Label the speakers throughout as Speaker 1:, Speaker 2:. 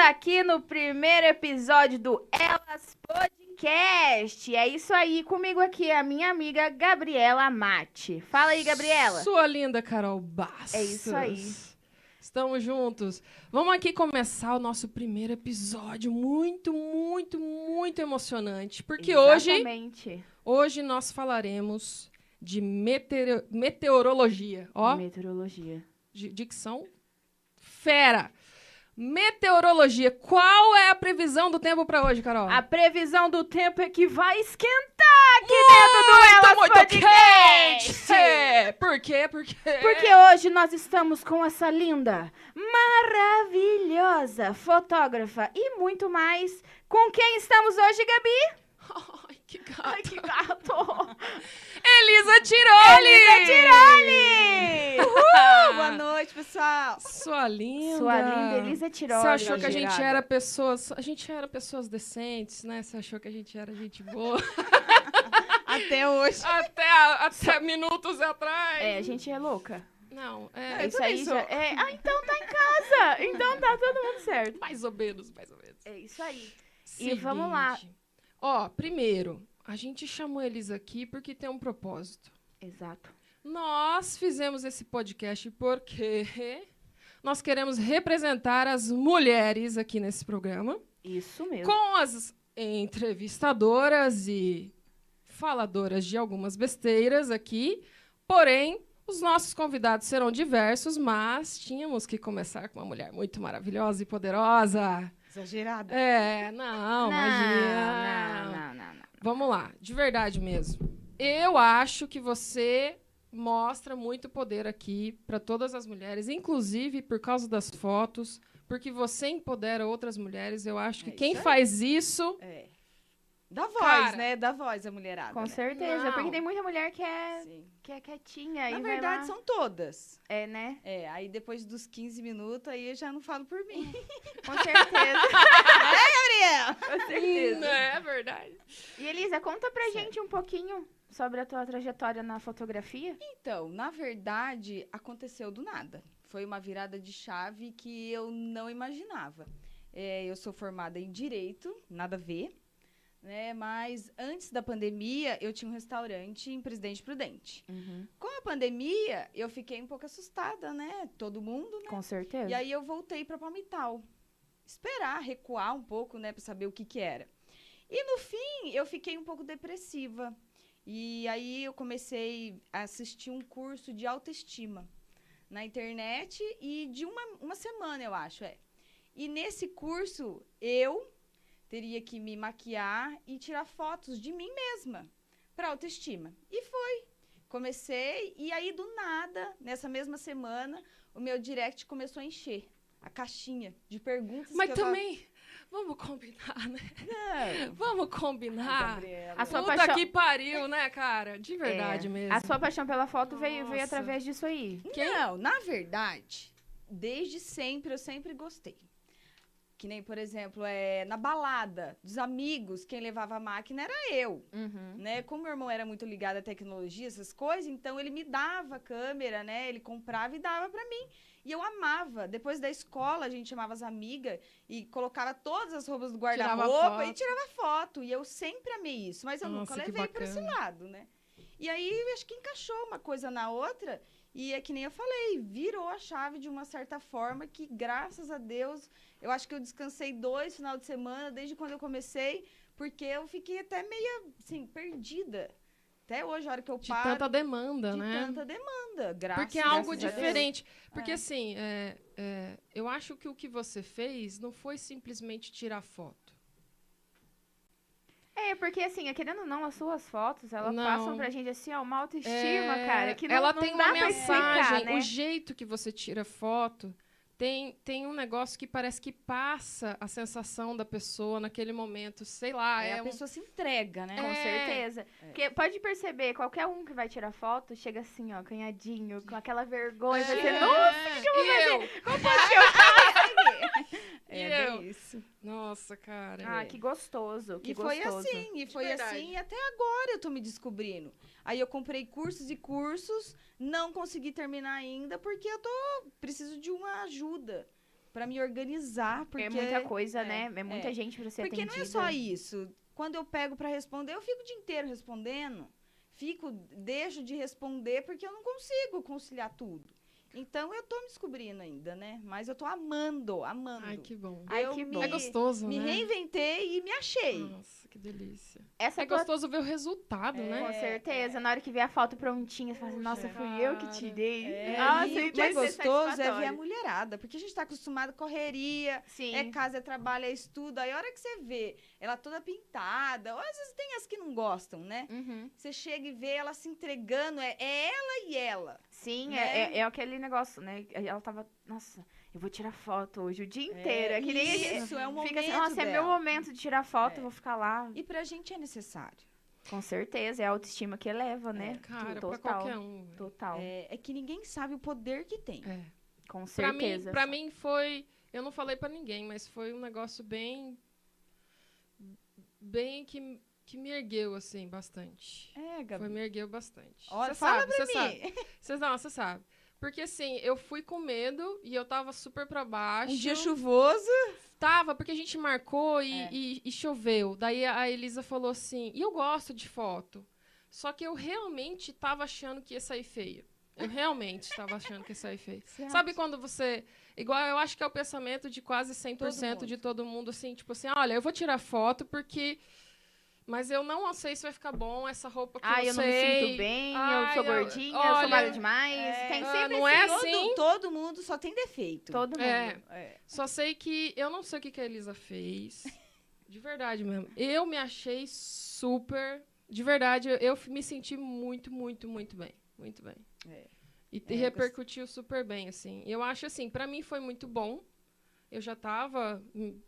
Speaker 1: aqui no primeiro episódio do Elas Podcast. É isso aí, comigo aqui é a minha amiga Gabriela Mate. Fala aí, Gabriela.
Speaker 2: Sua linda Carol Bastos.
Speaker 1: É isso aí.
Speaker 2: Estamos juntos. Vamos aqui começar o nosso primeiro episódio muito, muito, muito emocionante, porque
Speaker 1: Exatamente.
Speaker 2: hoje hoje nós falaremos de meteoro, meteorologia, ó.
Speaker 1: Meteorologia.
Speaker 2: Dicção fera. Meteorologia. Qual é a previsão do tempo pra hoje, Carol?
Speaker 1: A previsão do tempo é que vai esquentar aqui
Speaker 2: Uh,
Speaker 1: dentro
Speaker 2: então
Speaker 1: do Elas Podcast!
Speaker 2: tá quente! Por quê? Por quê?
Speaker 1: Porque hoje nós estamos com essa linda, maravilhosa fotógrafa e muito mais. Com quem estamos hoje, Gabi?
Speaker 2: Ai, que gato.
Speaker 1: que gato!
Speaker 2: Elisa Tiroli!
Speaker 1: Elisa Tiroli!
Speaker 3: Uhul, boa noite, pessoal.
Speaker 2: Sua linda.
Speaker 1: Sua linda é Elisa Tiroli.
Speaker 2: Você achou que a
Speaker 1: girada.
Speaker 2: gente era pessoas... A gente era pessoas decentes, né? Você achou que a gente era gente boa.
Speaker 3: Até hoje.
Speaker 2: até, a- até minutos atrás.
Speaker 1: É, a gente é louca.
Speaker 2: Não,
Speaker 1: É,
Speaker 2: é...
Speaker 1: isso
Speaker 3: também
Speaker 1: aí
Speaker 3: sou.
Speaker 1: já- é, Ah, então tá em casa! Então tá todo mundo certo.
Speaker 2: Mais ou menos, mais ou menos.
Speaker 1: É isso aí. E vamos lá.
Speaker 2: Seguinte. Ó, primeiro, a gente chamou a Elisa aqui porque tem um propósito.
Speaker 1: Exato.
Speaker 2: Nós fizemos esse podcast porque nós queremos representar as mulheres aqui nesse programa,
Speaker 1: Isso mesmo.
Speaker 2: com as entrevistadoras e faladoras de algumas besteiras aqui. Porém, os nossos convidados serão diversos, mas tínhamos que começar com uma mulher muito maravilhosa e poderosa.
Speaker 3: Exagerada.
Speaker 2: É, não, imagina.
Speaker 1: Não, não, não, não.
Speaker 2: Vamos lá, de verdade mesmo. Eu acho que você mostra muito poder aqui para todas as mulheres, inclusive por causa das fotos, porque você empodera outras mulheres. Eu acho que
Speaker 3: É
Speaker 2: quem
Speaker 3: isso aí.
Speaker 2: faz isso.
Speaker 3: É. Da voz,
Speaker 2: Cara.
Speaker 3: né? Da voz, a mulherada.
Speaker 1: Com
Speaker 3: né?
Speaker 1: certeza,
Speaker 2: Não.
Speaker 1: porque tem muita mulher que é,
Speaker 3: Sim.
Speaker 1: que é quietinha
Speaker 3: Na
Speaker 1: e vai lá.
Speaker 3: verdade, são todas.
Speaker 1: É, né?
Speaker 3: É, aí depois dos 15 minutos, aí eu já não falo por mim.
Speaker 1: Com certeza.
Speaker 3: Gabriel!
Speaker 1: com
Speaker 2: Hum,
Speaker 1: certeza.
Speaker 2: é verdade.
Speaker 1: E Elisa, conta pra gente um pouquinho sobre a tua trajetória na fotografia.
Speaker 3: Então, na verdade, aconteceu do nada. Foi uma virada de chave que eu não imaginava. É, eu sou formada em Direito, nada a ver, né? Mas antes da pandemia, eu tinha um restaurante em Presidente Prudente.
Speaker 1: Uhum.
Speaker 3: Com a pandemia, eu fiquei um pouco assustada, né? Todo mundo, né?
Speaker 1: Com certeza.
Speaker 3: E aí eu voltei para Palmital. Esperar, recuar um pouco, né, para saber o que que era. E no fim, eu fiquei um pouco depressiva. E aí eu comecei a assistir um curso de autoestima na internet e de uma, uma semana, eu acho, é. E nesse curso, eu teria que me maquiar e tirar fotos de mim mesma para autoestima. E foi. Comecei e aí do nada, nessa mesma semana, o meu direct começou a encher. A caixinha de perguntas
Speaker 2: Mas
Speaker 3: que
Speaker 2: também, vamos combinar, né?
Speaker 3: eu tava... Não.
Speaker 2: Vamos combinar.
Speaker 3: Gabriela.
Speaker 1: A sua
Speaker 2: Puta
Speaker 1: paixão-
Speaker 2: que pariu, né, cara? De verdade
Speaker 1: É.
Speaker 2: mesmo.
Speaker 1: A sua paixão pela foto veio, veio
Speaker 2: Nossa.
Speaker 1: através disso aí.
Speaker 3: Não, na verdade, desde sempre eu sempre gostei. Que nem, por exemplo, é, na balada dos amigos, quem levava a máquina era eu,
Speaker 2: Uhum.
Speaker 3: né? Como meu irmão era muito ligado à tecnologia, essas coisas, então ele me dava a câmera, né? Ele comprava e dava pra mim. E eu amava. Depois da escola, a gente chamava as amigas e colocava todas as roupas do
Speaker 2: Tirava
Speaker 3: guarda-roupa e
Speaker 2: foto.
Speaker 3: tirava foto. E eu sempre amei isso, mas eu nunca
Speaker 2: Nossa, que
Speaker 3: levei pra esse
Speaker 2: bacana.
Speaker 3: lado, né? E aí, eu acho que encaixou uma coisa na outra. E é que nem eu falei, virou a chave de uma certa forma que, graças a Deus, eu acho que eu descansei dois final de semana desde quando eu comecei, porque eu fiquei até meia, assim, perdida. Até hoje, a hora que eu
Speaker 2: De
Speaker 3: paro,
Speaker 2: tanta demanda,
Speaker 3: de
Speaker 2: né?
Speaker 3: tanta demanda, graças
Speaker 2: Porque é algo
Speaker 3: graças a Deus.
Speaker 2: diferente. Porque, assim, é, é, eu acho que o que você fez não foi simplesmente tirar foto.
Speaker 1: É, porque assim, querendo ou não, as suas fotos, elas
Speaker 2: Não.
Speaker 1: passam pra gente assim, ó, uma autoestima,
Speaker 2: É,
Speaker 1: cara, que não,
Speaker 2: ela
Speaker 1: não
Speaker 2: tem
Speaker 1: dá
Speaker 2: uma
Speaker 1: pra
Speaker 2: mensagem.
Speaker 1: explicar, né?
Speaker 2: O jeito que você tira foto tem, tem um negócio que parece que passa a sensação da pessoa naquele momento. Sei lá,
Speaker 3: Aí
Speaker 2: é,
Speaker 3: a
Speaker 2: um-
Speaker 3: pessoa se entrega, né?
Speaker 1: Com
Speaker 2: É.
Speaker 1: certeza. Porque pode perceber, qualquer um que vai tirar foto chega assim, ó, canhadinho, com aquela vergonha. Você,
Speaker 2: É,
Speaker 1: "Nossa,
Speaker 2: e eu?
Speaker 3: É,
Speaker 2: E
Speaker 3: bem
Speaker 2: eu?
Speaker 3: isso.
Speaker 2: Nossa, cara.
Speaker 1: Ah, que gostoso, que
Speaker 3: É. e foi
Speaker 1: gostoso. É
Speaker 3: assim, e foi
Speaker 2: verdade.
Speaker 3: assim, e até agora eu tô me descobrindo. Aí eu comprei cursos e cursos, não consegui terminar ainda, porque eu tô preciso de uma ajuda pra me organizar, porque...
Speaker 1: é muita coisa,
Speaker 3: é,
Speaker 1: né? É muita
Speaker 3: é.
Speaker 1: gente pra ser
Speaker 3: Porque
Speaker 1: atendida.
Speaker 3: não é só isso. Quando eu pego pra responder, eu fico o dia inteiro respondendo. Fico, deixo de responder porque eu não consigo conciliar tudo. Então eu tô me descobrindo ainda, né? Mas eu tô amando, amando.
Speaker 2: Ai, que bom.
Speaker 1: Ai,
Speaker 3: Eu
Speaker 1: que
Speaker 3: me-
Speaker 1: bom.
Speaker 2: É gostoso,
Speaker 3: me
Speaker 2: né? Hum.
Speaker 3: reinventei e me achei.
Speaker 2: Nossa, que delícia.
Speaker 1: Essa
Speaker 2: É gostoso ver o resultado,
Speaker 3: É.
Speaker 1: Com
Speaker 2: né?
Speaker 1: certeza, na hora que vier a foto prontinha, você fala assim, nossa,
Speaker 2: Puxa,
Speaker 1: fui eu que
Speaker 2: cara.
Speaker 1: tirei.
Speaker 3: É,
Speaker 1: Nossa,
Speaker 3: e o
Speaker 1: deve
Speaker 3: mais
Speaker 1: ser
Speaker 3: gostoso é ver a
Speaker 1: satisfatório.
Speaker 3: mulherada, porque a gente tá acostumado à correria,
Speaker 1: Sim.
Speaker 3: é casa, é trabalho, é estudo. Aí a hora que você vê ela toda pintada, ou às vezes tem as que não gostam, né?
Speaker 1: Uhum.
Speaker 3: Você chega e vê ela se entregando, é, é ela e ela.
Speaker 1: Sim,
Speaker 3: Né?
Speaker 1: é, é, é aquele negócio, né? Ela tava, nossa, eu vou tirar foto hoje o dia inteiro. É, que nem a gente
Speaker 3: Isso, é um momento
Speaker 1: fica assim, nossa, é meu
Speaker 3: dela.
Speaker 1: momento de tirar foto,
Speaker 3: É.
Speaker 1: vou ficar lá.
Speaker 3: E pra gente é necessário.
Speaker 1: Com certeza, é a autoestima que eleva, né?
Speaker 2: É, Cara, pra
Speaker 1: total.
Speaker 2: qualquer um. velho.
Speaker 1: Total,
Speaker 3: É, é que ninguém sabe o poder que tem.
Speaker 2: É.
Speaker 1: com
Speaker 2: Pra mim,
Speaker 1: certeza.
Speaker 2: pra mim foi. Eu não falei pra ninguém, mas foi um negócio bem. Bem que, que me ergueu, assim, bastante.
Speaker 3: É,
Speaker 2: Foi,
Speaker 3: Gabi.
Speaker 2: me ergueu bastante.
Speaker 3: Olha,
Speaker 2: Cê
Speaker 3: fala
Speaker 2: sabe,
Speaker 3: pra
Speaker 2: cê
Speaker 3: mim.
Speaker 2: sabe. Vocês não, você sabe. Porque assim, eu fui com medo e eu tava super pra baixo.
Speaker 3: Um dia chuvoso.
Speaker 2: Tava, porque a gente marcou e,
Speaker 3: É.
Speaker 2: e- e choveu. Daí a Elisa falou assim, e eu gosto de foto. Só que eu realmente tava achando que ia sair feia. Eu realmente tava achando que ia sair feia. Sabe quando você. Igual eu acho que é o pensamento de quase 100%
Speaker 3: Todo
Speaker 2: de todo mundo, assim, tipo assim, olha, eu vou tirar foto porque. Mas eu não sei se vai ficar bom essa roupa que
Speaker 1: Ai,
Speaker 2: eu
Speaker 1: Ah, eu não me
Speaker 2: sei.
Speaker 1: sinto bem, eu
Speaker 2: Ai,
Speaker 1: sou
Speaker 2: eu-
Speaker 1: gordinha, eu
Speaker 2: olha,
Speaker 1: sou magra demais.
Speaker 3: é,
Speaker 1: Tem
Speaker 2: ah,
Speaker 1: sempre
Speaker 2: não é
Speaker 1: esse-
Speaker 3: todo,
Speaker 2: assim?
Speaker 3: todo mundo só tem defeito.
Speaker 1: Todo mundo.
Speaker 2: É.
Speaker 3: É.
Speaker 2: Só sei que eu não sei o que, que a Elisa fez. De verdade mesmo. Eu me achei super. De verdade, eu, eu me senti muito, muito, muito bem. Muito bem.
Speaker 3: É.
Speaker 2: E te-
Speaker 3: É, eu
Speaker 2: repercutiu super bem, assim. Eu acho assim, pra mim foi muito bom. Eu já tava, hum,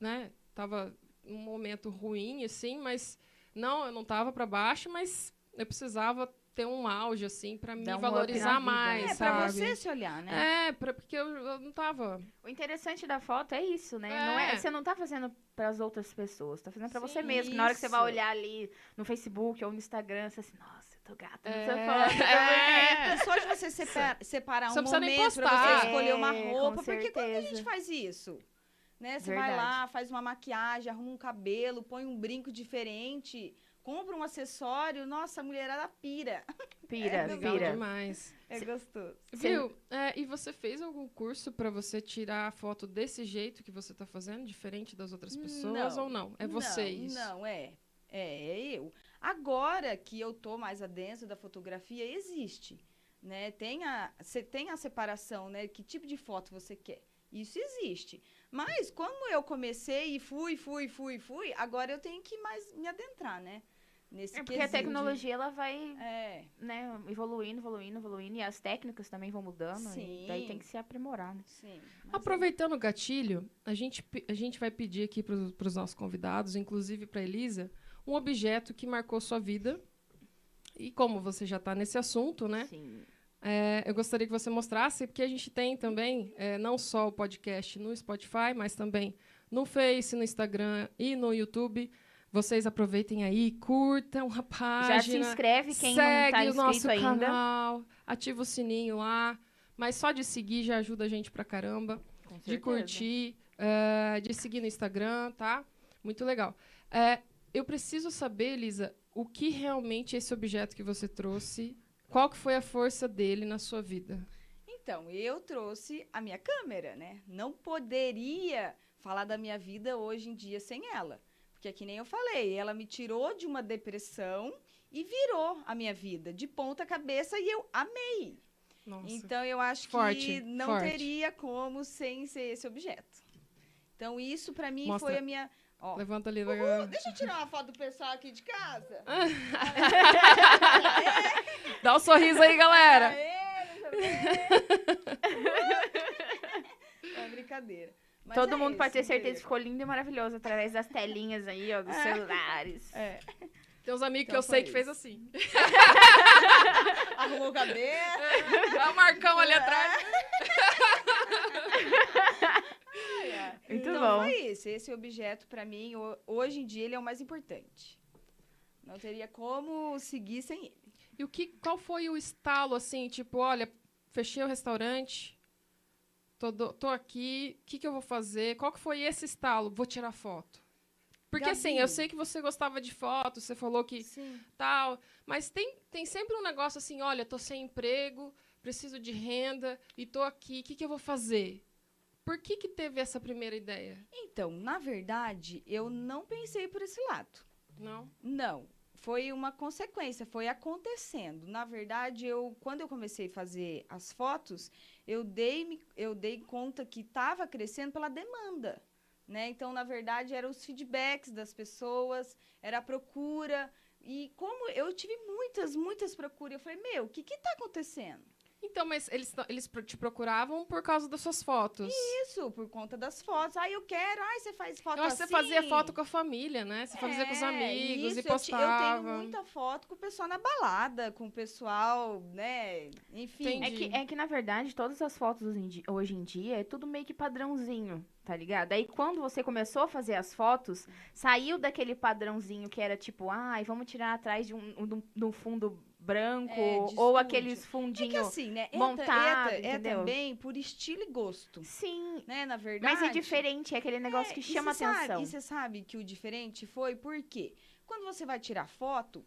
Speaker 2: né? Tava num momento ruim, assim, mas. Não, eu não tava pra baixo, mas eu precisava ter um auge, assim, pra me
Speaker 1: Dar um up na
Speaker 2: valorizar
Speaker 1: vida,
Speaker 2: mais.
Speaker 1: né?
Speaker 3: É,
Speaker 2: sabe?
Speaker 3: pra você se olhar, né?
Speaker 2: É, pra, porque eu, eu não tava.
Speaker 1: O interessante da foto é isso, né? Não é,
Speaker 2: É.
Speaker 1: você não tá fazendo pras outras pessoas, tá fazendo pra você
Speaker 2: Sim,
Speaker 1: mesmo. que Na hora que você vai
Speaker 3: isso.
Speaker 1: olhar ali no Facebook ou no Instagram, você assim, nossa, eu tô gata nessa
Speaker 2: É,
Speaker 1: foto.
Speaker 2: é.
Speaker 3: É só de você sepa- separar
Speaker 2: Só
Speaker 3: um
Speaker 2: precisa nem
Speaker 3: momento pra
Speaker 2: postar.
Speaker 3: você escolher uma
Speaker 1: É,
Speaker 3: roupa.
Speaker 1: com
Speaker 3: Porque quando a gente
Speaker 1: certeza.
Speaker 3: faz isso? Né? Você vai
Speaker 1: Verdade.
Speaker 3: lá, faz uma maquiagem, arruma um cabelo, põe um brinco diferente, compra um acessório. Nossa, a mulherada pira.
Speaker 1: Pira,
Speaker 2: Legal
Speaker 1: pira.
Speaker 2: demais.
Speaker 3: É gostoso.
Speaker 1: Sim.
Speaker 2: Viu? É, e você fez algum curso pra você tirar a foto desse jeito que você tá fazendo, diferente das outras pessoas
Speaker 3: Não.
Speaker 2: ou não? É você isso.
Speaker 3: Não, é. É, é eu. Agora que eu tô mais adentro da fotografia, existe. Né? Tem, a, se- tem a separação, né? Que tipo de foto você quer. Isso existe. Mas como eu comecei e fui, fui, fui, fui, agora eu tenho que mais me adentrar, né? Nesse
Speaker 1: É porque a
Speaker 3: quesito.
Speaker 1: tecnologia ela vai,
Speaker 3: É,
Speaker 1: né, evoluindo, evoluindo, evoluindo e as técnicas também vão mudando e daí
Speaker 3: Sim.
Speaker 1: tem que se aprimorar, né?
Speaker 3: sim. mas
Speaker 2: Aproveitando o gatilho, a gente, pe- a gente vai pedir aqui para os nossos convidados, inclusive para Elisa, um objeto que marcou sua vida. E como você já está nesse assunto, né?
Speaker 1: Sim.
Speaker 2: É, eu gostaria que você mostrasse, porque a gente tem também é, não só o podcast no Spotify, mas também no Face, no Instagram e no YouTube. Vocês aproveitem aí, curtam a página.
Speaker 1: Já se inscreve quem não
Speaker 2: Ah, segue
Speaker 1: tá
Speaker 2: o nosso
Speaker 1: inscrito ainda.
Speaker 2: canal, ativa o sininho lá. Mas só de seguir já ajuda a gente pra caramba.
Speaker 1: Com
Speaker 2: De
Speaker 1: certeza.
Speaker 2: curtir, é, de seguir no Instagram, tá? Muito legal. É, eu preciso saber, Elisa, o que realmente esse objeto que você trouxe, qual que foi a força dele na sua vida?
Speaker 3: Então, eu trouxe a minha câmera, né? Não poderia falar da minha vida hoje em dia sem ela. Porque é que nem eu falei, ela me tirou de uma depressão e virou a minha vida de ponta cabeça e eu amei.
Speaker 2: Nossa.
Speaker 3: Então eu acho que
Speaker 2: Forte,
Speaker 3: não
Speaker 2: forte.
Speaker 3: teria como sem ser esse objeto. Então isso pra mim
Speaker 2: Mostra.
Speaker 3: foi a minha, ó.
Speaker 2: Levanta ali. galera.
Speaker 3: Deixa eu tirar uma foto do pessoal aqui de casa.
Speaker 2: Dá um sorriso aí, galera.
Speaker 3: Aê, deixa eu ver. é brincadeira. Mas
Speaker 1: Todo
Speaker 3: é
Speaker 1: mundo pode ter
Speaker 3: isso,
Speaker 1: certeza
Speaker 3: entendeu?
Speaker 1: que ficou lindo e maravilhoso através das telinhas aí, ó, dos celulares.
Speaker 3: É.
Speaker 2: Tem uns amigos
Speaker 3: Então
Speaker 2: que eu sei
Speaker 3: foi
Speaker 2: que fez assim.
Speaker 3: Arrumou o cabelo.
Speaker 2: Dá o Marcão ali atrás.
Speaker 1: Muito
Speaker 3: então
Speaker 1: bom.
Speaker 3: foi isso. Esse objeto, pra mim, ho- hoje em dia, ele é o mais importante. Não teria como seguir sem ele.
Speaker 2: E o que, qual foi o estalo, assim, tipo, olha, fechei o restaurante, tô, do- tô aqui, o que, que eu vou fazer? Qual que foi esse estalo? Vou tirar foto. Porque, assim,
Speaker 3: Gabi.
Speaker 2: eu sei que você gostava de foto, você falou que
Speaker 3: Sim.
Speaker 2: tal, mas tem, tem sempre um negócio assim, olha, tô sem emprego, preciso de renda e tô aqui, o que, que eu vou fazer? Por que, que teve essa primeira ideia?
Speaker 3: Então, na verdade, eu não pensei por esse lado.
Speaker 2: Não?
Speaker 3: Não, foi uma consequência, foi acontecendo. Na verdade, eu quando eu comecei a fazer as fotos, eu dei me- eu dei conta que estava crescendo pela demanda, né? Então, na verdade, eram os feedbacks das pessoas, era a procura e como eu tive muitas, muitas procuras, eu falei, meu, o que que tá acontecendo?
Speaker 2: Então, mas eles, t- eles pro- te procuravam por causa das suas fotos.
Speaker 3: Isso, por conta das fotos. Ah, eu quero, ai, você faz foto
Speaker 2: Eu acho que
Speaker 3: assim.
Speaker 2: você fazia foto com a família, né? Você fazia com os
Speaker 3: É,
Speaker 2: amigos e
Speaker 3: isso, eu ti- Eu,
Speaker 2: postava.
Speaker 3: tenho muita foto com o pessoal na balada, com o pessoal, né? Enfim.
Speaker 1: É
Speaker 2: Entendi.
Speaker 1: que, é que, na verdade, todas as fotos hoje em di- hoje em dia é tudo meio que padrãozinho, tá ligado? Aí quando você começou a fazer as fotos, saiu daquele padrãozinho que era tipo, ai, vamos tirar atrás de um, de um- de um fundo branco,
Speaker 3: É, de
Speaker 1: ou
Speaker 3: estúdio.
Speaker 1: aqueles
Speaker 3: É que
Speaker 1: fundinhos.
Speaker 3: assim, né? É,
Speaker 1: montado,
Speaker 3: é, é
Speaker 1: entendeu?
Speaker 3: também por estilo e gosto,
Speaker 1: Sim,
Speaker 3: né? Na verdade.
Speaker 1: mas é diferente, é aquele negócio que
Speaker 3: E
Speaker 1: chama
Speaker 3: cê
Speaker 1: atenção.
Speaker 3: Sabe, e você sabe que o diferente foi porque quando você vai tirar foto,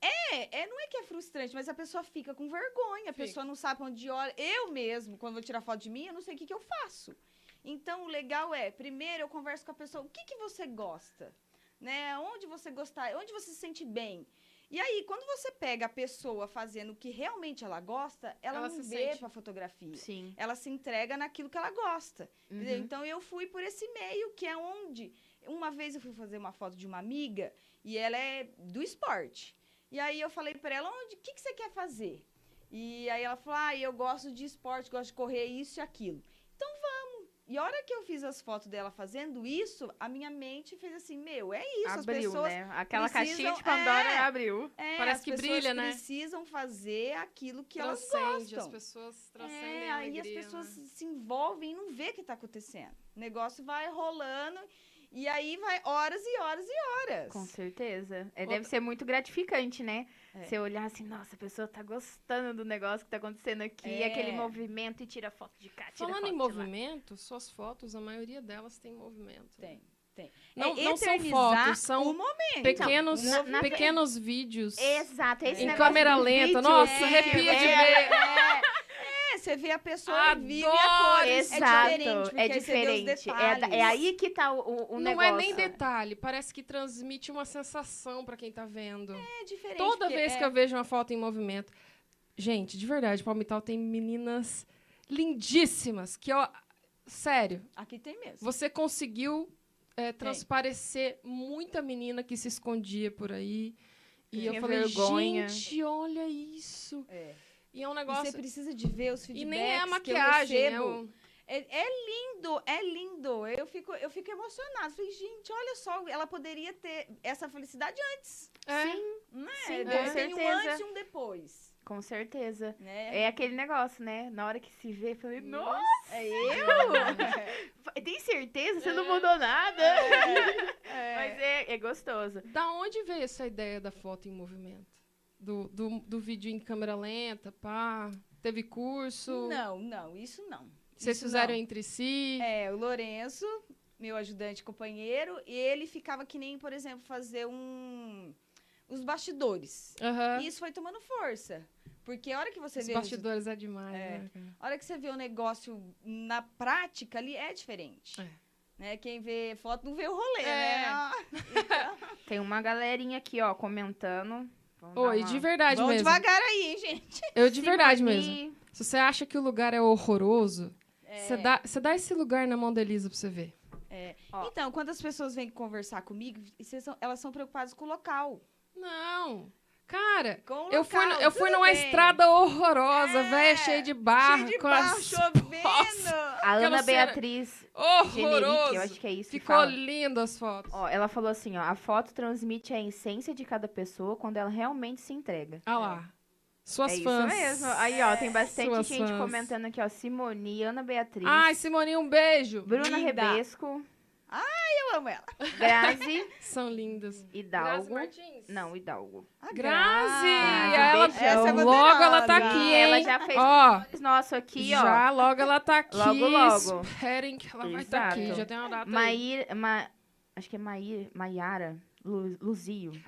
Speaker 3: é, é, não é que é frustrante, mas a pessoa fica com vergonha, a pessoa não sabe pra onde olha. Eu mesmo, quando vou tirar foto de mim, eu não sei o que, que eu faço. Então, o legal é, primeiro eu converso com a pessoa, o que, que você gosta? Né? Onde você gostar, onde você se sente bem. E aí, quando você pega a pessoa fazendo o que realmente ela gosta, ela,
Speaker 2: Ela
Speaker 3: não
Speaker 2: se
Speaker 3: vê
Speaker 2: sente.
Speaker 3: pra fotografia.
Speaker 1: Sim.
Speaker 3: Ela se entrega naquilo que ela gosta. Entendeu?
Speaker 1: Uhum.
Speaker 3: Então eu fui por esse meio, que é onde. Uma vez eu fui fazer uma foto de uma amiga e ela é do esporte. E aí eu falei pra ela, onde, o que, que você quer fazer? E aí ela falou, ah, eu gosto de esporte, gosto de correr isso e aquilo. Então vamos. E a hora que eu fiz as fotos dela fazendo isso, a minha mente fez assim, meu, é isso, as
Speaker 1: abriu,
Speaker 3: pessoas
Speaker 1: né? Aquela
Speaker 3: precisam-
Speaker 1: caixinha de Pandora
Speaker 3: é.
Speaker 1: abriu.
Speaker 3: é,
Speaker 2: Parece
Speaker 3: as
Speaker 2: que
Speaker 3: pessoas
Speaker 2: brilha, né?
Speaker 3: precisam fazer aquilo que elas
Speaker 2: Transcende, as
Speaker 3: gostam.
Speaker 2: pessoas transcendem
Speaker 3: É,
Speaker 2: a
Speaker 3: aí as
Speaker 2: alegria,
Speaker 3: pessoas
Speaker 2: né?
Speaker 3: se envolvem e não vê o que está acontecendo. O negócio vai rolando e aí vai horas e horas e horas.
Speaker 1: Com certeza. É,
Speaker 2: Outra-
Speaker 1: Deve ser muito gratificante, né?
Speaker 3: É.
Speaker 1: Você olhar assim, nossa, a pessoa tá gostando do negócio que tá acontecendo aqui,
Speaker 3: É.
Speaker 1: aquele movimento e tira foto de cá, tira
Speaker 2: Falando
Speaker 1: foto
Speaker 2: em
Speaker 1: de lá.
Speaker 2: movimento, suas fotos, a maioria delas tem movimento. né?
Speaker 3: Tem.
Speaker 2: Não,
Speaker 3: É
Speaker 2: não são
Speaker 3: eternizar
Speaker 2: fotos,
Speaker 3: o
Speaker 2: são
Speaker 3: momento.
Speaker 2: pequenos,
Speaker 1: na- na-
Speaker 2: pequenos vídeos.
Speaker 1: Exato, é esse
Speaker 3: Em
Speaker 1: negócio
Speaker 2: câmera
Speaker 1: do
Speaker 2: lenta,
Speaker 1: vídeo,
Speaker 2: nossa,
Speaker 1: que
Speaker 2: arrepia de
Speaker 1: Então, é-
Speaker 2: ver.
Speaker 3: É, você vê a pessoa e vive a
Speaker 2: Adoro!
Speaker 3: cor.
Speaker 1: Exato,
Speaker 3: É diferente. porque
Speaker 1: é
Speaker 3: aí você vê os
Speaker 1: diferente. É, da- é
Speaker 3: detalhes.
Speaker 1: aí que tá o,
Speaker 3: um
Speaker 1: o- o
Speaker 2: não
Speaker 1: negócio.
Speaker 2: é nem detalhe, parece que transmite uma sensação pra quem tá vendo.
Speaker 3: É diferente.
Speaker 2: Toda
Speaker 3: porque
Speaker 2: vez
Speaker 3: é-
Speaker 2: que eu vejo uma foto em movimento. Gente, de verdade, Palmital tem meninas lindíssimas que, ó, sério,
Speaker 3: Aqui tem mesmo.
Speaker 2: você conseguiu é, transparecer muita menina que se escondia por aí. E
Speaker 1: Tinha
Speaker 2: eu falei,
Speaker 1: vergonha.
Speaker 2: gente, olha isso.
Speaker 3: É.
Speaker 2: E é um
Speaker 3: E você
Speaker 2: negócio.
Speaker 3: precisa de ver os feedbacks
Speaker 2: E nem é a
Speaker 3: que eu
Speaker 2: maquiagem, é
Speaker 3: recebo.
Speaker 2: o.
Speaker 3: É, é lindo, é lindo. Eu fico, eu fico emocionada. Falei, gente, olha só, ela poderia ter essa felicidade antes.
Speaker 2: É.
Speaker 3: Né?
Speaker 1: Sim, com
Speaker 3: Tem um
Speaker 1: certeza.
Speaker 3: antes e um depois.
Speaker 1: Com certeza.
Speaker 3: Né?
Speaker 1: É aquele negócio, né? Na hora que se vê, falei, nossa,
Speaker 3: É eu?
Speaker 1: tem certeza? Você não
Speaker 2: É.
Speaker 1: mudou nada?
Speaker 3: É.
Speaker 1: Mas é, é gostoso.
Speaker 2: Da onde veio essa ideia da foto em movimento? Do, do, do vídeo em câmera lenta, pá? Teve curso?
Speaker 3: Não, não, isso não.
Speaker 2: Vocês
Speaker 3: isso
Speaker 2: fizeram
Speaker 3: não.
Speaker 2: entre si?
Speaker 3: É, o Lourenço, meu ajudante companheiro, e ele ficava que nem, por exemplo, fazer um... Os bastidores.
Speaker 2: Aham.
Speaker 3: E É. isso foi tomando força. Porque a hora que você
Speaker 2: Os
Speaker 3: vê o resultado-
Speaker 2: bastidores é demais,
Speaker 3: É.
Speaker 2: né? cara?
Speaker 3: A hora que você vê o negócio na prática ali é diferente.
Speaker 2: É.
Speaker 3: Né? Quem vê foto não vê o rolê,
Speaker 2: É.
Speaker 3: né? Ó,
Speaker 1: Tem uma galerinha aqui, ó, comentando. Vamos dar
Speaker 2: Oi,
Speaker 1: uma-
Speaker 2: de verdade
Speaker 3: Vamos
Speaker 2: mesmo.
Speaker 3: devagar aí, hein, gente.
Speaker 2: Eu de verdade mesmo.
Speaker 1: Simone,
Speaker 2: Se você acha que o lugar é horroroso,
Speaker 3: É.
Speaker 2: você dá, você dá esse lugar na mão da Elisa pra você ver.
Speaker 1: Ó.
Speaker 3: Então, quando as pessoas vêm conversar comigo, e vocês são- elas são preocupadas com o local.
Speaker 2: Não. Cara,
Speaker 3: Com o local
Speaker 2: eu fui, no- eu fui
Speaker 3: tudo
Speaker 2: numa
Speaker 3: bem.
Speaker 2: estrada horrorosa,
Speaker 3: É,
Speaker 2: velha, cheia de barro.
Speaker 3: Cheio de
Speaker 2: com
Speaker 3: barro,
Speaker 2: as-
Speaker 3: chovendo.
Speaker 1: A
Speaker 2: Aquela
Speaker 1: Ana
Speaker 2: cera-
Speaker 1: Beatriz Generic, eu
Speaker 2: Horroroso.
Speaker 1: acho que é isso que
Speaker 2: Ficou
Speaker 1: fala.
Speaker 2: lindo as fotos.
Speaker 1: Ó, ela falou assim, ó, a foto transmite a essência de cada pessoa quando ela realmente se entrega.
Speaker 2: Ah lá. Suas
Speaker 1: é
Speaker 2: fãs.
Speaker 1: isso mesmo. Aí, ó, tem bastante
Speaker 2: Suas
Speaker 1: gente
Speaker 2: fãs.
Speaker 1: comentando aqui, ó, Simone, Ana Beatriz,
Speaker 2: Ai, Simone, um beijo.
Speaker 1: Bruna
Speaker 3: linda.
Speaker 1: Rebesco,
Speaker 3: Eu amo ela.
Speaker 1: Grazi,
Speaker 2: São lindas. Grazi
Speaker 1: Hidalgo.
Speaker 2: Martins?
Speaker 1: Não, Hidalgo.
Speaker 3: A
Speaker 2: Grazi!
Speaker 1: Grazi,
Speaker 2: ela,
Speaker 1: beijão. Essa é
Speaker 2: logo ela tá
Speaker 3: poderosa.
Speaker 2: aqui, hein?
Speaker 1: Ela já fez
Speaker 2: Ó,
Speaker 1: Nosso aqui, ó.
Speaker 2: já logo ela tá aqui.
Speaker 1: Logo, logo.
Speaker 2: Esperem que ela vai estar tá aqui.
Speaker 1: Exato.
Speaker 2: Já tem uma data aí.
Speaker 1: Maíra, Ma... acho que é Maíra, Maiara. Lu- Luzio.
Speaker 2: E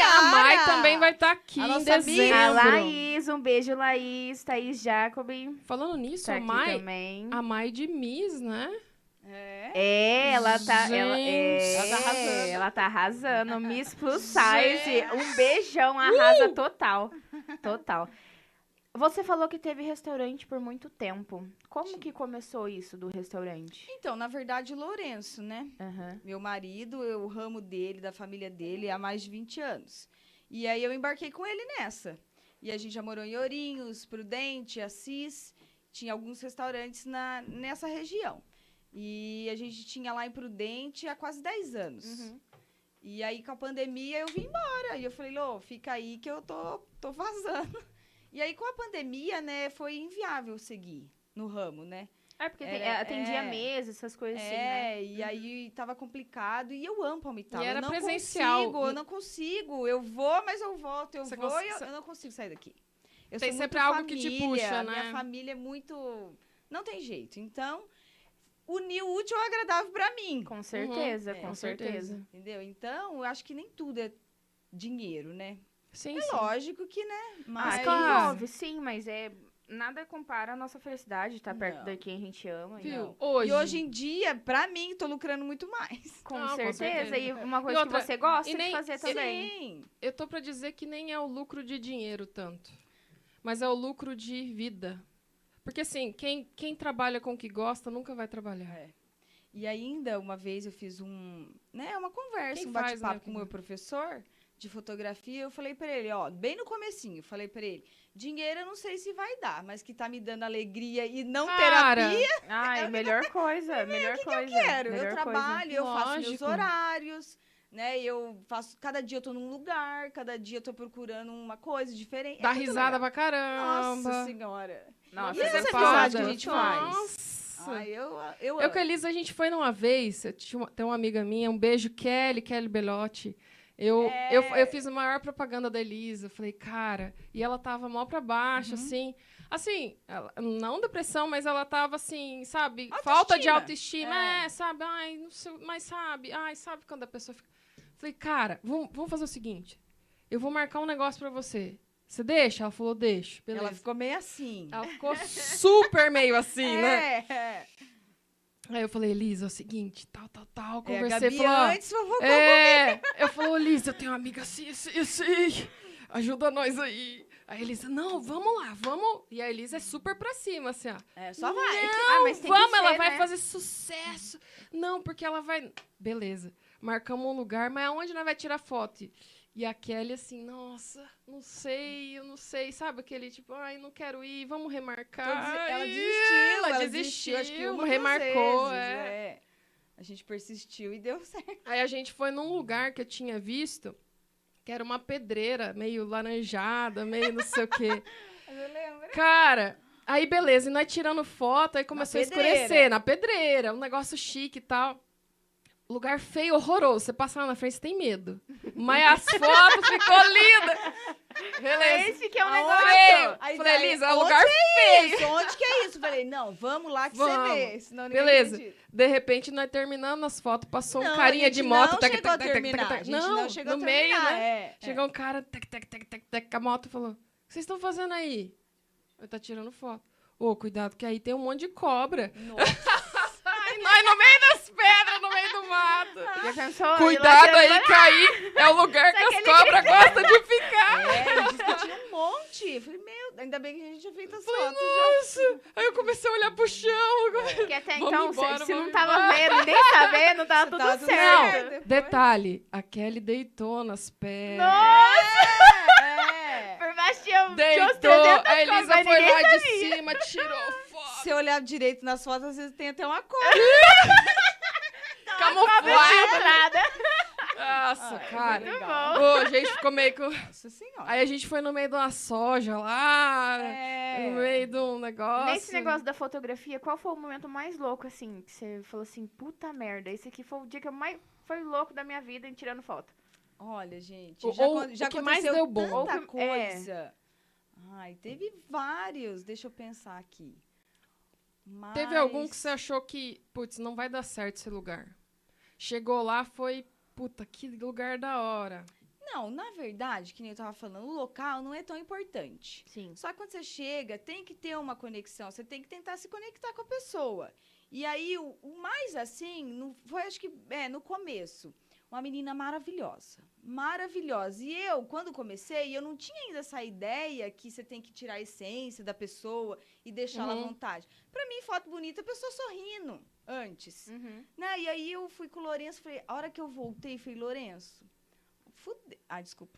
Speaker 2: a Mai também vai estar aqui
Speaker 3: A
Speaker 2: em
Speaker 3: nossa amiga.
Speaker 2: dezembro.
Speaker 1: A Laís, um beijo, Laís. Thaís Jacobi
Speaker 2: Falando nisso,
Speaker 1: tá
Speaker 2: a
Speaker 1: aqui
Speaker 2: Mai,
Speaker 1: também.
Speaker 2: a Mai de Miss, né?
Speaker 3: É.
Speaker 1: É, ela tá. Ela, é,
Speaker 2: Gente.
Speaker 3: Ela tá arrasando.
Speaker 1: Ela tá arrasando. Miss Plus Size. Um beijão, arrasa total. Total. Você falou que teve restaurante por muito tempo. Como que começou isso do restaurante?
Speaker 3: Então, na verdade, Lourenço, né?
Speaker 1: Aham.
Speaker 3: Meu marido, eu- o ramo dele, da família dele, há mais de 20 anos. E aí eu embarquei com ele nessa. E a gente já morou em Ourinhos, Prudente, Assis. Tinha alguns restaurantes na, nessa região. E a gente tinha lá em Prudente há quase 10 anos.
Speaker 1: Uhum.
Speaker 3: E aí, com a pandemia, eu vim embora. E eu falei, Lô, fica aí que eu tô, tô vazando. E aí, com a pandemia, né, foi inviável seguir no ramo, né?
Speaker 1: É, porque tem,
Speaker 3: Era-
Speaker 1: atendia
Speaker 3: é.
Speaker 1: mesa, essas coisas assim, né?
Speaker 3: É, e aí tava complicado. E eu amo palmital.
Speaker 2: Uhum. E era
Speaker 3: eu não
Speaker 2: presencial.
Speaker 3: Consigo, eu não consigo. Eu vou, mas eu volto. Eu
Speaker 2: Você
Speaker 3: vou
Speaker 2: cons-
Speaker 3: e eu,
Speaker 2: você-
Speaker 3: eu não consigo sair daqui. Eu
Speaker 2: Tem
Speaker 3: sou
Speaker 2: sempre
Speaker 3: muito
Speaker 2: algo que te
Speaker 3: família,
Speaker 2: puxa, né?
Speaker 3: Minha família é muito... Não tem jeito. Então, unir o útil ao agradável pra mim.
Speaker 1: Com certeza,
Speaker 3: Uhum, é,
Speaker 1: com,
Speaker 2: com certeza.
Speaker 1: certeza.
Speaker 3: Entendeu? Então, eu acho que nem tudo é dinheiro, né?
Speaker 2: Sim,
Speaker 3: É
Speaker 2: sim.
Speaker 3: lógico que, né?
Speaker 1: Mas
Speaker 3: Mas...
Speaker 2: claro.
Speaker 1: envolve, sim, mas é. Nada compara a nossa felicidade estar perto
Speaker 3: Não.
Speaker 1: de quem a gente ama. e
Speaker 2: Viu?
Speaker 1: não.
Speaker 2: Hoje.
Speaker 3: E hoje em dia, pra mim, tô lucrando muito mais.
Speaker 1: Com,
Speaker 2: Não, com
Speaker 1: certeza.
Speaker 2: certeza.
Speaker 1: E uma coisa
Speaker 2: outra,
Speaker 1: que você gosta
Speaker 2: e
Speaker 1: de
Speaker 2: nem-
Speaker 1: fazer
Speaker 2: e
Speaker 1: também.
Speaker 3: Sim.
Speaker 2: Eu tô pra dizer que nem é o lucro de dinheiro tanto, mas é o lucro de vida. Porque assim, quem, quem trabalha com o que gosta nunca vai trabalhar.
Speaker 3: É. E ainda uma vez eu fiz um, né, uma conversa,
Speaker 2: Quem
Speaker 3: um
Speaker 2: faz,
Speaker 3: bate-papo
Speaker 2: né,
Speaker 3: com o
Speaker 2: que-
Speaker 3: meu professor de fotografia, eu falei pra ele, ó, bem no comecinho, eu falei pra ele, dinheiro eu não sei se vai dar, mas que tá me dando alegria e não
Speaker 2: Cara,
Speaker 3: terapia,
Speaker 1: É Ai, melhor coisa, melhor coisa.
Speaker 3: eu quero.
Speaker 1: melhor
Speaker 3: Eu
Speaker 1: coisa.
Speaker 3: trabalho, eu faço meus
Speaker 2: Lógico.
Speaker 3: horários, né? Eu faço, cada dia eu tô num lugar, cada dia eu tô procurando uma coisa diferente. É
Speaker 2: Dá
Speaker 3: muito
Speaker 2: risada
Speaker 3: legal.
Speaker 2: pra caramba.
Speaker 3: Nossa senhora.
Speaker 1: Nossa,
Speaker 3: E
Speaker 1: é
Speaker 3: essa
Speaker 1: gostoso.
Speaker 3: amizade que a gente faz?
Speaker 2: Nossa.
Speaker 3: Ai, eu eu,
Speaker 2: Eu
Speaker 3: amo.
Speaker 2: com a Elisa, a gente foi numa vez, eu tinha uma, tem uma amiga minha, um beijo, Kelly, Kelly Belotti. Eu, eu,
Speaker 3: É.
Speaker 2: eu fiz a maior propaganda da Elisa, eu falei, cara, e ela tava mal pra baixo,
Speaker 3: Uhum.
Speaker 2: assim. Assim, ela- não depressão, mas ela tava assim, sabe, falta de
Speaker 3: Autoestima.
Speaker 2: autoestima, é, sabe, ai, não sei, mas sabe, ai, sabe quando a pessoa fica. Falei, cara, vamos, vamos fazer o seguinte. Eu vou marcar um negócio pra você. Você deixa? Ela falou, deixa. Beleza.
Speaker 3: Ela ficou meio assim.
Speaker 2: Ela ficou super meio assim, né?
Speaker 3: É.
Speaker 2: Aí eu falei, Elisa, é o seguinte, tal, tal, tal.
Speaker 3: É, a
Speaker 2: Conversei,
Speaker 3: Gabi
Speaker 2: falou, ó,
Speaker 3: antes vovô
Speaker 2: é. Eu falei, Elisa, eu tenho uma amiga assim, assim, assim. Ajuda nós aí. Aí a Elisa, não, vamos lá, vamos. E a Elisa é super pra cima, assim, ó.
Speaker 3: É, só vai.
Speaker 1: Ah, mas tem que
Speaker 2: vamos, ela
Speaker 1: ser,
Speaker 2: vai
Speaker 1: né?
Speaker 2: fazer sucesso. Não, porque ela vai. Beleza. Marcamos um lugar, mas aonde nós vai tirar foto? E a Kelly assim, nossa, não sei, eu não sei, sabe aquele tipo, ai, não quero ir, vamos remarcar.
Speaker 3: Ela
Speaker 2: E
Speaker 3: desistiu,
Speaker 2: ela,
Speaker 3: ela
Speaker 2: desistiu,
Speaker 3: acho que uma, duas
Speaker 2: remarcou,
Speaker 3: vezes,
Speaker 2: é.
Speaker 3: é. A gente persistiu e deu certo.
Speaker 2: Aí a gente foi num lugar que eu tinha visto, que era uma pedreira, meio laranjada, meio não sei o quê.
Speaker 3: Eu lembro.
Speaker 2: Cara, aí beleza, e nós tirando foto, aí começou a
Speaker 3: pedreira.
Speaker 2: escurecer na pedreira, um negócio chique e tal. Lugar feio, horroroso. Você passa lá na frente, você tem medo. Mas as fotos ficou linda. Beleza.
Speaker 1: Esse que é um
Speaker 2: Aonde?
Speaker 1: negócio.
Speaker 3: então, Aí
Speaker 2: Falei,
Speaker 3: daí,
Speaker 2: Elisa, é um
Speaker 3: onde
Speaker 2: lugar feio.
Speaker 3: Isso, onde que é isso? Falei, não, vamos lá que
Speaker 2: Vamos.
Speaker 3: você vê. Senão ninguém
Speaker 2: Beleza.
Speaker 3: acredita.
Speaker 2: De repente, nós terminando as fotos, passou um
Speaker 3: Não,
Speaker 2: carinha
Speaker 3: a gente
Speaker 2: de moto.
Speaker 3: Não
Speaker 2: tac,
Speaker 3: chegou
Speaker 2: tac,
Speaker 3: a
Speaker 2: tac, tac,
Speaker 3: terminar.
Speaker 2: tac.
Speaker 3: a gente não, chegou
Speaker 2: no
Speaker 3: a
Speaker 2: meio,
Speaker 3: terminar.
Speaker 2: né?
Speaker 3: É, é.
Speaker 2: Chegou um cara, tac, tac, tac, tac, tac, com a moto falou: O que vocês estão fazendo aí? Eu tá tirando foto. Ô, cuidado, que aí tem um monte de cobra.
Speaker 3: Nossa.
Speaker 2: Ai, nós no meio das pedras, no meio do mato.
Speaker 1: Já pensou? Ele
Speaker 2: Cuidado
Speaker 1: lá
Speaker 2: aí,
Speaker 1: tirando-
Speaker 2: que aí é o lugar que
Speaker 1: Sabe
Speaker 2: as
Speaker 1: aquele
Speaker 2: cobras gostam de ficar.
Speaker 3: É, ele disse que tinha um monte. Eu Falei, meu, ainda bem que a gente tinha feito as
Speaker 2: Falei,
Speaker 3: fotos já. Tá
Speaker 2: nossa. Aí eu comecei a olhar pro chão.
Speaker 1: Porque até
Speaker 2: Vamos
Speaker 1: então,
Speaker 2: embora,
Speaker 1: se, se não
Speaker 2: vamos
Speaker 1: tava
Speaker 2: embora.
Speaker 1: vendo, nem sabendo, tava tudo
Speaker 3: Tava tudo
Speaker 1: certo.
Speaker 3: certo.
Speaker 2: Detalhe, a Kelly deitou nas pedras.
Speaker 3: É.
Speaker 1: Por baixo tinha um tinha uns
Speaker 2: Deitou, a
Speaker 1: 300 coisas,
Speaker 2: Elisa
Speaker 1: mas
Speaker 2: foi
Speaker 1: ninguém
Speaker 2: lá de cima, tirou foto.
Speaker 3: Se eu olhar direito nas fotos, às vezes tem até um uma cor.
Speaker 2: Camuflagem.
Speaker 1: entrada.
Speaker 2: Nossa, cara.
Speaker 1: Muito
Speaker 3: Ah, é legal.
Speaker 1: bom.
Speaker 2: Ô, a gente ficou meio com...
Speaker 3: Nossa senhora.
Speaker 2: Aí a gente foi no meio de uma soja lá,
Speaker 3: É.
Speaker 2: no meio de um negócio.
Speaker 1: Nesse negócio da fotografia, qual foi o momento mais louco, assim, que você falou assim, puta merda, esse aqui foi o dia que eu mais foi louco da minha vida em tirando foto.
Speaker 3: Olha, gente,
Speaker 2: Ou-
Speaker 3: já,
Speaker 2: ou
Speaker 3: acon- já
Speaker 2: o que
Speaker 3: aconteceu
Speaker 2: mais deu bom.
Speaker 1: Ou
Speaker 3: tanta
Speaker 1: que- é.
Speaker 3: coisa. Ai, teve vários. Deixa eu pensar aqui.
Speaker 2: Teve algum que
Speaker 3: Mas-
Speaker 2: você achou que, putz, não vai dar certo esse lugar. Chegou lá, foi puta, que lugar da hora.
Speaker 3: Não, na verdade, que nem eu tava falando, o local não é tão importante.
Speaker 1: Sim.
Speaker 3: Só que quando você chega, tem que ter uma conexão, você tem que tentar se conectar com a pessoa. E aí, o, o mais assim, no- foi acho que é, no começo. Uma menina maravilhosa. Maravilhosa. E eu, quando comecei, eu não tinha ainda essa ideia que você tem que tirar a essência da pessoa e deixar ela
Speaker 2: Uhum.
Speaker 3: à vontade. Pra mim, foto bonita, a pessoa sorrindo antes.
Speaker 1: Uhum.
Speaker 3: Né? E aí eu fui com o Lourenço, falei, a hora que eu voltei, falei, Lourenço, fudeu. Ah, desculpa.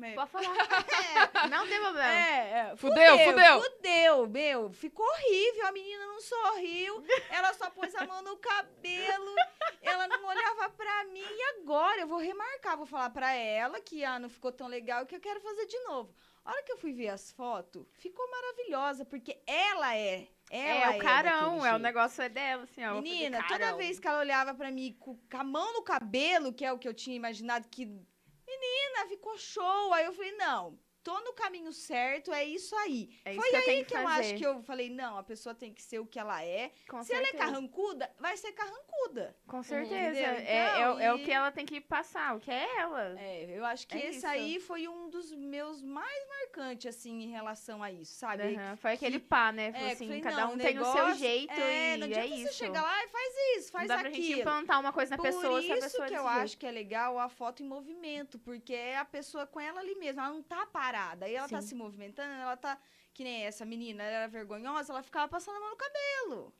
Speaker 3: É,
Speaker 1: Pode falar.
Speaker 3: é,
Speaker 1: Não tem problema.
Speaker 3: é, é,
Speaker 2: Fudeu, fudeu.
Speaker 3: Fudeu, meu. Ficou horrível. A menina não sorriu. Ela só pôs a mão no cabelo. Ela não olhava pra mim. E agora eu vou remarcar. Vou falar pra ela que ah, não ficou tão legal que eu quero fazer de novo. A hora que eu fui ver as fotos, ficou maravilhosa. Porque ela é. Ela
Speaker 1: é, o carão,
Speaker 3: daquele
Speaker 1: é o
Speaker 3: jeito.
Speaker 1: negócio é dela, assim, ó.
Speaker 3: Menina,
Speaker 1: fazer
Speaker 3: toda
Speaker 1: carão.
Speaker 3: vez que ela olhava pra mim com com a mão no cabelo, que é o que eu tinha imaginado, que. Menina, ficou show. Aí eu falei, não, tô no caminho certo, é isso aí.
Speaker 1: É isso
Speaker 3: Foi
Speaker 1: que eu
Speaker 3: aí
Speaker 1: tenho que
Speaker 3: que eu acho
Speaker 1: fazer.
Speaker 3: que eu falei, não, a pessoa tem que ser o que ela é.
Speaker 1: Com
Speaker 3: Se ela é
Speaker 1: certeza.
Speaker 3: carrancuda, vai ser carrancuda.
Speaker 1: Com certeza.
Speaker 3: Entendeu?
Speaker 1: é, é, o- é o
Speaker 3: Então,
Speaker 1: que
Speaker 3: e-
Speaker 1: ela tem que passar, o que é ela.
Speaker 3: É, eu acho que
Speaker 1: É
Speaker 3: esse
Speaker 1: isso.
Speaker 3: aí foi um dos meus mais marcantes, assim, em relação a isso, sabe?
Speaker 1: Aham, Foi aquele pá, né? Falou
Speaker 3: É,
Speaker 1: assim,
Speaker 3: falei,
Speaker 1: cada
Speaker 3: não,
Speaker 1: um tem o seu
Speaker 3: negócio-
Speaker 1: jeito
Speaker 3: é, não
Speaker 1: e é
Speaker 3: adianta
Speaker 1: isso.
Speaker 3: você chegar lá e faz isso, faz
Speaker 1: não dá pra gente um
Speaker 3: aquilo.
Speaker 1: implantar uma coisa na
Speaker 3: Por
Speaker 1: pessoa se
Speaker 3: isso
Speaker 1: a pessoa é
Speaker 3: que eu
Speaker 1: desse
Speaker 3: acho que é legal a foto em movimento, porque é a pessoa com ela ali mesma, ela não tá parada. Aí ela tá
Speaker 1: Sim.
Speaker 3: se movimentando, ela tá. Que nem essa menina, ela era vergonhosa, ela ficava passando a mão no cabelo.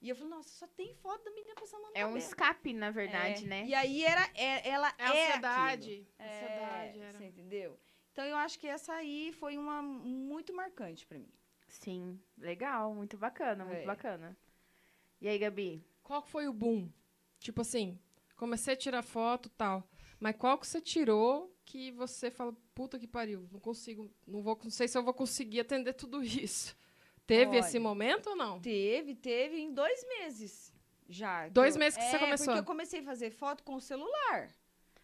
Speaker 3: E eu falei, nossa, só tem foto da menina passando a mão no
Speaker 1: jeito. É um
Speaker 3: cabelo.
Speaker 1: escape, na verdade,
Speaker 3: É.
Speaker 1: né?
Speaker 3: E aí era, é- ela
Speaker 2: É
Speaker 3: é aquilo.
Speaker 2: ansiedade.
Speaker 3: É,
Speaker 2: Ansiedade, era.
Speaker 3: Você entendeu? Então eu acho que essa aí foi uma muito marcante pra mim.
Speaker 1: Sim, legal, muito bacana, muito
Speaker 3: É.
Speaker 1: bacana. E aí, Gabi?
Speaker 2: Qual que foi o boom? Tipo assim, comecei a tirar foto e tal. Mas qual que você tirou que você fala, puta que pariu, não consigo, não vou, não sei se eu vou conseguir atender tudo isso. Teve
Speaker 3: Olha.
Speaker 2: esse momento ou não?
Speaker 3: Teve, teve em dois meses já.
Speaker 2: Dois
Speaker 3: Eu-
Speaker 2: meses que você
Speaker 3: É,
Speaker 2: começou.
Speaker 3: Porque eu comecei a fazer foto com o celular.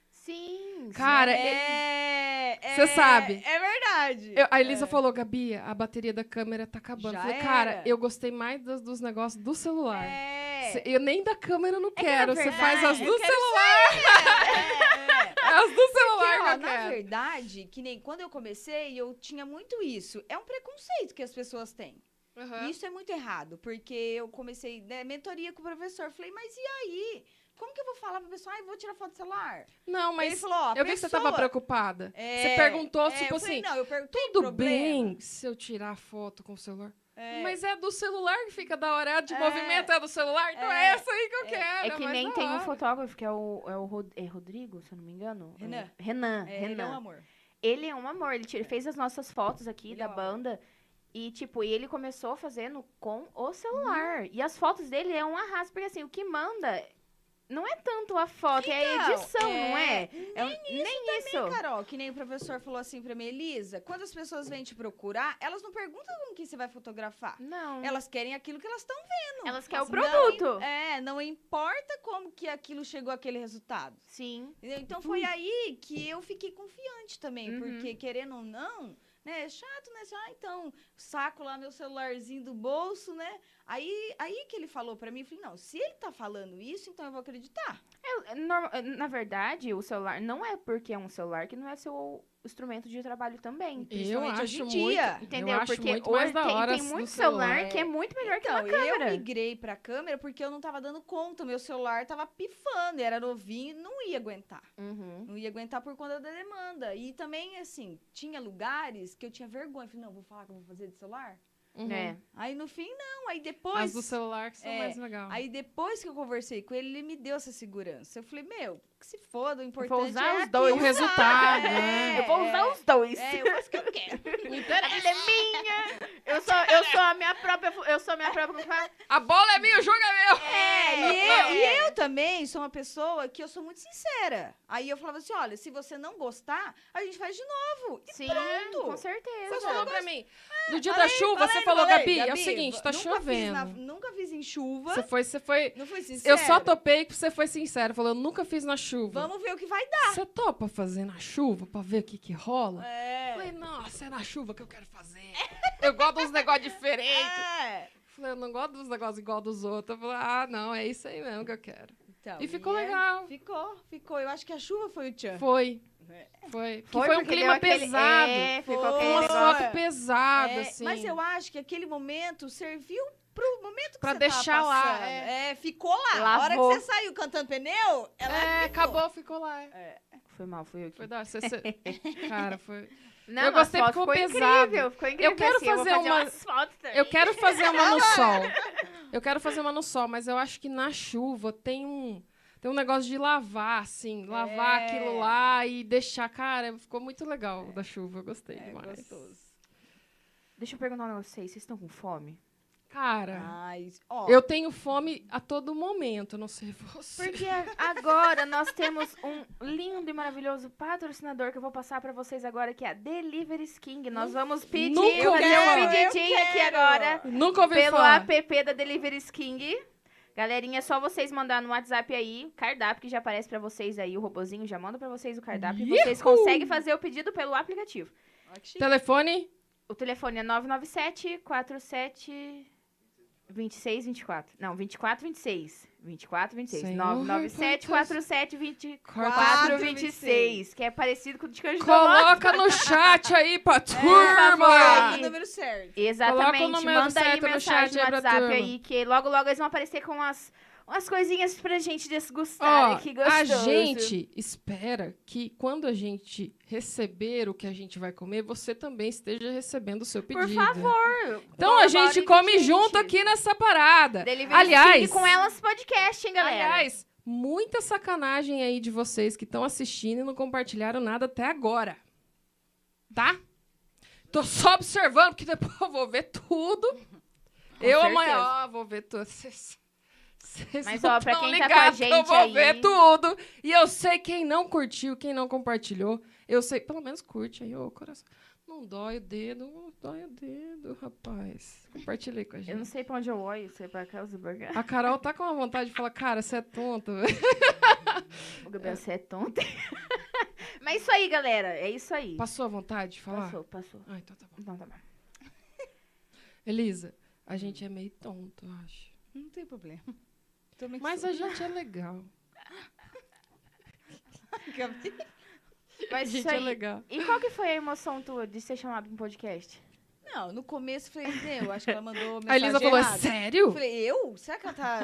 Speaker 1: Sim.
Speaker 2: Cara,
Speaker 3: é.
Speaker 2: Cê
Speaker 3: é-
Speaker 2: sabe.
Speaker 3: É verdade.
Speaker 2: Eu- a Elisa falou, Gabi, a bateria da câmera tá acabando.
Speaker 3: É. Já
Speaker 2: Eu falei, cara,
Speaker 3: era.
Speaker 2: eu gostei mais dos, dos negócios do celular.
Speaker 3: É.
Speaker 2: Cê- Eu nem da câmera eu não quero. Você faz as
Speaker 3: verdade,
Speaker 2: do
Speaker 3: eu quero
Speaker 2: celular.
Speaker 3: É, é.
Speaker 2: As do celular
Speaker 3: Porque, ó,
Speaker 2: que eu
Speaker 3: na
Speaker 2: quero.
Speaker 3: verdade, que nem quando eu comecei, eu tinha muito isso. É um preconceito que as pessoas têm.
Speaker 2: Aham.
Speaker 3: E isso é muito errado, porque eu comecei, né, mentoria com o professor. Falei, mas e aí? Como que eu vou falar pra pessoa, ah, eu vou tirar foto do é celular?
Speaker 2: Não,
Speaker 3: Ele
Speaker 2: mas
Speaker 3: falou, ó,
Speaker 2: eu vi que você tava
Speaker 3: pessoa-
Speaker 2: preocupada.
Speaker 3: É,
Speaker 2: você perguntou,
Speaker 3: é,
Speaker 2: tipo
Speaker 3: eu falei,
Speaker 2: assim,
Speaker 3: não, eu perguntei
Speaker 2: tudo
Speaker 3: problema.
Speaker 2: bem se eu tirar foto com o celular.
Speaker 3: É.
Speaker 2: Mas é do celular que fica da hora, é de
Speaker 3: É.
Speaker 2: movimento, é do celular, então é,
Speaker 3: É.
Speaker 2: essa aí que eu quero.
Speaker 1: É que
Speaker 2: mais
Speaker 1: nem
Speaker 2: da
Speaker 1: tem um
Speaker 2: hora.
Speaker 1: fotógrafo que é o, é o Rod- é Rodrigo, se eu não me engano. É-
Speaker 3: Renan.
Speaker 1: Renan,
Speaker 3: É, ele é um
Speaker 1: Renan.
Speaker 3: amor.
Speaker 1: Ele é um amor, ele tira- fez as nossas fotos aqui
Speaker 3: Ele
Speaker 1: da
Speaker 3: é um amor.
Speaker 1: banda. E, tipo, e ele começou fazendo com o celular.
Speaker 3: Uhum.
Speaker 1: E as fotos dele é um arraso, porque assim, o que manda não é tanto a foto, é a
Speaker 3: Então,
Speaker 1: edição, não é? é um- nem isso.
Speaker 3: Sim, Carol, que nem o professor falou assim pra mim, Elisa, quando as pessoas vêm te procurar, elas não perguntam com que você vai fotografar.
Speaker 1: Não.
Speaker 3: Elas querem aquilo que elas estão vendo.
Speaker 1: Elas querem o
Speaker 3: não im-
Speaker 1: produto.
Speaker 3: é, não importa como que aquilo chegou àquele resultado.
Speaker 1: Sim.
Speaker 3: Entendeu? Então foi aí que eu fiquei confiante também,
Speaker 1: Uhum.
Speaker 3: porque querendo ou não, né, é chato, né? Ah, então, saco lá meu celularzinho do bolso, né? Aí, aí que ele falou pra mim, eu falei, não, se ele tá falando isso, então eu vou acreditar.
Speaker 1: É, é norma- é, na verdade, o celular não é porque é um celular que não é seu instrumento de trabalho também.
Speaker 2: Eu
Speaker 3: Principalmente
Speaker 2: acho
Speaker 3: hoje em
Speaker 2: muito,
Speaker 3: dia.
Speaker 2: eu
Speaker 1: Entendeu?
Speaker 2: acho
Speaker 1: porque
Speaker 2: muito mais
Speaker 1: hoje
Speaker 2: da
Speaker 1: tem,
Speaker 2: hora
Speaker 1: tem
Speaker 2: do
Speaker 1: muito celular, que é
Speaker 2: é
Speaker 1: muito melhor
Speaker 3: Então,
Speaker 1: que uma câmera.
Speaker 3: eu migrei pra câmera porque eu não tava dando conta. Meu celular tava pifando, era novinho e não ia aguentar.
Speaker 1: Uhum.
Speaker 3: Não ia aguentar por conta da demanda. E também, assim, tinha lugares que eu tinha vergonha. Falei, não, vou falar que eu vou fazer de celular?
Speaker 2: Uhum.
Speaker 1: É.
Speaker 3: Aí no fim, não. Aí
Speaker 2: As
Speaker 3: depois.
Speaker 2: do celular que são
Speaker 3: É,
Speaker 2: mais legais.
Speaker 3: Aí depois que eu conversei com ele, ele me deu essa segurança. Eu falei, meu, que se foda, o importante
Speaker 1: usar
Speaker 3: é
Speaker 1: os
Speaker 3: aqui,
Speaker 2: o
Speaker 1: dois.
Speaker 3: sabe?
Speaker 2: resultado,
Speaker 3: É,
Speaker 2: né?
Speaker 1: Eu vou usar os dois.
Speaker 3: É, eu faço o que eu quero.
Speaker 2: Não
Speaker 1: A
Speaker 2: interessa.
Speaker 1: vida é minha. Eu sou, eu sou a minha própria. fu- Eu sou a minha própria.
Speaker 2: A bola é minha, o jogo é meu.
Speaker 3: É, e eu, e eu também sou uma pessoa que eu sou muito sincera. Aí eu falava assim, olha, se você não gostar, a gente faz de novo. E
Speaker 1: Sim,
Speaker 3: pronto.
Speaker 1: com certeza.
Speaker 2: Você falou pra mim. No dia da
Speaker 3: Falei,
Speaker 2: chuva, você
Speaker 3: falei,
Speaker 2: falou,
Speaker 3: falei,
Speaker 2: Gabi, é o seguinte, tá
Speaker 3: nunca Fiz na-
Speaker 2: chovendo.
Speaker 3: nunca fiz em chuva.
Speaker 2: Você foi, você foi.
Speaker 3: Não fui sincera.
Speaker 2: Eu só topei que você foi sincero. Falou, eu nunca fiz na chuva.
Speaker 3: Vamos ver o que vai
Speaker 2: Você topa fazer na chuva pra ver o que que rola?
Speaker 3: dar. É.
Speaker 2: Falei, nossa, é na chuva que eu quero fazer. Eu gosto dos negócios diferentes.
Speaker 3: É.
Speaker 2: Falei, eu não gosto dos negócios igual dos outros. Eu falei, ah, não, é isso aí mesmo que eu quero.
Speaker 3: Então,
Speaker 2: E ficou
Speaker 3: é-
Speaker 2: legal.
Speaker 3: Ficou, ficou. Eu acho que a chuva foi o tchan.
Speaker 2: Foi. Foi. Que foi, um
Speaker 1: porque deu
Speaker 2: clima
Speaker 1: aquele-
Speaker 2: pesado.
Speaker 1: É, ficou
Speaker 3: Foi.
Speaker 2: Uma
Speaker 1: aquele negócio.
Speaker 2: foto pesada,
Speaker 3: É,
Speaker 2: assim.
Speaker 3: Mas eu acho que aquele momento serviu pro momento que
Speaker 2: Pra
Speaker 3: você
Speaker 2: deixar
Speaker 3: tava
Speaker 2: lá,
Speaker 3: passando. É. ficou lá. A hora que
Speaker 1: Lavou.
Speaker 3: você saiu cantando pneu, ela
Speaker 2: É,
Speaker 3: ficou.
Speaker 2: acabou, ficou lá.
Speaker 1: Foi mal, foi eu que.
Speaker 2: Foi da... cê- cê- Cara, foi...
Speaker 1: Não,
Speaker 2: Eu
Speaker 1: as
Speaker 2: gostei
Speaker 1: fotos
Speaker 2: porque ficou
Speaker 1: ficou
Speaker 2: pesado.
Speaker 1: Incrível, ficou incrível.
Speaker 2: quero
Speaker 1: assim, eu vou
Speaker 2: fazer uma-
Speaker 1: umas fotos também.
Speaker 2: Eu quero fazer uma no sol. Eu quero fazer uma no sol, mas eu acho que na chuva tem um tem um negócio de lavar, assim, lavar
Speaker 3: É.
Speaker 2: aquilo lá e deixar. Cara, ficou muito legal da chuva, eu gostei
Speaker 3: É
Speaker 2: demais.
Speaker 3: gostoso.
Speaker 1: Deixa eu perguntar um negócio pra vocês. Vocês estão com fome?
Speaker 2: Cara,
Speaker 3: Mas, Ah, ó,
Speaker 2: eu tenho fome a todo momento, não sei você.
Speaker 1: Porque a- agora nós temos um lindo e maravilhoso patrocinador que eu vou passar pra vocês agora, que é a Delivery King. Nós vamos pedir,
Speaker 2: Hum, nunca
Speaker 1: fazer
Speaker 2: quero,
Speaker 1: um pedidinho
Speaker 3: eu
Speaker 1: aqui
Speaker 3: quero.
Speaker 1: agora
Speaker 2: Nunca ouvi
Speaker 1: pelo
Speaker 2: falar.
Speaker 1: app da Delivery King. Galerinha, é só vocês mandar no WhatsApp aí o cardápio que já aparece pra vocês aí, o robozinho já manda pra vocês o cardápio e vocês
Speaker 2: Yuhu!
Speaker 1: conseguem fazer o pedido pelo aplicativo.
Speaker 3: ó, que
Speaker 2: Então,
Speaker 3: chique.
Speaker 2: Telefone?
Speaker 1: O telefone é 997 47 26 24. Não, 24 26. 24 26.
Speaker 2: Senhor,
Speaker 1: 997 47 24 26,
Speaker 3: 426,
Speaker 1: que é parecido com o de Cândido Donato.
Speaker 2: Coloca no chat aí pra
Speaker 3: É,
Speaker 1: favor.
Speaker 2: turma!
Speaker 3: Coloca o número tá certo.
Speaker 1: Exatamente.
Speaker 2: Coloca o número
Speaker 1: Manda aí
Speaker 2: certo no
Speaker 1: mensagem
Speaker 2: chat
Speaker 1: no
Speaker 2: aí pra
Speaker 1: WhatsApp
Speaker 2: turma.
Speaker 1: aí, que logo logo eles vão aparecer com as umas coisinhas pra gente desgustar
Speaker 2: Ó,
Speaker 1: aqui
Speaker 2: a
Speaker 1: gostoso.
Speaker 2: gente espera que quando a gente receber o que a gente vai comer, você também esteja recebendo o seu
Speaker 1: Por
Speaker 2: pedido.
Speaker 1: favor.
Speaker 2: Então a gente
Speaker 1: colaborem com
Speaker 2: come
Speaker 1: a gente.
Speaker 2: junto aqui nessa parada.
Speaker 1: Delivery
Speaker 2: Aliás-
Speaker 1: King com elas podcast, hein, galera?
Speaker 2: Aliás, muita sacanagem aí de vocês que estão assistindo e não compartilharam nada até agora. Tá? Tô só observando, porque depois eu vou ver tudo. eu amanhã, ó, vou ver tudo. Vocês vocês
Speaker 1: Mas,
Speaker 2: não
Speaker 1: ó, pra
Speaker 2: tão
Speaker 1: quem tá com a
Speaker 2: ligados que eu
Speaker 1: gente
Speaker 2: vou
Speaker 1: aí-
Speaker 2: ver tudo. E eu sei quem não curtiu, quem não compartilhou. Eu sei, pelo menos curte aí, ô coração. Não dói o dedo, não dói o dedo, rapaz. Compartilhei com a gente.
Speaker 1: Eu não sei pra onde eu olho, sei pra cá, ou pra cá.
Speaker 2: A Carol tá com uma vontade de falar, cara, você é tonto.
Speaker 1: O Gabriel, você é tonto. Mas é isso aí, galera. É isso aí.
Speaker 2: Passou a vontade de falar?
Speaker 1: Passou, passou.
Speaker 2: Ah, então tá bom.
Speaker 1: Então tá bom.
Speaker 2: Elisa, a gente é meio tonto, eu acho.
Speaker 3: Não tem problema. Também
Speaker 2: Mas
Speaker 3: sou.
Speaker 2: a gente é legal.
Speaker 1: Mas
Speaker 2: a gente
Speaker 1: isso
Speaker 2: é
Speaker 1: aí.
Speaker 2: legal.
Speaker 1: E qual que foi a emoção tua de ser chamada em podcast?
Speaker 3: Não, no começo eu falei, "Meu, eu acho que ela mandou mensagem
Speaker 2: A Elisa falou,
Speaker 3: errada." Eu
Speaker 2: sério?
Speaker 3: falei, eu? Será que ela tá...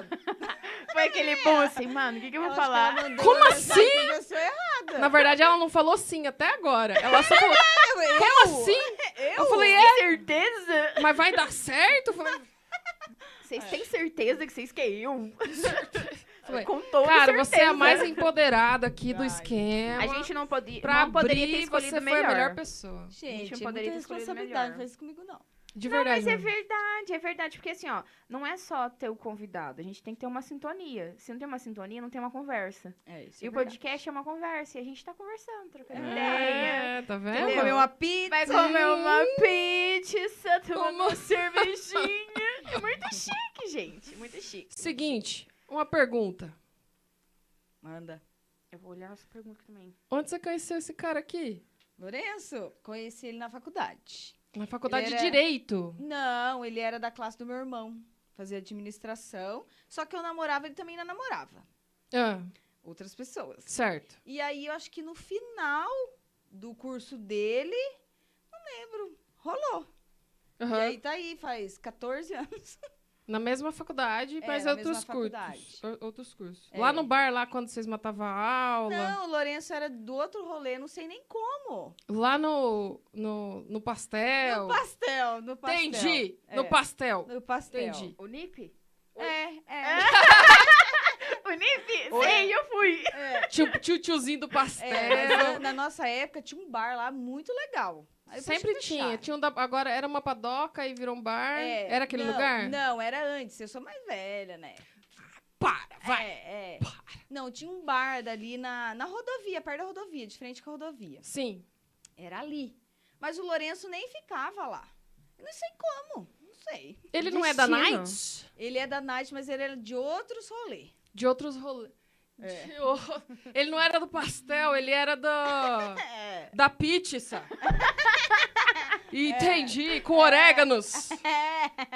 Speaker 1: Foi aquele bom
Speaker 2: é.
Speaker 1: assim, mano, o que, que eu vou
Speaker 3: acho que
Speaker 1: falar?
Speaker 3: ela mandou
Speaker 2: Como
Speaker 3: mensagem pra pessoa errada."
Speaker 2: Na verdade, ela não falou sim até agora. Ela só falou,
Speaker 3: Eu, eu,
Speaker 2: como assim? Eu falei, é,
Speaker 1: Tem certeza?
Speaker 2: mas vai dar certo? Eu falei,
Speaker 1: Vocês têm certeza que vocês queriam?
Speaker 2: É. Foi.
Speaker 1: Com toda
Speaker 2: cara,
Speaker 1: certeza.
Speaker 2: você é a mais empoderada aqui do
Speaker 3: Ai.
Speaker 2: esquema.
Speaker 1: A gente não, podia,
Speaker 2: pra
Speaker 1: não poderia ter
Speaker 2: abrir,
Speaker 1: escolhido
Speaker 2: você
Speaker 1: melhor.
Speaker 2: foi a melhor pessoa.
Speaker 3: Gente,
Speaker 1: não poderia
Speaker 3: é muita
Speaker 1: ter escolhido
Speaker 3: responsabilidade,
Speaker 1: melhor.
Speaker 3: não faz isso comigo não.
Speaker 2: De
Speaker 1: Não,
Speaker 2: verdade. né?
Speaker 1: mas é
Speaker 2: mesmo.
Speaker 1: verdade, é verdade. Porque assim, ó, não é só ter o convidado, a gente tem que ter uma sintonia. Se não tem uma sintonia, não tem uma conversa.
Speaker 3: É isso.
Speaker 1: E o podcast é uma conversa, e a gente tá conversando, trocando ideia.
Speaker 2: É, tá
Speaker 3: Vamos
Speaker 2: vendo?
Speaker 1: Entendeu?
Speaker 3: comer uma pizza.
Speaker 1: Vai comer um- uma pizza, tomar uma
Speaker 2: Uma-
Speaker 1: cervejinha. É muito chique, gente. Muito chique.
Speaker 2: Seguinte, uma pergunta.
Speaker 3: Manda.
Speaker 1: Eu vou olhar essa pergunta também.
Speaker 2: Onde você conheceu esse cara aqui?
Speaker 3: Lourenço, conheci ele na faculdade.
Speaker 2: Na faculdade
Speaker 3: Ele
Speaker 2: de
Speaker 3: era-
Speaker 2: Direito.
Speaker 3: Não, ele era da classe do meu irmão. Fazia administração. Só que eu namorava, ele também não namorava.
Speaker 2: Ah,
Speaker 3: Outras pessoas.
Speaker 2: certo.
Speaker 3: E aí, eu acho que no final do curso dele, não lembro, rolou. E
Speaker 2: Aham.
Speaker 3: aí, tá aí, faz 14 anos.
Speaker 2: Na mesma faculdade,
Speaker 3: É,
Speaker 2: mas
Speaker 3: na
Speaker 2: outros
Speaker 3: mesma
Speaker 2: cursos.
Speaker 3: faculdade.
Speaker 2: Ou- Outros cursos.
Speaker 3: É.
Speaker 2: Lá no bar, lá quando vocês matavam a aula.
Speaker 3: Não, o Lourenço era do outro rolê, não sei nem como.
Speaker 2: Lá no, no, no pastel.
Speaker 3: No pastel, no pastel.
Speaker 2: É Entendi.
Speaker 3: É.
Speaker 2: No pastel.
Speaker 3: No pastel.
Speaker 2: Entendi.
Speaker 1: O Nip?
Speaker 3: É, é.
Speaker 1: O Nip?
Speaker 3: Oi?
Speaker 1: Sim, eu fui.
Speaker 3: é.
Speaker 2: Tio, tio- tiozinho do pastel.
Speaker 3: É, mas na- na nossa época tinha um bar lá muito legal. Aí depois
Speaker 2: Sempre
Speaker 3: fecharam.
Speaker 2: tinha. tinha um da- agora era uma padoca e virou um bar.
Speaker 3: É,
Speaker 2: era aquele
Speaker 3: não,
Speaker 2: lugar?
Speaker 3: Não, era antes. Eu sou mais velha, né?
Speaker 2: Para, vai.
Speaker 3: É, é. Não, tinha um bar dali na, na rodovia, perto da rodovia, de frente com a rodovia.
Speaker 2: Sim.
Speaker 3: Era ali. Mas o Lourenço nem ficava lá. Eu não sei como, não sei.
Speaker 2: Ele não é da
Speaker 1: Destino.
Speaker 2: Night?
Speaker 3: Ele é da Night, mas ele era de outros rolê.
Speaker 2: De outros rolês.
Speaker 3: É.
Speaker 2: De o- Ele não era do pastel, ele era do.
Speaker 3: É.
Speaker 2: Da pizza. Entendi, com
Speaker 3: É.
Speaker 2: orégãos.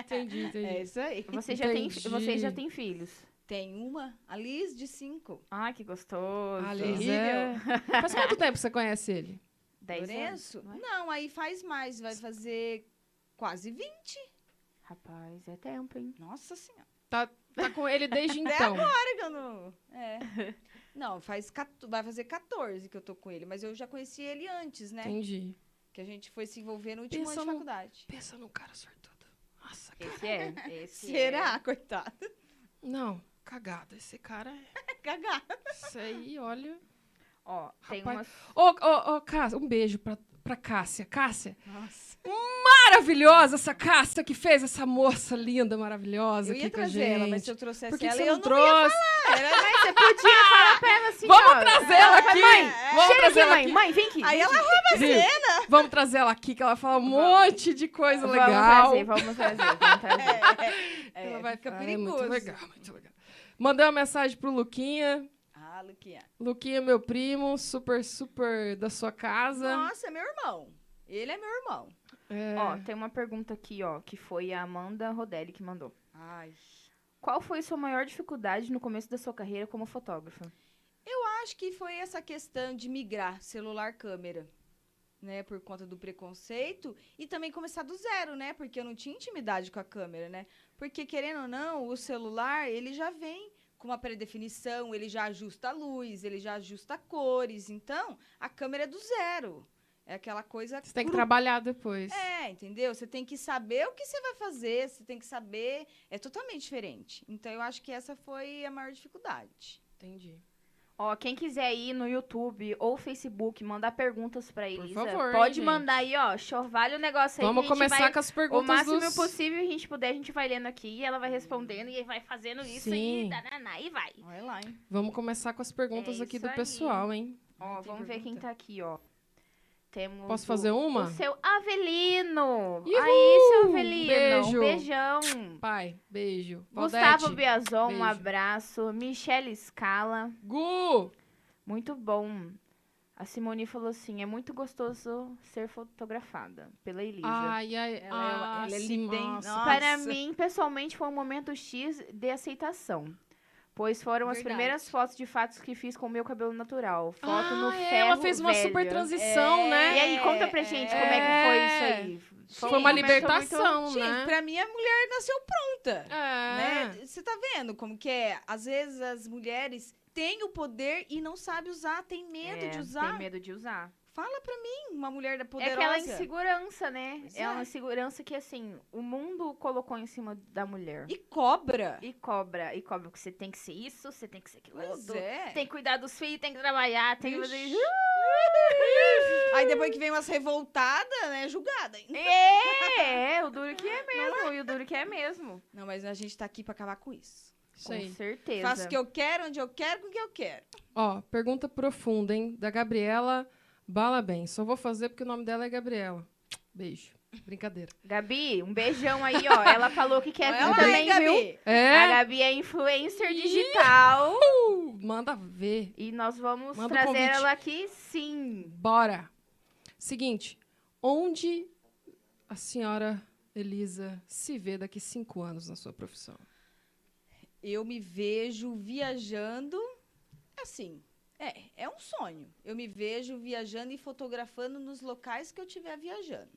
Speaker 2: Entendi, entendi.
Speaker 3: isso aí.
Speaker 1: Você já tem,
Speaker 2: Entendi.
Speaker 1: vocês já têm filhos.
Speaker 3: Tem uma, a Liz, de cinco.
Speaker 1: Ai, que gostoso.
Speaker 2: A Liz é... Faz quanto tempo você conhece ele?
Speaker 1: Dez anos,
Speaker 3: Lourenço?
Speaker 1: não é?
Speaker 3: Não, aí faz mais, vai fazer quase 20.
Speaker 1: Rapaz, é tempo, hein?
Speaker 3: Nossa senhora.
Speaker 2: Tá com ele desde então.
Speaker 3: Para que eu não. É. Não, faz, 14 vai fazer 14 que eu tô com ele, mas eu já conheci ele antes, né?
Speaker 2: Entendi.
Speaker 3: Que a gente foi se envolver no último
Speaker 2: Pensa
Speaker 3: ano de
Speaker 2: num-
Speaker 3: faculdade.
Speaker 2: Pensa num cara sortudo. Nossa, cara.
Speaker 1: Esse é. Esse
Speaker 3: Será, coitado?
Speaker 2: Não, cagada. Esse cara é...
Speaker 3: Cagar.
Speaker 2: Isso aí, olha...
Speaker 1: É. Ó, tem
Speaker 2: Rapaz.
Speaker 1: umas.
Speaker 2: Ô, ô, ô, Cássia, um beijo pra, pra Cássia. Cássia,
Speaker 3: Nossa.
Speaker 2: maravilhosa essa Cássia que fez essa moça linda, maravilhosa
Speaker 3: Eu
Speaker 2: aqui
Speaker 3: ia
Speaker 2: com a
Speaker 3: trazer
Speaker 2: gente.
Speaker 3: ela, mas se eu trouxesse
Speaker 2: Por que que
Speaker 3: ela,
Speaker 2: você
Speaker 3: eu
Speaker 2: não
Speaker 3: não
Speaker 2: trouxe?
Speaker 3: ia falar. Era-
Speaker 1: Você podia falar pra ela assim,
Speaker 2: Vamos
Speaker 1: ó,
Speaker 2: trazer ela aqui!
Speaker 1: Mãe,
Speaker 2: Vamos
Speaker 1: Chega
Speaker 2: trazer
Speaker 1: aqui,
Speaker 2: ela
Speaker 1: mãe.
Speaker 2: aqui!
Speaker 1: Mãe, vem aqui.
Speaker 3: Aí ela
Speaker 2: Viu? Vamos trazer ela aqui, que ela fala um monte de coisa
Speaker 1: vamos
Speaker 2: legal.
Speaker 1: trazer, assim, vamos trazer, vamos trazer.
Speaker 3: é,
Speaker 2: ela vai
Speaker 3: fica
Speaker 2: falar,
Speaker 3: perigoso.
Speaker 2: É muito legal, muito legal. Mandei uma mensagem pro Luquinha.
Speaker 3: Ah, Luquinha.
Speaker 2: Luquinha, meu primo, super, super da sua casa.
Speaker 3: Nossa, é meu irmão. Ele é meu irmão.
Speaker 2: É,
Speaker 1: Ó, tem uma pergunta aqui, ó, que foi a Amanda Rodelli que mandou.
Speaker 3: Ai.
Speaker 1: Qual foi sua maior dificuldade no começo da sua carreira como fotógrafa?
Speaker 3: Acho que foi essa questão de migrar celular câmera, né, por conta do preconceito e também começar do zero, né, porque eu não tinha intimidade com a câmera, né? Porque querendo ou não, o celular, ele já vem com uma predefinição, ele já ajusta a luz, ele já ajusta cores, então a câmera é do zero. É aquela coisa
Speaker 2: Você tem que
Speaker 3: cru.
Speaker 2: trabalhar depois.
Speaker 3: É, entendeu? Você tem que saber o que você vai fazer, você tem que saber, é totalmente diferente. Então eu acho que essa foi a maior dificuldade.
Speaker 2: Entendi.
Speaker 1: Ó, quem quiser ir no YouTube ou Facebook mandar perguntas pra Elisa,
Speaker 2: favor,
Speaker 1: pode
Speaker 2: hein,
Speaker 1: mandar aí, ó, chovalha o negócio aí.
Speaker 2: Vamos
Speaker 1: que a gente
Speaker 2: começar
Speaker 1: vai-
Speaker 2: com as
Speaker 1: O
Speaker 2: perguntas
Speaker 1: máximo
Speaker 2: dos...
Speaker 1: possível que a gente puder, a gente vai lendo aqui e ela vai respondendo e aí vai fazendo isso
Speaker 2: Sim.
Speaker 1: e dananá, e vai.
Speaker 3: Olha lá, hein?
Speaker 2: Vamos começar com as perguntas
Speaker 1: É
Speaker 2: aqui
Speaker 1: isso
Speaker 2: do
Speaker 1: aí.
Speaker 2: pessoal, hein?
Speaker 1: Ó, vamos ver quem tá aqui, ó. Temos
Speaker 2: Posso
Speaker 1: o-
Speaker 2: fazer uma?
Speaker 1: O seu Avelino.
Speaker 2: Ihu!
Speaker 1: Aí, seu Avelino. um
Speaker 2: Beijo.
Speaker 1: Beijão.
Speaker 2: Pai, beijo.
Speaker 1: Gustavo
Speaker 2: Valdete,
Speaker 1: Biazon, um
Speaker 2: beijo.
Speaker 1: abraço. Michelle Scala,
Speaker 2: Gu!
Speaker 1: muito bom. A Simone falou assim: é muito gostoso ser fotografada pela Elisa.
Speaker 2: Ai, ai,
Speaker 3: Ela é-
Speaker 2: ah,
Speaker 3: ela é
Speaker 2: sim,
Speaker 3: linda, hein?
Speaker 2: nossa.
Speaker 3: Nossa.
Speaker 1: Para mim, pessoalmente, foi um momento X de aceitação. Pois foram as
Speaker 2: Verdade.
Speaker 1: primeiras fotos de fatos que fiz com o meu cabelo natural. Foto
Speaker 2: ah,
Speaker 1: no
Speaker 2: é,
Speaker 1: ferro
Speaker 2: ela fez uma
Speaker 1: velho.
Speaker 2: super transição,
Speaker 3: É.
Speaker 1: E
Speaker 2: né?
Speaker 1: aí, conta pra gente como é que foi isso aí.
Speaker 2: Foi
Speaker 1: um
Speaker 2: uma
Speaker 1: momento muito-
Speaker 2: libertação,
Speaker 3: Gente,
Speaker 2: né?
Speaker 3: pra mim a mulher nasceu pronta.
Speaker 2: É.
Speaker 3: né? Você tá vendo como que é? Às vezes as mulheres têm o poder e não sabem usar, têm medo
Speaker 1: É,
Speaker 3: de usar.
Speaker 1: Tem medo de usar.
Speaker 3: Fala pra mim, uma mulher da
Speaker 1: É
Speaker 3: poderosa.
Speaker 1: aquela insegurança, né?
Speaker 3: Pois
Speaker 1: É.
Speaker 3: é.
Speaker 1: uma insegurança que, assim, o mundo colocou em cima da mulher.
Speaker 3: E cobra.
Speaker 1: E cobra, e cobra, que você tem que ser isso, você tem que ser aquilo.
Speaker 3: Pois
Speaker 1: outro,
Speaker 3: é.
Speaker 1: Tem que cuidar dos filhos, tem que trabalhar, tem que fazer
Speaker 3: Ixi.
Speaker 1: isso.
Speaker 3: Aí depois que vem umas revoltadas, né? Julgada. hein?
Speaker 1: É, é, o duro que é mesmo, e o duro que é mesmo.
Speaker 3: Não, mas a gente tá aqui pra acabar com isso.
Speaker 2: Isso
Speaker 1: Com
Speaker 2: aí.
Speaker 1: certeza.
Speaker 3: Faço o que eu quero, onde eu quero, com o que eu quero.
Speaker 2: Ó, pergunta profunda, hein? Da Gabriela Bala Bem. Só vou fazer porque o nome dela é Gabriela. Beijo. Brincadeira.
Speaker 1: Gabi, um beijão aí, ó. Ela falou que quer
Speaker 3: Olha
Speaker 1: vir
Speaker 3: lá,
Speaker 1: também,
Speaker 3: hein, Gabi?
Speaker 1: viu? A
Speaker 2: É,
Speaker 1: Gabi é influencer digital.
Speaker 2: uh, manda ver.
Speaker 1: E nós vamos
Speaker 2: Manda o
Speaker 1: trazer
Speaker 2: convite.
Speaker 1: ela aqui, sim.
Speaker 2: Bora. Seguinte, onde a senhora Elisa se vê daqui cinco anos na sua profissão?
Speaker 3: Eu me vejo viajando assim. É, é um sonho. Eu me vejo viajando e fotografando nos locais que eu estiver viajando.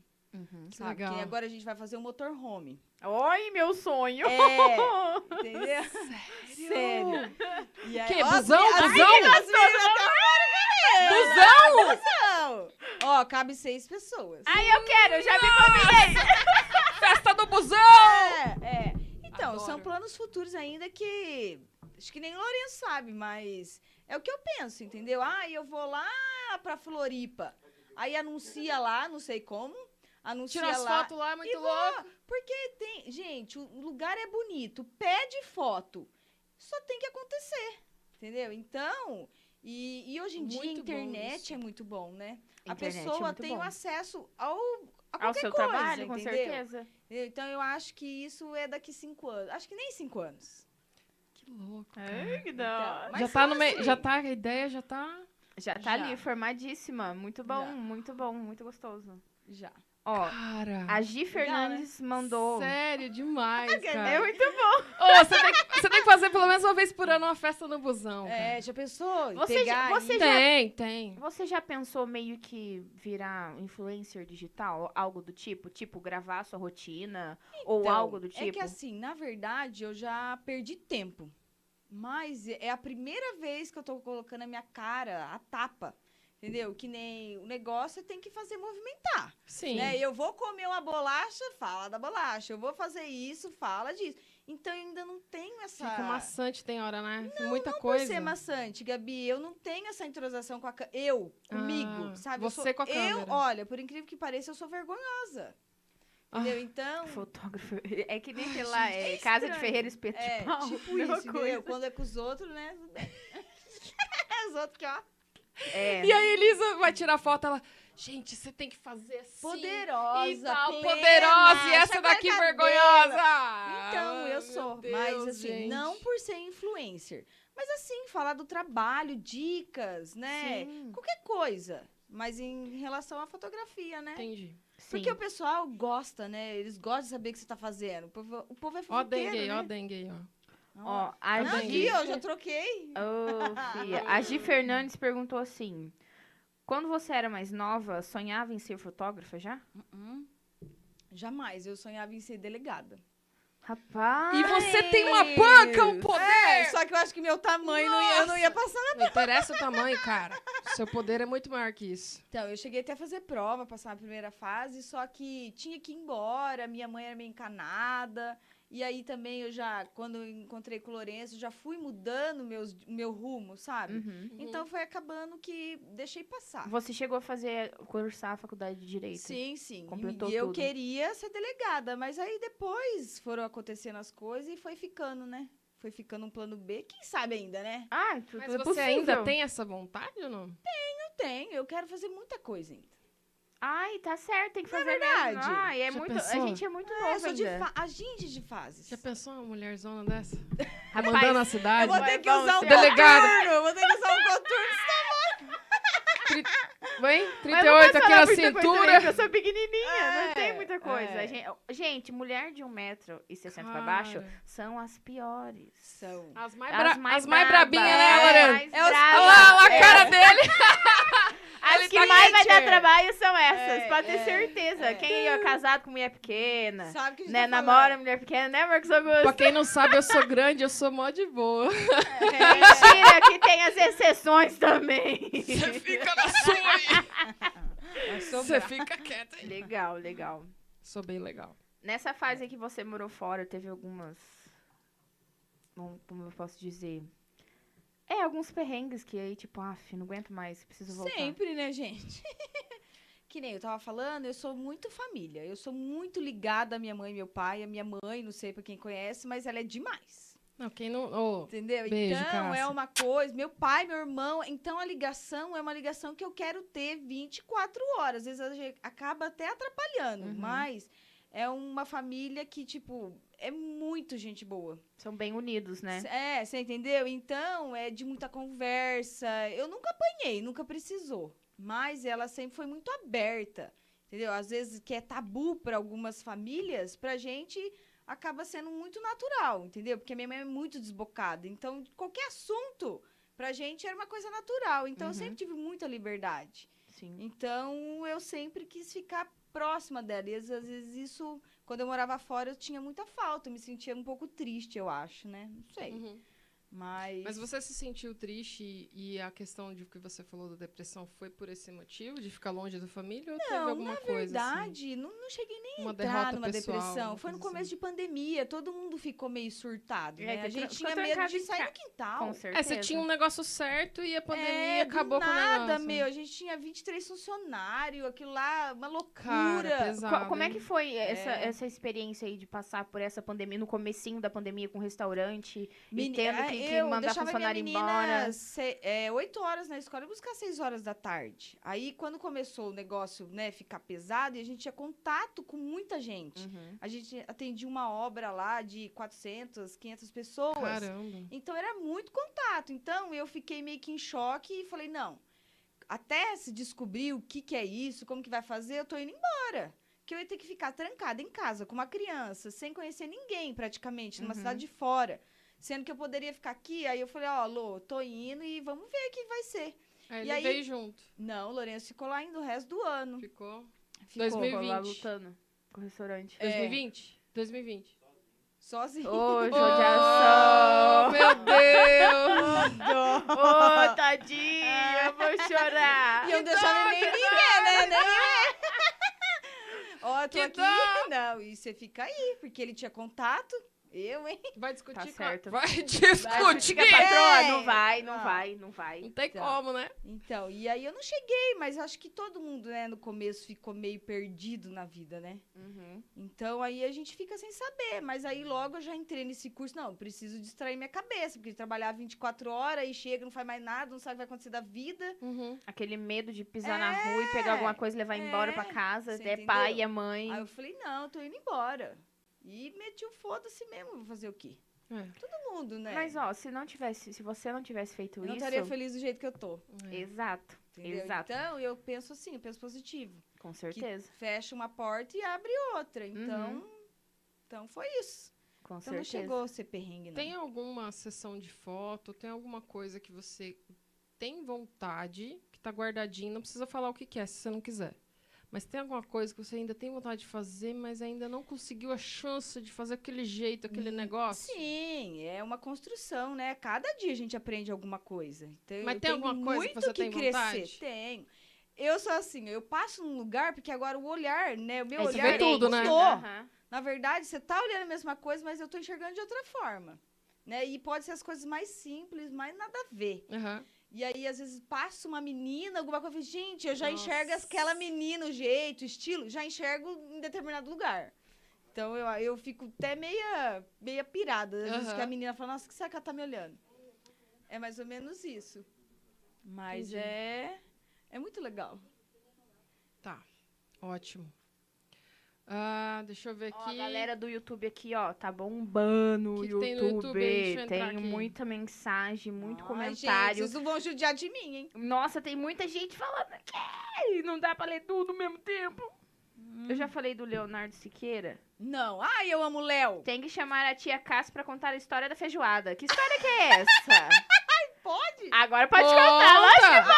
Speaker 2: Que
Speaker 3: Sabe?
Speaker 2: legal.
Speaker 3: Que agora a gente vai fazer um motorhome.
Speaker 1: Uhum. Oi, meu sonho.
Speaker 3: É, entendeu? Sério. E aí,
Speaker 2: Que?
Speaker 3: ó,
Speaker 2: Busão?
Speaker 3: as meninas-
Speaker 2: Busão?
Speaker 3: as meninas
Speaker 1: É.
Speaker 2: Busão!
Speaker 3: tão- Ó, cabe seis pessoas.
Speaker 1: Ai, eu quero, eu já me convidei.
Speaker 2: Festa do busão!
Speaker 3: É, é. Então, são
Speaker 2: Adoro.
Speaker 3: planos futuros ainda que. Acho que nem o Lourenço sabe, mas é o que eu penso, entendeu? Ah, eu vou lá pra Floripa. Aí anuncia lá, não sei como. Anuncia
Speaker 2: Tira as
Speaker 3: lá.
Speaker 2: fotos lá, muito
Speaker 3: E vou.
Speaker 2: louco.
Speaker 3: Porque tem. Gente, o lugar é bonito. Pede foto. Só tem que acontecer. Entendeu? Então. E, e hoje em dia a
Speaker 2: Muito bom
Speaker 3: internet
Speaker 2: isso.
Speaker 3: é muito bom, né? a
Speaker 1: Internet é
Speaker 3: pessoa
Speaker 1: muito
Speaker 3: tem
Speaker 1: bom.
Speaker 3: o acesso ao, a
Speaker 1: Ao
Speaker 3: qualquer
Speaker 1: seu
Speaker 3: coisa,
Speaker 1: trabalho, com
Speaker 3: entendeu?
Speaker 1: certeza.
Speaker 3: Então eu acho que isso é daqui cinco anos. Acho que nem cinco anos.
Speaker 2: Que louco.
Speaker 1: Ai, que da hora.
Speaker 3: Então, mas
Speaker 2: já tá no
Speaker 3: assim,
Speaker 2: meio, já tá, a ideia já tá.
Speaker 1: Já tá
Speaker 3: Já.
Speaker 1: ali, formadíssima. Muito bom,
Speaker 3: Já.
Speaker 1: muito bom, muito gostoso.
Speaker 3: Já.
Speaker 1: Ó,
Speaker 2: Cara.
Speaker 1: a Gi
Speaker 3: Legal, né?
Speaker 1: Fernandes mandou.
Speaker 2: Sério demais,
Speaker 1: É
Speaker 2: cara.
Speaker 1: muito bom.
Speaker 2: Ô, você, tem que, você tem que fazer pelo menos uma vez por ano uma festa no busão. cara.
Speaker 3: É, já pensou? em
Speaker 1: Você já-
Speaker 3: pegar
Speaker 1: você
Speaker 3: e-
Speaker 1: já-
Speaker 2: Tem, tem.
Speaker 1: Você já pensou meio que virar influencer digital? Algo do tipo? Tipo, gravar sua rotina? ou
Speaker 3: Então,
Speaker 1: algo do tipo?
Speaker 3: É que assim, na verdade, eu já perdi tempo. Mas é a primeira vez que eu tô colocando a minha cara, a tapa. Entendeu? Que nem o negócio tem que fazer movimentar.
Speaker 2: Sim.
Speaker 3: Né? Eu vou comer uma bolacha, fala da bolacha. Eu vou fazer isso, fala disso. Então eu ainda não tenho essa.
Speaker 2: Fica maçante, tem hora, né? Muita
Speaker 3: Por
Speaker 2: coisa.
Speaker 3: ser maçante, Gabi, eu não tenho essa entrosação com a câmera. Eu,
Speaker 2: Ah,
Speaker 3: comigo, sabe? Eu
Speaker 2: você
Speaker 3: sou-
Speaker 2: com a
Speaker 3: Eu,
Speaker 2: câmera.
Speaker 3: olha, por incrível que pareça, eu sou vergonhosa.
Speaker 2: Ah.
Speaker 3: Entendeu? Então.
Speaker 1: Fotógrafo. É que nem, sei lá, é,
Speaker 3: é
Speaker 1: casa de
Speaker 3: estranho.
Speaker 1: ferreiro espeto de
Speaker 3: É,
Speaker 1: pau.
Speaker 3: tipo
Speaker 1: mesma
Speaker 3: isso, entendeu?
Speaker 1: coisa.
Speaker 3: Quando é com os outros, né? os outros que, ó.
Speaker 1: É.
Speaker 2: E aí, Elisa vai tirar foto, ela. Gente, você tem que fazer assim.
Speaker 3: Poderosa,
Speaker 2: e tal,
Speaker 3: plena,
Speaker 2: Então, poderosa. E essa
Speaker 3: chacoalha
Speaker 2: daqui
Speaker 3: cabelo.
Speaker 2: vergonhosa.
Speaker 3: Então,
Speaker 2: Ah,
Speaker 3: eu
Speaker 2: meu
Speaker 3: sou.
Speaker 2: Deus,
Speaker 3: mas assim,
Speaker 2: gente.
Speaker 3: não por ser influencer. Mas assim, falar do trabalho, dicas,
Speaker 2: é.
Speaker 3: né?
Speaker 1: Sim,
Speaker 3: Qualquer coisa. Mas em relação à fotografia, né?
Speaker 2: Entendi.
Speaker 1: sim.
Speaker 3: Porque o pessoal gosta, né? Eles gostam de saber o que você tá fazendo. O povo, o povo é
Speaker 2: Ó,
Speaker 3: fofoqueiro,
Speaker 2: dengue aí,
Speaker 3: né?
Speaker 2: ó, dengue aí, ó.
Speaker 1: Ó,
Speaker 3: Ah,
Speaker 1: a
Speaker 3: não,
Speaker 2: dengue.
Speaker 3: aqui,
Speaker 1: Gi...
Speaker 3: ó, já troquei.
Speaker 1: Ô, filha, A Gi Fernandes perguntou assim... Quando você era mais nova, sonhava em ser fotógrafa já?
Speaker 3: Hum. Jamais, eu sonhava em ser delegada.
Speaker 1: Rapaz!
Speaker 2: E você tem uma banca, um poder.
Speaker 3: É, só que eu acho que meu tamanho não ia, eu não ia passar.
Speaker 2: Não interessa o tamanho, cara. Seu poder é muito maior que isso.
Speaker 3: Então, eu cheguei até a fazer prova, passar na primeira fase, só que tinha que ir embora, minha mãe era meio encanada. E aí também eu já, quando eu encontrei com o Lourenço, eu já fui mudando meus, meu rumo, sabe?
Speaker 1: Uhum.
Speaker 3: Então foi acabando que deixei passar.
Speaker 1: Você chegou a fazer, cursar a faculdade de Direito?
Speaker 3: Sim, sim.
Speaker 1: Completou
Speaker 3: e eu
Speaker 1: tudo.
Speaker 3: queria ser delegada, mas aí depois foram acontecendo as coisas e foi ficando, né? Foi ficando um plano B, quem sabe ainda, né?
Speaker 1: Ah, tudo
Speaker 2: Mas
Speaker 1: é
Speaker 2: você
Speaker 1: possível.
Speaker 2: ainda tem essa vontade ou não?
Speaker 3: Eu tenho, eu quero fazer muita coisa ainda.
Speaker 1: Ai, tá certo, tem que fazer
Speaker 3: verdade.
Speaker 1: mesmo. Ai, é
Speaker 2: Já
Speaker 1: muito,
Speaker 2: pensou?
Speaker 1: a gente é muito novo
Speaker 3: É, eu sou de
Speaker 1: ainda.
Speaker 3: fa- a gente de fases.
Speaker 2: Já pensou uma mulherzona dessa?
Speaker 1: Rapaz,
Speaker 2: Mandando a
Speaker 3: Eu
Speaker 2: cidade?
Speaker 3: vou
Speaker 1: Vai,
Speaker 3: ter que
Speaker 1: vamos,
Speaker 3: usar um
Speaker 1: senhora.
Speaker 2: Delegada.
Speaker 3: contorno, eu vou ter que usar um contorno.
Speaker 2: Vem,
Speaker 1: mas
Speaker 2: 38
Speaker 1: não vai
Speaker 2: aqui
Speaker 1: falar
Speaker 2: na
Speaker 1: muita coisa também,
Speaker 2: cintura.
Speaker 1: porque eu sou pequenininha, não
Speaker 3: É,
Speaker 1: tem muita coisa.
Speaker 3: é.
Speaker 1: Gente, gente, mulher de 1,60m pra baixo
Speaker 2: Cara.
Speaker 1: são as piores.
Speaker 3: São.
Speaker 2: As mais,
Speaker 1: As
Speaker 2: bra...
Speaker 1: mais
Speaker 2: as mais
Speaker 1: braba,
Speaker 2: brabinhas,
Speaker 1: é,
Speaker 2: né, Lorena?
Speaker 1: as mais
Speaker 3: É os-
Speaker 1: braba,
Speaker 2: Olha lá, olha
Speaker 1: é.
Speaker 2: a cara dele.
Speaker 1: As
Speaker 2: Ele
Speaker 1: que
Speaker 2: tá
Speaker 1: mais vai dar
Speaker 2: quente.
Speaker 1: trabalho são essas,
Speaker 3: É,
Speaker 1: pode ter
Speaker 3: é,
Speaker 1: certeza.
Speaker 3: é.
Speaker 1: Quem é casado com mulher pequena,
Speaker 3: Sabe o que a gente
Speaker 1: né,
Speaker 3: tá falando.
Speaker 1: namora mulher pequena, né, Marcos Augusto?
Speaker 2: Pra quem não sabe, eu sou grande, eu sou mó de boa.
Speaker 3: É.
Speaker 1: Mentira, que tem as exceções também.
Speaker 2: Você fica na sua aí.
Speaker 3: Mas sou
Speaker 2: Você
Speaker 3: brava.
Speaker 2: fica quieta aí.
Speaker 1: legal, legal.
Speaker 2: Sou bem legal.
Speaker 1: Nessa
Speaker 3: É.
Speaker 1: fase aí que você morou fora, teve algumas. bom, Como eu posso dizer? É, alguns perrengues que aí, tipo, af, não aguento mais, preciso voltar.
Speaker 3: Sempre, né, gente? que nem eu tava falando, eu sou muito família. Eu sou muito ligada à minha mãe e meu pai. A minha mãe, não sei pra quem conhece, mas ela é demais.
Speaker 2: Não, quem não. ô,
Speaker 3: Entendeu?
Speaker 2: Beijo,
Speaker 3: então é
Speaker 2: Cássia.
Speaker 3: uma coisa. Meu pai, meu irmão. Então a ligação é uma ligação que eu quero ter 24 horas. Às vezes a gente acaba até atrapalhando,
Speaker 1: Uhum.
Speaker 3: mas é uma família que, tipo, é muito gente boa.
Speaker 1: São bem unidos, né?
Speaker 3: É, você entendeu? Então, é de muita conversa. Eu nunca apanhei, nunca precisou. Mas ela sempre foi muito aberta, entendeu? Às vezes que é tabu para algumas famílias, pra gente acaba sendo muito natural, entendeu? Porque minha mãe é muito desbocada. Então, qualquer assunto pra gente era uma coisa natural. Então,
Speaker 1: Uhum.
Speaker 3: eu sempre tive muita liberdade.
Speaker 1: Sim.
Speaker 3: Então, eu sempre quis ficar próxima dela. E às vezes isso, quando eu morava fora, eu tinha muita falta. Eu me sentia um pouco triste, eu acho, né? Não sei.
Speaker 2: uhum.
Speaker 3: Mas.
Speaker 2: Mas você se sentiu triste e, e a questão de que você falou da depressão foi por esse motivo? De ficar longe da família? Ou teve alguma
Speaker 3: na
Speaker 2: coisa? assim?
Speaker 3: verdade, não, não cheguei nem
Speaker 2: Uma
Speaker 3: a entrar
Speaker 2: derrota
Speaker 3: numa
Speaker 2: pessoal,
Speaker 3: depressão.
Speaker 2: uma
Speaker 3: Foi no
Speaker 2: coisa
Speaker 3: começo
Speaker 2: assim.
Speaker 3: de pandemia, todo mundo ficou meio surtado,
Speaker 1: É,
Speaker 3: né?
Speaker 1: que
Speaker 3: A gente
Speaker 1: ficou
Speaker 3: tinha medo
Speaker 1: trancado
Speaker 3: de
Speaker 1: em
Speaker 3: sair
Speaker 1: ca-
Speaker 3: no quintal.
Speaker 1: Com certeza.
Speaker 2: É, você tinha um negócio certo e a pandemia
Speaker 3: É, do
Speaker 2: acabou com o negócio.
Speaker 3: nada, meu. A gente tinha 23 funcionários, aquilo lá, uma loucura.
Speaker 2: Cara,
Speaker 1: Co-
Speaker 2: pesado.
Speaker 1: Como é que
Speaker 2: hein?
Speaker 1: foi essa,
Speaker 3: né? É.
Speaker 1: essa experiência aí de passar por essa pandemia, no comecinho da pandemia, com restaurante, e
Speaker 3: Meni-
Speaker 1: tendo
Speaker 3: ah,
Speaker 1: que, que
Speaker 3: eu
Speaker 1: mandar
Speaker 3: deixava minha
Speaker 1: funcionário
Speaker 3: menina
Speaker 1: embora?
Speaker 3: se- é, 8 horas na escola e buscar 6 horas da tarde. Aí, quando começou o negócio, né, ficar pesado, e a gente tinha contato com muita gente.
Speaker 1: Uhum.
Speaker 3: A gente atendia uma obra lá de 400, 500 pessoas.
Speaker 2: Caramba.
Speaker 3: Então, era muito contato. Então, eu fiquei meio que em choque e falei, não, até se descobrir o que, que é isso, como que vai fazer, eu tô indo embora. Que eu ia ter que ficar trancada em casa com uma criança, sem conhecer ninguém praticamente, numa
Speaker 1: Uhum.
Speaker 3: cidade de fora. Sendo que eu poderia ficar aqui, aí eu falei, ó, Lô, tô indo e vamos ver o que vai ser.
Speaker 2: Aí
Speaker 3: E
Speaker 2: É, ele
Speaker 3: aí-
Speaker 2: veio junto.
Speaker 3: Não, o Lourenço ficou lá indo o resto do ano.
Speaker 2: Ficou.
Speaker 3: Ficou
Speaker 2: 2000.
Speaker 1: Ficou lá
Speaker 2: 2020.
Speaker 1: lutando com o restaurante.
Speaker 3: É.
Speaker 2: 2020? 2020.
Speaker 1: Ô,
Speaker 3: sozinho.
Speaker 1: judiação!
Speaker 2: Oh, meu Deus!
Speaker 1: Ô, oh, tadinha, eu vou chorar.
Speaker 3: E eu não deixava nem ninguém, né? Nem Ó, eu tô
Speaker 2: Que
Speaker 3: aqui. Não, e você fica aí, porque ele tinha contato. Eu, hein?
Speaker 2: Vai discutir
Speaker 1: Tá
Speaker 2: com a-
Speaker 1: certo.
Speaker 2: Vai
Speaker 1: Vai,
Speaker 2: discutir.
Speaker 1: fica patroa,
Speaker 3: É.
Speaker 1: não vai, não
Speaker 3: Não.
Speaker 1: vai, não vai.
Speaker 2: Não tem
Speaker 3: Tá.
Speaker 2: como, né?
Speaker 3: Então, e aí eu não cheguei, mas acho que todo mundo, né, no começo ficou meio perdido na vida, né? Então aí a gente fica sem saber, mas aí logo eu já entrei nesse curso, não, eu preciso distrair minha cabeça, porque trabalhar 24 horas e chega, não faz mais nada, não sabe o que vai acontecer da vida.
Speaker 2: Uhum.
Speaker 1: Aquele medo de pisar na rua e pegar alguma coisa e levar embora
Speaker 3: é.
Speaker 1: pra casa.
Speaker 3: Você
Speaker 1: É
Speaker 3: entendeu?
Speaker 1: pai, é mãe.
Speaker 3: Aí eu falei, não, eu tô indo embora. E meti o foda-se mesmo, vou fazer o quê?
Speaker 2: É.
Speaker 3: Todo mundo, né?
Speaker 1: Mas, ó, se não tivesse, se você não tivesse feito
Speaker 3: eu não
Speaker 1: isso.
Speaker 3: estaria feliz do jeito que eu tô.
Speaker 2: Uhum.
Speaker 1: Exato,
Speaker 3: Entendeu?
Speaker 1: Exato.
Speaker 3: Então, eu penso assim, eu penso positivo.
Speaker 1: com certeza.
Speaker 3: Fecha uma porta e abre
Speaker 2: Uhum.
Speaker 3: outra. Então, então foi isso.
Speaker 1: Com
Speaker 3: Então não
Speaker 1: certeza.
Speaker 3: chegou a ser perrengue, não.
Speaker 2: Tem alguma sessão de foto? Tem alguma coisa que você tem vontade, que tá guardadinho? Não precisa falar o que, que é, se você não quiser. Mas tem alguma coisa que você ainda tem vontade de fazer, mas ainda não conseguiu a chance de fazer aquele jeito, aquele negócio?
Speaker 3: Sim, é uma construção, né? Cada dia a gente aprende alguma coisa. Então,
Speaker 2: Mas tem
Speaker 3: eu tenho
Speaker 2: alguma coisa que
Speaker 3: muito
Speaker 2: você tem
Speaker 3: crescer.
Speaker 2: vontade?
Speaker 3: Tenho. Eu sou assim, eu passo num lugar, porque agora o olhar, né? O meu
Speaker 1: É
Speaker 3: olhar
Speaker 2: vê tudo, né?
Speaker 3: mudou.
Speaker 1: Aham.
Speaker 3: Na verdade, você tá olhando a mesma coisa, mas eu tô enxergando de outra forma. Né? E pode ser as coisas mais simples, mas nada a ver.
Speaker 2: Aham.
Speaker 3: E aí, às vezes, passa uma menina, alguma coisa, eu falo, gente, eu já
Speaker 2: Nossa.
Speaker 3: enxergo aquela menina, o jeito, o estilo, já enxergo em determinado lugar. Então, eu, eu fico até meia, meia pirada. Às vezes
Speaker 2: Aham.
Speaker 3: que a menina fala, nossa, que será que ela tá me olhando? É mais ou menos isso. Mas
Speaker 2: Entendi.
Speaker 3: é... É muito legal.
Speaker 2: Tá. Ótimo. Ah, deixa eu ver
Speaker 1: Ó,
Speaker 2: aqui.
Speaker 1: a galera do YouTube aqui, ó, tá bombando o
Speaker 2: Que que
Speaker 1: YouTube.
Speaker 2: tem no YouTube, hein? Deixa eu entrar
Speaker 1: Tem
Speaker 2: aqui.
Speaker 1: muita mensagem, muito
Speaker 3: Ai, Gente,
Speaker 1: comentário.
Speaker 3: vocês não vão judiar de mim, hein?
Speaker 1: Nossa, tem muita gente falando aqui. Não dá pra ler tudo ao mesmo tempo. Eu já falei do Leonardo Siqueira.
Speaker 3: Não. Ai, eu amo o Léo.
Speaker 1: Tem que chamar a tia Cássia pra contar a história da feijoada. Que história que é essa?
Speaker 3: Pode?
Speaker 1: Agora pode contar, lógico.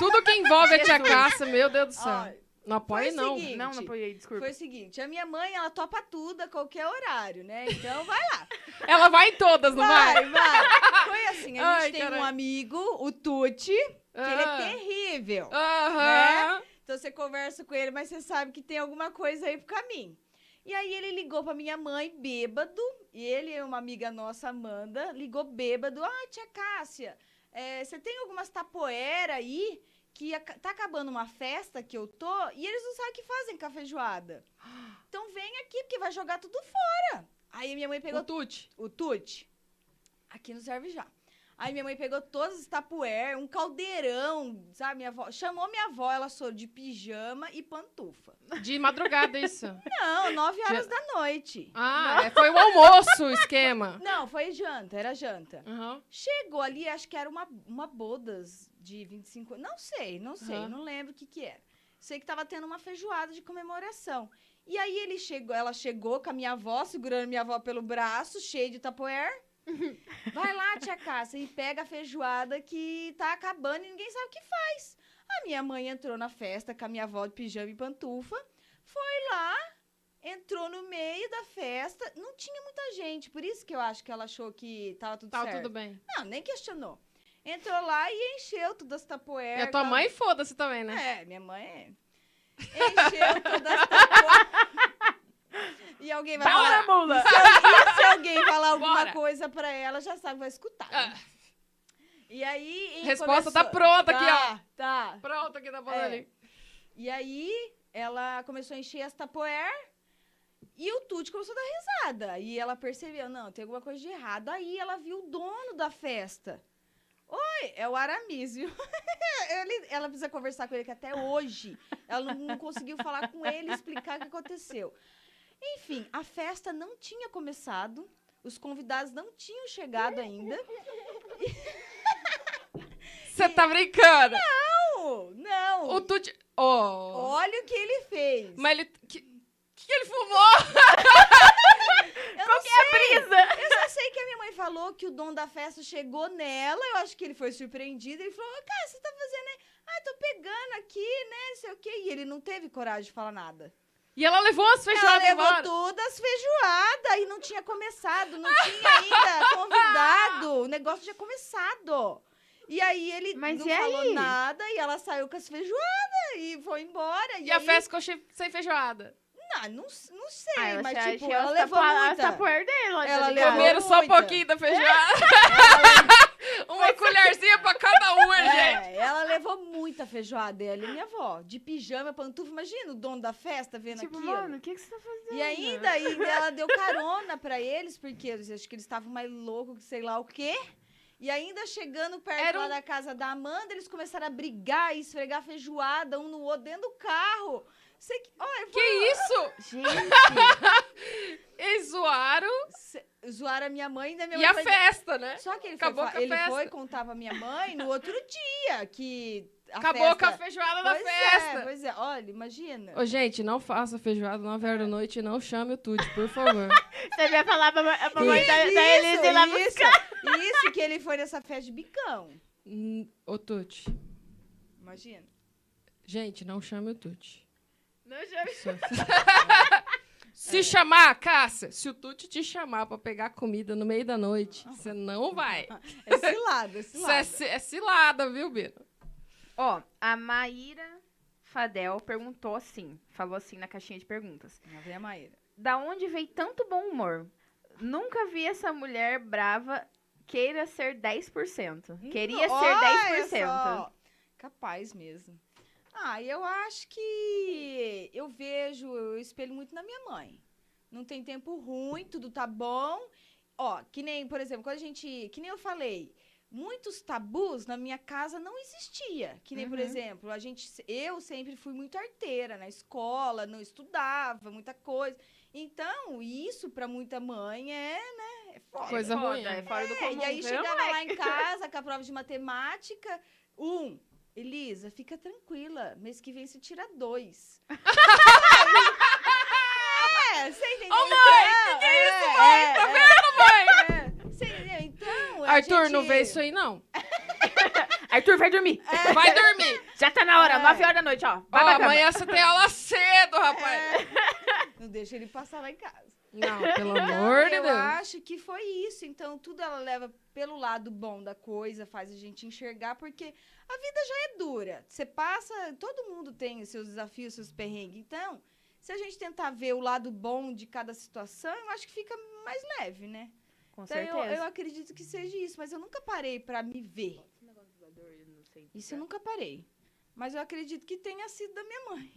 Speaker 2: Tudo que envolve a tia
Speaker 1: Jesus.
Speaker 2: Cássia, meu Deus do
Speaker 3: Ó,
Speaker 2: céu. Não apoia,
Speaker 3: o
Speaker 2: não.
Speaker 3: seguinte,
Speaker 1: Não, não apoiei, desculpa.
Speaker 3: foi o seguinte, a minha mãe, ela topa tudo a qualquer horário, né? Então, vai lá.
Speaker 2: Ela vai em todas, não vai?
Speaker 3: Vai, vai. Foi assim, a
Speaker 2: Ai,
Speaker 3: gente tem
Speaker 2: caralho.
Speaker 3: um amigo, o Tuti, que ele é
Speaker 2: Ah.
Speaker 3: terrível.
Speaker 2: Aham.
Speaker 3: Então você conversa com ele, mas você sabe que tem alguma coisa aí pro caminho. E aí ele ligou pra minha mãe, bêbado, e ele e uma amiga nossa, Amanda, ligou bêbado. Ah, tia Cássia, é, você tem algumas tapoeira aí que aca- tá acabando uma festa que eu tô e eles não sabem o que fazem com a feijoada. Então vem aqui, porque vai jogar tudo fora. Aí minha mãe pegou
Speaker 2: O Tuti.
Speaker 3: o tute, aqui não serve já. Aí minha mãe pegou todas as tapuer, um caldeirão, sabe? Minha avó, chamou minha avó, ela sou de pijama e pantufa.
Speaker 2: De madrugada, isso.
Speaker 3: Não, nove horas da noite.
Speaker 2: Ah, é, foi o almoço o esquema.
Speaker 3: Não, foi janta, era janta.
Speaker 2: Aham.
Speaker 3: Chegou ali, acho que era uma, uma bodas de 25 Não sei, não sei,
Speaker 2: Aham.
Speaker 3: não lembro o que que era. Sei que tava tendo uma feijoada de comemoração. E aí ele chegou, ela chegou com a minha avó, segurando minha avó pelo braço, cheio de tapoer. Vai lá, tia Cássia, e pega a feijoada que tá acabando e ninguém sabe o que faz. A minha mãe entrou na festa com a minha avó de pijama e pantufa, foi lá, entrou no meio da festa. Não tinha muita gente, por isso que eu acho que ela achou que tava tudo
Speaker 2: Tá
Speaker 3: certo.
Speaker 2: tudo bem.
Speaker 3: Não, nem questionou. Entrou lá e encheu todas as
Speaker 2: E
Speaker 3: tapoeiras.
Speaker 2: a tua mãe, foda-se também, né?
Speaker 3: É, minha mãe é. Encheu todas as tapoeiras. E alguém vai falar.
Speaker 1: Paula Mula!
Speaker 3: Se alguém falar alguma
Speaker 2: Bora.
Speaker 3: coisa pra ela, já sabe, vai escutar. né?
Speaker 2: Ah.
Speaker 3: E aí. e
Speaker 2: Resposta
Speaker 3: começou-
Speaker 2: tá pronta aqui, ó.
Speaker 3: Tá, Tá.
Speaker 2: Pronto aqui na bola
Speaker 3: É.
Speaker 2: ali.
Speaker 3: E aí, ela começou a encher as tapoer. E o Tuti começou a dar risada. E ela percebeu, não, tem alguma coisa de errado. Aí ela viu o dono da festa. Oi, é o Aramis, viu? Ele- ela precisa conversar com ele, que até hoje ela não, não conseguiu falar com ele e explicar o que aconteceu. Enfim, a festa não tinha começado, os convidados não tinham chegado ainda.
Speaker 2: Você tá brincando.
Speaker 3: Não, não.
Speaker 2: O Tuti. Oh.
Speaker 3: Olha o que ele fez.
Speaker 2: Mas ele. Que, que ele fumou?
Speaker 3: Eu não
Speaker 1: Brisa!
Speaker 3: Eu só falou que o dono da festa chegou nela, eu acho que ele foi surpreendido. Ele falou: "Ô, Cara, você tá fazendo. aí? Ah, tô pegando aqui, né? Não sei o quê. E ele não teve coragem de falar nada.
Speaker 2: E ela levou as
Speaker 3: Ela
Speaker 2: feijoadas
Speaker 3: levou
Speaker 2: embora.
Speaker 3: todas feijoadas e não tinha começado, não tinha ainda convidado. O negócio tinha começado. E aí ele
Speaker 1: Mas
Speaker 3: não
Speaker 1: e
Speaker 3: falou
Speaker 1: aí?
Speaker 3: nada e ela saiu com as feijoadas e foi embora. E,
Speaker 2: E a
Speaker 3: aí-
Speaker 2: festa ficou che- sem feijoada.
Speaker 3: Não, não, não sei,
Speaker 1: Ah, eu
Speaker 3: mas
Speaker 1: achei-
Speaker 3: tipo,
Speaker 1: achei
Speaker 3: ela
Speaker 1: as
Speaker 3: levou
Speaker 1: tapo- as
Speaker 3: muita.
Speaker 1: tapoer dela, tá
Speaker 3: Ela
Speaker 1: ligado?
Speaker 3: levou-
Speaker 2: Comeram só um
Speaker 3: muita. É.
Speaker 2: pouquinho da feijoada. Uma colherzinha pra cada uma, gente.
Speaker 3: É, ela levou muita feijoada dela e minha avó, de pijama, pantufa. Imagina o dono da festa vendo
Speaker 1: Tipo,
Speaker 3: aquilo.
Speaker 1: mano, o que, que você tá fazendo?
Speaker 3: E ainda, ainda ela deu carona pra eles, porque eles, acho que eles estavam mais loucos que sei lá o quê. E ainda chegando perto
Speaker 2: Era
Speaker 3: lá
Speaker 2: um-
Speaker 3: da casa da Amanda, eles começaram a brigar e esfregar feijoada um no outro dentro do carro. Sei que, olha,
Speaker 2: Que isso?
Speaker 1: Gente,
Speaker 2: Eles zoaram
Speaker 3: cê- zoaram a minha mãe e da minha
Speaker 2: e
Speaker 3: mãe.
Speaker 2: a
Speaker 3: foi-
Speaker 2: festa, né?
Speaker 3: Só que ele,
Speaker 2: Acabou
Speaker 3: foi, fa-
Speaker 2: com a
Speaker 3: ele
Speaker 2: festa.
Speaker 3: foi contar pra minha mãe no outro dia que a
Speaker 2: Acabou
Speaker 3: festa...
Speaker 2: com a feijoada da
Speaker 3: pois É,
Speaker 2: festa.
Speaker 3: pois é, olha, imagina.
Speaker 2: Ô, gente, não faça feijoada 9 horas da noite e não chame o Tude, por favor.
Speaker 1: você vai falar pra, ma- pra mamãe da,
Speaker 3: Isso,
Speaker 1: da Elisa ir lá
Speaker 3: isso,
Speaker 1: buscar.
Speaker 3: isso que ele foi nessa festa de bicão.
Speaker 2: Hum, Ô, Tude.
Speaker 3: Imagina.
Speaker 2: Gente, não chame o Tuti.
Speaker 1: Não, já-
Speaker 2: Só- Se chamar, Cássia, se o Tuti te chamar pra pegar comida no meio da noite, você não vai.
Speaker 3: É cilada, é
Speaker 2: Isso é,
Speaker 3: cilada.
Speaker 2: ci- é cilada, viu, Bino?
Speaker 1: Ó, a Maíra Fadel perguntou assim, falou assim na caixinha de perguntas.
Speaker 3: Lá vem a Maíra.
Speaker 1: Da onde veio tanto bom humor? Nunca vi essa mulher brava queira ser 10%. Queria
Speaker 3: Olha
Speaker 1: ser 10%.
Speaker 3: só. Capaz mesmo. Ah, eu acho que eu vejo, eu espelho muito na minha mãe. Não tem tempo ruim, tudo tá bom. Ó, que nem, por exemplo, quando a gente, que nem eu falei, muitos tabus na minha casa não existia. Que nem, por
Speaker 1: Uhum.
Speaker 3: exemplo, a gente, eu sempre fui muito arteira na escola, não estudava muita coisa. Então, isso pra muita mãe é, né, é foda.
Speaker 2: Coisa
Speaker 1: foda,
Speaker 2: ruim.
Speaker 1: É fora do
Speaker 3: É,
Speaker 1: comum.
Speaker 3: e aí
Speaker 1: viu,
Speaker 3: chegava
Speaker 1: moleque?
Speaker 3: lá em casa com a prova de matemática, um. Elisa, fica tranquila. Mês que vem você tira dois. é, você entendeu? Oh, mãe, que é isso, mãe? É, tá vendo, mãe? Você entendeu? Então, a
Speaker 2: Arthur, não
Speaker 3: gente-
Speaker 2: vê isso aí, não.
Speaker 1: Arthur, vai dormir.
Speaker 2: Vai dormir.
Speaker 1: Já tá na hora,
Speaker 3: É.
Speaker 1: 9 horas da noite, ó.
Speaker 2: Ó,
Speaker 1: Vai pra cama.
Speaker 2: amanhã você tem aula cedo, rapaz.
Speaker 3: É. Não deixa ele passar lá em casa.
Speaker 2: Não, pelo
Speaker 3: Então,
Speaker 2: amor de
Speaker 3: eu
Speaker 2: Deus.
Speaker 3: acho que foi isso. Então, tudo ela leva pelo lado bom da coisa, faz a gente enxergar, porque a vida já é dura. Você passa, todo mundo tem os seus desafios, seus perrengues. Então, se a gente tentar ver o lado bom de cada situação, eu acho que fica mais leve, né?
Speaker 1: Com
Speaker 3: então, eu,
Speaker 1: certeza.
Speaker 3: eu acredito que seja isso, mas eu nunca parei pra me ver. Isso
Speaker 2: É.
Speaker 3: eu nunca parei. Mas eu acredito que tenha sido da minha mãe.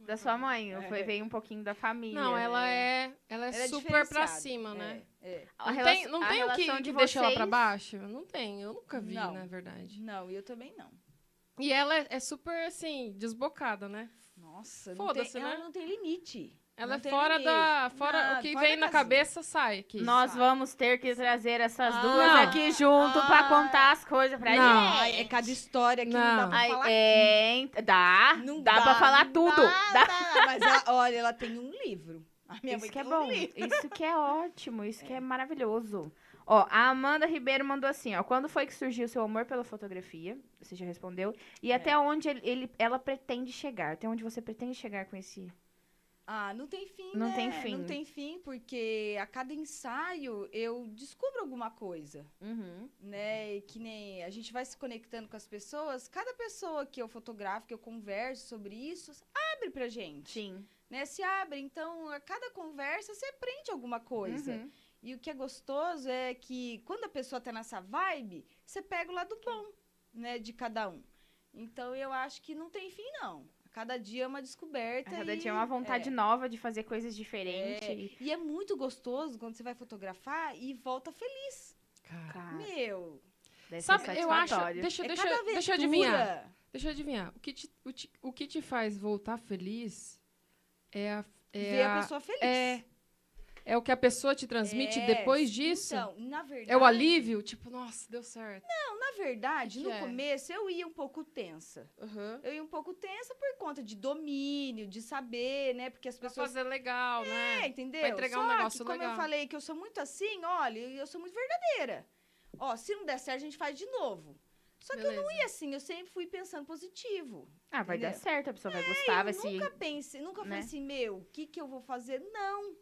Speaker 1: Da sua mãe, eu fui-
Speaker 3: É.
Speaker 1: veio um pouquinho da família. né?
Speaker 2: Não, ela é, ela é
Speaker 3: Ela é
Speaker 2: super pra
Speaker 3: diferenciada.
Speaker 2: cima, né?
Speaker 3: É, é.
Speaker 1: A
Speaker 2: Não
Speaker 1: rela-
Speaker 2: tem, não
Speaker 1: a
Speaker 2: tem o que,
Speaker 1: relação
Speaker 2: que
Speaker 1: de
Speaker 2: deixa ela pra
Speaker 1: vocês-
Speaker 2: baixo? Não tem, eu nunca vi,
Speaker 3: Não.
Speaker 2: na verdade.
Speaker 3: Não, eu também não.
Speaker 2: E ela é, é super, assim, desbocada, né?
Speaker 3: Nossa, não tem,
Speaker 2: Foda-se, né?
Speaker 3: ela não tem limite.
Speaker 2: Ela
Speaker 3: Não
Speaker 2: é
Speaker 3: tem
Speaker 2: fora
Speaker 3: limite.
Speaker 2: da. Fora,
Speaker 3: Não,
Speaker 2: o que
Speaker 3: fora
Speaker 2: vem
Speaker 3: da
Speaker 2: na
Speaker 3: casinha.
Speaker 2: cabeça sai aqui.
Speaker 1: Nós
Speaker 3: Sabe?
Speaker 1: vamos ter que trazer essas
Speaker 3: Ah,
Speaker 1: duas
Speaker 2: não.
Speaker 1: aqui junto
Speaker 3: Ah.
Speaker 1: pra contar as coisas pra
Speaker 2: Não.
Speaker 1: gente.
Speaker 3: Ai, é cada história que não, dá
Speaker 2: Não.
Speaker 3: pra
Speaker 1: Ai,
Speaker 3: falar.
Speaker 1: é, hein? dá,
Speaker 3: Não
Speaker 1: dá, pra falar
Speaker 3: não
Speaker 1: tudo.
Speaker 3: Dá, dá, mas ela- olha, ela tem um livro. A minha mãe
Speaker 1: Isso que é
Speaker 3: tem um
Speaker 1: bom,
Speaker 3: livro.
Speaker 1: isso que é ótimo, isso que é maravilhoso. Ó, a Amanda Ribeiro mandou assim, ó, quando foi que surgiu o seu amor pela fotografia? Você já respondeu. E
Speaker 3: É.
Speaker 1: até onde ele, ele- ela pretende chegar? Até onde você pretende chegar com esse...
Speaker 3: Ah, não tem fim,
Speaker 1: Não
Speaker 3: né?
Speaker 1: tem fim.
Speaker 3: Não tem fim, porque a cada ensaio eu descubro alguma coisa, né? E que nem a gente vai se conectando com as pessoas. Cada pessoa que eu fotografo, que eu converso sobre isso, abre pra gente,
Speaker 1: Sim.
Speaker 3: né? Se abre. Então, a cada conversa você aprende alguma
Speaker 1: Uhum.
Speaker 3: coisa. E o que é gostoso é que quando a pessoa tá nessa vibe, você pega o lado bom, né, de cada um. Então eu acho que não tem fim não. Cada dia é uma descoberta.
Speaker 1: A cada
Speaker 3: e-
Speaker 1: dia é uma vontade nova de fazer coisas diferentes. e-
Speaker 3: E é muito gostoso quando você vai fotografar e volta feliz.
Speaker 2: Cara.
Speaker 1: Cara,
Speaker 3: Meu,
Speaker 1: deve ser
Speaker 2: É. Sabe, eu acho.
Speaker 1: satisfatório.
Speaker 2: Deixa,
Speaker 3: é
Speaker 2: deixa,
Speaker 3: cada
Speaker 2: deixa eu
Speaker 3: aventura.
Speaker 2: adivinhar. Deixa eu adivinhar. O que te, o te- o que te faz voltar feliz é a. É
Speaker 3: ver a
Speaker 2: a-
Speaker 3: pessoa feliz.
Speaker 2: é, É o que a pessoa te transmite
Speaker 3: É,
Speaker 2: depois disso?
Speaker 3: Então, na verdade.
Speaker 2: é o alívio? Tipo, nossa, deu certo.
Speaker 3: Na verdade,
Speaker 2: Que
Speaker 3: no
Speaker 2: que é?
Speaker 3: começo eu ia um pouco tensa.
Speaker 2: Uhum.
Speaker 3: Eu ia um pouco tensa por conta de domínio, de saber, né? Porque as
Speaker 2: Pra
Speaker 3: pessoas
Speaker 2: fazer legal, né?
Speaker 3: É, entendeu?
Speaker 2: Vai entregar um
Speaker 3: Só
Speaker 2: negócio
Speaker 3: que, como
Speaker 2: legal.
Speaker 3: eu falei que eu sou muito assim, olha, eu sou muito verdadeira. Ó, se não der certo, a gente faz de novo. Só que eu
Speaker 2: Beleza.
Speaker 3: não ia assim, eu sempre fui pensando positivo.
Speaker 1: Ah, vai dar
Speaker 3: Entendeu?
Speaker 1: certo, a pessoa vai gostar, vai se.
Speaker 3: Nunca pensei, nunca
Speaker 1: Né?
Speaker 3: falei assim, meu, o que que eu vou fazer? Não.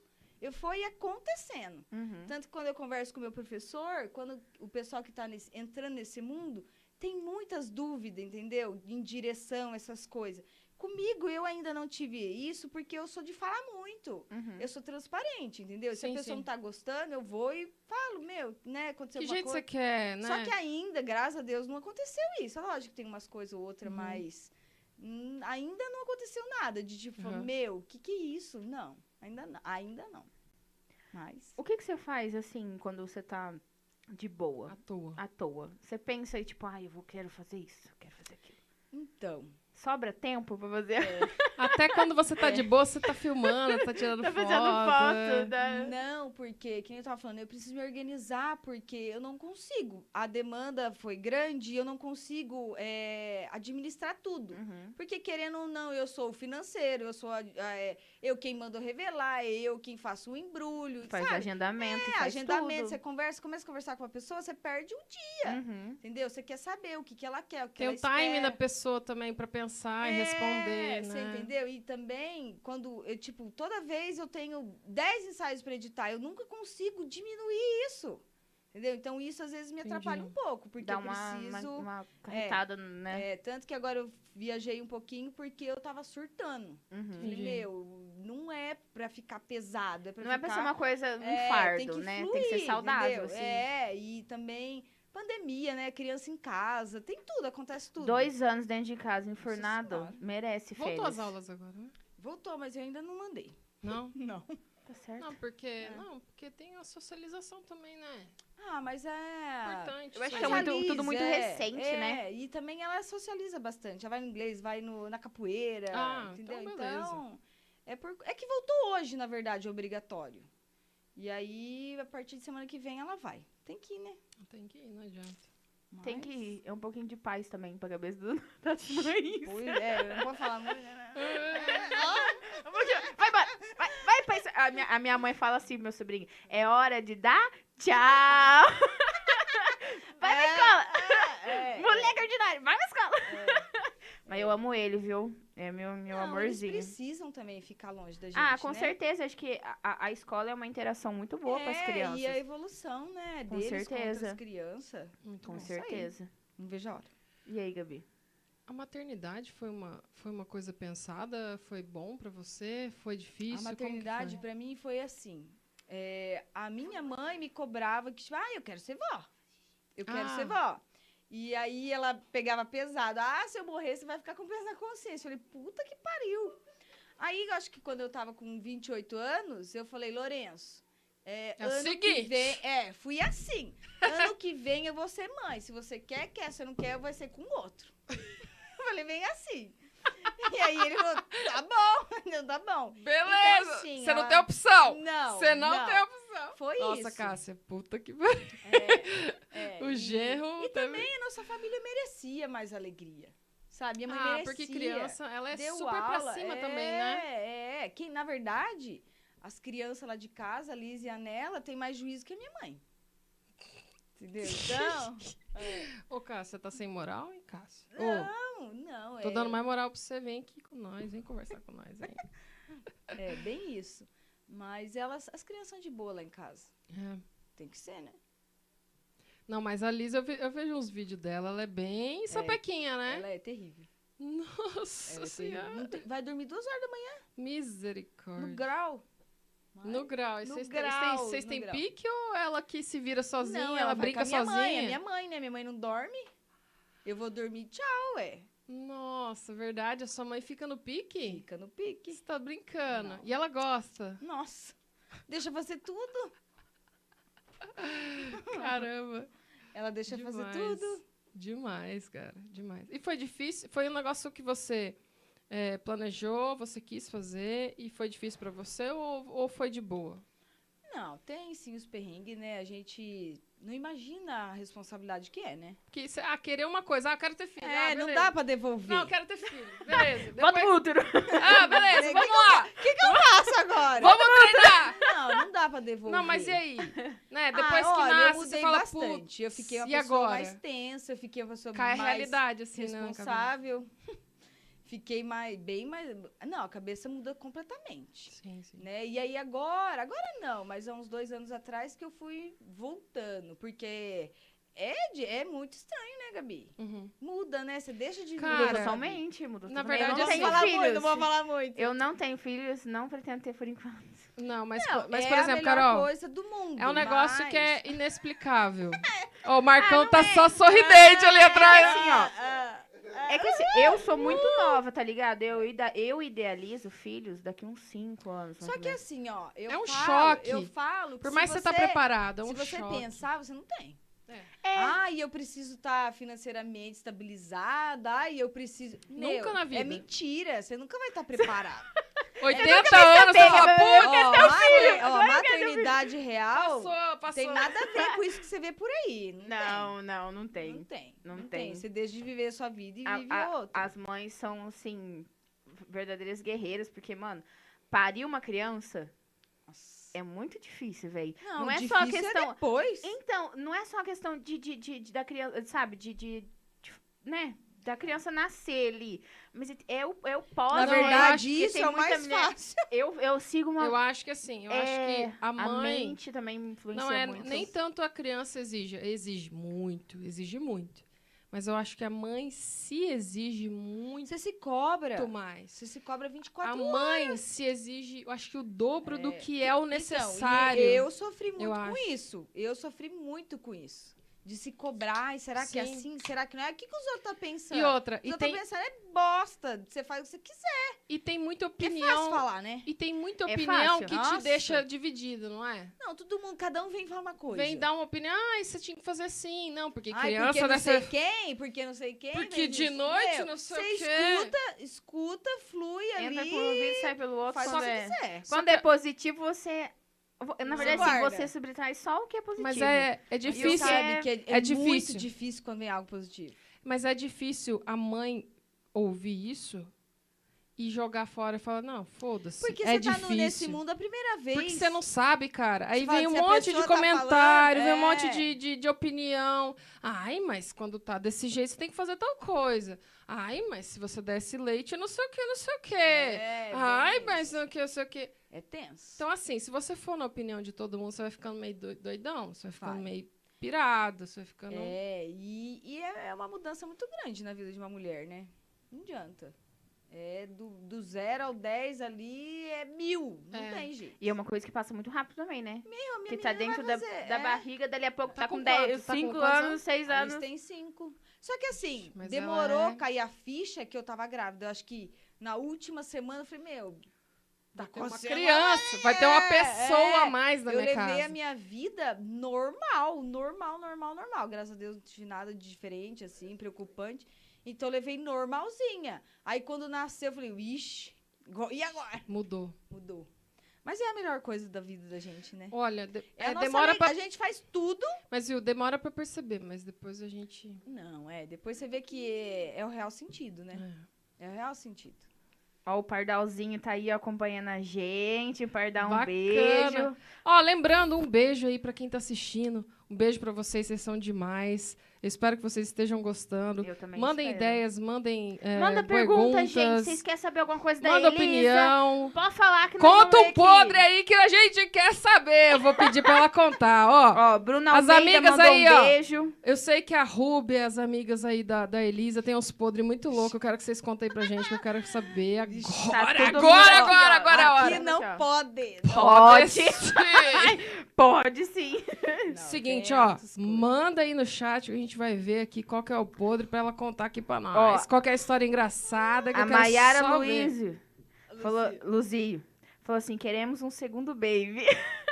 Speaker 3: Eu fui acontecendo.
Speaker 1: Uhum.
Speaker 3: Tanto que quando eu converso com o meu professor, quando o pessoal que está entrando nesse mundo, tem muitas dúvidas, entendeu? Em direção, essas coisas. Comigo, eu ainda não tive isso, porque eu sou de falar muito.
Speaker 1: Uhum.
Speaker 3: Eu sou transparente, entendeu? Se a
Speaker 2: Sim,
Speaker 3: pessoa
Speaker 2: sim.
Speaker 3: não tá gostando, eu vou e falo, meu, né? Aconteceu
Speaker 2: Que
Speaker 3: uma
Speaker 2: jeito
Speaker 3: coisa.
Speaker 2: você quer, né?
Speaker 3: Só que é ainda, graças a Deus, não aconteceu isso. É Lógico que tem umas coisas ou outra,
Speaker 2: Uhum.
Speaker 3: mas hum, ainda não aconteceu nada de tipo,
Speaker 2: Uhum.
Speaker 3: meu, que que é isso? Não, ainda não, ainda não. Mas
Speaker 1: O que, que você faz, assim, quando você tá de boa,
Speaker 2: À toa.
Speaker 1: à toa? Você pensa e tipo, ah, eu vou, quero fazer isso, quero fazer aquilo.
Speaker 3: então, é,
Speaker 1: Sobra tempo pra fazer?
Speaker 2: Até quando você tá de boa, você tá filmando, tá tirando
Speaker 1: tá
Speaker 2: foto.
Speaker 1: fazendo foto,
Speaker 2: é.
Speaker 1: né?
Speaker 3: não, porque que nem eu tava falando, eu preciso me organizar porque eu não consigo. A demanda foi grande e eu não consigo é, administrar tudo.
Speaker 1: Uhum.
Speaker 3: Porque querendo ou não, eu sou o financeiro, eu sou a- a- é, eu quem mando revelar, é eu quem faço o embrulho,
Speaker 1: Faz
Speaker 3: sabe?
Speaker 1: agendamento,
Speaker 3: É,
Speaker 1: faz
Speaker 3: agendamento,
Speaker 1: tudo.
Speaker 3: você conversa, começa a conversar com a pessoa, você perde um dia,
Speaker 1: Uhum.
Speaker 3: entendeu? Você quer saber o que, que ela quer, o que
Speaker 2: Tem
Speaker 3: ela
Speaker 2: o time
Speaker 3: espera.
Speaker 2: da pessoa também pra pensar e responder,
Speaker 3: É, Você
Speaker 2: né?
Speaker 3: entendeu? E também, quando eu, tipo, toda vez eu tenho 10 ensaios para editar, eu nunca consigo diminuir isso. Entendeu? Então, isso às vezes me
Speaker 2: Entendi.
Speaker 3: atrapalha um pouco, porque
Speaker 1: Dá
Speaker 3: eu
Speaker 1: uma, uma-
Speaker 3: preciso.
Speaker 1: uma carretada, né?
Speaker 3: É, tanto que agora eu viajei um pouquinho porque eu tava surtando.
Speaker 1: Uhum.
Speaker 3: Falei,
Speaker 2: Entendi.
Speaker 3: meu, não é pra ficar pesado, é pra
Speaker 1: Não é pra ser
Speaker 3: ficar-
Speaker 1: uma coisa, um
Speaker 3: É,
Speaker 1: fardo,
Speaker 3: tem que
Speaker 1: né?
Speaker 3: fluir,
Speaker 1: tem que ser saudável,
Speaker 3: entendeu?
Speaker 1: assim.
Speaker 3: É, e também pandemia, né? Criança em casa, tem tudo, acontece tudo.
Speaker 1: Dois anos dentro de casa, enfurnado,
Speaker 3: Senhora.
Speaker 1: merece férias.
Speaker 2: Voltou às aulas agora, né?
Speaker 3: Voltou, mas eu ainda não mandei.
Speaker 2: Não?
Speaker 3: Não.
Speaker 1: Tá certo.
Speaker 2: Não, porque.
Speaker 3: É.
Speaker 2: Não, porque tem a socialização também, né?
Speaker 3: Ah, mas é.
Speaker 2: Importante. né?
Speaker 1: eu acho
Speaker 2: isso
Speaker 1: que é
Speaker 2: aí.
Speaker 1: muito-
Speaker 3: Socializa,
Speaker 1: tudo muito
Speaker 3: é,
Speaker 1: recente,
Speaker 3: é,
Speaker 1: né?
Speaker 3: E também ela socializa bastante. Ela vai no inglês, vai no, na capoeira,
Speaker 2: Ah,
Speaker 3: entendeu?
Speaker 2: então
Speaker 3: Então,
Speaker 2: beleza.
Speaker 3: é, por, é que voltou hoje, na verdade, obrigatório. E aí, a partir de semana que vem, ela vai. Tem que ir, né?
Speaker 2: Tem que ir, não adianta.
Speaker 1: Tem
Speaker 3: Mas-
Speaker 1: que ir. É um pouquinho de paz também pra cabeça do, das mães.
Speaker 3: Pois é, eu não vou falar muito, né?
Speaker 1: Um pouquinho. Vai, vai, vai, vai pra isso. A minha, a minha mãe fala assim, meu sobrinho, é hora de dar tchau. Vai pra escola.
Speaker 3: É,
Speaker 1: Moleque ordinário, vai pra escola. Mas eu amo ele, viu? É meu, meu
Speaker 3: Não,
Speaker 1: amorzinho.
Speaker 3: Eles precisam também ficar longe da gente.
Speaker 1: ah, com
Speaker 3: né?
Speaker 1: certeza. Acho que a- a, a escola é uma interação muito boa com as
Speaker 3: É,
Speaker 1: crianças.
Speaker 3: E a evolução, né?
Speaker 1: Com
Speaker 3: deles
Speaker 1: certeza.
Speaker 3: Contra as crianças.
Speaker 2: Muito
Speaker 1: Com
Speaker 2: bom.
Speaker 3: isso aí.
Speaker 1: certeza.
Speaker 3: Não vejo a hora.
Speaker 1: E aí, Gabi?
Speaker 2: A maternidade foi uma, foi uma coisa pensada? Foi bom pra você? Foi difícil?
Speaker 3: a
Speaker 2: Como que foi?
Speaker 3: maternidade, pra mim, foi assim. É, a minha mãe me cobrava que, tipo, ah, eu quero ser vó. Eu quero
Speaker 2: Ah.
Speaker 3: ser vó. E aí ela pegava pesado. Ah, se eu morrer, você vai ficar com peso na consciência. Eu falei, puta que pariu. Aí, eu acho que quando eu tava com 28 anos, eu falei, Lourenço, é,
Speaker 2: É o
Speaker 3: ano que
Speaker 2: seguinte."
Speaker 3: vem... É, fui assim. Ano que vem eu vou ser mãe. Se você quer, quer. Se eu não quer, vai ser com outro. Eu falei, vem assim. E aí ele falou, tá bom. Não, tá bom.
Speaker 2: Beleza!
Speaker 3: Então, assim,
Speaker 2: você não
Speaker 3: ela-
Speaker 2: tem opção!
Speaker 3: Não.
Speaker 2: Você não, tem opção!
Speaker 3: Foi
Speaker 2: Nossa,
Speaker 3: isso.
Speaker 2: Cássia, puta que pariu.
Speaker 3: É, é.
Speaker 2: O
Speaker 3: E-
Speaker 2: gerro.
Speaker 3: E
Speaker 2: também.
Speaker 3: também a nossa família merecia mais alegria. Sabe? Minha mãe
Speaker 2: Ah,
Speaker 3: merecia.
Speaker 2: porque criança, ela é
Speaker 3: deu
Speaker 2: super pra
Speaker 3: aula,
Speaker 2: cima
Speaker 3: é,
Speaker 2: também, né?
Speaker 3: É, é. Quem, na verdade, as crianças lá de casa, a Liz e a Nela, tem mais juízo que a minha mãe. Entendeu? Então,
Speaker 2: Ô, Cássio, você tá sem moral, hein, Cássio? Ô,
Speaker 3: não, não.
Speaker 2: tô
Speaker 3: é,
Speaker 2: dando mais moral pra você. Vem aqui com nós, vem conversar com nós, hein?
Speaker 3: É, bem isso. Mas elas, as crianças são de boa lá em casa.
Speaker 2: É.
Speaker 3: Tem que ser, né?
Speaker 2: Não, mas a Liz, eu, ve- eu vejo uns vídeos dela, ela é bem sapequinha, né?
Speaker 3: Ela é terrível.
Speaker 2: Nossa
Speaker 3: Ela é terrível.
Speaker 2: senhora.
Speaker 3: Não tem- vai dormir duas horas da manhã
Speaker 2: Misericórdia.
Speaker 3: no grau. Mas-
Speaker 2: No grau. E
Speaker 3: No
Speaker 2: vocês têm- vocês
Speaker 3: grau,
Speaker 2: têm, vocês
Speaker 3: no
Speaker 2: têm
Speaker 3: grau.
Speaker 2: pique ou ela que se vira sozinha,
Speaker 3: Não,
Speaker 2: ela,
Speaker 3: vai
Speaker 2: brinca
Speaker 3: com a minha
Speaker 2: sozinha?
Speaker 3: Mãe, é minha mãe, né? Minha mãe não dorme. Eu vou dormir, tchau, ué.
Speaker 2: Nossa, verdade, a sua mãe fica no pique?
Speaker 3: Fica no
Speaker 2: Que
Speaker 3: pique.
Speaker 2: você tá brincando.
Speaker 3: Não.
Speaker 2: E ela gosta.
Speaker 3: Nossa, deixa eu fazer tudo.
Speaker 2: Caramba.
Speaker 3: Ela deixa eu fazer
Speaker 2: Demais.
Speaker 3: tudo.
Speaker 2: Demais, cara. Demais. E foi difícil? Foi um negócio que você é, eh, planejou, você quis fazer e foi difícil pra você ou, ou foi de boa?
Speaker 3: Não, tem sim os perrengues, né? A gente não imagina a responsabilidade que é, né?
Speaker 2: Porque cê- ah, querer uma coisa, ah, eu quero ter filho.
Speaker 3: É,
Speaker 2: ah,
Speaker 3: não
Speaker 2: beleza.
Speaker 3: dá pra devolver.
Speaker 2: Não, eu quero ter filho. Beleza.
Speaker 1: Bota
Speaker 2: Depois...
Speaker 1: o útero.
Speaker 2: Ah, beleza,
Speaker 3: Que que
Speaker 2: vamos lá.
Speaker 3: O que, que eu faço agora?
Speaker 2: Vamos treinar.
Speaker 3: Não, não dá pra devolver.
Speaker 2: Não, mas e aí? Né,
Speaker 3: Ah,
Speaker 2: depois que
Speaker 3: olha,
Speaker 2: nasce,
Speaker 3: eu
Speaker 2: você
Speaker 3: mudei
Speaker 2: fala, putz,
Speaker 3: bastante. Eu fiquei uma
Speaker 2: e
Speaker 3: pessoa
Speaker 2: agora?
Speaker 3: mais tensa, eu fiquei uma pessoa
Speaker 2: cai a
Speaker 3: mais
Speaker 2: realidade, assim, né? na cabeça.
Speaker 3: responsável. fiquei mais, bem mais... Não, a cabeça muda completamente.
Speaker 2: Sim, sim.
Speaker 3: né? E aí agora, agora não, mas há uns dois anos atrás que eu fui voltando, porque é, de- é muito estranho, né, Gabi?
Speaker 2: Uhum.
Speaker 3: Muda, né? Você deixa de
Speaker 2: Cara,
Speaker 1: Muda totalmente, muda
Speaker 2: na
Speaker 1: totalmente.
Speaker 2: verdade,
Speaker 1: eu não
Speaker 2: assim-
Speaker 1: tenho
Speaker 3: falar
Speaker 1: filhos.
Speaker 3: muito, não vou falar muito.
Speaker 1: Eu não tenho filhos, não pretendo ter por enquanto.
Speaker 2: Não, mas,
Speaker 3: Não,
Speaker 2: mas
Speaker 3: é
Speaker 2: por
Speaker 3: a
Speaker 2: exemplo,
Speaker 3: melhor
Speaker 2: Carol,
Speaker 3: coisa do mundo.
Speaker 2: é um negócio
Speaker 3: mas-
Speaker 2: que é inexplicável.
Speaker 3: É.
Speaker 2: Ó, o Marcão tá só sorridente ali atrás.
Speaker 1: assim, ó.
Speaker 3: Ah, ah.
Speaker 1: É que assim, eu sou muito nova, tá ligado? Eu, ida- eu idealizo filhos daqui uns 5 anos.
Speaker 3: Só
Speaker 1: mais ou
Speaker 3: que
Speaker 1: menos.
Speaker 3: assim, ó, eu
Speaker 2: Uhum. É um
Speaker 3: falo-
Speaker 2: choque.
Speaker 3: Eu falo que
Speaker 2: Por
Speaker 3: se
Speaker 2: mais que você tá preparada, é um
Speaker 3: se você
Speaker 2: choque.
Speaker 3: pensar, você não tem.
Speaker 2: É.
Speaker 1: É.
Speaker 3: Ai, eu preciso estar financeiramente estabilizada. Ai, eu preciso. Meu,
Speaker 2: Nunca na vida.
Speaker 3: É mentira. Você nunca vai tá estar preparada.
Speaker 2: 80 anos, você
Speaker 1: saber,
Speaker 2: fala,
Speaker 1: mas-
Speaker 2: pô,
Speaker 3: ó, mater- ó, maternidade real
Speaker 2: passou, passou.
Speaker 3: tem nada a ver com isso que você vê por aí.
Speaker 1: Não,
Speaker 3: Não,
Speaker 1: não, não
Speaker 3: tem.
Speaker 1: tem.
Speaker 3: Não tem.
Speaker 1: Não tem.
Speaker 3: Você deixa de viver a sua vida e
Speaker 1: A-
Speaker 3: vive
Speaker 1: a-
Speaker 3: outra.
Speaker 1: As mães são, assim, verdadeiras guerreiras, porque, mano, parir uma criança
Speaker 3: Nossa.
Speaker 1: é muito difícil, velho.
Speaker 3: Não,
Speaker 1: não é só a
Speaker 3: difícil
Speaker 1: questão-
Speaker 3: É depois.
Speaker 1: Então, não é só a questão de, de, de- de- da criança, sabe, de, de- de- né? Da criança nascer ali. Mas é o, é o pós,
Speaker 3: Na
Speaker 2: não, eu acho
Speaker 3: verdade,
Speaker 1: que
Speaker 3: isso
Speaker 1: tem
Speaker 3: é o
Speaker 1: muita
Speaker 3: mais
Speaker 1: mulher-
Speaker 3: fácil.
Speaker 1: Eu, eu sigo uma.
Speaker 2: Eu acho que assim, eu
Speaker 1: É,
Speaker 2: acho que a
Speaker 1: a
Speaker 2: mãe...
Speaker 1: mente também influencia
Speaker 2: Não é
Speaker 1: muito.
Speaker 2: nem tanto a criança exige, exige muito, exige muito. Mas eu acho que a mãe se exige muito
Speaker 3: Você se cobra.
Speaker 2: mais.
Speaker 3: Você se cobra 24
Speaker 2: A mãe se exige, eu acho que o dobro do
Speaker 3: É.
Speaker 2: que é o
Speaker 3: Então, e
Speaker 2: necessário.
Speaker 3: eu sofri muito
Speaker 2: eu
Speaker 3: com
Speaker 2: acho.
Speaker 3: isso. Eu sofri muito com isso. De se cobrar, e será que é
Speaker 2: Sim.
Speaker 3: assim? Será que não é? O que, que os outros estão pensando?
Speaker 2: E outra,
Speaker 3: os
Speaker 2: e
Speaker 3: outros
Speaker 2: tem,
Speaker 3: estão pensando é bosta. Você faz o que você quiser.
Speaker 2: e tem muita
Speaker 3: É fácil
Speaker 2: opinião.
Speaker 3: falar, né?
Speaker 2: E tem muita
Speaker 1: É
Speaker 2: opinião
Speaker 1: fácil.
Speaker 2: que
Speaker 3: Nossa.
Speaker 2: te deixa dividido, não é?
Speaker 3: Não, todo mundo, cada um vem falar uma coisa.
Speaker 2: Vem dar uma opinião, ah, você tinha que fazer assim. Não, porque
Speaker 3: Ai,
Speaker 2: criança
Speaker 3: porque não
Speaker 2: dessa.
Speaker 3: sei quem, porque não sei quem.
Speaker 2: Porque
Speaker 3: fez
Speaker 2: de
Speaker 3: isso.
Speaker 2: noite,
Speaker 3: Meu,
Speaker 2: não sei
Speaker 3: você
Speaker 2: o quê.
Speaker 3: escuta, escuta, flui
Speaker 1: Entra
Speaker 3: ali.
Speaker 1: por um ouvido e sai pelo outro.
Speaker 3: Faz o
Speaker 1: Quando,
Speaker 3: que
Speaker 1: é...
Speaker 3: quiser.
Speaker 2: Só
Speaker 1: quando
Speaker 2: que-
Speaker 1: é positivo, você. vo- Na
Speaker 3: Você
Speaker 1: verdade, assim,
Speaker 3: guarda.
Speaker 1: você subtrai só o que é positivo.
Speaker 2: Mas é, é
Speaker 3: E
Speaker 1: Isso
Speaker 2: difícil.
Speaker 1: é-
Speaker 3: sabe que é,
Speaker 2: é
Speaker 3: é
Speaker 2: difícil.
Speaker 3: muito difícil quando vem algo positivo.
Speaker 2: Mas é difícil a mãe ouvir isso e jogar fora e falar, não, foda-se.
Speaker 3: Porque
Speaker 2: é
Speaker 3: você tá no-
Speaker 2: difícil.
Speaker 3: nesse mundo a primeira vez.
Speaker 2: Porque você não sabe, cara. Aí
Speaker 3: Você fala,
Speaker 2: vem um
Speaker 3: se a
Speaker 2: monte de
Speaker 3: pessoa tá
Speaker 2: comentário, vem
Speaker 3: falando,
Speaker 2: um
Speaker 3: é.
Speaker 2: monte de, de, de opinião. Ai, mas quando tá desse jeito, você tem que fazer tal coisa. Ai, mas se você der esse leite, não sei o que, não sei o que.
Speaker 3: É,
Speaker 2: Ai,
Speaker 3: bem
Speaker 2: mas
Speaker 3: isso.
Speaker 2: não que, não sei o que.
Speaker 3: É tenso.
Speaker 2: Então, assim, se você for na opinião de todo mundo, você vai ficando meio doi- doidão, você vai ficando
Speaker 3: Vai.
Speaker 2: meio pirado, você vai ficando.
Speaker 3: É, e, e é é uma mudança muito grande na vida de uma mulher, né? Não adianta. É do, do zero ao dez ali é mil. Não
Speaker 2: É.
Speaker 3: tem jeito.
Speaker 1: E é uma coisa que passa muito rápido também, né?
Speaker 3: Meu, minha
Speaker 1: que tá
Speaker 3: menina
Speaker 1: dentro da,
Speaker 3: vai fazer,
Speaker 1: da
Speaker 3: é.
Speaker 1: barriga, dali a pouco
Speaker 2: Tá
Speaker 1: tá,
Speaker 2: com
Speaker 1: com
Speaker 2: quantos?
Speaker 1: 10,
Speaker 2: Tá com
Speaker 1: 5
Speaker 2: quantos
Speaker 1: anos, 6
Speaker 3: Eles
Speaker 1: anos.
Speaker 3: têm cinco. Só que assim,
Speaker 2: Mas ela
Speaker 3: demorou
Speaker 2: é-
Speaker 3: cair a ficha que eu tava grávida. Eu acho que na última semana eu falei, meu, tá
Speaker 2: Tem uma
Speaker 3: acontecendo uma
Speaker 2: criança, vai ter uma
Speaker 3: é,
Speaker 2: pessoa a
Speaker 3: é.
Speaker 2: mais na
Speaker 3: eu
Speaker 2: minha
Speaker 3: levei
Speaker 2: casa.
Speaker 3: a minha vida normal, normal, normal, normal. Graças a Deus não tive nada de diferente, assim, preocupante. Então eu levei normalzinha. Aí quando nasceu, eu falei, ixi, go- e agora?
Speaker 2: Mudou.
Speaker 3: Mudou. Mas é a melhor coisa da vida da gente, né?
Speaker 2: Olha, de-
Speaker 3: É a
Speaker 2: é,
Speaker 3: nossa
Speaker 2: demora
Speaker 3: le-
Speaker 2: pra...
Speaker 3: A gente faz tudo.
Speaker 2: Mas viu, demora pra perceber, mas depois a gente.
Speaker 3: Não, é. Depois você vê que é, é o real sentido, né? É o real sentido.
Speaker 1: Ó, o Pardalzinho tá aí ó, acompanhando a gente. Pardal, um
Speaker 2: Bacana.
Speaker 1: beijo.
Speaker 2: Ó, lembrando, um beijo aí pra quem tá assistindo. Um beijo pra vocês, vocês são demais. Eu espero que vocês estejam gostando.
Speaker 1: Eu também
Speaker 2: Mandem
Speaker 1: espero.
Speaker 2: ideias, mandem. é,
Speaker 1: Manda pergunta,
Speaker 2: perguntas,
Speaker 1: gente. Vocês querem saber alguma coisa da
Speaker 2: Manda
Speaker 1: Elisa?
Speaker 2: opinião.
Speaker 1: Pode falar que nós
Speaker 2: Conta
Speaker 1: vamos
Speaker 2: um
Speaker 1: ler
Speaker 2: podre
Speaker 1: aqui.
Speaker 2: aí que a gente quer saber. Eu vou pedir pra ela contar, ó.
Speaker 1: Ó, Bruna
Speaker 2: As
Speaker 1: Almeida
Speaker 2: amigas
Speaker 1: mandou
Speaker 2: aí,
Speaker 1: um
Speaker 2: ó.
Speaker 1: beijo.
Speaker 2: Eu sei que a Ruby, as amigas aí da, da Elisa, tem uns podres muito loucos. Eu quero que vocês contem pra gente, que eu quero saber agora.
Speaker 3: Ixi,
Speaker 1: tá
Speaker 2: agora,
Speaker 1: todo mundo
Speaker 2: agora,
Speaker 1: aqui, ó.
Speaker 2: agora, agora é a
Speaker 3: Aqui
Speaker 2: hora.
Speaker 3: não
Speaker 1: Aqui, ó.
Speaker 3: pode.
Speaker 1: Pode.
Speaker 2: ser.
Speaker 1: Pode sim.
Speaker 3: Não,
Speaker 2: Seguinte,
Speaker 3: tem
Speaker 2: ó,
Speaker 3: essas coisas.
Speaker 2: manda aí no chat que a gente vai ver aqui qual que é o podre pra ela contar aqui pra nós.
Speaker 1: Ó,
Speaker 2: qual que é a história engraçada que
Speaker 1: A
Speaker 2: eu quero
Speaker 1: Maiara
Speaker 2: só ver.
Speaker 1: Luizio falou,
Speaker 3: Lucia.
Speaker 1: Luzio falou assim: queremos um segundo baby.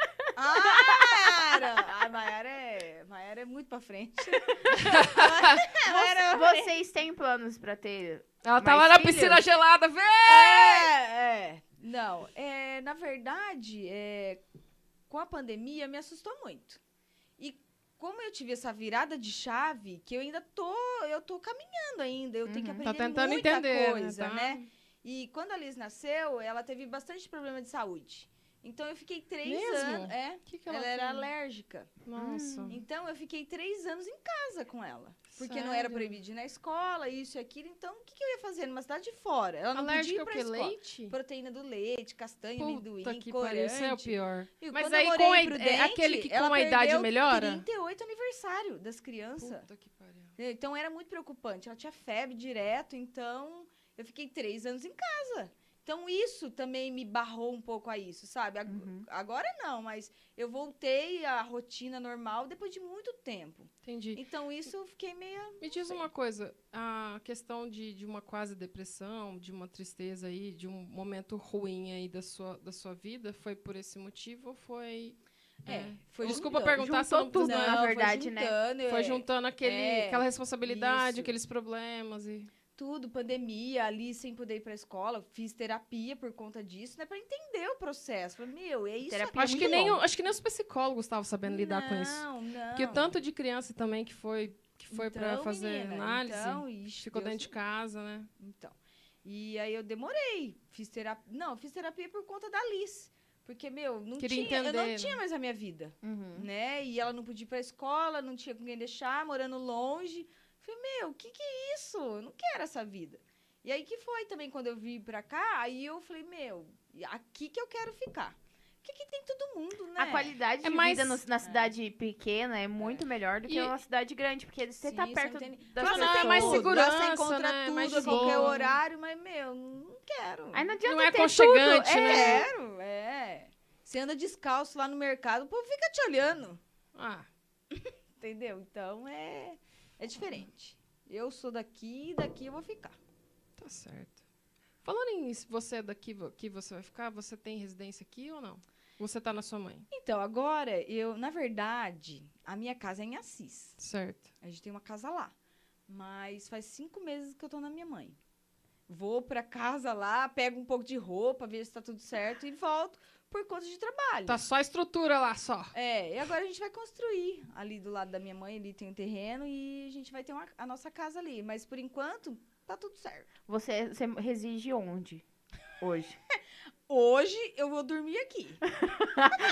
Speaker 3: Ah, Mayara! A Mayara é, Mayara é muito pra frente. A Mayara é uma-
Speaker 1: Vocês têm planos pra ter?
Speaker 2: Ela tá
Speaker 1: Mais
Speaker 2: lá na
Speaker 1: filhos?
Speaker 2: piscina gelada, vê!
Speaker 3: é, é. Não, é, na verdade, é, com a pandemia me assustou muito. E como eu tive essa virada de chave, que eu ainda tô, eu tô caminhando ainda, eu tenho que
Speaker 2: Uhum.
Speaker 3: aprender
Speaker 2: Tá tentando
Speaker 3: muita
Speaker 2: entender, né?
Speaker 3: coisa,
Speaker 2: Tá.
Speaker 3: né? E quando a Liz nasceu, ela teve bastante problema de saúde. Então eu fiquei três
Speaker 2: Mesmo?
Speaker 3: anos. É,
Speaker 2: Que que
Speaker 3: ela,
Speaker 2: ela
Speaker 3: era
Speaker 2: tem?
Speaker 3: alérgica.
Speaker 2: Nossa.
Speaker 3: Então eu fiquei três anos em casa com ela. Porque não era
Speaker 2: Sério?
Speaker 3: proibido de ir na escola, isso e aquilo. Então, o que, que eu ia fazer numa cidade de fora? Ela não
Speaker 2: Alérgica ao
Speaker 3: podia
Speaker 2: que?
Speaker 3: ir pra escola.
Speaker 2: Leite?
Speaker 3: Proteína do leite, castanha,
Speaker 2: Puta
Speaker 3: amendoim,
Speaker 2: que pariu,
Speaker 3: corante.
Speaker 2: isso é o pior.
Speaker 3: E
Speaker 2: Mas
Speaker 3: quando
Speaker 2: aí
Speaker 3: eu
Speaker 2: com
Speaker 3: morei
Speaker 2: a
Speaker 3: pro
Speaker 2: id- é aquele que
Speaker 3: ela
Speaker 2: com a idade
Speaker 3: perdeu
Speaker 2: melhora?
Speaker 3: 38 aniversário das crianças.
Speaker 2: Puta que pariu.
Speaker 3: Então era muito preocupante. Ela tinha febre direto, então eu fiquei três anos em casa. Então isso também me barrou um pouco a isso, sabe? Ag-
Speaker 1: Uhum.
Speaker 3: Agora não, mas eu voltei à rotina normal depois de muito tempo.
Speaker 2: Entendi.
Speaker 3: Então isso eu fiquei meio.
Speaker 2: Me diz uma coisa, a questão de, de uma quase depressão, de uma tristeza aí, de um momento ruim aí da sua, da sua vida, foi por esse motivo ou foi...
Speaker 3: É, foi
Speaker 2: Desculpa
Speaker 3: juntando.
Speaker 2: perguntar se eu não
Speaker 1: Juntou tudo,
Speaker 2: pus-
Speaker 1: na verdade, né?
Speaker 3: foi juntando,
Speaker 2: Foi
Speaker 3: é.
Speaker 2: juntando aquele,
Speaker 3: É,
Speaker 2: aquela responsabilidade,
Speaker 3: isso.
Speaker 2: aqueles problemas e...
Speaker 3: tudo, pandemia, ali sem poder ir pra escola, fiz terapia por conta disso, né? Pra entender o processo. Falei, meu, é isso
Speaker 1: Terapia
Speaker 3: aqui,
Speaker 2: Acho
Speaker 1: muito
Speaker 2: que, nem,
Speaker 1: bom.
Speaker 2: o- acho que nem os psicólogos estavam sabendo lidar com isso.
Speaker 3: Não, não.
Speaker 2: Porque o tanto de criança também que foi, que foi pra
Speaker 3: Então,
Speaker 2: fazer
Speaker 3: menina,
Speaker 2: análise,
Speaker 3: Então, ixi,
Speaker 2: ficou
Speaker 3: Deus
Speaker 2: dentro de casa, né?
Speaker 3: Então. E aí eu demorei. Fiz terapia. Não, fiz terapia por conta da Liz. Porque, meu, não
Speaker 2: Queria
Speaker 3: tinha, eu
Speaker 2: entender,
Speaker 3: não
Speaker 2: né?
Speaker 3: tinha mais a minha vida,
Speaker 1: Uhum.
Speaker 3: né? E ela não podia ir pra escola, não tinha com quem deixar, morando longe. Falei, meu, o que que é isso? Eu não quero essa vida. E aí que foi também quando eu vim pra cá, aí eu falei, meu, aqui que eu quero ficar. Porque aqui tem todo mundo, né?
Speaker 1: A qualidade
Speaker 2: É
Speaker 1: de
Speaker 2: mais-
Speaker 1: vida no- na cidade pequena é muito melhor do que
Speaker 2: E-
Speaker 1: uma cidade grande, porque você tá
Speaker 3: Sim, você
Speaker 1: perto
Speaker 3: não tem-
Speaker 1: das
Speaker 2: Claro,
Speaker 1: pessoas.
Speaker 2: é mais
Speaker 3: Tudo,
Speaker 2: seguro.
Speaker 3: lá você
Speaker 2: segurança,
Speaker 3: encontra
Speaker 2: né?
Speaker 3: tudo
Speaker 2: Mais
Speaker 3: a
Speaker 2: de
Speaker 3: qualquer
Speaker 2: boa.
Speaker 3: horário, mas, meu, não quero.
Speaker 1: Aí não adianta
Speaker 2: Não é
Speaker 1: ter
Speaker 2: aconchegante,
Speaker 1: tudo.
Speaker 2: né?
Speaker 3: Quero, é. Você anda descalço lá no mercado, o povo fica te olhando.
Speaker 2: Ah,
Speaker 3: Entendeu? Então é, é diferente. Eu sou daqui e daqui eu vou ficar.
Speaker 2: tá certo. Falando em se você é daqui vo- que você vai ficar, você tem residência aqui ou não? Você tá na sua mãe,
Speaker 3: Então, agora eu, na verdade, a minha casa é em Assis.
Speaker 2: certo?
Speaker 3: A gente tem uma casa lá. Mas faz cinco meses que eu tô na minha mãe. Vou pra casa lá, pego um pouco de roupa, vejo se tá tudo certo e volto por conta de trabalho.
Speaker 2: Tá só a estrutura lá, só.
Speaker 3: É, e agora a gente vai construir ali do lado da minha mãe, ali tem um terreno e a gente vai ter uma- a nossa casa ali. Mas por enquanto, tá tudo certo.
Speaker 1: Você, você reside onde? Hoje.
Speaker 3: Hoje eu vou dormir aqui.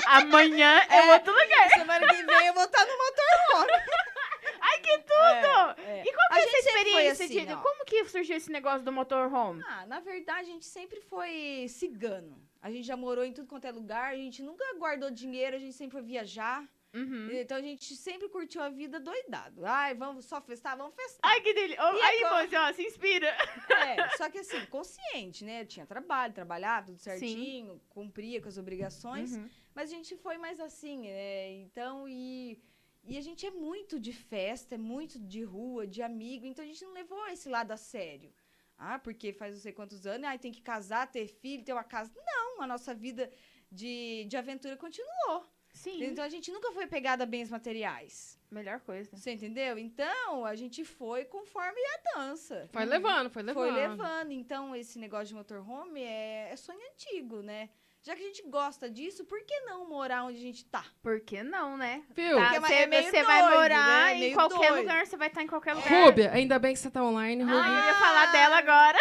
Speaker 1: Amanhã é,
Speaker 3: É.
Speaker 1: outro lugar.
Speaker 3: Semana que vem eu vou estar no motorhome.
Speaker 1: Ai, que
Speaker 3: tudo!
Speaker 1: E qual que
Speaker 3: A
Speaker 1: é essa
Speaker 3: gente sempre foi
Speaker 1: experiência?
Speaker 3: assim,
Speaker 1: de...
Speaker 3: ó.
Speaker 1: Como que surgiu esse negócio do motorhome?
Speaker 3: Ah, na verdade a gente sempre foi cigano. A gente já morou em tudo quanto é lugar, a gente nunca guardou dinheiro, a gente sempre foi viajar.
Speaker 1: Uhum.
Speaker 3: Então a gente sempre curtiu a vida doidado. Ai, vamos só festar, vamos festar.
Speaker 1: Ai, que delícia.
Speaker 3: E
Speaker 1: Aí
Speaker 3: agora?
Speaker 1: você, ó, se inspira.
Speaker 3: É, só que assim, consciente, né? Eu tinha trabalho, trabalhava tudo certinho, cumpria com as obrigações.
Speaker 1: Uhum.
Speaker 3: Mas a gente foi mais assim, é, então, e, e a gente é muito de festa, é muito de rua, de amigo, então a gente não levou esse lado a sério. Ah, porque faz não sei quantos anos, ai, tem que casar, ter filho, ter uma casa. Não, a nossa vida de, de aventura continuou.
Speaker 1: Sim,
Speaker 3: Então a gente nunca foi pegada a bens materiais.
Speaker 1: melhor coisa.
Speaker 3: Você entendeu? Então a gente foi conforme a dança.
Speaker 2: Foi levando, foi levando.
Speaker 3: Foi levando. Então, esse negócio de motorhome é, é sonho antigo, né? Já que a gente gosta disso, por que não morar onde a gente tá?
Speaker 1: Por que não, né?
Speaker 2: Viu?
Speaker 1: Tá,
Speaker 3: Porque é ma-
Speaker 1: você
Speaker 3: é meio
Speaker 1: você vai
Speaker 3: doido,
Speaker 1: morar
Speaker 3: né? É
Speaker 1: em
Speaker 3: meio
Speaker 1: qualquer
Speaker 3: doido.
Speaker 1: lugar, você vai estar em
Speaker 2: Ah,
Speaker 1: qualquer lugar.
Speaker 2: Rúbia, ainda bem que você tá online, Rúbia.
Speaker 1: Ai, eu ia falar dela agora.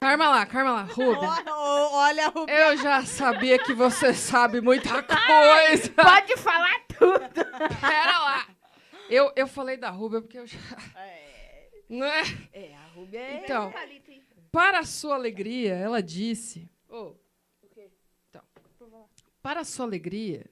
Speaker 2: Carma lá, carma lá, Rúbia.
Speaker 3: Ó, ó, Olha, o
Speaker 2: Eu já sabia que você sabe muita coisa.
Speaker 1: Pode falar tudo.
Speaker 2: Pera lá. Eu, eu falei da Rúbia porque eu já... Não é?
Speaker 3: É, a Ruby é.
Speaker 2: Então, para sua alegria, ela disse... Ô, Para sua alegria,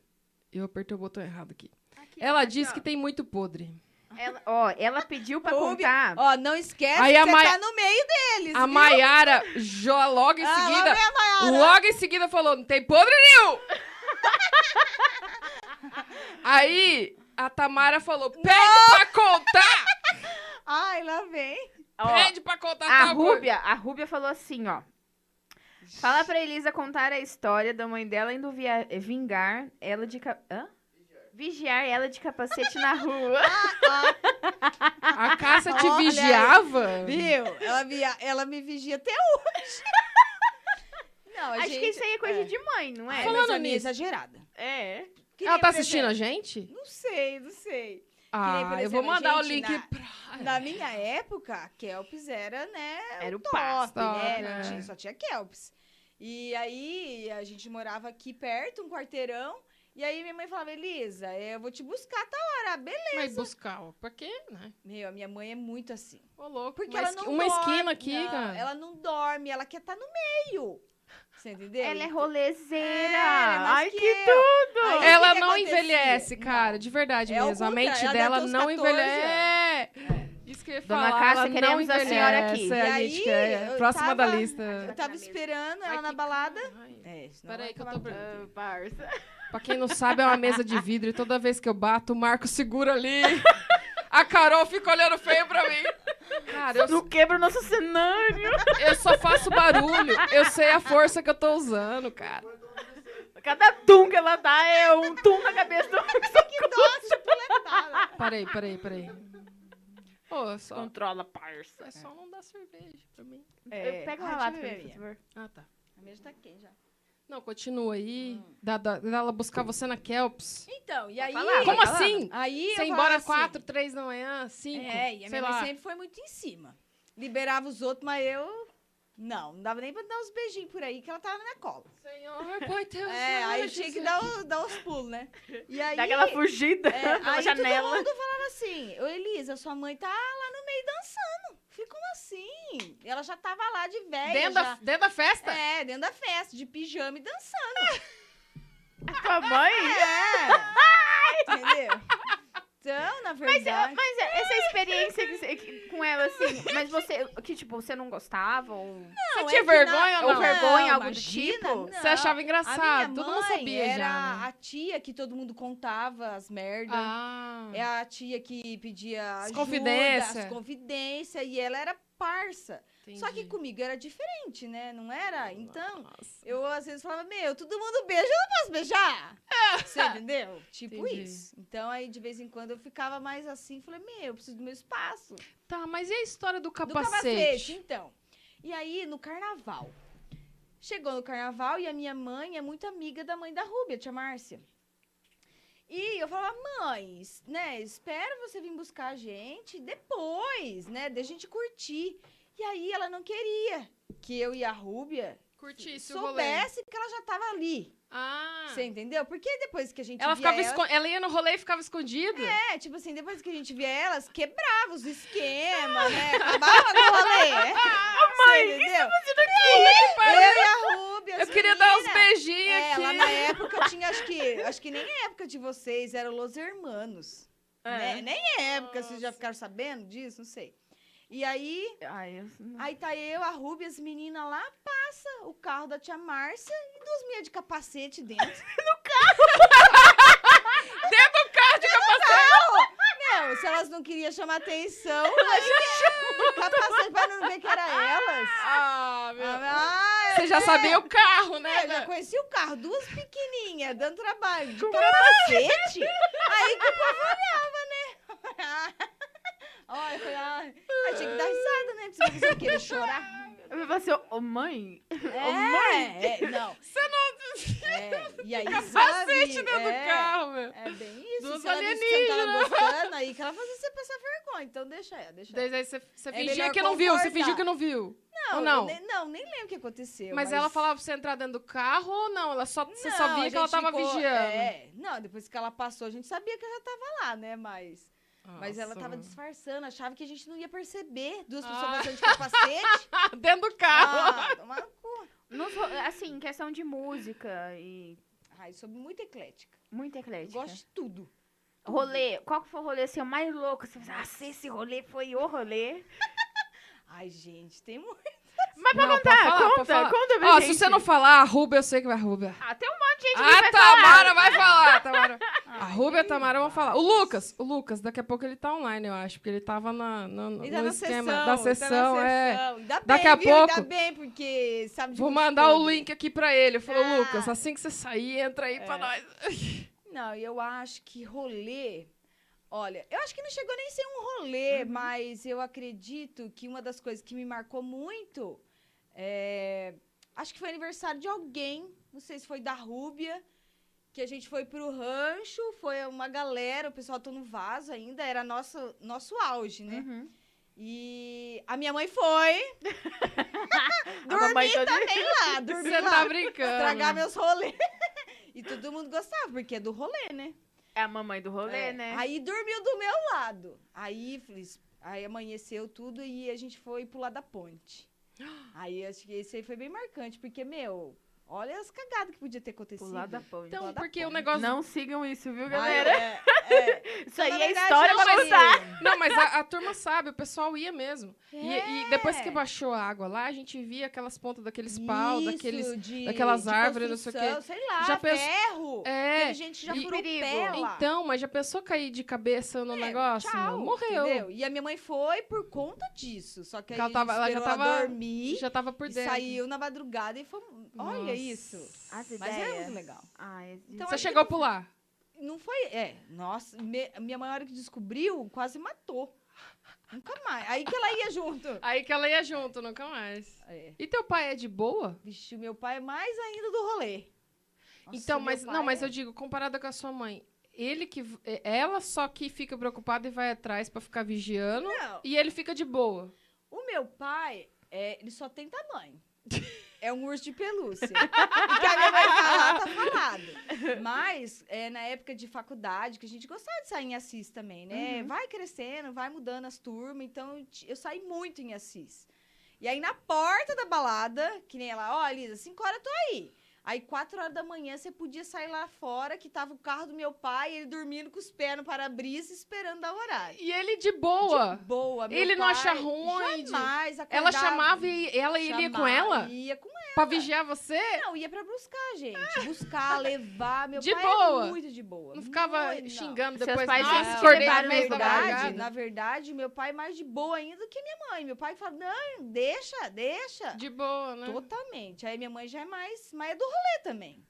Speaker 2: eu apertei o botão errado aqui. Ela disse que tem muito podre.
Speaker 1: Ela, ó, ela pediu pra
Speaker 3: Rubia.
Speaker 1: contar.
Speaker 3: Ó, não esquece
Speaker 2: Ah. Aí
Speaker 3: que
Speaker 2: a
Speaker 3: você
Speaker 2: Ma-
Speaker 3: tá no meio deles.
Speaker 2: A
Speaker 3: viu?
Speaker 2: Maiara, já logo em
Speaker 3: Ah, lá
Speaker 2: seguida,
Speaker 3: vem a Maiara.
Speaker 2: logo em seguida falou, não tem podre nenhum! Aí a Tamara falou, pede pra contar!
Speaker 3: Ai, lá vem.
Speaker 1: Ó,
Speaker 2: Pede pra contar
Speaker 1: a
Speaker 2: tal coisa.
Speaker 1: Rúbia, a Rúbia falou assim, ó. Fala pra Elisa contar a história da mãe dela indo via- eh, vingar ela de... Ca... Hã? Vigiar ela de capacete na rua.
Speaker 2: A caça te
Speaker 3: Olha aí.
Speaker 2: vigiava?
Speaker 3: Viu? Ela, via... Ela me vigia até hoje. Não, a
Speaker 1: Acho
Speaker 3: gente-
Speaker 1: que isso aí é coisa
Speaker 3: é. um
Speaker 1: de mãe, não
Speaker 3: É,
Speaker 1: é?
Speaker 2: Falando
Speaker 3: mas a minha é
Speaker 2: nisso.
Speaker 3: exagerada.
Speaker 1: É.
Speaker 2: Ela tá assistindo a gente?
Speaker 3: Não sei, não sei. nem, por
Speaker 2: Ah, eu vou
Speaker 3: exemplo, a
Speaker 2: mandar o link
Speaker 3: gente né? na-
Speaker 2: pra.
Speaker 3: Na minha época, a Kelps era, né,
Speaker 1: Era o
Speaker 3: top,
Speaker 1: pasto.
Speaker 3: né?
Speaker 2: né?
Speaker 3: Não tinha, só tinha Kelps. E aí, a gente morava aqui perto, um quarteirão. E aí, minha mãe falava, Elisa, eh, eu vou te buscar tá hora. Beleza.
Speaker 2: Vai buscar, ó. Pra quê, né?
Speaker 3: Meu, a minha mãe é muito assim.
Speaker 2: Ô, louco.
Speaker 3: Porque
Speaker 2: uma
Speaker 3: ela
Speaker 2: esqui-
Speaker 3: não
Speaker 2: Uma
Speaker 3: dorme,
Speaker 2: esquina aqui,
Speaker 3: não,
Speaker 2: cara.
Speaker 3: Ela não dorme, ela quer estar no meio. Você entendeu?
Speaker 1: Ela é
Speaker 3: É,
Speaker 1: rolezeira.
Speaker 3: ela é mais
Speaker 1: Ai, que
Speaker 3: eu. Aí, Então, o que
Speaker 2: Ela
Speaker 3: que
Speaker 2: não
Speaker 3: acontecia?
Speaker 2: envelhece, cara, de verdade
Speaker 3: É o
Speaker 2: mesmo. A
Speaker 3: contrário,
Speaker 2: mente
Speaker 3: ela deve
Speaker 2: dela
Speaker 3: ter uns
Speaker 2: não
Speaker 3: 14
Speaker 2: envelhece. É. Isso que eu ia
Speaker 1: Dona
Speaker 2: falar.
Speaker 1: Cássia,
Speaker 2: ela não
Speaker 1: queremos a senhora aqui.
Speaker 2: envelhece, a
Speaker 3: E aí,
Speaker 2: gente quer.
Speaker 3: eu
Speaker 2: Próxima
Speaker 3: tava-
Speaker 2: da lista.
Speaker 3: Eu tava esperando ela na balada. É, senão
Speaker 2: Peraí
Speaker 3: vai
Speaker 2: que eu
Speaker 3: acabar
Speaker 2: tô
Speaker 3: tudo.
Speaker 1: Ah, parça.
Speaker 2: Pra quem não sabe, é uma mesa de vidro e toda vez que eu bato, o Marco segura ali. A Carol fica olhando feio pra mim. Cara, eu,
Speaker 1: Não quebra o nosso cenário.
Speaker 2: eu só faço barulho. Eu sei a força que eu tô usando, cara.
Speaker 1: Cada tum que ela dá é um tum na cabeça do
Speaker 3: Que dose chupuletada.
Speaker 2: Parei, parei, parei. Ô, só,
Speaker 1: Controla, parça.
Speaker 2: é só não dar cerveja pra mim.
Speaker 1: É. Pega uma
Speaker 3: Ai,
Speaker 1: lata pra
Speaker 3: deixa eu
Speaker 1: mim, por
Speaker 3: ver a minha.
Speaker 1: favor.
Speaker 2: Ah, tá.
Speaker 3: A minha já tá quente já.
Speaker 2: Não, continua aí. Dá, dá, dá ela buscar você na Kelps.
Speaker 3: Então, e aí...
Speaker 1: falar,
Speaker 2: Como
Speaker 1: falando.
Speaker 2: assim?
Speaker 3: Aí
Speaker 2: Você
Speaker 3: eu
Speaker 2: ir embora
Speaker 3: falava
Speaker 2: quatro, três da manhã, cinco?
Speaker 3: É, e a
Speaker 2: sei
Speaker 3: minha mãe
Speaker 2: lá.
Speaker 3: sempre foi muito em cima. Liberava os outros, mas eu. Não, não dava nem pra dar uns beijinhos por aí, que ela tava na minha cola.
Speaker 2: Senhor, põe teus
Speaker 3: É, aí eu
Speaker 2: anjos
Speaker 3: tinha que
Speaker 2: aqui.
Speaker 3: dar, o- dar os pulos, né? E aí.
Speaker 1: Dá aquela fugida
Speaker 3: é,
Speaker 1: pela
Speaker 3: aí
Speaker 1: janela.
Speaker 3: todo mundo falava assim: Ô Elisa, sua mãe tá lá no meio dançando. Falei, como assim? Ela já tava lá de velha.
Speaker 2: Dentro
Speaker 3: já.
Speaker 2: da, dentro da festa?
Speaker 3: É, dentro da festa, de pijama e dançando.
Speaker 1: Tua mãe?
Speaker 3: É. Entendeu? Então, na
Speaker 1: Mas, é,
Speaker 3: verdade.
Speaker 1: mas essa experiência que você- que- com ela, assim, mas você, que tipo, você não gostava? Ou...
Speaker 2: Você
Speaker 3: Não,
Speaker 2: tinha
Speaker 3: é que
Speaker 2: vergonha ou não?
Speaker 1: Ou vergonha, algo do
Speaker 3: imagina,
Speaker 1: tipo?
Speaker 3: não.
Speaker 2: Você achava
Speaker 3: A
Speaker 2: engraçado.
Speaker 3: minha
Speaker 2: Todo mundo
Speaker 3: mãe
Speaker 2: sabia
Speaker 3: era
Speaker 2: já. né?
Speaker 3: a tia que todo mundo contava as merdas.
Speaker 2: Ah.
Speaker 3: É a tia que pedia
Speaker 2: As
Speaker 3: ajuda,
Speaker 2: confidência.
Speaker 3: as confidências, e ela era parça. Só que
Speaker 2: entendi.
Speaker 3: comigo era diferente, né? Não era? Então,
Speaker 2: Nossa.
Speaker 3: eu às vezes falava, meu, todo mundo beija, eu não posso beijar. Você entendeu? Tipo
Speaker 2: É. Entendi.
Speaker 3: isso. Então, aí, de vez em quando, eu ficava mais assim, falei, meu, eu preciso do meu espaço.
Speaker 2: Tá, mas e a história do
Speaker 3: Do
Speaker 2: capacete?
Speaker 3: capacete, então. E aí, no carnaval. Chegou no carnaval e a minha mãe é muito amiga da mãe da Rúbia, tia Márcia. E eu falava, mãe, s- né, espera você vir buscar a gente depois, né, da gente curtir. E aí ela não queria que eu e a Rúbia
Speaker 2: Curtisse o rolê.
Speaker 3: soubesse que ela já tava ali.
Speaker 2: Ah.
Speaker 3: Você entendeu? Porque depois que a gente
Speaker 2: Ela,
Speaker 3: via
Speaker 2: ficava
Speaker 3: ela,
Speaker 2: escon- ela ia no rolê e ficava escondida?
Speaker 3: é, tipo assim, depois que a gente via elas, quebrava os esquemas, né? Acabava com o rolê. mãe, entendeu?
Speaker 2: tá
Speaker 3: É, Eu e a Ruby, as
Speaker 2: Eu queria dar uns
Speaker 3: meninas.
Speaker 2: beijinhos
Speaker 3: É,
Speaker 2: aqui.
Speaker 3: lá na época tinha, acho que, acho que nem a época de vocês, era Los Hermanos.
Speaker 2: É.
Speaker 3: Né? Nem a época, vocês já ficaram sabendo disso? Não sei. E aí,
Speaker 1: Ai, eu... não-
Speaker 3: aí tá eu, a Ruby, as meninas lá, passa o carro da tia Márcia e duas minhas de capacete dentro.
Speaker 2: Dentro do carro de capacete.
Speaker 3: Não, se elas não queriam chamar atenção, mas um capacete pra não ver que era elas.
Speaker 2: Ah, meu.
Speaker 3: Ah,
Speaker 2: Você já sabia o carro, né?
Speaker 3: é, eu já conheci o carro, duas pequenininhas, dando trabalho, de capacete. Aí que o povo olhava, né? Olha, eu falei, ai, aí tinha que dar risada, né? Precisa fazer o quê? Ele Chorar?
Speaker 1: Eu falei assim, ô ô, mãe,
Speaker 3: É, é, não.
Speaker 2: Você não.
Speaker 3: É, e aí,
Speaker 2: Capacete
Speaker 3: sabe,
Speaker 2: dentro
Speaker 3: é,
Speaker 2: do carro, meu.
Speaker 3: É bem isso.
Speaker 2: Dos
Speaker 3: se ela disse que você não tava gostando, aí que ela fazia você passar vergonha. Então deixa ela, deixa ela.
Speaker 2: Desde aí você, você
Speaker 3: É
Speaker 2: fingia
Speaker 3: melhor
Speaker 2: que não viu, você
Speaker 3: concordar.
Speaker 2: fingiu que não viu. ou
Speaker 3: eu
Speaker 2: não?
Speaker 3: Nem, não, nem lembro o que aconteceu.
Speaker 2: mas, ela falava pra você entrar dentro do carro ou não? Ela só, você só
Speaker 3: Não, a
Speaker 2: via que ela
Speaker 3: gente
Speaker 2: tava
Speaker 3: ficou-
Speaker 2: vigiando.
Speaker 3: É, não, depois que ela passou, a gente sabia que ela já tava lá, né? Mas. Mas ela
Speaker 2: Nossa,
Speaker 3: tava
Speaker 2: mano.
Speaker 3: disfarçando, achava que a gente não ia perceber. Duas
Speaker 2: Ah.
Speaker 3: pessoas passando de capacete.
Speaker 2: Ah, dentro do carro.
Speaker 3: Ah, toma no cu.
Speaker 1: nos ro- assim, em questão de música e
Speaker 3: Ai, sou muito eclética.
Speaker 1: muito
Speaker 3: Eu
Speaker 1: eclética.
Speaker 3: gosto de tudo.
Speaker 1: Rolê, qual que foi o rolê assim, o mais louco? Você pensa, ah, esse rolê foi o rolê.
Speaker 3: Ai, gente, tem muito.
Speaker 1: Mas pra
Speaker 2: Não,
Speaker 1: contar,
Speaker 2: pode falar,
Speaker 1: Ah, conta,
Speaker 2: pode falar.
Speaker 1: conta pra
Speaker 2: Ó,
Speaker 1: gente.
Speaker 2: se você não falar, a Rubia, eu sei que vai Rubia.
Speaker 1: Ah, tem um monte de gente que
Speaker 2: Ah,
Speaker 1: vai falar.
Speaker 2: Tamara vai falar, a Tamara. A
Speaker 3: Ai,
Speaker 2: Rubia e a
Speaker 3: tem
Speaker 2: Tamara vão falar. O
Speaker 3: vários.
Speaker 2: Lucas, o Lucas, daqui a pouco ele tá online, eu acho, porque ele tava na, na- no
Speaker 3: Ele tá na
Speaker 2: esquema
Speaker 3: sessão.
Speaker 2: da
Speaker 3: ele
Speaker 2: sessão,
Speaker 3: tá na
Speaker 2: é.
Speaker 3: sessão. Ainda bem,
Speaker 2: Daqui a
Speaker 3: viu? Ainda
Speaker 2: pouco-
Speaker 3: bem, porque sabe de
Speaker 2: Vou
Speaker 3: muita
Speaker 2: mandar o
Speaker 3: coisa.
Speaker 2: link aqui pra ele. Falou,
Speaker 3: Ah. É.
Speaker 2: Lucas, assim que você sair, entra aí pra nós.
Speaker 3: Não, eu acho que rolê. Olha, eu acho que não chegou nem a ser um rolê,
Speaker 2: Uhum.
Speaker 3: mas eu acredito que uma das coisas que me marcou muito é Acho que foi aniversário de alguém, não sei se foi da Rúbia, que a gente foi pro rancho, foi uma galera, o pessoal tô no vaso ainda, era nosso, nosso auge, né?
Speaker 1: Uhum.
Speaker 3: E a minha mãe foi
Speaker 1: A mamãe
Speaker 3: dormir
Speaker 1: tá de-
Speaker 3: também lá, dormir
Speaker 2: Você
Speaker 3: lá,
Speaker 2: tá brincando.
Speaker 3: estragar meus rolês. E todo mundo gostava, porque é do rolê, né?
Speaker 1: É a mamãe do rolê,
Speaker 3: É,
Speaker 1: né?
Speaker 3: Aí dormiu do meu lado. Aí, Feliz, aí amanheceu tudo e a gente foi pular da ponte. Aí acho que esse aí foi bem marcante, porque, meu, olha as cagadas que podia ter acontecido.
Speaker 1: Pular da ponte.
Speaker 2: Então,
Speaker 3: Lá da
Speaker 2: porque o
Speaker 3: ponte.
Speaker 2: negócio.
Speaker 1: Tipo, Não sigam isso, viu,
Speaker 3: Aí,
Speaker 1: galera?
Speaker 3: é, é.
Speaker 1: Isso aí
Speaker 3: Na
Speaker 1: é
Speaker 3: verdade,
Speaker 1: história
Speaker 3: eu
Speaker 1: pra
Speaker 3: achei-
Speaker 1: contar.
Speaker 2: Não, mas a, a turma sabe, o pessoal ia mesmo. E,
Speaker 3: É.
Speaker 2: e depois que baixou a água lá, a gente via aquelas pontas daqueles pau,
Speaker 3: Isso,
Speaker 2: daqueles.
Speaker 3: de-
Speaker 2: daquelas
Speaker 3: de
Speaker 2: árvores, não sei o quê.
Speaker 3: construção, Sei lá,
Speaker 2: Já pens-
Speaker 3: ferro.
Speaker 2: É.
Speaker 3: Teve gente que já
Speaker 2: e-
Speaker 3: furou o pé
Speaker 1: Perigo.
Speaker 3: lá.
Speaker 2: Então, mas já pensou cair de cabeça no negócio?
Speaker 3: Tchau,
Speaker 2: Não, morreu.
Speaker 3: entendeu? E a minha mãe foi por conta disso. Só que aí
Speaker 2: Porque ela tava-
Speaker 3: a
Speaker 2: ela já
Speaker 3: gente esperou ela
Speaker 2: tava-
Speaker 3: dormir.
Speaker 2: E já tava por
Speaker 3: e
Speaker 2: dentro.
Speaker 3: saiu na madrugada e foi. um, Olha
Speaker 2: Nossa.
Speaker 3: isso.
Speaker 1: As
Speaker 3: Mas é
Speaker 1: ideias.
Speaker 3: muito legal.
Speaker 1: Ah, é-
Speaker 3: Então,
Speaker 2: Você
Speaker 3: acho que
Speaker 2: chegou a pular.
Speaker 3: Não foi. É, nossa, me- minha mãe, na hora que descobriu, quase matou. Nunca mais. Aí que ela ia junto.
Speaker 2: Aí que ela ia junto, nunca mais.
Speaker 3: É.
Speaker 2: E teu pai é de boa?
Speaker 3: Vixe, o meu pai é mais ainda do rolê. Nossa,
Speaker 2: então,
Speaker 3: meu
Speaker 2: mas
Speaker 3: pai
Speaker 2: não, mas
Speaker 3: é-
Speaker 2: eu digo, comparada com a sua mãe, ele que v- é- ela só que fica preocupada e vai atrás pra ficar vigiando
Speaker 3: Não,
Speaker 2: e ele fica de boa.
Speaker 3: o meu pai, é, ele só tem tamanho. É um urso de pelúcia. O que a minha mãe falar, tá falado. Mas, é, na época de faculdade, que a gente gostava de sair em Assis também, né? Vai crescendo, vai mudando as turmas. Então, eu ti- eu saí muito em Assis. E aí, na porta da balada, que nem ela, ó, Elisa, 5 horas eu tô aí. Aí, 4 horas da manhã, você podia sair lá fora, que tava o carro do meu pai, ele dormindo com os pés no para-brisa, esperando dar o horário.
Speaker 2: E ele de boa.
Speaker 3: De boa. meu
Speaker 2: Ele não
Speaker 3: pai
Speaker 2: acha ruim de-
Speaker 3: Jamais.
Speaker 2: Ela
Speaker 3: acordava-
Speaker 2: chamava e ela e ele ia com
Speaker 3: chamava,
Speaker 2: ela
Speaker 3: Ia com
Speaker 2: Pra vigiar você?
Speaker 3: ela. Não, ia pra buscar, gente. Buscar, levar. Meu
Speaker 2: De
Speaker 3: pai
Speaker 2: boa.
Speaker 3: era muito de boa.
Speaker 2: Não ficava
Speaker 3: muito, não. assim,
Speaker 2: xingando
Speaker 1: Seus
Speaker 2: depois.
Speaker 1: pais
Speaker 2: "Nossa,
Speaker 1: sempre te
Speaker 2: acordei
Speaker 1: levaram
Speaker 2: no
Speaker 3: na
Speaker 2: meio da
Speaker 3: verdade,
Speaker 2: madrugada."
Speaker 3: na verdade, meu pai é mais de boa ainda que minha mãe. Meu pai fala, não, deixa, deixa.
Speaker 2: De boa, né?
Speaker 3: Totalmente. Aí minha mãe já é mais, mas é do rolê também.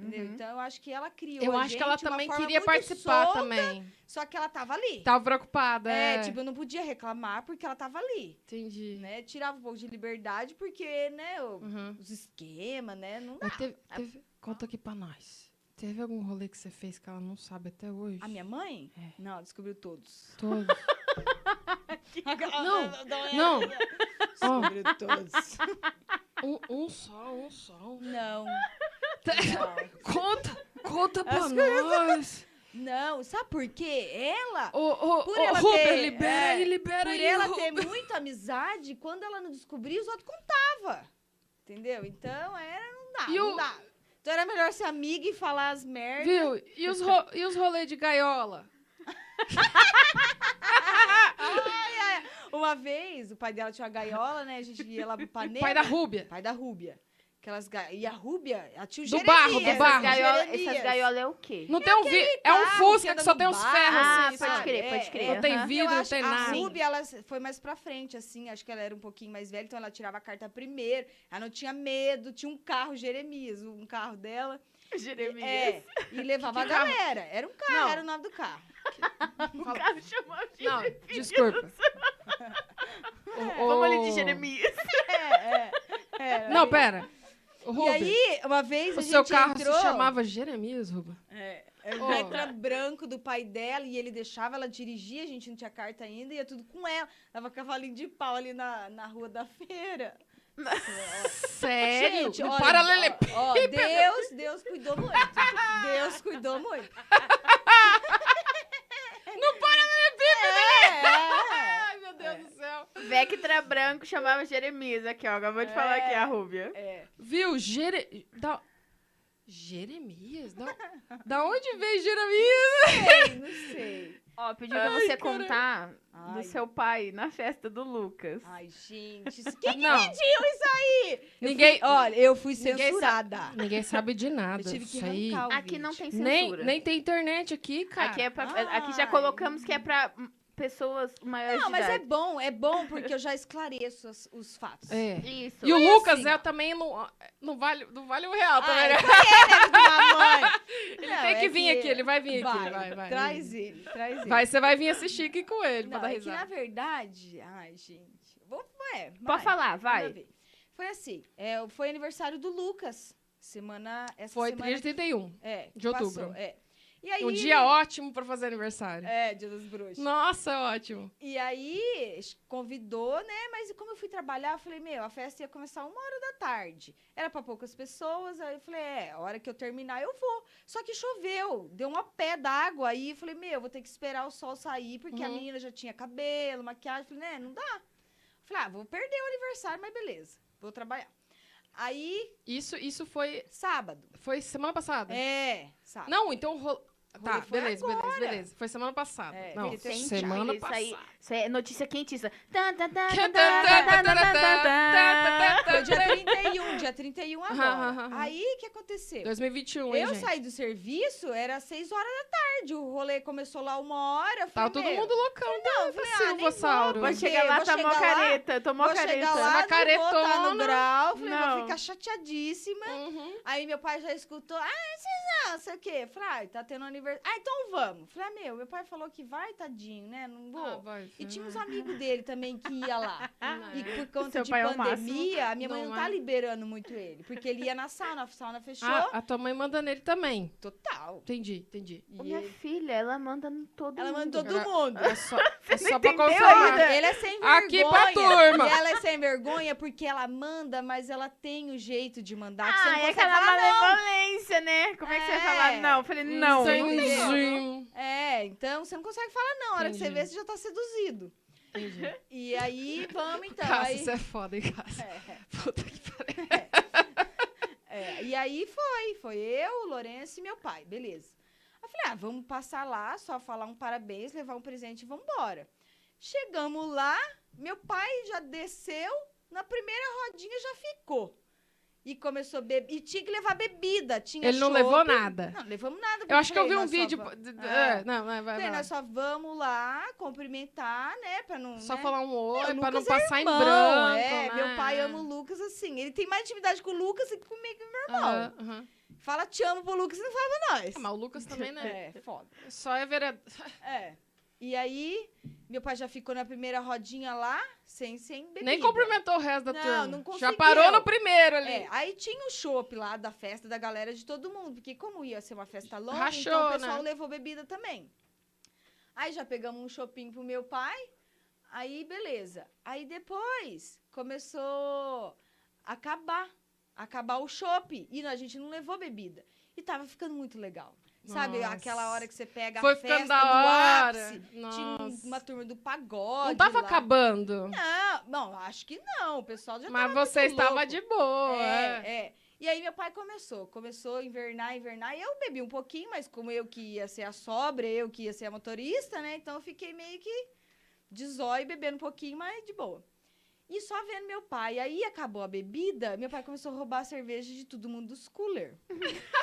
Speaker 3: Entendeu?
Speaker 1: Uhum.
Speaker 3: Então eu acho que ela criou.
Speaker 2: Eu
Speaker 3: a
Speaker 2: acho que ela
Speaker 3: gente de uma
Speaker 2: também
Speaker 3: forma
Speaker 2: queria
Speaker 3: muito
Speaker 2: participar
Speaker 3: solta,
Speaker 2: também.
Speaker 3: Só que ela tava ali.
Speaker 2: Tava preocupada.
Speaker 3: é,
Speaker 2: é.
Speaker 3: tipo, eu não podia reclamar porque ela tava ali.
Speaker 2: Entendi.
Speaker 3: Né? Tirava um pouco de liberdade porque, né, o-
Speaker 2: Uhum.
Speaker 3: os esquemas, né? Não
Speaker 2: Mas teve, teve- Conta aqui pra nós. Teve algum rolê que você fez que ela não sabe até hoje?
Speaker 3: A minha mãe?
Speaker 2: É.
Speaker 3: Não, ela descobriu todos.
Speaker 2: Todos.
Speaker 3: Não, é
Speaker 2: Não,
Speaker 3: Descobriu todos.
Speaker 2: um, um só, um só. um-
Speaker 3: Não,
Speaker 2: Conta, conta pra nós.
Speaker 3: não. Sabe por quê? Ela,
Speaker 2: Ô, ô,
Speaker 3: Por
Speaker 2: ô,
Speaker 3: ela
Speaker 2: Ruber,
Speaker 3: ter-
Speaker 2: libera
Speaker 3: é,
Speaker 2: aí, libera
Speaker 3: por
Speaker 2: aí.
Speaker 3: ela
Speaker 2: Ru-
Speaker 3: ter muita amizade, quando ela não descobria, os outros contavam. Entendeu? Então, era, não dá,
Speaker 2: E
Speaker 3: não
Speaker 2: o-
Speaker 3: dá. Então era melhor ser amiga e falar as merdas.
Speaker 2: Viu? E os, ro e os rolês de gaiola?
Speaker 3: Uma vez, o pai dela tinha uma gaiola, né? A gente ia lá pro Panema.
Speaker 2: Pai da Rúbia.
Speaker 3: Pai da Rúbia. Aquelas ga... E a Rúbia, ela tinha o
Speaker 2: Do
Speaker 3: Jeremias,
Speaker 2: barro, do
Speaker 1: Essas,
Speaker 2: barro.
Speaker 1: Então, gaiola- essas
Speaker 3: Jeremias.
Speaker 1: gaiolas é o quê?
Speaker 2: Não tem um vi É um
Speaker 3: carro
Speaker 2: Fusca
Speaker 3: que
Speaker 2: que
Speaker 3: anda
Speaker 2: só
Speaker 3: no
Speaker 2: tem uns
Speaker 3: bar.
Speaker 2: ferros
Speaker 1: ah,
Speaker 2: assim,
Speaker 1: pode
Speaker 2: sabe?
Speaker 1: crer, pode
Speaker 3: É,
Speaker 1: crer.
Speaker 2: Não tem
Speaker 1: aham.
Speaker 2: vidro,
Speaker 3: Eu
Speaker 2: não
Speaker 3: acho-
Speaker 2: tem
Speaker 3: a
Speaker 2: nada.
Speaker 3: Ruby, ela s- foi mais pra frente, assim. Acho que ela era um pouquinho mais velha, então ela tirava a carta primeiro. Ela não tinha medo. Tinha um carro, Jeremias, um carro dela.
Speaker 1: Jeremias.
Speaker 3: É, e levava a galera. Era um carro,
Speaker 2: Não.
Speaker 3: era o nome do carro.
Speaker 1: O cara chamou de...
Speaker 2: Não, desculpa. O-
Speaker 1: Vamos ali
Speaker 2: o-
Speaker 1: de Jeremias.
Speaker 3: É, é. é
Speaker 2: Não, pera. O
Speaker 3: E
Speaker 2: Ruber,
Speaker 3: aí, uma vez a
Speaker 2: o
Speaker 3: gente
Speaker 2: seu carro
Speaker 3: entrou...
Speaker 2: se chamava Jeremias, Ruba?
Speaker 3: É, é
Speaker 2: Ô.
Speaker 3: o letra branco do pai dela e ele deixava ela dirigir, a gente não tinha carta ainda, ia tudo com ela. Tava cavalinho de pau ali na, na rua da feira. É,
Speaker 2: Sério?
Speaker 3: Gente,
Speaker 2: No
Speaker 3: olha,
Speaker 2: paralelepípedo.
Speaker 3: ó, ó, Deus, Deus cuidou muito. Deus cuidou muito.
Speaker 2: No paralelepípedo. né?
Speaker 3: É,
Speaker 2: Ai, meu Deus do céu.
Speaker 1: Vectra Branco chamava Jeremias. Aqui, ó. Acabou de falar aqui a Rúbia.
Speaker 3: é.
Speaker 2: Viu? Jere... Da... Jeremias? Da... da onde veio Jeremias?
Speaker 3: Sei, não sei.
Speaker 1: Ó, pedi pra você contar
Speaker 3: Ai,
Speaker 1: do
Speaker 2: é
Speaker 1: seu pai na festa do Lucas.
Speaker 3: ai, gente, isso- quem
Speaker 2: um Não.
Speaker 3: pediu isso aí?
Speaker 2: Ninguém...
Speaker 3: Olha, eu fui
Speaker 2: Ninguém
Speaker 3: censurada.
Speaker 2: Ninguém sabe de nada.
Speaker 3: Eu tive que
Speaker 2: Isso aí...
Speaker 3: arrancar o
Speaker 1: Aqui não
Speaker 3: vídeo.
Speaker 1: tem
Speaker 2: Nem,
Speaker 1: censura.
Speaker 2: nem tem internet aqui, cara.
Speaker 1: Aqui, é pra,
Speaker 3: Ah.
Speaker 1: aqui já colocamos que é pra hum, pessoas maiores
Speaker 3: Não,
Speaker 1: de
Speaker 3: mas é
Speaker 1: idade.
Speaker 3: bom, é bom porque eu já esclareço as- os fatos.
Speaker 2: É.
Speaker 1: Isso.
Speaker 2: E o Lucas
Speaker 3: assim,
Speaker 2: é,
Speaker 3: ó.
Speaker 2: também não, não, vale, não vale um real, tá
Speaker 3: Ah,
Speaker 2: vendo?
Speaker 3: eu conheço da mãe.
Speaker 2: Ele
Speaker 3: Não,
Speaker 2: tem que
Speaker 3: é
Speaker 2: vir aqui, ele vai vir aqui.
Speaker 3: Vai,
Speaker 2: Vai, vai.
Speaker 3: Traz ele, traz ele.
Speaker 2: Vai, você vai vir assistir aqui com ele pra
Speaker 3: Não,
Speaker 2: dar
Speaker 3: é que na
Speaker 2: risada.
Speaker 3: verdade... Ai, gente... Vou, é, vai.
Speaker 1: Pode falar,
Speaker 3: Nada a
Speaker 1: vai.
Speaker 3: ver. Foi assim, é, foi aniversário do Lucas. Semana, essa
Speaker 2: Foi
Speaker 3: semana...
Speaker 2: 3 de 31.
Speaker 3: é, que
Speaker 2: de outubro.
Speaker 3: passou, é. E aí,
Speaker 2: Um dia ótimo pra fazer aniversário.
Speaker 3: É, dia das bruxas.
Speaker 2: Nossa, ótimo.
Speaker 3: E aí, convidou, né? Mas como eu fui trabalhar, eu falei, meu, a festa ia começar uma hora da tarde. Era pra poucas pessoas. Aí eu falei, é, a hora que eu terminar, eu vou. Só que choveu, deu uma pé d'água aí. Eu falei, meu, eu vou ter que esperar o sol sair, porque a
Speaker 2: Uhum.
Speaker 3: menina já tinha cabelo, maquiagem. Eu falei, né, não dá. Eu falei, ah, vou perder o aniversário, mas beleza, vou trabalhar. Aí,
Speaker 2: Isso, isso foi,
Speaker 3: sábado.
Speaker 2: foi semana passada?
Speaker 3: É, sábado.
Speaker 2: Não, então rolou. Tá,
Speaker 3: Rolê foi
Speaker 2: beleza, beleza, beleza. Foi semana passada.
Speaker 3: É,
Speaker 2: Não,
Speaker 3: ele tem
Speaker 2: semana
Speaker 1: isso aí.
Speaker 2: passada.
Speaker 1: Isso é notícia quentíssima. Tá, tá, tá, tá, tá, tá, tá, tá, tá, tá.
Speaker 3: Foi
Speaker 2: Tá, tá, tá, tá, tá, tá.
Speaker 3: dia 31, dia 31 agora.
Speaker 2: Aham, aham, aham.
Speaker 3: Aí, o que aconteceu?
Speaker 2: 2021, hein,
Speaker 3: Eu
Speaker 2: gente?
Speaker 3: saí do serviço, era seis horas da tarde. O rolê começou lá uma hora. eu
Speaker 2: Tava
Speaker 3: falei,
Speaker 2: todo
Speaker 3: meu,
Speaker 2: mundo loucão da, da
Speaker 3: falei, ah, nem
Speaker 2: Silva
Speaker 3: vou,
Speaker 2: Sauro.
Speaker 1: Vai
Speaker 3: Mas-
Speaker 1: chegar
Speaker 3: Vou
Speaker 1: lá, tá
Speaker 3: chegar
Speaker 1: mó
Speaker 3: lá,
Speaker 1: careta, tomou
Speaker 3: Vou chegar
Speaker 1: careta.
Speaker 3: lá,
Speaker 2: Uma
Speaker 3: não vou tá no
Speaker 2: caretona.
Speaker 3: grau. Falei, vou
Speaker 1: Não.
Speaker 3: ficar chateadíssima.
Speaker 2: Uhum.
Speaker 3: Aí meu pai já escutou. Ah, vocês não, sei o quê. Falei, ah, tá tendo aniversário. Ah, então vamos. Falei, ah, meu, meu pai falou que vai, tadinho, né? Não vou.
Speaker 2: Ah, vai,
Speaker 3: e
Speaker 2: filho.
Speaker 3: tinha uns amigos dele também que ia lá.
Speaker 2: Não
Speaker 3: E
Speaker 2: é.
Speaker 3: por conta
Speaker 1: Seu
Speaker 3: de
Speaker 1: pai é o máximo.
Speaker 3: pandemia, a minha mãe
Speaker 2: Não
Speaker 3: não tá
Speaker 2: é.
Speaker 3: liberando muito ele. Porque ele ia na sauna, a sauna fechou.
Speaker 2: Ah, a tua mãe manda nele também.
Speaker 3: Total.
Speaker 2: Entendi, entendi.
Speaker 3: E
Speaker 1: Ô, Minha
Speaker 3: ele-
Speaker 1: filha, ela manda em todo
Speaker 3: ela
Speaker 1: mundo.
Speaker 3: mandou todo
Speaker 2: Ela-
Speaker 3: mundo.
Speaker 2: É só, é
Speaker 1: Você
Speaker 2: só
Speaker 1: não
Speaker 2: pra
Speaker 1: entendeu
Speaker 2: confirmar.
Speaker 1: ainda?
Speaker 3: Ele é sem vergonha.
Speaker 2: Aqui pra turma.
Speaker 3: E ela é sem vergonha porque ela manda, mas ela tem o jeito de mandar. que você não
Speaker 1: Ah, é
Speaker 3: consegue
Speaker 1: aquela
Speaker 3: falar, não.
Speaker 1: malevolência, né? Como é que você vai falar
Speaker 3: É.
Speaker 1: não? Eu falei, não, não
Speaker 2: entendi.
Speaker 1: tem como.
Speaker 3: É, então você não consegue falar não. A hora que você
Speaker 2: Entendi.
Speaker 3: vê, você já tá seduzido.
Speaker 2: entendi.
Speaker 3: E aí, vamos então.
Speaker 2: Cássio,
Speaker 3: aí...
Speaker 2: você é foda, hein, Cássio?
Speaker 3: É,
Speaker 2: Puta que pariu.
Speaker 3: é. E aí foi. Foi eu, o Lourenço e meu pai. Beleza. Aí falei, ah, vamos passar lá, só falar um parabéns, levar um presente e vambora. Chegamos lá, meu pai já desceu, na primeira rodinha já ficou. E começou a beber. E tinha que levar bebida. Tinha
Speaker 2: Ele não
Speaker 3: chopp.
Speaker 2: levou nada.
Speaker 3: Não, levamos nada. porque
Speaker 2: Eu acho que eu vi
Speaker 3: falei,
Speaker 2: um
Speaker 3: nós só
Speaker 2: vídeo.
Speaker 3: va-
Speaker 2: d- d-
Speaker 3: É.
Speaker 2: é, Não, vai, vai.
Speaker 3: Falei,
Speaker 2: vai.
Speaker 3: nós só vamos lá cumprimentar, né? Pra não.
Speaker 2: Só
Speaker 3: né?
Speaker 2: falar um oi,
Speaker 3: o
Speaker 2: pra não
Speaker 3: Lucas é
Speaker 2: passar em
Speaker 3: Irmão,
Speaker 2: branco.
Speaker 3: É,
Speaker 2: né?
Speaker 3: meu pai ama o Lucas assim. Ele tem mais intimidade com o Lucas do que comigo.
Speaker 2: Aham, aham.
Speaker 3: Fala te amo pro Lucas e não fala pra nós.
Speaker 2: Ah, mas o Lucas também, né?
Speaker 3: É, foda.
Speaker 2: Só é vereador.
Speaker 3: É. E aí, meu pai já ficou na primeira rodinha lá, sem, sem bebida.
Speaker 2: Nem cumprimentou o resto da
Speaker 3: Não,
Speaker 2: turma.
Speaker 3: não
Speaker 2: Já
Speaker 3: conseguiu.
Speaker 2: parou no primeiro ali.
Speaker 3: É, aí tinha o chopp lá da festa da galera de todo mundo, porque como ia ser uma festa longa,
Speaker 2: Rachou,
Speaker 3: então o pessoal
Speaker 2: né?
Speaker 3: levou bebida também. Aí já pegamos um shopping pro meu pai, aí beleza. Aí depois começou a acabar, acabar o chopp e a gente não levou bebida. E tava ficando muito legal. Sabe,
Speaker 2: Nossa.
Speaker 3: aquela hora que você pega
Speaker 2: Foi
Speaker 3: É, a festa
Speaker 2: ficando da
Speaker 3: no
Speaker 2: hora.
Speaker 3: ápice. Tinha um-
Speaker 2: Nossa. Um
Speaker 3: uma turma do pagode
Speaker 2: Não tava
Speaker 3: lá.
Speaker 2: acabando.
Speaker 3: Não, não, acho que não. O pessoal já
Speaker 2: mas
Speaker 3: tava
Speaker 2: você
Speaker 3: muito
Speaker 2: estava
Speaker 3: louco.
Speaker 2: de boa. É.
Speaker 3: É, é. E aí meu pai começou, começou a invernar, invernar. E eu bebi um pouquinho, mas como eu que ia ser a sobra, eu que ia ser a motorista, né? Então eu fiquei meio que de zóio, bebendo um pouquinho, mas de boa. E só vendo meu pai. Aí acabou a bebida, meu pai começou a roubar a cerveja de todo mundo dos cooler.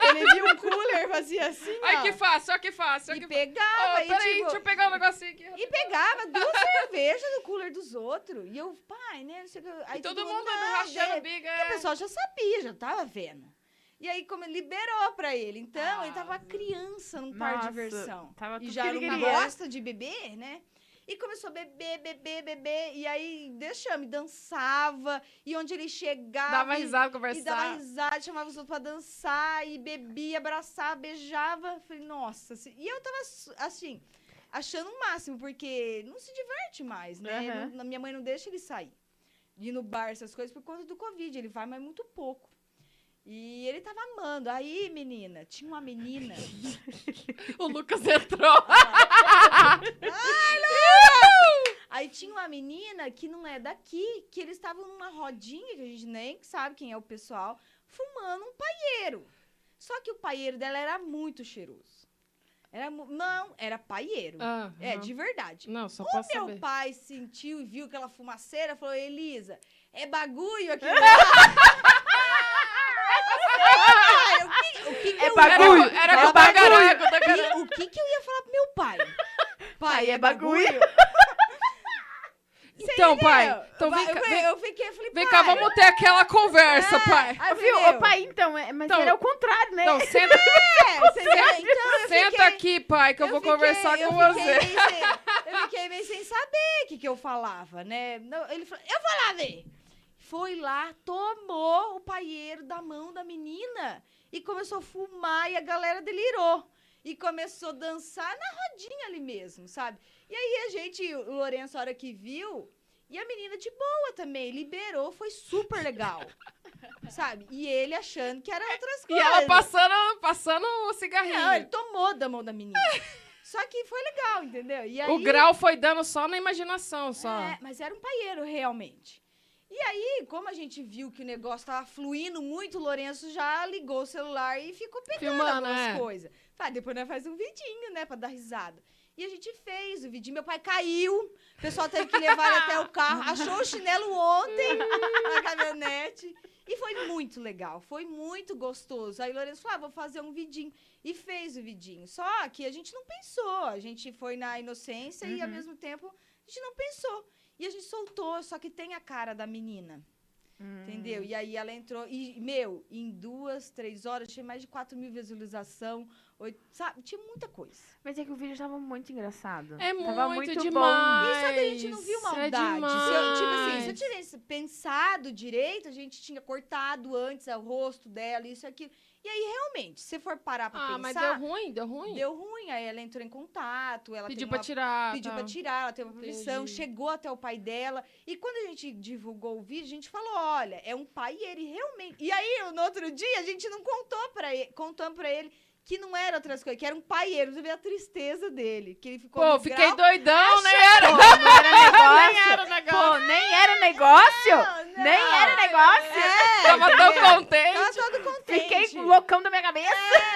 Speaker 3: Ele viu um cooler, fazia assim, ó,
Speaker 2: Ai, que fácil, olha que fácil. olha
Speaker 3: e
Speaker 2: que... Ô,
Speaker 3: pegava, e
Speaker 2: peraí,
Speaker 3: tipo,
Speaker 2: deixa eu pegar um negocinho aqui.
Speaker 3: e pegava duas cervejas do cooler dos outros. E eu, pai, né? Não sei o que. Aí
Speaker 2: E todo mundo
Speaker 3: "Não,
Speaker 2: rachando é.
Speaker 3: deve-
Speaker 2: o bico.
Speaker 3: o ah, é, pessoal já sabia, já tava vendo. E aí, como ele liberou pra ele. Então, ele tava criança num par de
Speaker 1: Nossa,
Speaker 3: diversão.
Speaker 1: tava
Speaker 3: e
Speaker 1: tudo
Speaker 3: já
Speaker 1: que ele
Speaker 3: não
Speaker 1: queria.
Speaker 3: gosta de beber, né? E começou a beber, beber, beber. E aí, deixamos, e dançava. E onde ele chegava.
Speaker 2: Dava
Speaker 3: e-
Speaker 2: risada,
Speaker 3: E dava
Speaker 2: conversar.
Speaker 3: risada, chamava os outros pra dançar. E bebia, abraçava, beijava. Falei, nossa. assim- E eu tava, su- assim, achando o máximo. Porque não se diverte mais, né?
Speaker 1: Aham.
Speaker 3: Não- minha mãe não deixa ele sair ir no bar, essas coisas, por conta do Covid. Ele vai, mas muito pouco. E ele tava amando. Aí, menina, tinha uma menina.
Speaker 2: O Lucas entrou.
Speaker 3: Aí tinha uma menina que não é daqui, que eles estavam numa rodinha, que a gente nem sabe quem é o pessoal, fumando um paieiro. Só que o paieiro dela era muito cheiroso. Era, mu- não, era paieiro.
Speaker 2: Ah,
Speaker 3: É,
Speaker 2: não.
Speaker 3: de verdade.
Speaker 2: Não, só posso
Speaker 3: Meu
Speaker 2: saber.
Speaker 3: pai sentiu e viu aquela fumaceira, falou, Elisa, é bagulho aqui. Ai, o que, o que que
Speaker 1: É
Speaker 3: eu-
Speaker 1: bagulho,
Speaker 2: Era, era
Speaker 1: é
Speaker 2: Tá com bagulho. com bagulho.
Speaker 3: E o que que eu ia falar pro meu pai?
Speaker 1: Pai, é bagulho.
Speaker 2: Então, pai.
Speaker 3: Entendeu?
Speaker 2: Então vem
Speaker 3: é. eu,
Speaker 2: cá,
Speaker 3: eu-
Speaker 2: vem,
Speaker 3: eu fiquei, eu Ah, falei,
Speaker 2: vem
Speaker 3: pai. É,
Speaker 2: cá, vamos ter aquela conversa, pai.
Speaker 3: Aí,
Speaker 1: Viu?
Speaker 3: entendeu?
Speaker 1: Ô, pai, então, é- mas
Speaker 2: Então-
Speaker 1: era o contrário, né?
Speaker 2: Então, senta,
Speaker 3: É, você entendeu? então, eu
Speaker 2: senta
Speaker 3: fiquei-
Speaker 2: aqui, pai, que eu, vou
Speaker 3: fiquei-
Speaker 2: conversar
Speaker 3: eu
Speaker 2: com
Speaker 3: fiquei
Speaker 2: você.
Speaker 3: meio sem- eu fiquei meio sem saber o que, que eu falava, né? Não, Ele falou, eu vou lá ver. foi lá, tomou o paieiro da mão da menina e começou a fumar e a galera delirou. E começou a dançar na rodinha ali mesmo, sabe? E aí a gente, o Lourenço, a hora que viu, e a menina de boa também, liberou, foi super legal. sabe? E ele achando que era outras
Speaker 2: E
Speaker 3: coisas.
Speaker 2: ela passando, passando o cigarrinho.
Speaker 3: Não, É, ele tomou da mão da menina. Só que foi legal, entendeu? E aí,
Speaker 2: O grau foi dando só na imaginação, só.
Speaker 3: É, mas era um paieiro, realmente. E aí, como a gente viu que o negócio tava fluindo muito, o Lourenço já ligou o celular e ficou pegando
Speaker 2: Filmando,
Speaker 3: algumas
Speaker 2: é.
Speaker 3: coisas. Tá, depois nós faz um vidinho, né, pra dar risada. E a gente fez o vidinho, meu pai caiu, o pessoal teve que levar ele até o carro, achou o chinelo ontem na caminhonete. E foi muito legal, foi muito gostoso. Aí o Lourenço falou, ah, vou fazer um vidinho. E fez o vidinho. Só que a gente não pensou, a gente foi na inocência e, ao
Speaker 1: Uhum.
Speaker 3: mesmo tempo, a gente não pensou. E a gente soltou, só que tem a cara da menina,
Speaker 1: Hum.
Speaker 3: entendeu? E aí ela entrou, e, meu, em duas, três horas, tinha mais de 4 mil visualizações, oito- sabe? Tinha muita coisa.
Speaker 1: Mas é que o vídeo tava muito engraçado.
Speaker 2: É
Speaker 1: tava
Speaker 2: muito,
Speaker 1: bom.
Speaker 2: demais.
Speaker 3: Isso é que a gente não viu maldade.
Speaker 2: É
Speaker 3: se eu, tipo assim, se eu
Speaker 2: demais.
Speaker 3: tivesse pensado direito, a gente tinha cortado antes o rosto dela, isso e aquilo. E aí, realmente, se for parar pra
Speaker 2: Ah, mas deu
Speaker 3: pensar,
Speaker 2: ruim, deu ruim.
Speaker 3: deu ruim. Aí ela entrou em contato, ela
Speaker 2: Pediu
Speaker 3: tem
Speaker 2: pra
Speaker 3: uma
Speaker 2: tirar.
Speaker 3: pediu
Speaker 2: tá.
Speaker 3: pra tirar, ela teve uma permissão,
Speaker 2: Entendi.
Speaker 3: chegou até o pai dela. E quando a gente divulgou o vídeo, a gente falou: olha, é um pai e ele realmente. E aí, no outro dia, a gente não contou pra ele, contamos pra ele que não era outras coisas, que era um paieiro. Você vê a tristeza dele, que ele ficou.
Speaker 2: Pô,
Speaker 3: no
Speaker 2: fiquei
Speaker 3: grau.
Speaker 2: doidão, né?
Speaker 1: Pô, não era
Speaker 2: Nem
Speaker 1: negócio.
Speaker 2: era o negócio.
Speaker 1: Pô, nem era negócio?
Speaker 3: Não, não.
Speaker 1: Nem era negócio?
Speaker 2: Tava tão contente.
Speaker 3: Tava todo contente.
Speaker 1: Fiquei loucão da minha cabeça.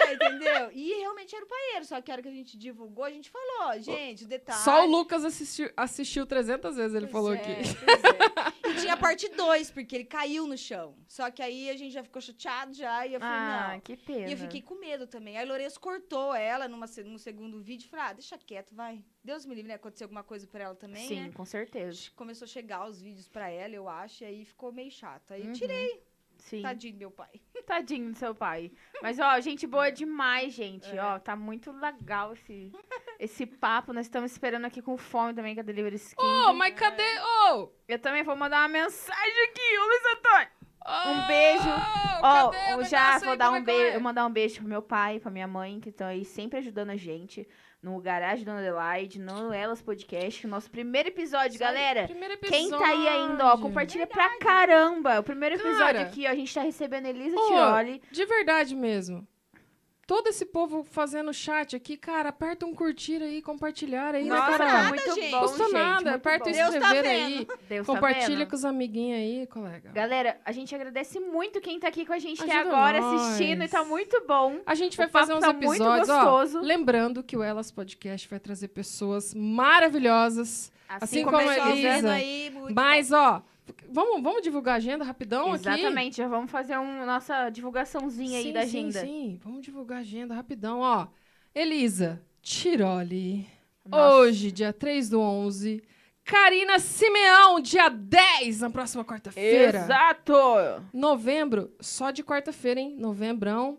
Speaker 3: É, entendeu? E realmente era o paieiro, só que a hora que a gente divulgou, a gente falou, gente,
Speaker 1: Tá.
Speaker 3: detalhe.
Speaker 2: Só o Lucas assistiu, assistiu 300 vezes, ele
Speaker 3: Pois
Speaker 2: falou
Speaker 3: é,
Speaker 2: aqui.
Speaker 3: pois é. E tinha a parte 2, porque ele caiu no chão. Só que aí a gente já ficou chateado já, e eu falei, não.
Speaker 1: Ah, que pena.
Speaker 3: E eu fiquei com medo também. Aí Lourenço cortou ela numa, se- num segundo vídeo e falou: ah, deixa quieto, vai. Deus me livre, né? Aconteceu alguma coisa pra ela também,
Speaker 1: Sim,
Speaker 3: né?
Speaker 1: com certeza.
Speaker 3: Começou a chegar os vídeos pra ela, eu acho, e aí ficou meio chato. Aí eu
Speaker 1: Uhum.
Speaker 3: tirei,
Speaker 1: Sim.
Speaker 3: tadinho do meu pai.
Speaker 1: Tadinho do seu pai. Mas, ó, gente boa demais, gente.
Speaker 3: É.
Speaker 1: Ó, tá muito legal esse, esse papo. Nós estamos esperando aqui com fome também, que é a Delivery Skin.
Speaker 2: Ô, mas cadê? Ô!
Speaker 1: Eu também vou mandar uma mensagem aqui, ô Luiz Antônio.
Speaker 2: Ô,
Speaker 1: Um beijo. Ó,
Speaker 2: Então, cadê o
Speaker 1: eu já
Speaker 2: negócio
Speaker 1: vou
Speaker 2: aí?
Speaker 1: dar
Speaker 2: Como é
Speaker 1: um
Speaker 2: que é?
Speaker 1: beijo, eu mandar um beijo pro meu pai, pra minha mãe, que estão aí sempre ajudando a gente no Garagem Dona Adelaide, no Elas Podcast, o nosso primeiro episódio, galera.
Speaker 2: Primeiro
Speaker 1: Quem
Speaker 2: episódio.
Speaker 1: tá aí ainda, ó, compartilha pra caramba. O primeiro episódio
Speaker 2: Cara.
Speaker 1: aqui, ó, a gente tá recebendo Elisa
Speaker 2: Ô,
Speaker 1: Tiroli.
Speaker 2: De verdade mesmo. Todo esse povo fazendo chat aqui, cara, aperta um curtir aí, compartilhar aí,
Speaker 1: Nossa,
Speaker 2: né,
Speaker 1: tá
Speaker 2: cara?
Speaker 1: muito
Speaker 3: gente.
Speaker 1: bom,
Speaker 2: Custa
Speaker 1: gente.
Speaker 2: nada,
Speaker 1: muito
Speaker 2: aperta o
Speaker 1: bom.
Speaker 3: Deus tá
Speaker 2: inscrever
Speaker 3: vendo.
Speaker 2: aí,
Speaker 1: Deus tá
Speaker 2: compartilha
Speaker 1: vendo?
Speaker 2: com os amiguinhos aí, colega.
Speaker 1: Galera, a gente agradece muito quem tá aqui com a gente até
Speaker 2: Ajuda
Speaker 1: agora
Speaker 2: nós.
Speaker 1: assistindo e tá muito bom.
Speaker 2: A gente
Speaker 1: O
Speaker 2: vai
Speaker 1: papo
Speaker 2: fazer uns
Speaker 1: tá muito
Speaker 2: episódios, ó.
Speaker 1: gostoso.
Speaker 2: Lembrando que o Elas Podcast vai trazer pessoas maravilhosas. Assim como
Speaker 1: a
Speaker 2: a
Speaker 3: pessoal
Speaker 2: Elisa.
Speaker 3: vendo aí, muito
Speaker 2: Mas, ó, vamos, vamos divulgar a agenda rapidão aqui?
Speaker 1: Exatamente, já vamos fazer um, nossa divulgaçãozinha aí
Speaker 2: Sim,
Speaker 1: da
Speaker 2: sim,
Speaker 1: agenda.
Speaker 2: Sim, vamos divulgar a agenda rapidão, ó. Elisa Tiroli,
Speaker 1: Nossa.
Speaker 2: hoje, dia 3 do 11. Karina Simeão, dia 10, na próxima quarta-feira.
Speaker 1: Exato!
Speaker 2: Novembro, só de quarta-feira, hein? Novembrão.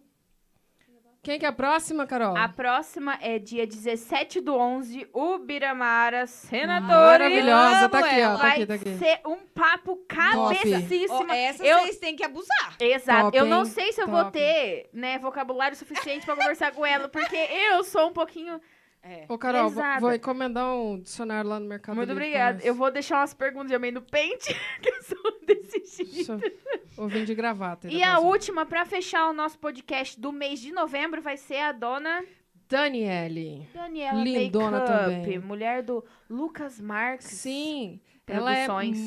Speaker 2: Quem que é a próxima, Carol?
Speaker 1: A próxima é dia 17 do 11, Ubiramara, senadora.
Speaker 2: Maravilhosa, tá
Speaker 3: amo
Speaker 2: aqui, ó.
Speaker 3: ela.
Speaker 2: Tá
Speaker 1: Vai
Speaker 2: aqui, tá aqui.
Speaker 1: ser um papo
Speaker 3: bom. Ó,
Speaker 1: cabecíssimo.
Speaker 3: essa
Speaker 1: Eu-
Speaker 3: vocês têm que abusar.
Speaker 1: Exato.
Speaker 2: é Top,
Speaker 1: eu não
Speaker 2: hein?
Speaker 1: sei se eu vou
Speaker 2: Top.
Speaker 1: ter, né, vocabulário suficiente pra conversar com ela, porque eu sou um pouquinho
Speaker 3: É.
Speaker 2: Ô, Carol, vou,
Speaker 1: Pesada.
Speaker 2: vou encomendar um dicionário lá no Mercado
Speaker 1: Muito
Speaker 2: Livre pra
Speaker 1: obrigada.
Speaker 2: nós.
Speaker 1: Eu vou deixar umas perguntas de amém no pente, que eu sou desse jeito.
Speaker 2: Isso. Vou vir de gravata. aí
Speaker 1: E
Speaker 2: da
Speaker 1: a
Speaker 2: tá próxima.
Speaker 1: última, pra fechar o nosso podcast do mês de novembro, vai ser a dona
Speaker 2: Daniele.
Speaker 1: Daniela
Speaker 2: Lindona
Speaker 1: Makeup,
Speaker 2: também.
Speaker 1: mulher do Lucas Marques.
Speaker 2: Sim. Ela é
Speaker 1: Produções.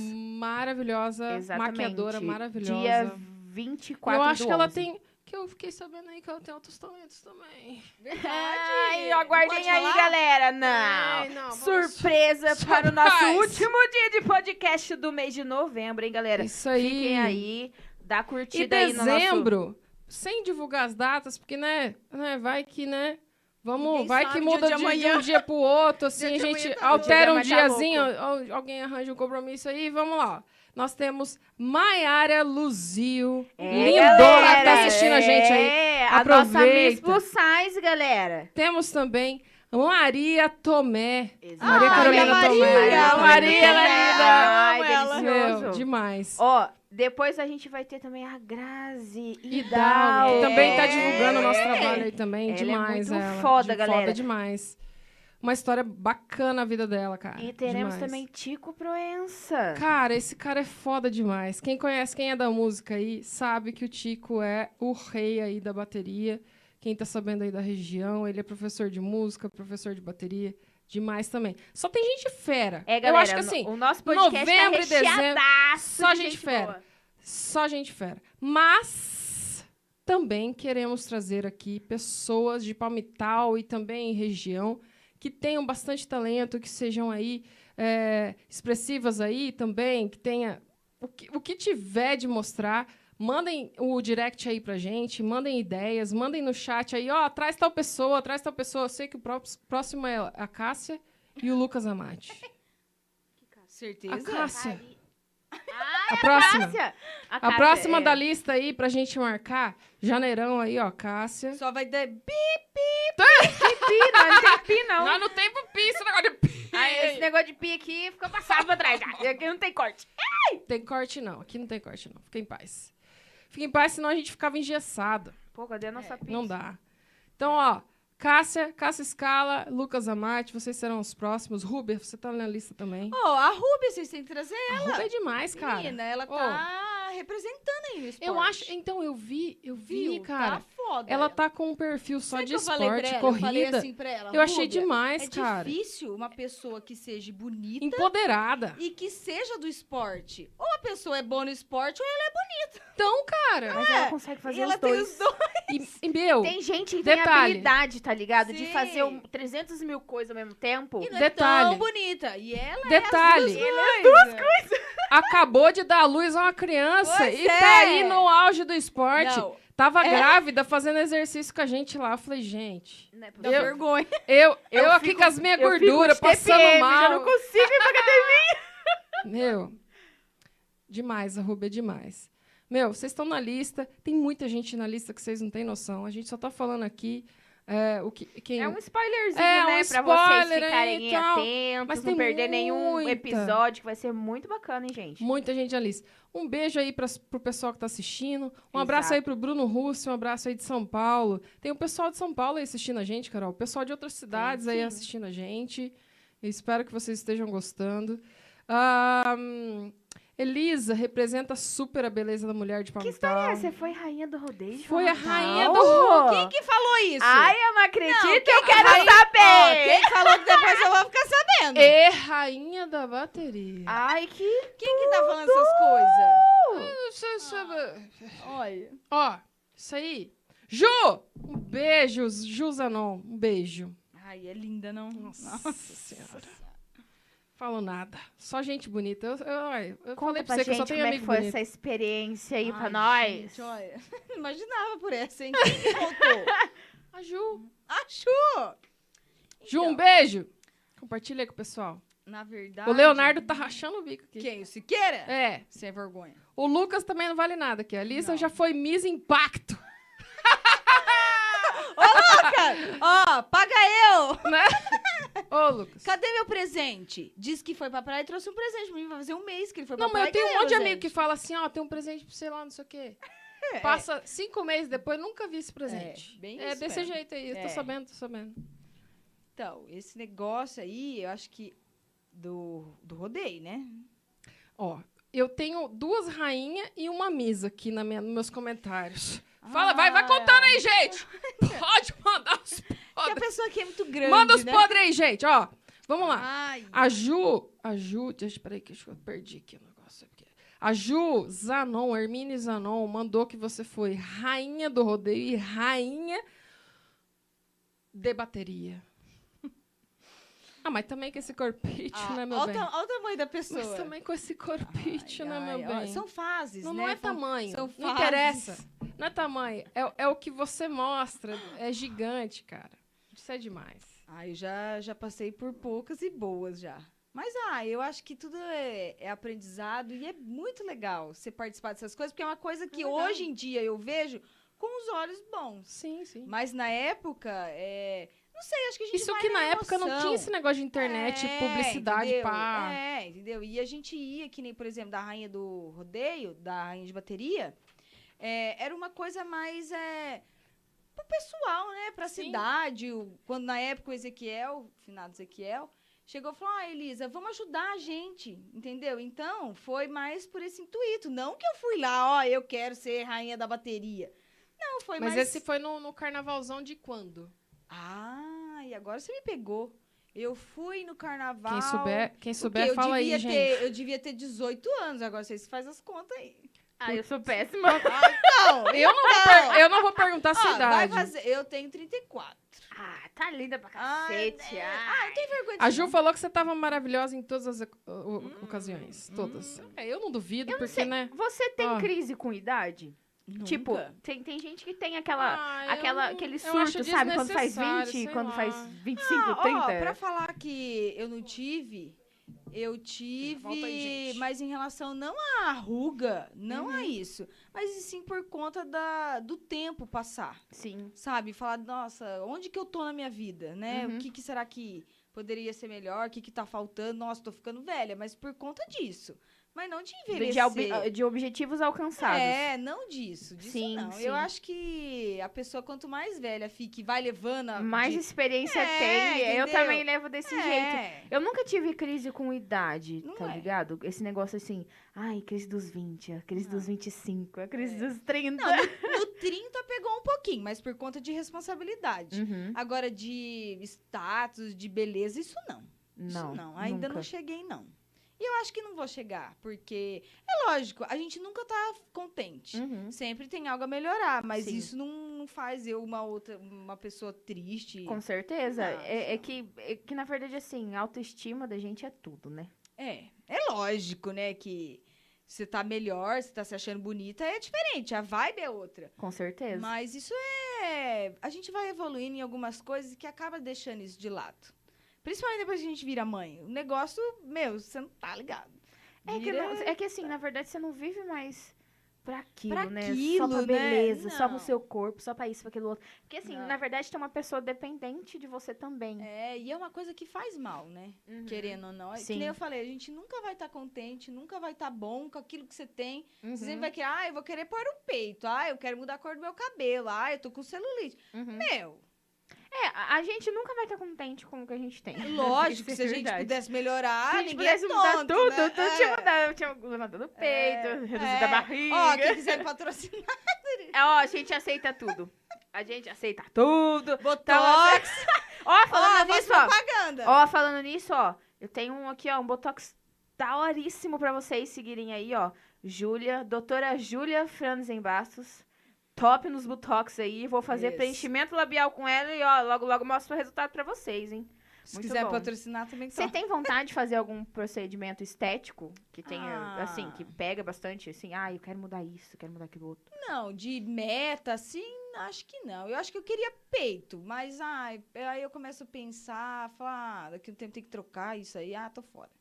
Speaker 2: maravilhosa,
Speaker 1: Exatamente.
Speaker 2: maquiadora maravilhosa.
Speaker 1: Dia 24
Speaker 2: eu acho
Speaker 1: do
Speaker 2: que ela
Speaker 1: 11.
Speaker 2: tem. Que eu fiquei sabendo aí que ela tem outros talentos também.
Speaker 1: Ai, aguardem
Speaker 3: Pode
Speaker 1: aí,
Speaker 3: falar?
Speaker 1: galera. Não.
Speaker 2: Ai, não, vamos-
Speaker 1: Ah, Surpresa
Speaker 2: Surprise.
Speaker 1: para o nosso último dia de podcast do mês de novembro, hein, galera?
Speaker 2: Isso aí.
Speaker 1: Fiquem aí, dá curtida
Speaker 2: E
Speaker 1: aí no nosso...
Speaker 2: dezembro, sem divulgar as datas, porque, né? né, vai que, né? Vamos,
Speaker 3: Ninguém
Speaker 2: vai
Speaker 3: sabe
Speaker 2: que
Speaker 3: de um
Speaker 2: muda
Speaker 3: dia
Speaker 2: de,
Speaker 3: amanhã.
Speaker 2: de um dia pro outro, assim, a
Speaker 3: Dia de amanhã
Speaker 2: gente
Speaker 3: tá louco.
Speaker 2: altera um
Speaker 1: Dia de amanhã tá
Speaker 2: diazinho, al- alguém arranja um compromisso aí, vamos lá. Nós temos Maiara Luzio,
Speaker 1: É,
Speaker 2: lindona,
Speaker 1: galera,
Speaker 2: tá assistindo a gente aí.
Speaker 1: É, a nossa
Speaker 2: Aproveita.
Speaker 1: Miss Plus Size, galera.
Speaker 2: Temos também Maria Tomé.
Speaker 1: Exato.
Speaker 2: Maria
Speaker 3: Ai,
Speaker 2: Carolina
Speaker 3: a Maria,
Speaker 2: Tomé.
Speaker 3: a
Speaker 2: Maria, ela
Speaker 3: Tomé.
Speaker 2: é
Speaker 1: Ai,
Speaker 3: Eu amo ela.
Speaker 1: delicioso.
Speaker 2: Meu, demais.
Speaker 1: Ó, depois a gente vai ter também a Grazi
Speaker 2: Idal,
Speaker 1: Hidalgo.
Speaker 2: que
Speaker 3: é.
Speaker 2: também tá divulgando o nosso
Speaker 1: É.
Speaker 2: trabalho aí também.
Speaker 1: Ela é
Speaker 2: demais,
Speaker 1: muito
Speaker 2: ela.
Speaker 1: foda,
Speaker 2: De-
Speaker 1: galera.
Speaker 2: Foda demais. Uma história bacana a vida dela, cara.
Speaker 1: E teremos
Speaker 2: Demais.
Speaker 1: também Tico Proença.
Speaker 2: Cara, esse cara é foda demais. Quem conhece, quem é da música aí, sabe que o Tico é o rei aí da bateria. Quem tá sabendo aí da região, ele é professor de música, professor de bateria, demais também. Só tem gente fera.
Speaker 1: É, galera,
Speaker 2: Eu acho que assim,
Speaker 1: o nosso podcast
Speaker 2: novembro e
Speaker 1: tá
Speaker 2: dezembro,
Speaker 1: recheadaço
Speaker 2: só
Speaker 1: de
Speaker 2: gente
Speaker 1: gente
Speaker 2: fera.
Speaker 1: boa.
Speaker 2: Só gente fera. Mas também queremos trazer aqui pessoas de Palmital e também região que tenham bastante talento, que sejam aí é, expressivas aí também, que tenha o que, o que tiver de mostrar. Mandem o direct aí pra gente, mandem ideias, mandem no chat aí, ó, traz tal pessoa, traz tal pessoa. Eu sei que o pró- próximo é a Cássia e o Lucas Amati.
Speaker 3: Certeza.
Speaker 2: A Cássia.
Speaker 1: Ai,
Speaker 2: A próxima.
Speaker 1: Cássia.
Speaker 2: A próxima
Speaker 1: é.
Speaker 2: da lista aí pra gente marcar, janeirão aí, ó, Cássia.
Speaker 3: Só vai dar bi-
Speaker 1: Pi, não, não tem pi, não.
Speaker 2: Lá no tempo pi, esse negócio de pi.
Speaker 1: Aí, esse negócio de pi aqui ficou passado pra trás. já. Aqui não tem corte.
Speaker 2: Tem corte não, aqui não tem corte não. Fica em paz. Fica em paz, senão a gente ficava engessada.
Speaker 1: Pô, cadê a nossa pi?
Speaker 2: É, Não dá. Então, ó, Cássia, Cássia Scala, Lucas Amati, vocês serão os próximos. Ruber, você tá na lista também.
Speaker 3: Ó, a Ruby, vocês têm que trazer
Speaker 2: A
Speaker 3: ela.
Speaker 2: Ruber é demais, cara.
Speaker 3: Menina, né? ela
Speaker 2: Ó.
Speaker 3: tá representando aí o esporte.
Speaker 2: Eu acho, então eu vi, eu vi,
Speaker 3: Viu?
Speaker 2: cara.
Speaker 3: Tá foda.
Speaker 2: Ela tá com um perfil só
Speaker 3: Sabe
Speaker 2: de
Speaker 3: que eu falei pra
Speaker 2: esporte,
Speaker 3: ela? Eu falei
Speaker 2: corrida.
Speaker 3: assim pra ela,
Speaker 2: Eu achei
Speaker 3: Rúbia,
Speaker 2: demais,
Speaker 3: é
Speaker 2: cara.
Speaker 3: difícil uma pessoa que seja bonita
Speaker 2: Empoderada.
Speaker 3: e que seja do esporte. Ou a pessoa é boa no esporte, ou ela
Speaker 2: Então, cara.
Speaker 1: Mas ela consegue
Speaker 3: é.
Speaker 1: fazer
Speaker 3: e ela
Speaker 1: os dois.
Speaker 3: tem os dois.
Speaker 2: E, e, meu,
Speaker 1: Tem gente que tem
Speaker 2: Tipo, Detalhe.
Speaker 1: habilidade, tá ligado? De
Speaker 3: Sim.
Speaker 1: fazer um- 300 mil coisas ao mesmo tempo.
Speaker 3: E não é
Speaker 2: Detalhe.
Speaker 3: tão bonita. E ela
Speaker 2: detalhe.
Speaker 3: é as duas coisas.
Speaker 2: acabou de dar à luz a uma criança
Speaker 3: Pois
Speaker 2: e tá
Speaker 3: é.
Speaker 2: aí no auge do esporte.
Speaker 3: Não,
Speaker 2: Tava
Speaker 3: É.
Speaker 2: grávida fazendo exercício com a gente lá. Eu falei, gente,
Speaker 1: Não é possível.
Speaker 3: dá vergonha.
Speaker 2: eu, eu,
Speaker 1: Eu
Speaker 2: aqui
Speaker 1: fico-
Speaker 2: com as minhas
Speaker 1: Eu fico
Speaker 2: gorduras,
Speaker 1: de
Speaker 2: passando
Speaker 1: TPM, Já
Speaker 2: mal.
Speaker 1: não consigo.
Speaker 2: Meu, demais, a Rubia, demais. Meu, vocês estão na lista, tem muita gente na lista que vocês não têm noção. A gente só tá falando aqui é, o que, quem,
Speaker 1: É um spoilerzinho,
Speaker 2: É, um
Speaker 1: né? pra
Speaker 2: spoiler,
Speaker 1: vocês
Speaker 2: hein,
Speaker 1: ficarem
Speaker 2: então.
Speaker 1: atentos,
Speaker 2: Mas
Speaker 1: não
Speaker 2: tem
Speaker 1: perder nenhum
Speaker 2: muita.
Speaker 1: episódio, que vai ser muito bacana, hein, gente?
Speaker 2: Muita gente na lista. Um beijo aí para pro pessoal que tá assistindo. Um abraço
Speaker 1: Exato.
Speaker 2: aí pro Bruno Russo, um abraço aí de São Paulo. Tem o pessoal de São Paulo aí assistindo a gente, Carol. O pessoal de outras cidades aí
Speaker 1: sim.
Speaker 2: assistindo a gente. Eu espero que vocês estejam gostando. Ahn, Elisa representa super a beleza da mulher de
Speaker 1: Que
Speaker 2: Palmital.
Speaker 1: história é essa? Foi rainha do rodeio? de
Speaker 2: Foi a
Speaker 1: Natal?
Speaker 2: rainha do rodeio. é
Speaker 3: Quem que falou isso?
Speaker 1: Ai, eu não acredito,
Speaker 3: Não,
Speaker 1: eu quero
Speaker 3: Ai, ó,
Speaker 1: saber!
Speaker 3: quem falou que depois eu vou ficar sabendo?
Speaker 1: é
Speaker 2: E rainha da bateria.
Speaker 1: Ai, que...
Speaker 3: Quem que tá falando essas coisas?
Speaker 2: Ah,
Speaker 3: Olha.
Speaker 2: Ó, isso aí. Ju! Um beijo, Ju Zanon. Um beijo.
Speaker 3: Ai, é linda, não?
Speaker 2: Nossa senhora. Falo nada. Só gente bonita. Eu, eu, olha, eu
Speaker 1: Conta
Speaker 2: falei pra
Speaker 1: pra
Speaker 2: você
Speaker 1: gente
Speaker 2: que eu só
Speaker 1: como
Speaker 2: tenho
Speaker 1: é que
Speaker 2: amigo
Speaker 1: foi
Speaker 2: bonito.
Speaker 1: essa experiência aí pra
Speaker 3: Ai,
Speaker 1: nós.
Speaker 3: gente, olha, não imaginava por essa, hein? Quem que contou?
Speaker 2: A Ju.
Speaker 3: A Chu!
Speaker 2: Ju, um
Speaker 3: Então.
Speaker 2: beijo. Compartilha aí com o pessoal.
Speaker 3: Na verdade...
Speaker 2: O Leonardo tá rachando o bico aqui.
Speaker 3: Quem? O Siqueira?
Speaker 2: É.
Speaker 3: Sem vergonha.
Speaker 2: O Lucas também não vale nada aqui. A Lisa
Speaker 3: Não.
Speaker 2: já foi Miss Impacto.
Speaker 3: Cara, ó, paga eu!
Speaker 2: Ô, Lucas.
Speaker 3: Cadê meu presente? Diz que foi pra praia e trouxe um presente pra mim. Vai fazer um mês que ele foi
Speaker 2: Não,
Speaker 3: pra
Speaker 2: mas
Speaker 3: praia.
Speaker 2: eu tenho um
Speaker 3: cadê
Speaker 2: monte de
Speaker 3: meu
Speaker 2: amigo que
Speaker 3: presente?
Speaker 2: fala assim, ó, tem um presente pra você lá, não sei o quê.
Speaker 3: É,
Speaker 2: Passa cinco meses depois, nunca vi esse presente.
Speaker 3: É, bem
Speaker 2: é
Speaker 3: isso
Speaker 2: desse
Speaker 3: mesmo.
Speaker 2: jeito aí. Eu Tô
Speaker 3: É.
Speaker 2: sabendo, tô sabendo.
Speaker 3: Então, esse negócio aí, eu acho que... Do, do rodeio, né?
Speaker 2: Ó, eu tenho duas rainhas e uma misa aqui na minha, nos meus comentários. Fala, vai, vai
Speaker 3: Ah,
Speaker 2: contando aí, gente! Pode mandar os
Speaker 3: Porque a
Speaker 2: podres.
Speaker 3: pessoa aqui é muito grande,
Speaker 2: Manda os
Speaker 3: né?
Speaker 2: podres aí, gente, ó. Vamos lá.
Speaker 3: Ai,
Speaker 2: A Ju, a Ju, deixa, peraí que eu perdi aqui o negócio. Aqui. A Ju Zanon, Hermine Zanon, mandou que você foi rainha do rodeio e rainha de bateria. Ah, mas também com esse corpite, né, meu
Speaker 3: olha,
Speaker 2: bem?
Speaker 3: Ah, O, ta- olha o tamanho da pessoa.
Speaker 2: Mas também é com esse corpite,
Speaker 3: Ai,
Speaker 2: né,
Speaker 3: ai,
Speaker 2: meu
Speaker 3: ó,
Speaker 2: bem?
Speaker 3: São fases,
Speaker 2: Não,
Speaker 3: né?
Speaker 2: não é
Speaker 3: São-
Speaker 2: tamanho.
Speaker 3: são
Speaker 2: Não
Speaker 3: fases.
Speaker 2: interessa. Não é tamanho. É, é o que você mostra. É gigante, cara. Isso é demais.
Speaker 3: Ah, eu já, já passei por poucas e boas já. Mas, ah, eu acho que tudo é, é aprendizado e é muito legal você participar dessas coisas, porque é uma coisa que
Speaker 2: legal.
Speaker 3: hoje em dia eu vejo com os olhos bons.
Speaker 2: Sim, sim.
Speaker 3: Mas na época, é, Não sei, acho que a gente
Speaker 2: Isso
Speaker 3: vai
Speaker 2: que na
Speaker 3: na
Speaker 2: época não
Speaker 3: emoção.
Speaker 2: tinha esse negócio de internet,
Speaker 3: É,
Speaker 2: publicidade,
Speaker 3: entendeu?
Speaker 2: pá.
Speaker 3: É, entendeu? E a gente ia, que nem, por exemplo, da rainha do rodeio, da rainha de bateria, é, era uma coisa mais é, pro pessoal, né? Pra
Speaker 2: Sim.
Speaker 3: cidade. o- Quando na época o Ezequiel, o finado Ezequiel, chegou e falou: Ah, Elisa, vamos ajudar a gente, entendeu? Então, foi mais por esse intuito. Não que eu fui lá, ó, eu quero ser rainha da bateria. Não, foi
Speaker 2: Mas
Speaker 3: mais.
Speaker 2: esse foi no, no carnavalzão de quando?
Speaker 3: Ah, e agora você me pegou. Eu fui no carnaval.
Speaker 2: Quem souber, quem
Speaker 3: Porque
Speaker 2: souber fala
Speaker 3: eu
Speaker 2: aí,
Speaker 3: devia
Speaker 2: gente.
Speaker 3: ter, Eu devia ter 18 anos, agora vocês fazem as contas aí.
Speaker 1: Ah,
Speaker 3: Ah, então,
Speaker 1: eu sou péssima.
Speaker 3: Não,
Speaker 2: Eu não, vou per- eu não vou perguntar a sua
Speaker 3: Ó, Ah, vai
Speaker 2: idade.
Speaker 3: fazer. Eu tenho 34.
Speaker 1: Ah, tá linda pra
Speaker 3: Ah,
Speaker 1: cacete.
Speaker 3: é.
Speaker 1: Ah,
Speaker 3: Não tem vergonha
Speaker 2: A
Speaker 3: disso,
Speaker 2: Ju
Speaker 3: não.
Speaker 2: falou que você tava maravilhosa em todas as oc- o- ocasiões. Todas. É, eu não duvido, porque, né?
Speaker 1: então, Você tem
Speaker 2: Ó.
Speaker 1: crise com idade? Tipo,
Speaker 3: Ah. Nunca. Ah,
Speaker 1: tem, tem gente que tem aquela,
Speaker 2: Ah, eu
Speaker 1: aquela,
Speaker 2: não-
Speaker 1: aquele
Speaker 2: eu
Speaker 1: surto,
Speaker 2: acho
Speaker 1: sabe? Quando faz
Speaker 2: desnecessário,
Speaker 1: 20,
Speaker 2: sei
Speaker 1: quando
Speaker 2: lá.
Speaker 1: faz 25,
Speaker 3: Ah, ó,
Speaker 1: 30.
Speaker 3: pra falar que eu não tive, eu tive,
Speaker 2: Volta aí, gente. Uhum.
Speaker 3: mas em relação não à ruga, não a isso, mas e sim por conta da, do tempo passar.
Speaker 1: Sim.
Speaker 3: sabe? Falar, nossa, onde que eu tô na minha vida, né?
Speaker 1: Uhum.
Speaker 3: O que, que será que poderia ser melhor? O que que tá faltando? Nossa, tô ficando velha, mas por conta disso. Mas não de
Speaker 1: De,
Speaker 3: envelhecer.
Speaker 1: de albi- de objetivos alcançados.
Speaker 3: é, não disso, disso
Speaker 1: Sim,
Speaker 3: não.
Speaker 1: sim.
Speaker 3: Eu acho que a pessoa, quanto mais velha fica e vai levando... a-
Speaker 1: Mais
Speaker 3: de-
Speaker 1: experiência
Speaker 3: É,
Speaker 1: tem. Eu
Speaker 3: entendeu?
Speaker 1: também levo desse jeito.
Speaker 3: É.
Speaker 1: Eu nunca tive crise com idade,
Speaker 3: Não
Speaker 1: tá
Speaker 3: é.
Speaker 1: ligado? Esse negócio assim, ai, crise dos 20, a crise dos 25, a crise
Speaker 3: É.
Speaker 1: dos 30.
Speaker 3: No 30 pegou um pouquinho, mas por conta de responsabilidade.
Speaker 1: Uhum.
Speaker 3: Agora, de status, de beleza, isso não. Isso
Speaker 1: Não,
Speaker 3: não, ainda não
Speaker 1: nunca.
Speaker 3: cheguei, não. E eu acho que não vou chegar, porque é lógico, a gente nunca tá contente.
Speaker 1: Uhum.
Speaker 3: Sempre tem algo a melhorar, mas
Speaker 1: Sim.
Speaker 3: isso não, não faz eu uma outra, uma pessoa triste.
Speaker 1: Com certeza.
Speaker 3: Não,
Speaker 1: é, é
Speaker 3: não.
Speaker 1: que, é que, na verdade, assim, a autoestima da gente é tudo, né?
Speaker 3: É, é lógico, né, que você tá melhor, você tá se achando bonita, é diferente, a vibe é outra.
Speaker 1: Com certeza.
Speaker 3: Mas isso é, a gente vai evoluindo em algumas coisas que acaba deixando isso de lado. Principalmente depois que a gente vira mãe. O negócio, meu, você não tá ligado.
Speaker 1: é, que,
Speaker 3: Vira-
Speaker 1: não- é que, assim, na verdade, você não vive mais pra aquilo,
Speaker 3: Pra
Speaker 1: né? só
Speaker 3: aquilo,
Speaker 1: pra
Speaker 3: né?
Speaker 1: beleza, só pro
Speaker 3: Não.
Speaker 1: seu corpo, só pra isso, pra aquilo outro. Porque, assim,
Speaker 3: Não.
Speaker 1: na verdade, tem uma pessoa dependente de você também.
Speaker 3: É, e é uma coisa que faz mal, né?
Speaker 1: Uhum.
Speaker 3: Querendo ou não. É
Speaker 1: Sim.
Speaker 3: Que nem eu falei, a gente nunca vai estar contente, nunca vai estar bom com aquilo que você tem.
Speaker 1: Uhum,
Speaker 3: Você sempre vai querer, ah, eu vou querer pôr um peito, ah, eu quero mudar a cor do meu cabelo, ah, eu tô com celulite.
Speaker 1: uhum.
Speaker 3: Meu,
Speaker 1: É, a a gente nunca vai estar contente com o que a gente tem.
Speaker 3: lógico que
Speaker 1: Isso
Speaker 3: se
Speaker 1: é
Speaker 3: a gente
Speaker 1: verdade.
Speaker 3: pudesse
Speaker 1: Se
Speaker 3: melhorar,
Speaker 1: a gente
Speaker 3: ninguém é
Speaker 1: pudesse mudar
Speaker 3: tonto,
Speaker 1: tudo,
Speaker 3: né?
Speaker 1: tudo tinha mudado. Eu tinha levantado o peito, reduzido a
Speaker 3: é.
Speaker 1: barriga.
Speaker 3: Ó, quem quiser me patrocinar,
Speaker 1: É, Ó, a gente aceita tudo. A gente aceita tudo.
Speaker 3: botox,
Speaker 1: Ó,
Speaker 3: ó,
Speaker 1: falando
Speaker 3: faz
Speaker 1: nisso, ó.
Speaker 3: propaganda.
Speaker 1: Ó, falando nisso, ó. Eu tenho um aqui, ó, um Botox daoríssimo pra vocês seguirem aí, ó. Júlia, doutora Júlia Franzen Bastos. Top nos Botox aí. Vou fazer
Speaker 3: Isso.
Speaker 1: preenchimento labial com ela e, ó, logo, logo mostro o resultado pra vocês, hein?
Speaker 3: se
Speaker 1: muito
Speaker 3: quiser
Speaker 1: bom.
Speaker 3: patrocinar também,
Speaker 1: Você
Speaker 3: tá.
Speaker 1: tem vontade de fazer algum procedimento estético que tenha,
Speaker 3: Ah.
Speaker 1: assim, que pega bastante, assim, ah, eu quero mudar isso, quero mudar aquilo outro.
Speaker 3: Não, de meta, assim, acho que não. Eu acho que eu queria peito, mas ai, aí eu começo a pensar, falar, ah, daqui a um tempo tem que trocar isso aí, ah, tô fora.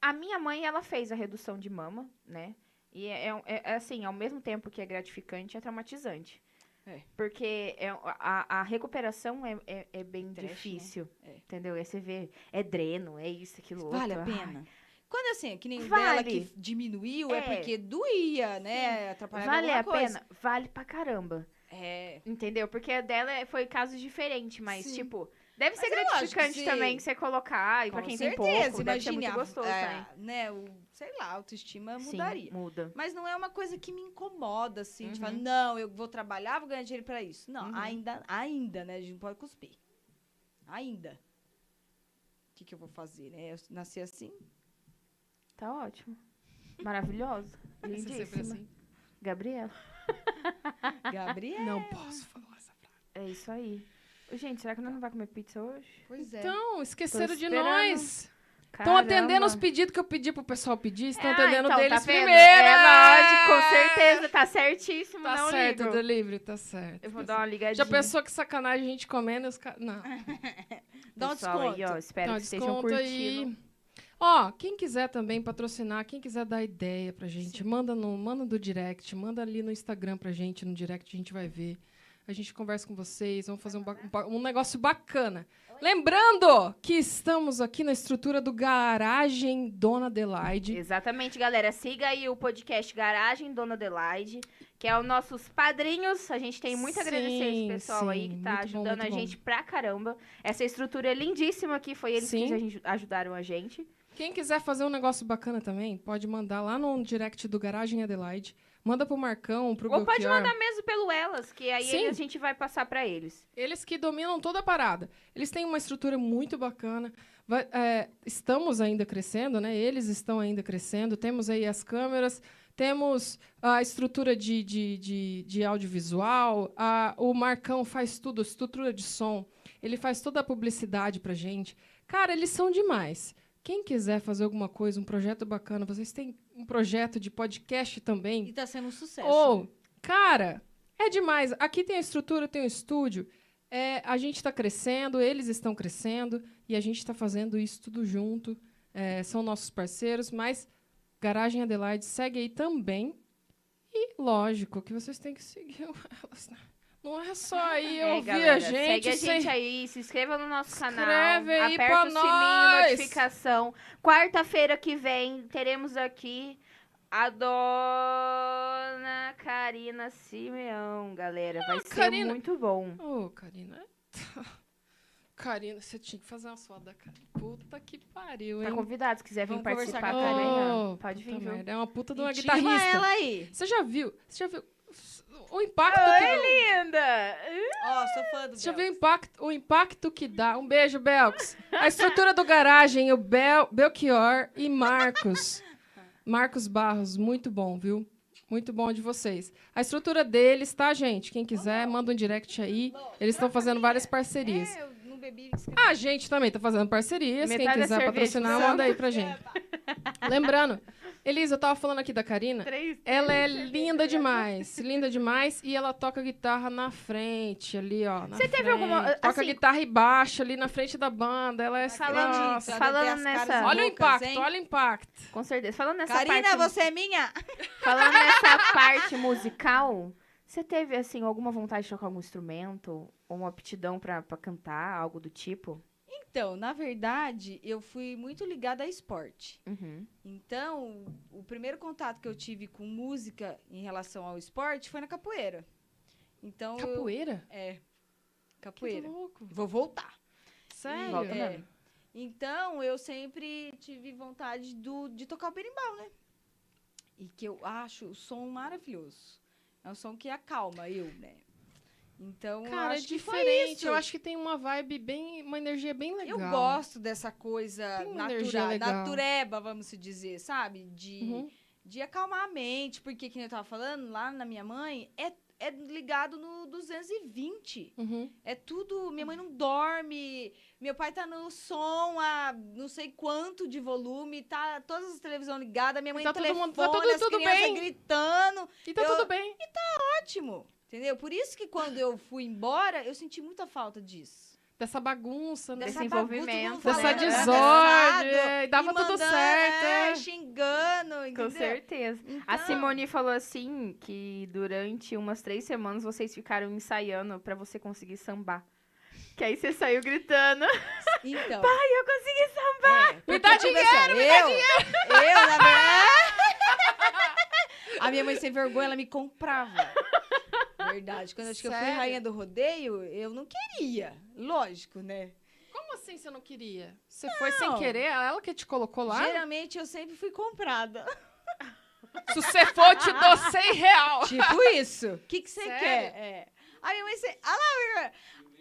Speaker 1: A minha mãe, ela fez a redução de mama, né? E é, é um- é- é assim, ao mesmo tempo que é gratificante, é traumatizante.
Speaker 3: É.
Speaker 1: Porque é, a, a recuperação é, é, é bem
Speaker 3: Trash, né?
Speaker 1: difícil,
Speaker 3: É.
Speaker 1: entendeu? Aí você vê, é dreno, é isso, aquilo outro.
Speaker 3: Vale a
Speaker 1: ai.
Speaker 3: pena. Quando assim, que nem o
Speaker 1: Vale.
Speaker 3: dela que diminuiu, é,
Speaker 1: É.
Speaker 3: porque doía, né? Atrapalhava
Speaker 1: Vale
Speaker 3: alguma
Speaker 1: a
Speaker 3: coisa.
Speaker 1: pena? Vale pra caramba.
Speaker 3: É.
Speaker 1: Entendeu? Porque a dela é- foi caso diferente, mas,
Speaker 3: Sim.
Speaker 1: tipo, deve ser
Speaker 3: Mas é lógico que
Speaker 1: gratificante
Speaker 3: se-
Speaker 1: também que você colocar. E pra
Speaker 3: com
Speaker 1: quem
Speaker 3: certeza,
Speaker 1: tem pouco, deve ser
Speaker 3: imagine
Speaker 1: muito
Speaker 3: a-
Speaker 1: gostoso,
Speaker 3: é,
Speaker 1: né?
Speaker 3: né? O, sei lá, a autoestima
Speaker 1: Sim,
Speaker 3: mudaria.
Speaker 1: muda.
Speaker 3: Mas não é uma coisa que me incomoda, assim, de
Speaker 1: Uhum.
Speaker 3: falar, não, eu vou trabalhar, vou ganhar dinheiro pra isso. Não,
Speaker 1: Uhum.
Speaker 3: ainda, ainda, né? A gente não pode cuspir. Ainda. O que, que eu vou fazer, né? Eu nasci assim?
Speaker 1: Tá ótimo. Maravilhosa.
Speaker 2: Você sempre
Speaker 1: Lindíssima.
Speaker 2: assim.
Speaker 1: Gabriela.
Speaker 3: Gabriel?
Speaker 2: Não posso falar essa frase.
Speaker 1: É isso aí. Ô, Gente, será que nós não vai comer pizza hoje?
Speaker 3: Pois é.
Speaker 2: Então, esqueceram de
Speaker 1: esperando.
Speaker 2: nós. Estão atendendo os
Speaker 1: Caramba.
Speaker 2: pedidos que eu pedi pro pessoal pedir. Estão
Speaker 1: Ah,
Speaker 2: atendendo
Speaker 1: então,
Speaker 2: deles
Speaker 1: tá vendo?
Speaker 2: primeiro. né?
Speaker 1: É lógico, com certeza. Tá certíssimo,
Speaker 2: Tá
Speaker 1: não
Speaker 2: certo,
Speaker 1: ligo.
Speaker 2: delivery, tá certo.
Speaker 1: Eu vou
Speaker 2: tá
Speaker 1: dar uma ligadinha.
Speaker 2: Já pensou que sacanagem a gente comendo os caras. Não,
Speaker 3: Dá um
Speaker 1: Pessoal
Speaker 3: desconto.
Speaker 1: então, Aí, ó, espero
Speaker 2: dá um
Speaker 1: que estejam
Speaker 2: desconto
Speaker 1: curtindo.
Speaker 2: aí. Ó, quem quiser também patrocinar, quem quiser dar ideia pra gente, manda no, manda do direct, manda ali no Instagram pra gente, no direct a gente vai ver. A gente conversa com vocês, vamos fazer um, ba- um ba- um negócio bacana. Lembrando que estamos aqui na estrutura do Garagem Dona Adelaide.
Speaker 1: Exatamente, galera. Siga aí o podcast Garagem Dona Adelaide, que é os nossos padrinhos. A gente tem muito a agradecer
Speaker 2: Sim,
Speaker 1: esse pessoal aí
Speaker 2: sim,
Speaker 1: que tá
Speaker 2: muito bom,
Speaker 1: ajudando
Speaker 2: muito
Speaker 1: a
Speaker 2: bom.
Speaker 1: gente pra caramba. Essa estrutura é lindíssima aqui, foi eles
Speaker 2: Sim.
Speaker 1: que aj- ajudaram a gente.
Speaker 2: Quem quiser fazer um negócio bacana também, pode mandar lá no direct do Garagem Adelaide. Manda pro Marcão, pro
Speaker 1: Ou pode
Speaker 2: Belchior.
Speaker 1: mandar tá mesmo pelo elas, que aí
Speaker 2: Sim.
Speaker 1: ele- a gente vai passar pra eles.
Speaker 2: Eles que dominam toda a parada. Eles têm uma estrutura muito bacana. Vai- é, estamos ainda crescendo, né? Eles estão ainda crescendo. Temos aí as câmeras, temos a estrutura de, de, de, de audiovisual. a- o Marcão faz tudo, estrutura de som. Ele faz toda a publicidade pra gente. Cara, eles são demais. Quem quiser fazer alguma coisa, um projeto bacana, vocês têm um projeto de podcast também.
Speaker 4: E tá sendo um sucesso.
Speaker 2: Ou,
Speaker 1: né?
Speaker 2: cara, é demais. Aqui tem a estrutura, tem o estúdio. É, a gente está crescendo, eles estão crescendo e a gente está fazendo isso tudo junto. É, são nossos parceiros, mas Garagem Adelaide segue aí também. E lógico que vocês têm que seguir o elas. né? Não é só aí
Speaker 1: É,
Speaker 2: ouvir
Speaker 1: galera,
Speaker 2: a gente.
Speaker 1: segue a
Speaker 2: sem-
Speaker 1: gente aí, se inscreva no nosso canal,
Speaker 2: Escreve aí
Speaker 1: aperta
Speaker 2: pra
Speaker 1: o sininho,
Speaker 2: nós.
Speaker 1: notificação. Quarta-feira que vem teremos aqui a dona Karina Simeão, galera. Vai ser
Speaker 2: Ah, Karina.
Speaker 1: muito bom.
Speaker 2: Ô, Karina. é Karina, você tinha que fazer uma foto da Karina. Puta que pariu, hein?
Speaker 1: Tá convidado, se quiser vir
Speaker 4: Vamos conversar
Speaker 1: participar,
Speaker 4: com a
Speaker 1: Karina.
Speaker 2: Ô,
Speaker 1: Pode vir,
Speaker 2: puta
Speaker 1: viu?
Speaker 2: merda, É uma puta de uma
Speaker 4: Intima
Speaker 2: guitarrista.
Speaker 4: ela aí.
Speaker 2: Você já viu? Você já viu o impacto que
Speaker 1: Linda!
Speaker 4: Ó, sou fã do
Speaker 2: Você já
Speaker 4: Bel.
Speaker 2: viu o impacto, o impacto que dá? Um beijo, Belks. A estrutura do garagem, o Bel, Belchior e Marcos. Marcos Barros, muito bom, viu? Muito bom de vocês. A estrutura deles, tá, gente? Quem quiser, manda um direct aí. Eles estão fazendo várias parcerias.
Speaker 3: É, eu não bebi e escrevi.
Speaker 2: A gente também tá fazendo parcerias. Quem
Speaker 1: Metade da
Speaker 2: quiser
Speaker 1: cerveja
Speaker 2: patrocinar,
Speaker 1: do Santos.
Speaker 2: manda aí pra gente. Lembrando, Elisa, eu tava falando aqui da Karina.
Speaker 1: Três.
Speaker 2: Ela é linda demais, linda demais. E ela toca guitarra na frente, ali, ó. na
Speaker 1: Você teve
Speaker 2: frente.
Speaker 1: alguma-
Speaker 2: Toca
Speaker 1: assim-
Speaker 2: guitarra e baixa ali na frente da banda. Ela é.
Speaker 1: Falando-
Speaker 2: Nossa,
Speaker 4: Ela
Speaker 1: falando
Speaker 4: tem as caras
Speaker 1: nessa-
Speaker 2: olha o
Speaker 4: loucas,
Speaker 2: impacto,
Speaker 4: hein?
Speaker 2: olha o impacto.
Speaker 1: Com certeza. Falando nessa
Speaker 4: Karina,
Speaker 1: parte,
Speaker 4: você é minha.
Speaker 1: falando nessa parte musical, você teve assim alguma vontade de tocar algum instrumento ou uma aptidão pra pra cantar, algo do tipo?
Speaker 3: Então, na verdade, eu fui muito ligada a esporte.
Speaker 1: Uhum.
Speaker 3: Então, o primeiro contato que eu tive com música em relação ao esporte foi na capoeira. Então, eu-
Speaker 2: Capoeira?
Speaker 3: é.
Speaker 2: Que
Speaker 3: Capoeira.
Speaker 2: louco.
Speaker 3: Vou voltar.
Speaker 2: Sério?
Speaker 1: Volta
Speaker 3: É.
Speaker 1: mesmo.
Speaker 3: Então, eu sempre tive vontade do- de tocar o berimbau, né? E que eu acho o som maravilhoso. É um som que acalma eu, né? Então, eu
Speaker 2: Cara, é
Speaker 3: acho que foi
Speaker 2: diferente.
Speaker 3: isso.
Speaker 2: Eu acho que tem uma vibe bem. uma energia bem legal.
Speaker 3: Eu gosto dessa coisa
Speaker 2: Tem uma energia
Speaker 3: natural,
Speaker 2: legal.
Speaker 3: natureba, vamos se dizer, sabe? De,
Speaker 2: Uhum.
Speaker 3: de acalmar a mente, porque, como eu tava falando, lá na minha mãe, é, é ligado no 220.
Speaker 2: Uhum.
Speaker 3: É tudo. Minha mãe não dorme. Meu pai tá no som a não sei quanto de volume. Tá todas as televisões ligadas. Minha mãe
Speaker 2: Tá
Speaker 3: no
Speaker 2: todo
Speaker 3: telefone,
Speaker 2: mundo- tá tudo-
Speaker 3: as
Speaker 2: tudo
Speaker 3: crianças
Speaker 2: bem.
Speaker 3: gritando.
Speaker 2: E tá
Speaker 3: Eu-
Speaker 2: tudo bem.
Speaker 3: Ótimo. Entendeu? Por isso que quando eu fui embora, eu senti muita falta disso.
Speaker 2: Dessa bagunça, né?
Speaker 1: Desse
Speaker 3: Dessa bagunça, todo mundo
Speaker 1: envolvimento,
Speaker 2: Dessa
Speaker 1: né?
Speaker 3: falando,
Speaker 1: Dessa
Speaker 2: desordem.
Speaker 3: abraçado,
Speaker 2: é, E dava
Speaker 3: e
Speaker 2: tudo
Speaker 3: mandando,
Speaker 2: certo.
Speaker 3: é,
Speaker 2: é.
Speaker 3: xingando, entendeu? Então,
Speaker 1: Com certeza. A Simone falou assim que durante umas três semanas vocês ficaram ensaiando pra você conseguir sambar. Que aí você saiu gritando.
Speaker 3: Então,
Speaker 1: Eu consegui
Speaker 3: é,
Speaker 2: Me dá
Speaker 3: porque, tipo, assim,
Speaker 2: dinheiro, me dá
Speaker 3: eu, Eu, na verdade. A minha mãe sem vergonha, ela me comprava. Verdade. Quando eu acho que eu fui
Speaker 2: Sério?
Speaker 3: rainha do rodeio, eu não queria. Lógico, né?
Speaker 2: Como assim você não queria? Você foi sem
Speaker 3: Não.
Speaker 2: querer? Ela que te colocou lá?
Speaker 3: Geralmente eu sempre fui comprada.
Speaker 2: Se você for, eu te dou 100 real.
Speaker 3: Tipo isso. O que que você
Speaker 2: Sério?
Speaker 3: quer? É. Aí minha mãe, você. Ah lá, minha-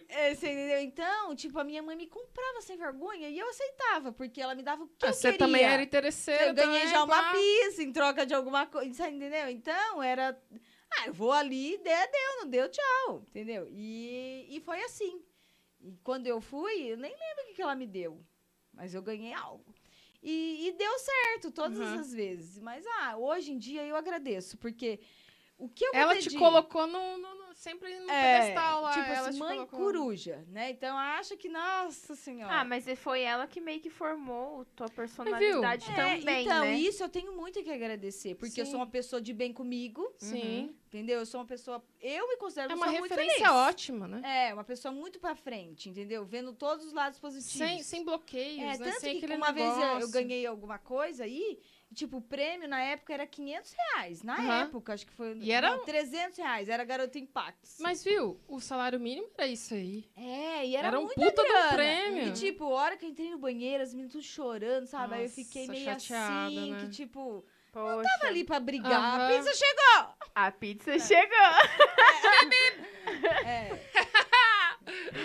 Speaker 3: é, você entendeu? Então, tipo, a minha mãe me comprava sem vergonha e eu aceitava, porque ela me dava o que
Speaker 2: Ah,
Speaker 3: eu
Speaker 2: Você
Speaker 3: queria.
Speaker 2: também era então é interesseiro.
Speaker 3: Eu ganhei
Speaker 2: também,
Speaker 3: já uma
Speaker 2: pá.
Speaker 3: pizza em troca de alguma coisa, entendeu? Então, era... Ah, eu vou ali, der, deu, não deu, tchau, entendeu? E, e foi assim. E quando eu fui, eu nem lembro o que, que ela me deu, mas eu ganhei algo. E, e deu certo todas
Speaker 2: Uhum.
Speaker 3: as vezes. Mas, ah, hoje em dia eu agradeço, porque o que eu
Speaker 2: Ela te
Speaker 3: decidi-
Speaker 2: colocou no, no- no- sempre no
Speaker 3: É,
Speaker 2: pedestal lá.
Speaker 3: tipo
Speaker 2: ela
Speaker 3: assim,
Speaker 2: te
Speaker 3: mãe
Speaker 2: colocou-
Speaker 3: coruja, né? Então acha que, nossa senhora.
Speaker 1: Ah, mas foi ela que meio que formou tua personalidade
Speaker 3: É,
Speaker 1: também,
Speaker 3: então,
Speaker 1: né?
Speaker 3: isso eu tenho muito que agradecer, porque eu
Speaker 2: Sim.
Speaker 3: sou uma pessoa de bem comigo,
Speaker 2: Sim.
Speaker 3: entendeu? Eu sou uma pessoa. Eu me considero
Speaker 2: Uhum. É
Speaker 3: uma
Speaker 2: uma
Speaker 3: pessoa muito
Speaker 2: referência
Speaker 3: feliz.
Speaker 2: ótima, né?
Speaker 3: É, uma pessoa muito pra frente, entendeu? Vendo todos os lados positivos.
Speaker 2: Sem, sem bloqueios, né?
Speaker 3: É, tanto
Speaker 2: sem
Speaker 3: que
Speaker 2: aquele
Speaker 3: uma
Speaker 2: negócio.
Speaker 3: vez eu- eu ganhei alguma coisa aí, e, tipo, o prêmio na época era 500 reais. Na
Speaker 2: Aham.
Speaker 3: época, acho que foi...
Speaker 2: E era-
Speaker 3: Não, 300 reais, era Garoto Impactos.
Speaker 2: Mas viu, o salário mínimo era isso aí.
Speaker 3: É, e era,
Speaker 2: Era, um
Speaker 3: muita
Speaker 2: puta
Speaker 3: grana.
Speaker 2: do prêmio.
Speaker 3: E, tipo, a hora que eu entrei no banheiro, as meninas tudo chorando, sabe? aí eu fiquei
Speaker 2: Nossa,
Speaker 3: meio
Speaker 2: chateada,
Speaker 3: assim,
Speaker 2: né?
Speaker 3: que, tipo,
Speaker 1: Poxa,
Speaker 3: tava ali pra brigar.
Speaker 2: Aham.
Speaker 3: A pizza chegou.
Speaker 1: a pizza chegou.
Speaker 3: É.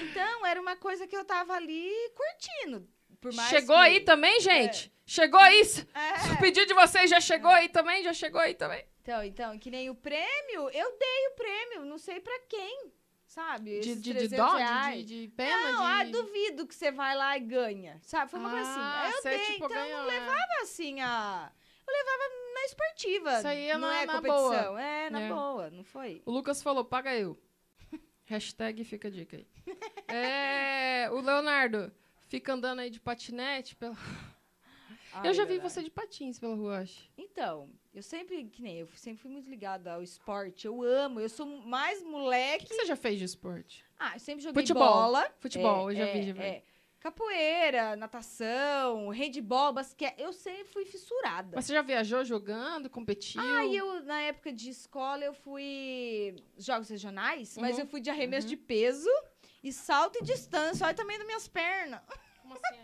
Speaker 3: então, era uma coisa que eu tava ali curtindo. Por mais
Speaker 2: Chegou
Speaker 3: que-
Speaker 2: aí tá? também, gente? Chegou aí?
Speaker 3: É.
Speaker 2: O pedido de vocês já chegou aí também? Já chegou aí também?
Speaker 3: Então, então, que nem o prêmio, eu dei o prêmio, não sei pra quem, sabe?
Speaker 2: De,
Speaker 3: Esses
Speaker 2: de, de
Speaker 3: 300
Speaker 2: dó? De, de,
Speaker 3: reais.
Speaker 2: de pena?
Speaker 3: Não, ah,
Speaker 2: de...
Speaker 3: duvido que você vai lá e ganha, sabe? Foi uma coisa assim.
Speaker 2: Ah,
Speaker 3: Aí eu
Speaker 2: você,
Speaker 3: dei,
Speaker 2: tipo,
Speaker 3: então eu
Speaker 2: ganhou,
Speaker 3: não
Speaker 2: é.
Speaker 3: levava assim a... Eu levava na esportiva,
Speaker 2: Isso aí é
Speaker 3: não
Speaker 2: na-
Speaker 3: é
Speaker 2: na
Speaker 3: competição.
Speaker 2: boa.
Speaker 3: É, na
Speaker 2: É.
Speaker 3: boa, não foi?
Speaker 2: O Lucas falou, paga eu. Hashtag fica a dica aí. É, o Leonardo fica andando aí de patinete. Pela...
Speaker 3: Ai,
Speaker 2: eu já vi
Speaker 3: Leonardo.
Speaker 2: você de patins pela rua, acho.
Speaker 3: Então, eu sempre, que nem eu, sempre fui muito ligada ao esporte, eu amo, eu sou mais moleque.
Speaker 2: O que, que você já fez de esporte?
Speaker 3: Ah, eu sempre joguei
Speaker 2: Futebol.
Speaker 3: bola.
Speaker 2: Futebol,
Speaker 3: É,
Speaker 2: eu já
Speaker 3: é,
Speaker 2: vi. Já vi.
Speaker 3: é. Capoeira, natação, handball, basquete. Eu sempre fui fissurada.
Speaker 2: Mas você já viajou jogando, competiu?
Speaker 3: Aí eu, na época de escola, eu fui jogos regionais, mas
Speaker 2: Uhum.
Speaker 3: eu fui de arremesso de peso e salto e distância. Olha também das minhas pernas.
Speaker 2: Como assim?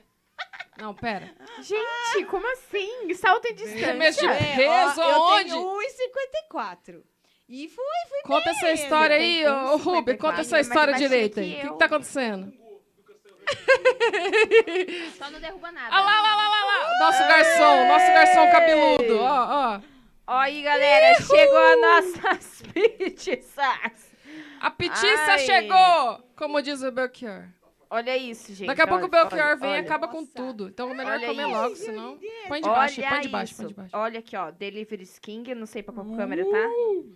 Speaker 2: Não, pera.
Speaker 1: Gente, como assim? Salto em
Speaker 2: Arremesso de
Speaker 1: distância.
Speaker 3: É,
Speaker 2: peso,
Speaker 3: ó, eu
Speaker 2: onde?
Speaker 3: tenho 1,54. E fui.
Speaker 2: Conta essa história aí,
Speaker 1: tem uns
Speaker 2: ô ô, Rubi,
Speaker 1: 54,
Speaker 2: conta essa
Speaker 1: mas
Speaker 2: história
Speaker 1: mais
Speaker 2: direita
Speaker 1: chique
Speaker 2: aí. O
Speaker 1: que
Speaker 2: que,
Speaker 1: eu.
Speaker 2: que tá acontecendo?
Speaker 1: Só não derruba nada.
Speaker 2: Olha lá, lá, lá, lá, lá. Nosso garçom, nosso garçom cabeludo, ó, ó.
Speaker 1: Ó aí, galera, chegou a nossa pizzas.
Speaker 2: A petiça
Speaker 1: Ai.
Speaker 2: chegou, como diz o Belchior.
Speaker 1: Olha isso, gente.
Speaker 2: Daqui a pouco o
Speaker 1: olha,
Speaker 2: Belchior
Speaker 1: olha,
Speaker 2: vem e
Speaker 1: olha.
Speaker 2: acaba com
Speaker 3: Nossa.
Speaker 2: tudo. Então é melhor
Speaker 1: Olha
Speaker 2: comer
Speaker 1: isso.
Speaker 2: logo, senão... Põe de
Speaker 1: Olha
Speaker 2: baixo, põe de baixo,
Speaker 1: isso.
Speaker 2: põe de baixo.
Speaker 1: Olha aqui, ó. Delivery King, não sei pra qual câmera, tá?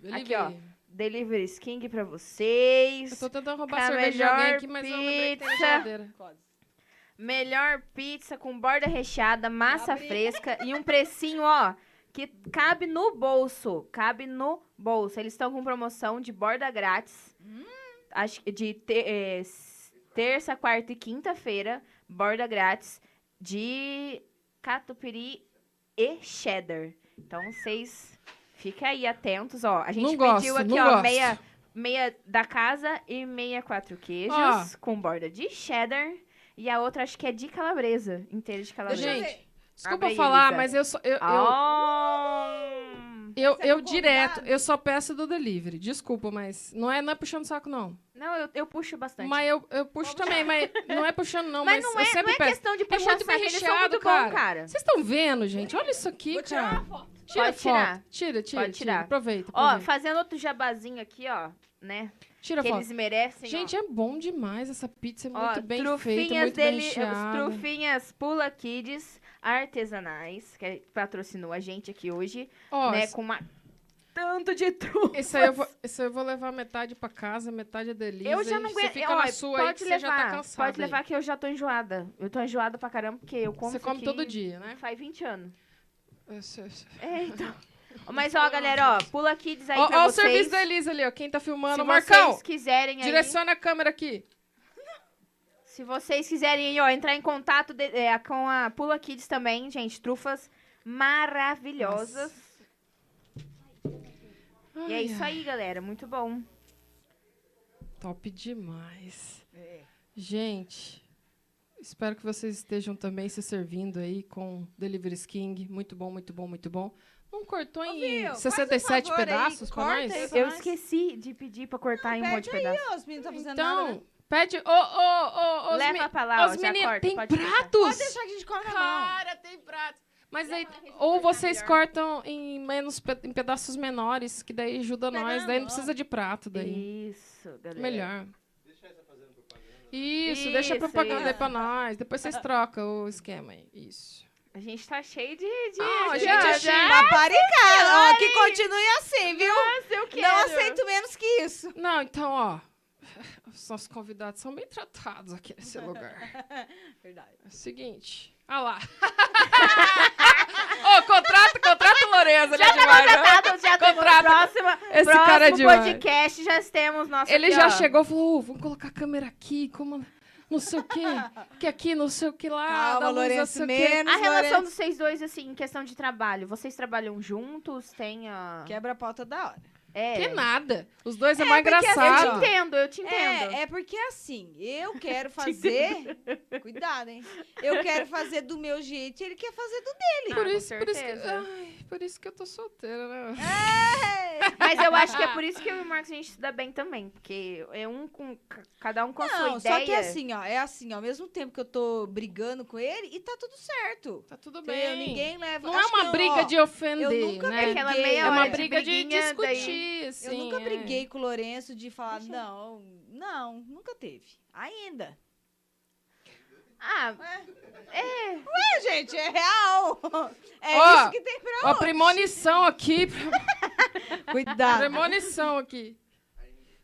Speaker 2: Ele
Speaker 1: aqui, ó.
Speaker 2: veio.
Speaker 1: Delivery King pra vocês.
Speaker 2: Eu tô tentando roubar
Speaker 1: Com
Speaker 2: a
Speaker 1: a
Speaker 2: cerveja de alguém
Speaker 1: Tá melhor
Speaker 2: aqui, mas eu lembrei que tem na
Speaker 1: pizza.
Speaker 2: geladeira.
Speaker 1: Melhor pizza com borda recheada, massa
Speaker 3: Abri.
Speaker 1: fresca e um precinho, ó, que cabe no bolso. Cabe no bolso. Eles estão com promoção de borda grátis. Acho que de te- é, s- terça, quarta e quinta-feira, borda grátis de catupiry e cheddar. Então vocês fiquem aí atentos, ó. A gente
Speaker 2: Não gosto,
Speaker 1: pediu aqui,
Speaker 2: não
Speaker 1: ó,
Speaker 2: gosto.
Speaker 1: meia meia da casa e meia quatro queijos
Speaker 2: Ó.
Speaker 1: com borda de cheddar. E a outra acho que é de calabresa. Inteira de calabresa.
Speaker 2: Gente,
Speaker 3: ver.
Speaker 2: Desculpa
Speaker 1: Abre aí,
Speaker 2: falar,
Speaker 1: Isa.
Speaker 2: mas eu sou... Eu, eu,
Speaker 1: Oh!
Speaker 2: eu,
Speaker 3: Você é
Speaker 2: eu
Speaker 3: um
Speaker 2: direto,
Speaker 3: convidado.
Speaker 2: eu só peço do delivery. Desculpa, mas não é, não é puxando saco, não.
Speaker 1: Não, eu, eu puxo bastante. Mas,
Speaker 2: Mas eu, eu puxo também, mas não é puxando, não. Mas,
Speaker 1: não
Speaker 2: eu
Speaker 1: é, não
Speaker 2: sempre
Speaker 1: é
Speaker 2: peço.
Speaker 1: questão de puxar
Speaker 2: muito bem
Speaker 1: saco, eles são
Speaker 2: recheado,
Speaker 1: muito
Speaker 2: cara.
Speaker 1: bom, cara.
Speaker 2: Vocês estão vendo, gente? Olha isso aqui,
Speaker 3: Vou tirar
Speaker 2: cara.
Speaker 3: uma foto.
Speaker 2: Tira
Speaker 1: Pode
Speaker 2: foto.
Speaker 1: tirar.
Speaker 2: Tira, tira,
Speaker 1: Pode
Speaker 2: tira.
Speaker 1: tirar.
Speaker 2: Aproveita.
Speaker 1: Ó,
Speaker 2: aproveita.
Speaker 1: fazendo outro jabazinho aqui, ó, né?
Speaker 2: tira
Speaker 1: que
Speaker 2: foto.
Speaker 1: eles merecem,
Speaker 2: Gente,
Speaker 1: ó.
Speaker 2: é bom demais essa pizza. É
Speaker 1: Ó,
Speaker 2: muito bem
Speaker 1: trufinhas
Speaker 2: feita, é muito bem
Speaker 1: dele, os
Speaker 2: recheada.
Speaker 1: trufinhas Pula Kids artesanais, que é, patrocinou a gente aqui hoje,
Speaker 2: Ó,
Speaker 1: né,
Speaker 2: esse-
Speaker 1: com uma tanto de trufa.
Speaker 2: esse aí, eu vou, esse aí eu vou levar metade pra casa, metade é delícia.
Speaker 1: Eu já não
Speaker 2: Você
Speaker 1: aguento.
Speaker 2: fica
Speaker 1: ó,
Speaker 2: na sua aí,
Speaker 1: pode
Speaker 2: que
Speaker 1: levar,
Speaker 2: você já tá cansado.
Speaker 1: Pode levar que eu já tô enjoada. Eu tô enjoada pra caramba, porque eu como
Speaker 2: Você
Speaker 1: isso
Speaker 2: come
Speaker 1: aqui
Speaker 2: todo dia, né?
Speaker 1: Faz 20 anos.
Speaker 2: Eu sei, eu sei.
Speaker 1: É, então. Mas, ó, galera, ó, pula Kids aí
Speaker 2: Ó,
Speaker 1: pra
Speaker 2: ó o
Speaker 1: vocês.
Speaker 2: serviço da Elisa ali, ó. Quem tá filmando,
Speaker 1: Se
Speaker 2: Marcão.
Speaker 1: vocês quiserem aí,
Speaker 2: Direciona a câmera aqui.
Speaker 1: se vocês quiserem aí, ó, entrar em contato de- é, com a Pula Kids também, gente, trufas maravilhosas. E é
Speaker 2: Ai,
Speaker 1: isso aí, galera, muito bom.
Speaker 2: Top demais.
Speaker 3: É.
Speaker 2: Gente, espero que vocês estejam também se servindo aí com Deliveries King. Muito bom, muito bom, muito bom. Não cortou
Speaker 3: Ô,
Speaker 2: em
Speaker 3: Viu, faz um
Speaker 2: 67
Speaker 3: favor aí,
Speaker 2: pedaços pra
Speaker 3: corta
Speaker 2: nós?
Speaker 3: aí pra
Speaker 1: Eu
Speaker 3: nós.
Speaker 1: esqueci de pedir pra cortar em um monte de
Speaker 3: Pede aí,
Speaker 1: pedaço.
Speaker 3: ó, os meninos não estão fazendo nada, né?
Speaker 2: Então, pede. Ô, ô, ô, ô, os
Speaker 1: Leva
Speaker 2: meni-
Speaker 1: pra lá, ó,
Speaker 2: os
Speaker 1: já
Speaker 2: meninos,
Speaker 1: corta,
Speaker 2: tem
Speaker 1: pode cortar.
Speaker 2: pratos?
Speaker 3: Pode deixar que a gente come na mão.
Speaker 2: Cara, tem pratos. Mas aí,
Speaker 1: pra gente
Speaker 2: ou
Speaker 1: cortar
Speaker 2: vocês
Speaker 1: melhor.
Speaker 2: cortam em menos pe- em pedaços menores, que daí ajuda
Speaker 3: Pega
Speaker 2: nós,
Speaker 3: na
Speaker 2: daí não
Speaker 3: mão.
Speaker 2: precisa de prato daí.
Speaker 1: Isso, galera.
Speaker 2: Melhor. Isso, deixa a
Speaker 1: Isso,
Speaker 2: propaganda né? aí
Speaker 1: isso.
Speaker 2: pra nós. Depois vocês trocam o esquema aí. Isso.
Speaker 1: A gente tá cheio de. de
Speaker 2: Ah, a
Speaker 1: de-
Speaker 2: gente é
Speaker 1: ó,
Speaker 2: chique.
Speaker 1: já-
Speaker 3: Paparicada! Ó, que continue assim, viu?
Speaker 1: Nossa, né? eu quero.
Speaker 3: Não aceito menos que isso.
Speaker 2: Não, então, ó. Os nossos convidados são bem tratados aqui nesse lugar.
Speaker 4: Verdade.
Speaker 2: É o seguinte. Ah lá. Ô, contrata, contrata o Lorenzo, ele é demais, né?
Speaker 1: Contratado, já temos
Speaker 2: Contrato.
Speaker 1: próxima,
Speaker 2: Esse
Speaker 1: próximo
Speaker 2: cara é demais.
Speaker 1: podcast, já temos nosso
Speaker 2: Ele
Speaker 1: aqui,
Speaker 2: já
Speaker 1: ó.
Speaker 2: chegou e falou, "Ô, vamos colocar a câmera aqui, como... Não sei o quê, que aqui, não sei o que lá,
Speaker 3: Calma,
Speaker 2: da Ah, luz, não sei
Speaker 3: Lourenço,
Speaker 2: o quê.
Speaker 3: menos,
Speaker 1: A relação
Speaker 3: Lourenço.
Speaker 1: dos vocês dois, assim, em questão de trabalho, vocês trabalham juntos? Tem a...
Speaker 3: Quebra a pauta da hora.
Speaker 1: É.
Speaker 2: Que nada. Os dois é,
Speaker 3: É,
Speaker 2: mais
Speaker 3: porque, assim,
Speaker 1: Eu te
Speaker 2: engraçado.
Speaker 3: ó,
Speaker 1: entendo, eu te entendo.
Speaker 3: É, é porque assim, eu quero fazer. Cuidado, hein? Eu quero fazer do meu jeito e ele quer fazer do
Speaker 1: Ah,
Speaker 2: Por
Speaker 1: com
Speaker 2: isso, por isso, que,
Speaker 1: certeza.
Speaker 2: ai, por isso que eu tô solteira,
Speaker 3: É,
Speaker 2: né?
Speaker 3: dele.
Speaker 1: Mas eu acho que é por isso que eu e o Marcos a gente se dá bem também. Porque é um com. ca- Cada um com a sua
Speaker 3: Não,
Speaker 1: ideia.
Speaker 3: só que é assim, ó. É assim, ó. Ao mesmo tempo que eu tô brigando com ele e tá tudo certo.
Speaker 2: Tá tudo
Speaker 3: Entendeu?
Speaker 2: bem.
Speaker 3: Ninguém leva.
Speaker 2: Não é
Speaker 3: acho
Speaker 2: uma
Speaker 3: que eu,
Speaker 2: briga
Speaker 3: ó,
Speaker 2: de ofender,
Speaker 3: eu nunca
Speaker 1: É
Speaker 2: né?
Speaker 1: aquela
Speaker 3: briguei,
Speaker 1: meia
Speaker 2: É
Speaker 1: hora
Speaker 2: uma
Speaker 1: de
Speaker 2: briga de
Speaker 1: briguinha, daí-
Speaker 2: discutir, assim.
Speaker 3: Eu nunca
Speaker 2: é.
Speaker 3: briguei com o Lourenço de falar, não, não, nunca teve. Ainda.
Speaker 1: Ah,
Speaker 3: É, gente, é real. É
Speaker 2: Ó.
Speaker 3: isso que tem pra
Speaker 2: Ó, premonição aqui.
Speaker 3: Cuidado.
Speaker 2: Premonição aqui.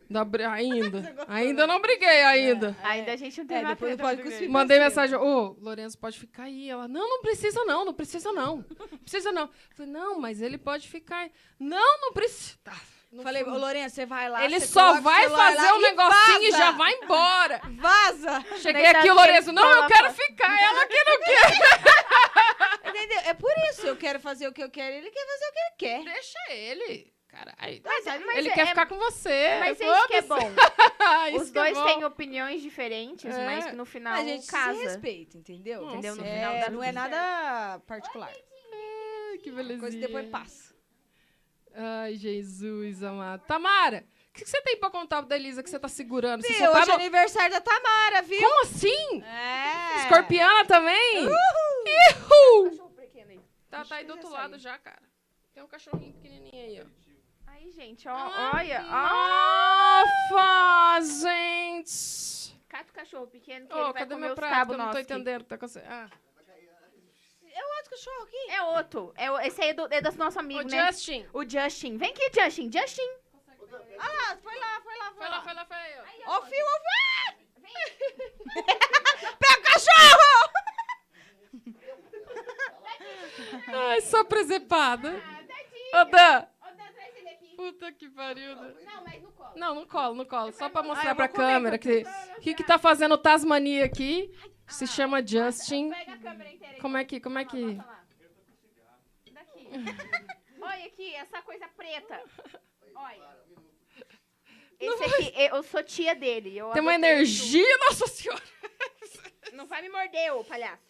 Speaker 2: Da bri- ainda. Ainda não briguei, ainda.
Speaker 1: ainda a gente não teve
Speaker 3: É,
Speaker 1: uma
Speaker 3: depois
Speaker 1: treta
Speaker 3: pode
Speaker 1: muito
Speaker 3: cuspir.
Speaker 1: grande.
Speaker 2: Mandei mensagem, ô, Lourenço, pode ficar aí. Ela, não, não precisa não, não precisa não. Não precisa não. Falei, não, mas ele pode ficar aí. Não, não precisa. Tá, não
Speaker 3: Falei, ô
Speaker 2: fui.
Speaker 3: Lourenço, você vai lá.
Speaker 2: ele
Speaker 3: você
Speaker 2: só
Speaker 3: coloca
Speaker 2: vai
Speaker 3: celular
Speaker 2: fazer
Speaker 3: lá
Speaker 2: um
Speaker 3: e
Speaker 2: negocinho e
Speaker 3: vaza.
Speaker 2: já vai embora.
Speaker 3: Vaza!
Speaker 2: Cheguei
Speaker 1: Nem tanto
Speaker 2: aqui,
Speaker 1: que
Speaker 2: o Lourenço,
Speaker 1: ele
Speaker 2: não, eu
Speaker 1: fala,
Speaker 2: quero
Speaker 1: pô.
Speaker 2: ficar. Ela que não quer.
Speaker 3: Entendeu? É por isso. Eu quero fazer o que eu quero, ele quer fazer o que ele quer.
Speaker 2: Deixa ele. Caralho.
Speaker 1: Mas, é- mas
Speaker 2: Ele
Speaker 1: é-
Speaker 2: quer
Speaker 1: é-
Speaker 2: ficar com você.
Speaker 1: Mas é isso que é
Speaker 2: Foda-se.
Speaker 1: bom.
Speaker 2: Ah, isso
Speaker 1: Os
Speaker 2: que é
Speaker 1: dois
Speaker 2: bom.
Speaker 1: têm opiniões diferentes,
Speaker 2: É.
Speaker 1: mas que no final
Speaker 3: A gente se
Speaker 1: casa.
Speaker 3: respeita, entendeu?
Speaker 2: Nossa.
Speaker 1: Entendeu? No final
Speaker 3: É,
Speaker 1: dá
Speaker 3: não
Speaker 1: tudo
Speaker 3: é
Speaker 1: certo.
Speaker 3: nada particular.
Speaker 2: Ai, que belezinha.
Speaker 3: Coisa que depois passa.
Speaker 2: Ai, Jesus amado. Tamara, o que que você tem pra contar da Elisa que você tá segurando? Você
Speaker 3: Viu,
Speaker 2: só tá
Speaker 3: hoje é
Speaker 2: no-
Speaker 3: aniversário da Tamara, viu?
Speaker 2: Como assim?
Speaker 3: É.
Speaker 2: Escorpiana também?
Speaker 1: Um Cachorro pequeno aí.
Speaker 2: Tá, tá aí do outro
Speaker 3: Deixa eu já
Speaker 2: lado já, cara. Tem um cachorrinho pequenininho aí, ó. Ah,
Speaker 1: Aí, gente, ó, olha, ó.
Speaker 2: Nossa, gente.
Speaker 1: Cata o cachorro pequeno que
Speaker 2: Ô,
Speaker 1: ele vai
Speaker 2: cadê
Speaker 1: comer
Speaker 2: meu
Speaker 1: os
Speaker 2: prato?
Speaker 1: cabos
Speaker 2: Eu não tô
Speaker 1: nossos. aqui.
Speaker 2: entendendo o que tá acontecendo. Ah.
Speaker 3: Outro cachorro aqui.
Speaker 1: É outro. É, o- esse aí é do, é do nosso amigo,
Speaker 2: Ô,
Speaker 1: né?
Speaker 2: Justin.
Speaker 1: O Justin. Vem aqui, Justin. Justin.
Speaker 3: Ah, foi lá, foi lá,
Speaker 2: Foi lá, foi lá, foi aí, ó.
Speaker 3: Ó, o fio, ó, o
Speaker 2: Ai, só presepada. Ô, Dan.
Speaker 1: tá
Speaker 2: Puta que pariu. Dan.
Speaker 1: Não, mas no colo.
Speaker 2: Não, não colo, não colo. Só pra
Speaker 3: Ah,
Speaker 2: mostrar
Speaker 3: eu
Speaker 2: pra
Speaker 3: vou comer
Speaker 2: câmera que,
Speaker 1: enquanto
Speaker 2: que que
Speaker 1: isso.
Speaker 2: tá fazendo o Tasmania aqui. Se
Speaker 1: Ah,
Speaker 2: chama Justin.
Speaker 1: Pega a câmera inteira aí.
Speaker 2: Como é que, como é que...
Speaker 1: Bota lá. Daqui. Olha aqui, essa coisa preta. Olha. Esse aqui, eu sou tia dele. Eu
Speaker 2: Tem uma
Speaker 1: adotei
Speaker 2: energia, nossa senhora.
Speaker 1: junto. Não vai me morder, ô palhaço.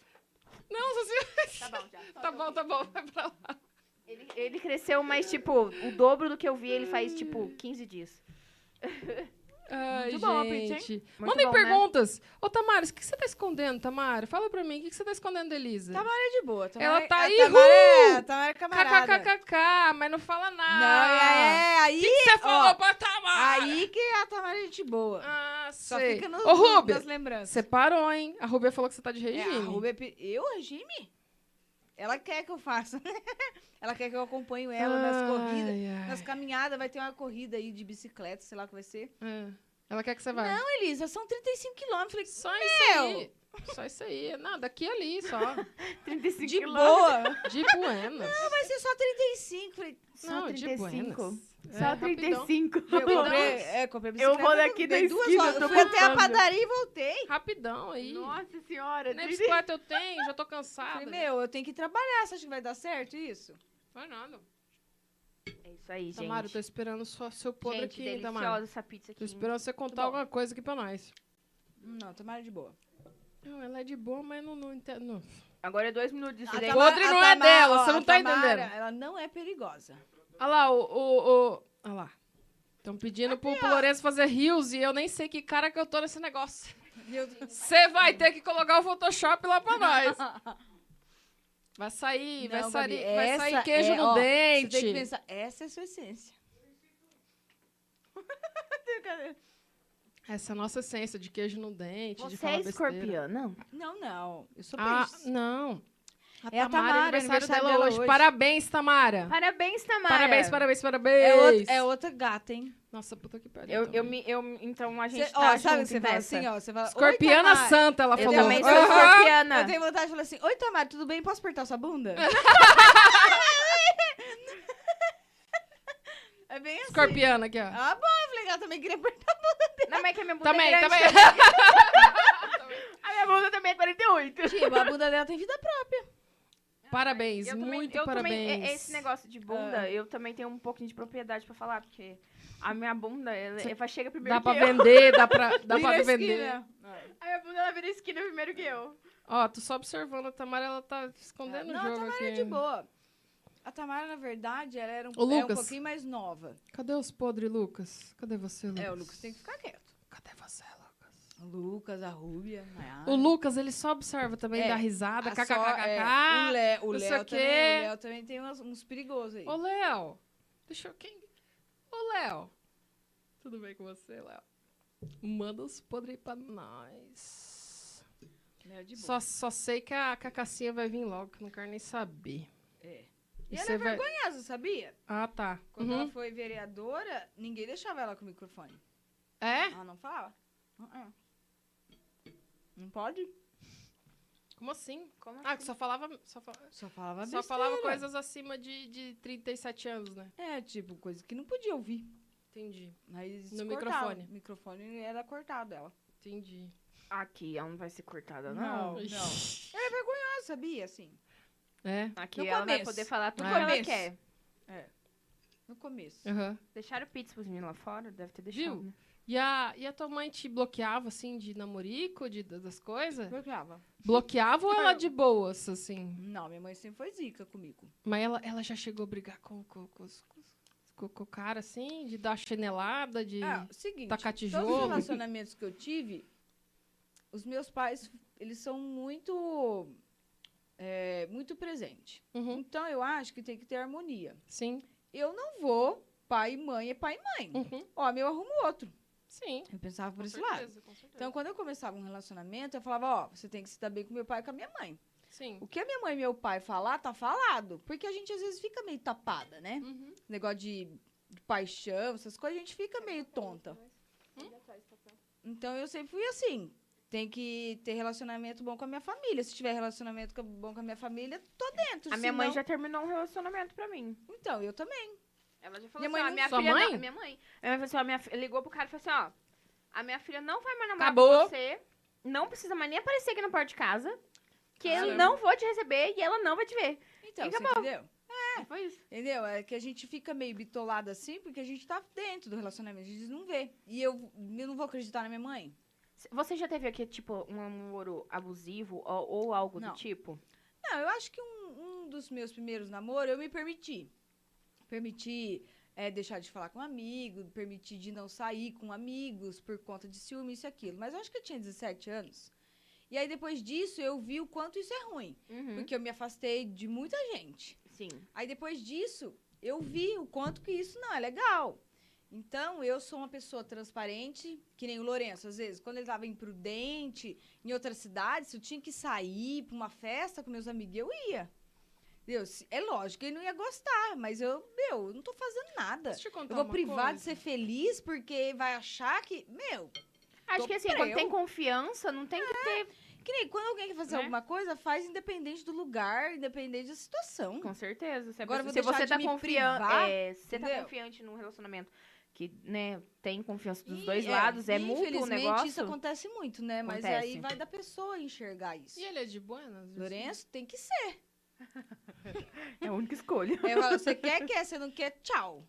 Speaker 2: Nossa
Speaker 1: Tá
Speaker 2: senhora.
Speaker 1: bom, já. Só
Speaker 2: Tá
Speaker 1: que
Speaker 2: bom, tá bom, vai pra lá.
Speaker 1: Ele, ele cresceu, mas, tipo, o dobro do que eu vi, ele faz, tipo, 15 dias.
Speaker 2: Ai,
Speaker 1: Muito bom, Pitty, hein?
Speaker 2: gente.
Speaker 1: Muito
Speaker 2: Mandem
Speaker 1: bom, né?
Speaker 2: perguntas. Ô, Tamara, o que você tá escondendo, Tamara? Fala pra mim, o que você tá escondendo, da Elisa?
Speaker 3: Tamara é de boa. Tamara,
Speaker 2: Ela tá
Speaker 3: a
Speaker 2: aí,
Speaker 3: Tamara é,
Speaker 2: uhul!
Speaker 3: a Tamara é camarada.
Speaker 2: KKKKK, mas não fala
Speaker 3: Não,
Speaker 2: nada.
Speaker 3: é, é, aí,
Speaker 2: Você falou
Speaker 3: ó,
Speaker 2: pra Tamara.
Speaker 3: aí que a Tamara é gente boa.
Speaker 2: Ah,
Speaker 3: Só
Speaker 2: sei.
Speaker 3: fica no,
Speaker 2: Ô, Rubia,
Speaker 3: nas lembranças.
Speaker 2: você parou, hein? A Rubia falou que você tá de
Speaker 3: É,
Speaker 2: regime.
Speaker 3: a Rubia pe- eu, regime? Ela quer que eu faça. ela quer que eu acompanhe é ela nas corridas.
Speaker 2: Ai, ai.
Speaker 3: Nas caminhadas, vai ter uma corrida aí de bicicleta, sei lá o que vai ser.
Speaker 2: É. Ela quer que você vá.
Speaker 3: Não, Elisa, são 35 quilômetros. Falei,
Speaker 2: Só isso
Speaker 3: Meu!
Speaker 2: aí. Só isso aí. Não, daqui ali, só.
Speaker 1: 35
Speaker 3: de
Speaker 1: quilômetros.
Speaker 3: boa.
Speaker 2: De buenas.
Speaker 3: Vai ser só 35. Falei,
Speaker 1: Só
Speaker 2: Não, de
Speaker 1: 35.
Speaker 2: buenas. É,
Speaker 1: Só
Speaker 2: rapidão.
Speaker 1: 35.
Speaker 3: eu comprei, é, comprei bicicleta.
Speaker 1: vou daqui
Speaker 3: dei
Speaker 1: da
Speaker 3: duas
Speaker 1: esquina,
Speaker 3: horas.
Speaker 1: eu tô
Speaker 3: Fui até a
Speaker 2: voltando.
Speaker 3: padaria e voltei.
Speaker 2: Rapidão aí.
Speaker 1: Nossa senhora.
Speaker 2: Nem
Speaker 1: 35.
Speaker 2: bicicleta eu tenho, já tô cansada.
Speaker 3: Falei, meu, eu tenho que trabalhar. Você acha que vai dar certo isso?
Speaker 2: Vai nada.
Speaker 1: É isso aí, gente.
Speaker 2: Tamara, eu tô esperando só seu podre
Speaker 1: gente,
Speaker 2: aqui,
Speaker 1: deliciosa
Speaker 2: Tamara.
Speaker 1: essa pizza aqui.
Speaker 2: Tô esperando você contar
Speaker 1: bom.
Speaker 2: alguma coisa aqui pra nós.
Speaker 3: Não, tomara de boa.
Speaker 2: Não, ela é de boa, mas não, não entendo. não.
Speaker 1: Agora é dois minutos de
Speaker 2: Tamara-
Speaker 1: silêncio.
Speaker 2: Podre não é dela, você não
Speaker 3: a
Speaker 2: tá
Speaker 3: Tamara,
Speaker 2: entendendo.
Speaker 3: Ela não é perigosa.
Speaker 2: Olha lá, o. o, o- Olha lá. Estão pedindo pro, pro Lourenço fazer rios e eu nem sei que cara que eu tô nesse negócio. Você vai ter que colocar o Photoshop lá pra nós. Vai sair, vai
Speaker 3: Não,
Speaker 2: sair,
Speaker 3: Gabi,
Speaker 2: vai
Speaker 3: essa
Speaker 2: sair queijo
Speaker 3: é,
Speaker 2: no
Speaker 3: ó,
Speaker 2: dente.
Speaker 3: Você tem que pensar, essa é a sua essência.
Speaker 2: Essa é a nossa essência de queijo no dente, de
Speaker 1: Você
Speaker 2: falar
Speaker 1: é
Speaker 2: besteira.
Speaker 1: escorpião? Não.
Speaker 3: Não, não. Eu sou
Speaker 2: Ah,
Speaker 3: peixe.
Speaker 2: não.
Speaker 1: É a Tamara,
Speaker 2: aniversário
Speaker 5: aniversário
Speaker 2: dela hoje. Parabéns, Tamara.
Speaker 1: Parabéns, Tamara.
Speaker 2: Parabéns, parabéns, parabéns.
Speaker 3: É, outra, é outra gata, hein?
Speaker 2: Nossa, puta que pariu.
Speaker 1: Eu, eu
Speaker 2: também.
Speaker 1: me, eu, então a gente
Speaker 3: Cê-
Speaker 1: tá
Speaker 3: ó, sabe
Speaker 1: junto
Speaker 3: que você fala
Speaker 1: nessa.
Speaker 3: assim, ó? Você fala, "Oi,
Speaker 2: Escorpiana
Speaker 3: Tamara."
Speaker 2: Santa, ela
Speaker 1: Eu
Speaker 2: falou.
Speaker 1: também sou
Speaker 2: Aham.
Speaker 1: escorpiana.
Speaker 3: Eu tenho vontade de falar assim, Oi, Tamara, tudo bem? Posso apertar sua bunda?
Speaker 5: É bem assim.
Speaker 2: Escorpiana aqui, ó.
Speaker 5: Ah, bom, eu falei, ela também queria apertar.
Speaker 1: Não, mas é que a minha bunda
Speaker 2: também,
Speaker 1: é grande.
Speaker 2: também.
Speaker 1: A minha bunda também é 48.
Speaker 3: Tipo, a bunda dela tem vida própria. É,
Speaker 2: Parabéns,
Speaker 1: Eu também-
Speaker 2: muito
Speaker 1: eu
Speaker 2: parabéns.
Speaker 1: Também, é- esse negócio de bunda, eu também tenho um pouquinho de propriedade pra falar, porque a minha bunda, ela,
Speaker 2: Cê-
Speaker 1: ela chega
Speaker 2: Dá
Speaker 1: primeiro que
Speaker 2: pra
Speaker 1: eu.
Speaker 2: vender, dá pra, dá
Speaker 3: Vira
Speaker 2: pra
Speaker 3: a
Speaker 2: vender.
Speaker 3: esquina.
Speaker 1: A minha bunda, ela vira esquina primeiro que eu.
Speaker 2: Ó, tô só observando, a Tamara ela tá escondendo
Speaker 3: Não, a
Speaker 2: o jogo
Speaker 3: Tamara
Speaker 2: aqui.
Speaker 3: é de boa. A Tamara, na verdade, ela era um,
Speaker 2: O
Speaker 3: é um
Speaker 2: Lucas.
Speaker 3: pouquinho mais nova.
Speaker 2: Cadê os podres, Lucas? Cadê você, Lucas?
Speaker 3: É, o Lucas tem que ficar quieto.
Speaker 2: Cadê você, Lucas?
Speaker 3: O Lucas, a Rúbia, a Nayara.
Speaker 2: O Lucas, ele só observa também,
Speaker 3: É,
Speaker 2: dá risada,
Speaker 3: a Só- é, O
Speaker 2: kkkk.
Speaker 3: Léo, o
Speaker 2: não sei
Speaker 3: Léo
Speaker 2: o
Speaker 3: também,
Speaker 2: quê.
Speaker 3: o Léo também tem umas- uns perigosos aí.
Speaker 2: Ô, Léo, deixa eu... Quem... Ô, Léo, tudo bem com você, Léo? Manda os podres pra nós.
Speaker 3: Léo é de boa.
Speaker 2: Só, só sei que a cacacinha vai vir logo, que eu não quero nem saber.
Speaker 3: É.
Speaker 2: E
Speaker 3: E ela
Speaker 2: você
Speaker 3: é
Speaker 2: vai-
Speaker 3: vergonhosa, sabia?
Speaker 2: Ah, tá.
Speaker 3: Quando
Speaker 2: Uhum.
Speaker 3: ela foi vereadora, ninguém deixava ela com o microfone.
Speaker 2: É?
Speaker 3: Ela não falava. Uh-uh. Não pode?
Speaker 2: Como assim?
Speaker 1: Como
Speaker 2: Ah, que só falava... Só, fa-
Speaker 3: Só falava
Speaker 2: só
Speaker 3: besteira.
Speaker 2: falava coisas acima de, de 37 anos, né?
Speaker 3: É, tipo, coisa que não podia ouvir.
Speaker 2: Entendi,
Speaker 3: Mas
Speaker 2: No
Speaker 3: cortavam.
Speaker 2: microfone.
Speaker 3: O microfone era cortado dela.
Speaker 2: entendi.
Speaker 1: Ah, Aqui, ela não vai ser cortada,
Speaker 3: Não.
Speaker 1: não.
Speaker 3: Ela é vergonhosa, sabia? Assim,
Speaker 2: É?
Speaker 1: Aqui
Speaker 3: No
Speaker 1: ela vai
Speaker 3: começo.
Speaker 1: poder falar tudo
Speaker 2: No
Speaker 1: o que ela
Speaker 3: começo.
Speaker 1: quer.
Speaker 3: no começo.
Speaker 2: Aham.
Speaker 1: Deixaram pizza pros meninos lá fora? Deve ter
Speaker 2: Viu?
Speaker 1: deixado, né?
Speaker 2: E a, e a tua mãe te bloqueava, assim, de namorico, de, da- das coisas?
Speaker 3: Bloqueava.
Speaker 2: Bloqueava ou ela de boas, assim?
Speaker 3: Não, minha mãe sempre foi zica comigo.
Speaker 2: Mas ela, ela já chegou a brigar com, com, com, os- com os- com- com o cara, assim, de dar chinelada, de...
Speaker 3: Ah, seguinte,
Speaker 2: tacar
Speaker 3: todos os
Speaker 2: tijolo.
Speaker 3: relacionamentos que eu tive, os meus pais, eles são muito, é, muito presente.
Speaker 2: Uhum,
Speaker 3: Então, eu acho que tem que ter harmonia.
Speaker 2: Sim.
Speaker 3: Eu não vou, pai e mãe é pai e mãe.
Speaker 2: Uhum.
Speaker 3: Ó, meu, eu arrumo outro.
Speaker 2: Sim.
Speaker 3: Eu pensava por
Speaker 2: com
Speaker 3: esse lado.
Speaker 2: certeza, com certeza.
Speaker 3: Então, quando eu começava um relacionamento, eu falava, ó, você tem que se dar bem com meu pai e com a minha mãe.
Speaker 2: Sim.
Speaker 3: O que a minha mãe e meu pai falar, tá falado. Porque a gente, às vezes, fica meio tapada, né?
Speaker 2: Uhum.
Speaker 3: Esse negócio de, de paixão, essas coisas, a gente fica meio tonta.
Speaker 1: Hum?
Speaker 3: Então eu sempre fui assim. Tem que ter relacionamento bom com a minha família. Se tiver relacionamento com- bom com a minha família, tô dentro.
Speaker 1: A minha mãe
Speaker 3: senão-
Speaker 1: já terminou um relacionamento pra mim.
Speaker 3: Então, eu também.
Speaker 1: Ela já falou
Speaker 3: Minha mãe
Speaker 1: assim, ó,
Speaker 3: não-
Speaker 1: minha
Speaker 2: Sua
Speaker 1: filha
Speaker 2: mãe?
Speaker 1: não... Minha mãe. Ela falou assim, ó, minha filha ligou pro cara e falou assim, ó, a minha filha não vai mais namorar
Speaker 2: Acabou.
Speaker 1: com você, não precisa mais nem aparecer aqui na porta de casa, que
Speaker 2: Caramba.
Speaker 1: Ah, eu não vou te receber e ela não vai te ver.
Speaker 3: Então,
Speaker 1: E
Speaker 3: você entendeu?
Speaker 1: E foi isso.
Speaker 3: Entendeu? É que a gente fica meio bitolada assim, porque a gente tá dentro do relacionamento, a gente não vê. E eu, eu não vou acreditar na minha mãe?
Speaker 1: C- Você já teve aqui, tipo, um namoro abusivo ou, ou algo
Speaker 3: Não.
Speaker 1: do tipo?
Speaker 3: Não, eu acho que um, um dos meus primeiros namoros eu me permiti. Permiti eh, deixar de falar com um amigo, permiti de não sair com amigos por conta de ciúme, isso e aquilo. Mas eu acho que eu tinha 17 anos. E aí depois disso eu vi o quanto isso é ruim,
Speaker 1: Uhum.
Speaker 3: porque eu me afastei de muita gente.
Speaker 1: Sim.
Speaker 3: Aí depois disso eu vi o quanto que isso não é legal. Então, eu sou uma pessoa transparente, que nem o Lourenço, às vezes, quando ele estava imprudente, em outra cidade, se eu tinha que sair para uma festa com meus amigos, eu ia. Entendeu? Se- é lógico, ele não ia gostar, mas eu, meu, eu não tô fazendo nada.
Speaker 2: Deixa eu te contar
Speaker 3: Eu vou
Speaker 2: uma
Speaker 3: privar de
Speaker 2: coisa?
Speaker 3: ser feliz porque vai achar que, meu,
Speaker 1: Acho
Speaker 3: Tô
Speaker 1: que assim,
Speaker 3: pra
Speaker 1: quando
Speaker 3: eu.
Speaker 1: tem confiança, não tem que ter...
Speaker 3: que nem quando alguém quer fazer
Speaker 1: Né?
Speaker 3: alguma coisa, faz independente do lugar, independente da situação.
Speaker 1: Com certeza. Se, a
Speaker 3: Agora
Speaker 1: pessoa-
Speaker 3: eu vou
Speaker 1: se você
Speaker 3: deixar de
Speaker 1: tá
Speaker 3: me
Speaker 1: confiante.
Speaker 3: privar,
Speaker 1: É, se você tá
Speaker 3: entendeu?
Speaker 1: confiante num relacionamento que, né, tem confiança dos
Speaker 3: E,
Speaker 1: dois lados, é mútuo o
Speaker 3: Infelizmente,
Speaker 1: negócio.
Speaker 3: isso acontece muito, né? Mas
Speaker 1: Acontece.
Speaker 3: aí vai da pessoa enxergar isso.
Speaker 2: E ele é de buenas? assim?
Speaker 3: Lourenço tem que ser.
Speaker 1: É a única escolha.
Speaker 3: Aí eu falo, você quer, quer, você não quer, tchau.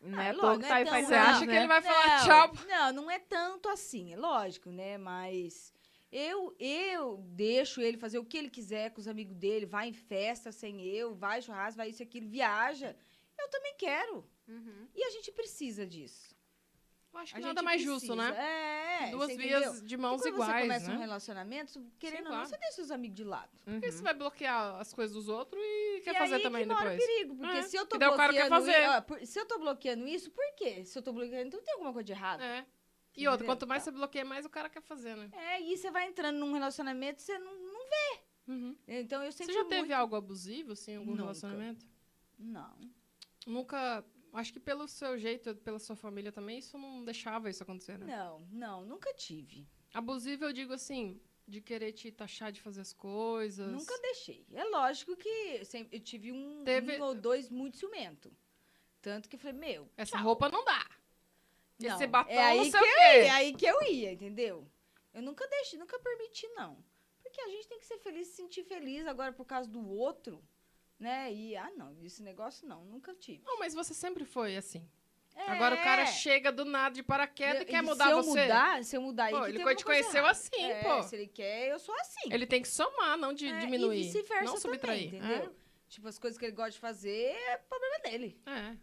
Speaker 1: Não
Speaker 3: Ah,
Speaker 1: é
Speaker 3: é
Speaker 1: à toa
Speaker 3: lógico,
Speaker 1: que
Speaker 3: né?
Speaker 1: tá aí
Speaker 3: Então,
Speaker 1: faz
Speaker 2: Você
Speaker 3: Não,
Speaker 1: anos,
Speaker 2: acha que
Speaker 1: né?
Speaker 2: ele vai falar
Speaker 3: Não,
Speaker 2: tchau?
Speaker 3: Não, não é tanto assim, é lógico, né? Mas eu eu deixo ele fazer o que ele quiser com os amigos dele, vai em festa sem eu, vai em churrasco, vai isso e aquilo, viaja. Eu também quero.
Speaker 1: Uhum.
Speaker 3: E a gente precisa disso.
Speaker 2: Eu acho
Speaker 3: A
Speaker 2: que nada
Speaker 3: gente
Speaker 2: mais
Speaker 3: precisa.
Speaker 2: justo, né?
Speaker 3: É,
Speaker 2: Duas
Speaker 3: você
Speaker 2: vias
Speaker 3: entendeu?
Speaker 2: de
Speaker 3: Porque
Speaker 2: mãos
Speaker 3: quando você
Speaker 2: iguais,
Speaker 3: começa
Speaker 2: né?
Speaker 3: um relacionamento, querendo ou não,
Speaker 2: claro.
Speaker 3: você deixa os amigos de lado.
Speaker 2: Porque você vai bloquear as coisas dos outros e quer
Speaker 3: E
Speaker 2: fazer
Speaker 3: aí
Speaker 2: também
Speaker 3: que mora
Speaker 2: depois.
Speaker 3: o perigo, porque
Speaker 2: É,
Speaker 3: se eu tô
Speaker 2: que daí o cara
Speaker 3: bloqueando
Speaker 2: quer fazer.
Speaker 3: isso, ó, por- se eu tô bloqueando isso, por quê? Se eu tô bloqueando, então tem alguma coisa de errado.
Speaker 2: É. E outra,
Speaker 3: Entendeu?
Speaker 2: quanto mais
Speaker 3: Tá.
Speaker 2: você bloqueia, mais o cara quer fazer, né?
Speaker 3: É, e você vai entrando num relacionamento, você não, não vê.
Speaker 2: Uhum.
Speaker 3: Então eu
Speaker 2: Você
Speaker 3: sempre
Speaker 2: já
Speaker 3: fui
Speaker 2: teve
Speaker 3: muito...
Speaker 2: algo abusivo, assim, em algum
Speaker 3: Nunca.
Speaker 2: relacionamento?
Speaker 3: Não.
Speaker 2: Nunca. Acho que pelo seu jeito, pela sua família também, isso não deixava isso acontecer, né?
Speaker 3: Não, não, nunca tive.
Speaker 2: Abusivo, eu digo assim, de querer te taxar de fazer as coisas.
Speaker 3: Nunca deixei. É lógico que sempre, eu tive um,
Speaker 2: Teve-
Speaker 3: um ou dois muito ciumento. Tanto que eu falei, meu.
Speaker 2: Essa
Speaker 3: tchau.
Speaker 2: roupa não dá.
Speaker 3: Não,
Speaker 2: Esse batom
Speaker 3: é
Speaker 2: não
Speaker 3: aí
Speaker 2: sei o
Speaker 3: que
Speaker 2: quê.
Speaker 3: É aí que eu ia, entendeu? Eu nunca deixei, nunca permiti, não. Porque a gente tem que ser feliz, se sentir feliz agora por causa do outro, né? E, ah, não, esse negócio não, nunca tive.
Speaker 2: Não, mas você sempre foi assim. Agora o cara
Speaker 3: É.
Speaker 2: chega do nada de paraquedas e,
Speaker 3: E
Speaker 2: quer
Speaker 3: se
Speaker 2: mudar
Speaker 3: eu
Speaker 2: você.
Speaker 3: Mudar, se eu mudar aí
Speaker 2: Pô,
Speaker 3: que
Speaker 2: ele
Speaker 3: tem
Speaker 2: co- te
Speaker 3: alguma coisa
Speaker 2: conheceu
Speaker 3: errada.
Speaker 2: assim,
Speaker 3: É,
Speaker 2: pô.
Speaker 3: Se ele quer, eu sou assim.
Speaker 2: Ele tem que somar, não de
Speaker 3: É,
Speaker 2: diminuir.
Speaker 3: E vice-versa
Speaker 2: não subtrair. É.
Speaker 3: também, entendeu? Tipo, as coisas que ele gosta de fazer é problema dele.
Speaker 2: É, é.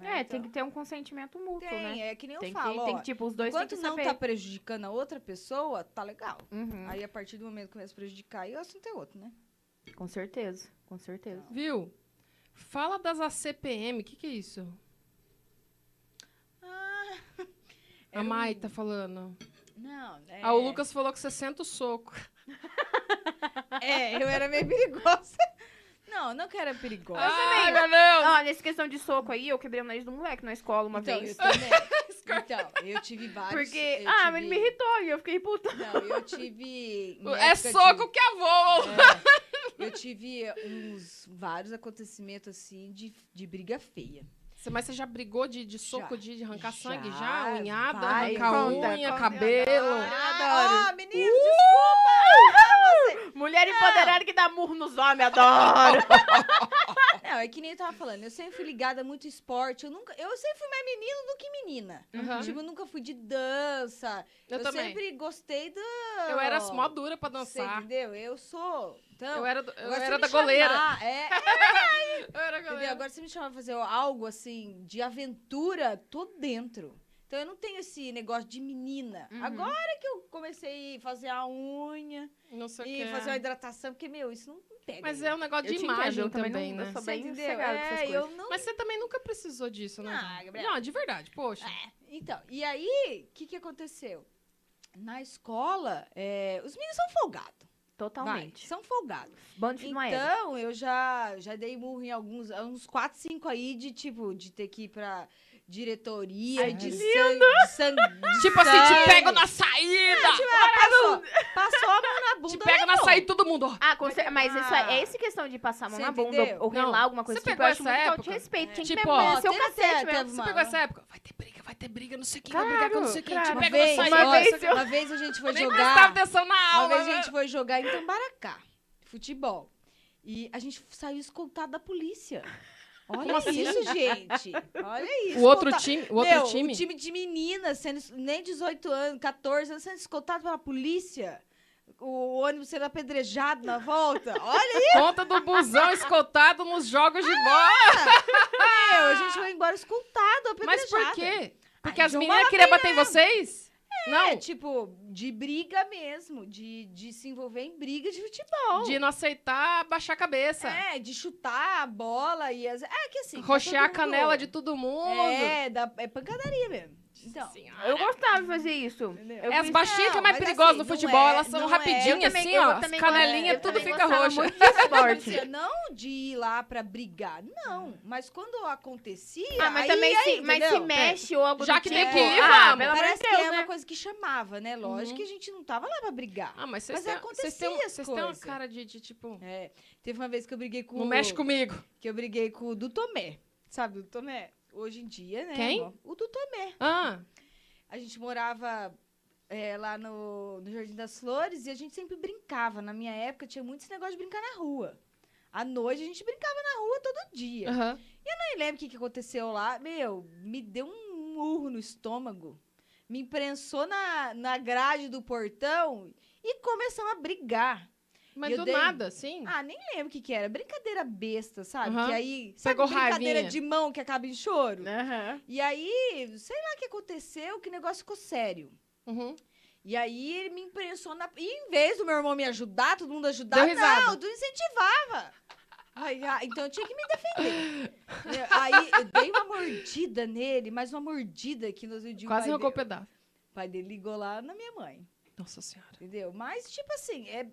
Speaker 1: É,
Speaker 3: né?
Speaker 1: tem que ter
Speaker 3: Então,
Speaker 1: um consentimento mútuo,
Speaker 3: tem,
Speaker 1: né?
Speaker 3: é que nem eu
Speaker 1: tem,
Speaker 3: falo,
Speaker 1: que, tem
Speaker 3: ó,
Speaker 1: que, tipo, os dois têm
Speaker 3: Enquanto
Speaker 1: que
Speaker 3: não
Speaker 1: saber.
Speaker 3: tá prejudicando a outra pessoa, tá legal.
Speaker 1: Uhum,
Speaker 3: Aí a partir do momento que começa a prejudicar, aí o assunto é outro, né?
Speaker 1: Com certeza, com certeza.
Speaker 2: Viu? Fala das ACPM, o que, que é isso?
Speaker 3: Era
Speaker 2: a
Speaker 3: Ah, um-
Speaker 2: Mai tá falando.
Speaker 3: Não, né?
Speaker 2: Ah, o Lucas falou que você senta o soco.
Speaker 3: É, eu era meio perigosa. Não, não que eu era perigosa.
Speaker 2: ah, meu Deus!
Speaker 1: Olha, essa questão de soco aí, eu quebrei o nariz do moleque na escola uma
Speaker 3: então,
Speaker 1: vez.
Speaker 3: eu também. então, eu tive vários.
Speaker 1: Porque,
Speaker 3: eu
Speaker 1: ah,
Speaker 3: tive-
Speaker 1: mas ele me irritou e eu fiquei puta.
Speaker 3: Não, eu tive. em
Speaker 2: É
Speaker 3: época de-
Speaker 2: soco que avô!
Speaker 3: É, eu tive uns vários acontecimentos assim de, de briga feia.
Speaker 2: Você- Mas você já brigou de, de soco,
Speaker 3: Já.
Speaker 2: de, de arrancar
Speaker 3: Já.
Speaker 2: sangue? Já? Unhada,
Speaker 3: Vai,
Speaker 2: arrancar
Speaker 1: conta,
Speaker 2: unha,
Speaker 1: conta.
Speaker 2: cabelo?
Speaker 1: Eu adoro. Uh!
Speaker 3: Ah, menino,
Speaker 1: Mulher empoderada que dá murro nos homens, adoro.
Speaker 3: Não, é que nem eu tava falando, eu sempre fui ligada a muito esporte, eu nunca, eu sempre fui mais menino do que menina.
Speaker 2: Uhum.
Speaker 3: Tipo, eu nunca fui de dança.
Speaker 2: Eu, também.
Speaker 3: sempre gostei do
Speaker 2: Eu era mó dura pra
Speaker 3: Você
Speaker 2: dançar.
Speaker 3: entendeu? Eu sou. Então,
Speaker 2: Eu era, do- eu
Speaker 3: agora você
Speaker 2: era
Speaker 3: me
Speaker 2: da goleira.
Speaker 3: chamar, é,
Speaker 2: Eu era
Speaker 3: entendeu?
Speaker 2: goleira.
Speaker 3: Agora você me chamar pra fazer algo assim de aventura, tô dentro. Então eu não tenho esse negócio de menina.
Speaker 1: Uhum.
Speaker 3: Agora que eu comecei a fazer a unha
Speaker 2: Não sei o
Speaker 3: e
Speaker 2: que. é.
Speaker 3: fazer a hidratação, porque meu, isso não não pega.
Speaker 2: Mas é um negócio
Speaker 1: Eu
Speaker 2: de
Speaker 1: te entendo,
Speaker 2: imagem
Speaker 1: eu também
Speaker 2: também,
Speaker 1: não-
Speaker 2: né?
Speaker 1: eu sou
Speaker 3: Você
Speaker 1: bem
Speaker 3: entendeu?
Speaker 1: sossegada com essas
Speaker 3: É,
Speaker 1: coisas.
Speaker 3: eu não
Speaker 2: Mas você também nunca precisou disso, né?
Speaker 3: Ah,
Speaker 2: gente?
Speaker 3: Gabriela.
Speaker 2: Não, de verdade, poxa.
Speaker 3: Então, e aí, o que, que aconteceu? Na escola, é, os meninos são folgados.
Speaker 1: Totalmente.
Speaker 3: São folgados.
Speaker 1: Bando de filho de uma égua.
Speaker 3: Então, eu já, já dei murro em alguns, uns 4, 5 aí de tipo, de ter que ir pra diretoria,
Speaker 1: Ai,
Speaker 3: de
Speaker 1: que
Speaker 3: sangue. De sangue
Speaker 2: Tipo assim, te
Speaker 3: Sério?
Speaker 2: pego na
Speaker 3: É,
Speaker 2: saída!
Speaker 3: tipo, passou, passou a mão na bunda.
Speaker 2: te pego na
Speaker 3: levou.
Speaker 2: saída, todo mundo, ó.
Speaker 1: Ah, com cer- mas isso é,
Speaker 3: Ah.
Speaker 1: é essa questão de passar a mão
Speaker 3: Você
Speaker 1: na bunda
Speaker 3: entendeu?
Speaker 1: ou ou relar
Speaker 2: Não.
Speaker 1: alguma coisa
Speaker 2: Você
Speaker 1: assim,
Speaker 2: pegou
Speaker 1: eu acho
Speaker 2: essa
Speaker 1: muito falta de
Speaker 2: época?
Speaker 1: respeito. Tinha
Speaker 2: Tipo,
Speaker 1: que
Speaker 2: ó,
Speaker 1: permanecer o
Speaker 3: teve até-
Speaker 1: cacete
Speaker 3: teve
Speaker 1: mesmo.
Speaker 2: Você
Speaker 3: Mano.
Speaker 2: pegou essa época? Vai ter briga, vai ter briga, não sei quem, vai
Speaker 1: Claro,
Speaker 2: brigar com não sei quem. Te
Speaker 1: claro.
Speaker 3: Uma
Speaker 2: pego na
Speaker 3: vez,
Speaker 2: saída.
Speaker 1: uma
Speaker 3: olha,
Speaker 1: vez eu-
Speaker 3: uma vez a gente foi
Speaker 2: Nem prestava
Speaker 3: jogar.
Speaker 2: atenção na
Speaker 3: Uma
Speaker 2: aula.
Speaker 3: vez a
Speaker 2: né?
Speaker 3: gente foi jogar em Tambaracá, futebol. E a gente saiu escoltado da polícia. Olha isso, gente. Olha isso.
Speaker 2: O outro
Speaker 3: escoltado.
Speaker 2: time, o outro
Speaker 3: Meu,
Speaker 2: time,
Speaker 3: O time de meninas, sendo, nem 18 anos, 14 anos, sendo escoltado pela polícia. O ônibus sendo apedrejado na volta. Olha
Speaker 2: conta do busão escoltado nos jogos de bola.
Speaker 3: meu, a gente foi embora escoltado, apedrejado.
Speaker 2: Mas por quê? Porque
Speaker 3: Ah,
Speaker 2: as
Speaker 3: de uma
Speaker 2: meninas queriam bater em vocês?
Speaker 3: É,
Speaker 2: Não,
Speaker 3: tipo, de briga mesmo, de, de se envolver em briga de futebol.
Speaker 2: de não aceitar baixar a cabeça.
Speaker 3: É, de chutar a bola e as... É que assim... tá
Speaker 2: Rochear a
Speaker 3: todo mundo-
Speaker 2: canela de todo mundo. ah,
Speaker 3: É, da, é pancadaria mesmo. Então,
Speaker 2: Senhora.
Speaker 1: Eu gostava de fazer isso.
Speaker 3: Entendeu? Então,
Speaker 1: Eu
Speaker 2: É, as
Speaker 1: fiz-
Speaker 2: baixinhas que é mais
Speaker 3: mas
Speaker 2: perigosas
Speaker 3: assim,
Speaker 2: no
Speaker 3: não
Speaker 2: futebol,
Speaker 3: é-
Speaker 2: elas são
Speaker 3: não é.
Speaker 2: rapidinhas
Speaker 1: Eu
Speaker 2: assim,
Speaker 1: também- eu
Speaker 2: ó. As
Speaker 1: também
Speaker 2: canelinhas,
Speaker 1: gosto- eu
Speaker 2: tudo
Speaker 1: também
Speaker 2: fica
Speaker 1: gostava
Speaker 2: roxa.
Speaker 1: muito de esporte.
Speaker 3: Não, é não de ir lá pra brigar, não. Mas quando acontecia...
Speaker 1: Ah, mas
Speaker 3: aí,
Speaker 1: também
Speaker 3: aí,
Speaker 1: se, mas se
Speaker 3: entendeu?
Speaker 1: mexe ou algo
Speaker 2: Já
Speaker 1: do
Speaker 2: que
Speaker 1: tipo.
Speaker 2: tem que ir,
Speaker 1: ah,
Speaker 2: vamos.
Speaker 1: pelo amor de
Speaker 3: Parece que
Speaker 1: Deus,
Speaker 3: é
Speaker 1: né?
Speaker 3: uma coisa que chamava, né? Lógico
Speaker 2: Uhum.
Speaker 3: que a gente não tava lá pra brigar.
Speaker 2: Ah, mas vocês
Speaker 3: Mas
Speaker 2: têm,
Speaker 3: acontecia
Speaker 2: vocês têm, um-
Speaker 3: as
Speaker 2: vocês têm uma
Speaker 3: coisas.
Speaker 2: cara de, de, tipo...
Speaker 3: É, teve uma vez que eu briguei com
Speaker 2: Não
Speaker 3: o-
Speaker 2: mexe comigo.
Speaker 3: que eu briguei com o do Tomé. Sabe, o do Tomé? Hoje em dia, né?
Speaker 2: Quem?
Speaker 3: ó, O do Tomé.
Speaker 2: Ah,
Speaker 3: A gente morava é, lá no, no Jardim das Flores e a gente sempre brincava. Na minha época tinha muito esse negócio de brincar na rua. À noite a gente brincava na rua todo dia.
Speaker 2: aham.
Speaker 3: Nem lembro o que, que aconteceu lá. Meu, me deu um murro no estômago. Me imprensou na, na grade do portão e começamos a brigar.
Speaker 2: Mas
Speaker 3: Eu
Speaker 2: do
Speaker 3: dei-
Speaker 2: nada, assim.
Speaker 3: Ah, nem lembro o que, que era. Brincadeira besta, sabe?
Speaker 2: Aham.
Speaker 3: Que aí. Sabe
Speaker 2: Pegou
Speaker 3: brincadeira
Speaker 2: raivinha. Né?
Speaker 3: de mão que acaba em choro?
Speaker 1: né? Aham.
Speaker 3: E aí, sei lá o que aconteceu, que o negócio ficou sério.
Speaker 2: Uhum.
Speaker 3: E aí ele me imprensou na. E em vez do meu irmão me ajudar, todo mundo
Speaker 2: Deu
Speaker 3: ajudar,
Speaker 2: risada.
Speaker 3: não, tu incentivava. Ai, ai, então eu tinha que me defender. Eu- aí eu dei uma mordida nele, mas uma mordida que nós digo,
Speaker 2: Quase
Speaker 3: pai
Speaker 2: arrancou o
Speaker 3: dele,
Speaker 2: pedaço.
Speaker 3: pai dele ligou lá na minha mãe,
Speaker 2: Nossa senhora.
Speaker 3: entendeu? Mas, tipo assim, é,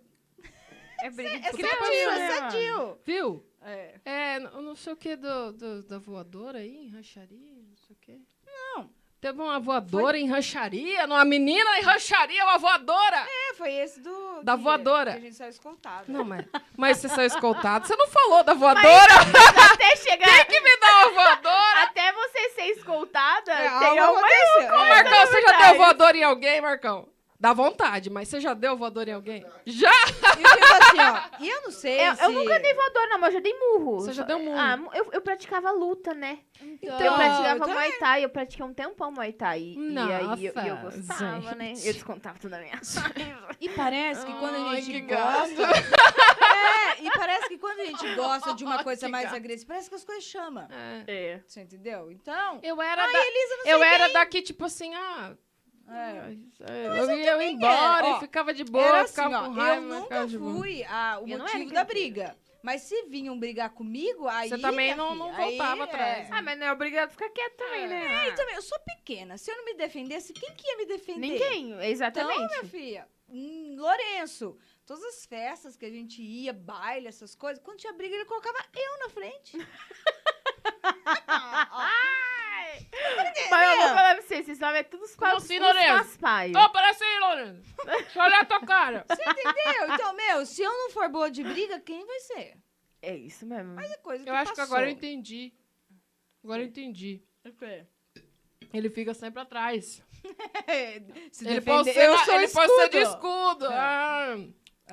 Speaker 1: É briga de
Speaker 6: É
Speaker 1: criança,
Speaker 6: sadio,
Speaker 1: né,
Speaker 6: é
Speaker 1: mano?
Speaker 6: sadio.
Speaker 2: Viu?
Speaker 6: É.
Speaker 2: É, n- não sei o que do, do- da voadora aí, em rancharia, não sei o que.
Speaker 6: Não.
Speaker 2: Teve uma voadora em rancharia, uma menina em rancharia, uma voadora!
Speaker 3: É,
Speaker 6: foi esse do.
Speaker 2: Da
Speaker 6: que-
Speaker 2: voadora.
Speaker 6: Que a gente saiu escoltado.
Speaker 2: Não, mas, mas você saiu escoltado. Você não falou da voadora?
Speaker 1: Até chegar.
Speaker 2: que me dá uma voadora?
Speaker 1: Até você ser escoltada,
Speaker 6: É,
Speaker 1: tem
Speaker 6: algo
Speaker 1: alguma
Speaker 6: aconteceu.
Speaker 2: Ô,
Speaker 6: É.
Speaker 2: Marcão, você já
Speaker 1: verdade.
Speaker 2: deu voadora em alguém, Marcão? Dá vontade, mas você já deu voadora em alguém? Já!
Speaker 6: E eu
Speaker 3: tipo
Speaker 6: digo assim, ó. E eu não sei.
Speaker 1: Eu,
Speaker 6: se...
Speaker 1: eu nunca dei voadora, não, mas eu já dei murro.
Speaker 2: Você já deu murro.
Speaker 1: Ah, mu- eu, eu praticava luta, né?
Speaker 3: Então,
Speaker 1: eu praticava
Speaker 6: eu também.
Speaker 1: Muay Thai, eu pratiquei um tempão Muay Thai. E- e aí eu, e eu
Speaker 2: Nossa,
Speaker 1: gostava,
Speaker 2: gente.
Speaker 1: né? Eu descontava tudo na minha raiva.
Speaker 3: E parece que quando a
Speaker 2: Ai,
Speaker 3: gente
Speaker 2: que
Speaker 3: gosta.
Speaker 2: gato.
Speaker 3: É, e parece que quando a gente gosta de uma coisa
Speaker 2: Que
Speaker 3: mais
Speaker 2: gato.
Speaker 3: agressiva, parece que as coisas chamam.
Speaker 2: É.
Speaker 1: É.
Speaker 3: Você entendeu? Então.
Speaker 2: Eu era da... Eu era daqui, tipo assim, ah...
Speaker 3: É.
Speaker 2: é, Eu, ia eu ia embora,
Speaker 3: era.
Speaker 2: e
Speaker 3: Ó,
Speaker 2: ficava de boa,
Speaker 3: Era assim,
Speaker 2: ficava
Speaker 3: ó,
Speaker 2: com
Speaker 3: eu
Speaker 2: raiva,
Speaker 3: nunca
Speaker 2: ficava de boa.
Speaker 3: fui a-
Speaker 1: Eu
Speaker 3: o
Speaker 1: não era
Speaker 3: motivo da
Speaker 1: encrenqueira.
Speaker 3: briga. Mas se vinham brigar comigo, aí.
Speaker 2: Você também
Speaker 3: minha
Speaker 2: não-
Speaker 3: filha,
Speaker 2: não
Speaker 3: aí,
Speaker 2: voltava atrás. né?
Speaker 1: Ah, mas não é obrigado a ficar quieto também,
Speaker 2: É.
Speaker 1: né?
Speaker 3: É, e também, eu sou pequena. Se eu não me defendesse, quem que ia me defender?
Speaker 1: Ninguém, exatamente.
Speaker 3: Então, minha filha, hum, Lourenço, todas as festas que a gente ia, baile, essas coisas, quando tinha briga, ele colocava eu na frente.
Speaker 1: mas eu vou falar pra vocês, vocês sabem, é tudo os quatro
Speaker 2: assim,
Speaker 1: os
Speaker 2: Lourenço?
Speaker 1: pais.
Speaker 2: Ô, parece aí, Lourenço. Deixa eu olhar a tua cara.
Speaker 3: Você entendeu? Então, meu, se eu não for boa de briga, quem vai ser?
Speaker 1: É isso mesmo.
Speaker 3: É coisa que
Speaker 2: Eu acho que
Speaker 3: passou.
Speaker 2: agora eu entendi. Agora eu entendi. Ele fica sempre atrás.
Speaker 3: Se
Speaker 2: Ele pode
Speaker 3: defender,
Speaker 2: ser,
Speaker 3: eu
Speaker 2: da-
Speaker 3: sou
Speaker 2: ele pode ser de
Speaker 3: escudo.
Speaker 2: escudo.
Speaker 3: É.
Speaker 2: Ah.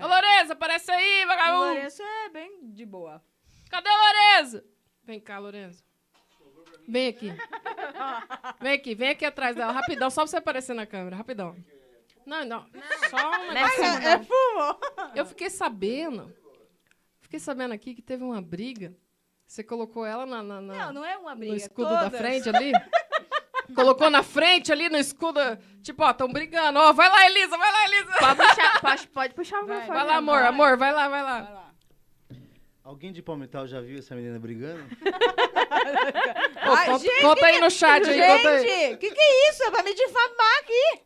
Speaker 2: Ô, Lourenço, aparece aí,
Speaker 3: O
Speaker 2: vagabundo.
Speaker 3: Lourenço é bem de boa.
Speaker 2: Cadê o Lorenzo? Vem cá, Lorenzo. Vem aqui. Vem aqui, vem aqui atrás dela. Rapidão, só pra você aparecer na câmera, rapidão. Não, não. Só um negócio.
Speaker 1: fumo,
Speaker 2: É fumo. Eu fiquei sabendo. Fiquei sabendo aqui que teve uma briga. Você colocou ela na, na- na-
Speaker 3: Não, não é uma briga.
Speaker 2: no escudo da
Speaker 3: todas.
Speaker 2: frente ali? Colocou na frente ali no escudo. Tipo, ó, tão brigando. Ó, vai lá, Elisa, vai lá, Elisa.
Speaker 1: Pode puxar, pode, pode puxar o
Speaker 3: Vai,
Speaker 1: microfone.
Speaker 2: Vai lá, amor, amor, vai lá, vai lá.
Speaker 3: Vai lá.
Speaker 7: Alguém de Palmital já viu essa menina brigando?
Speaker 2: Pô,
Speaker 3: Ai,
Speaker 2: conta,
Speaker 3: gente,
Speaker 2: conta aí no chat aí, conta aí.
Speaker 3: Gente, o que, que é isso? É pra me difamar aqui.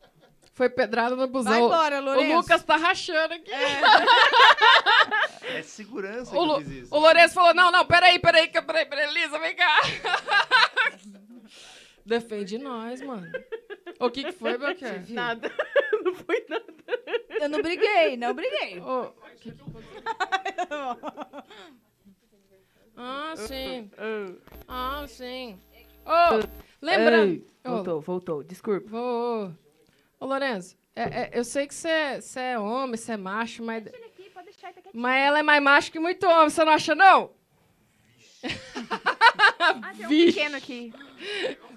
Speaker 2: Foi pedrada no busão.
Speaker 3: Vai embora, Lourenço.
Speaker 2: o Lucas tá rachando aqui.
Speaker 7: É segurança
Speaker 2: O, Lu,
Speaker 7: que fiz isso.
Speaker 2: o Lourenço falou: não, não, peraí, peraí, que- peraí, peraí, Elisa, vem cá. Defende nós, mano. O que, que foi, Belchior?
Speaker 1: Nada. Não foi nada.
Speaker 3: Eu não briguei, não briguei.
Speaker 2: Ô, que que aconteceu? ah, sim. Ah, sim. Ô, lembrando. Ô,
Speaker 1: Voltou, voltou. Desculpa.
Speaker 2: Vou. Ô, Lourenço, é- é, eu sei que você você é homem, você é macho, mas. Mas ela é mais macho que muito homem, você não acha, não?
Speaker 1: Ah, tem um
Speaker 2: Vixe.
Speaker 1: pequeno aqui.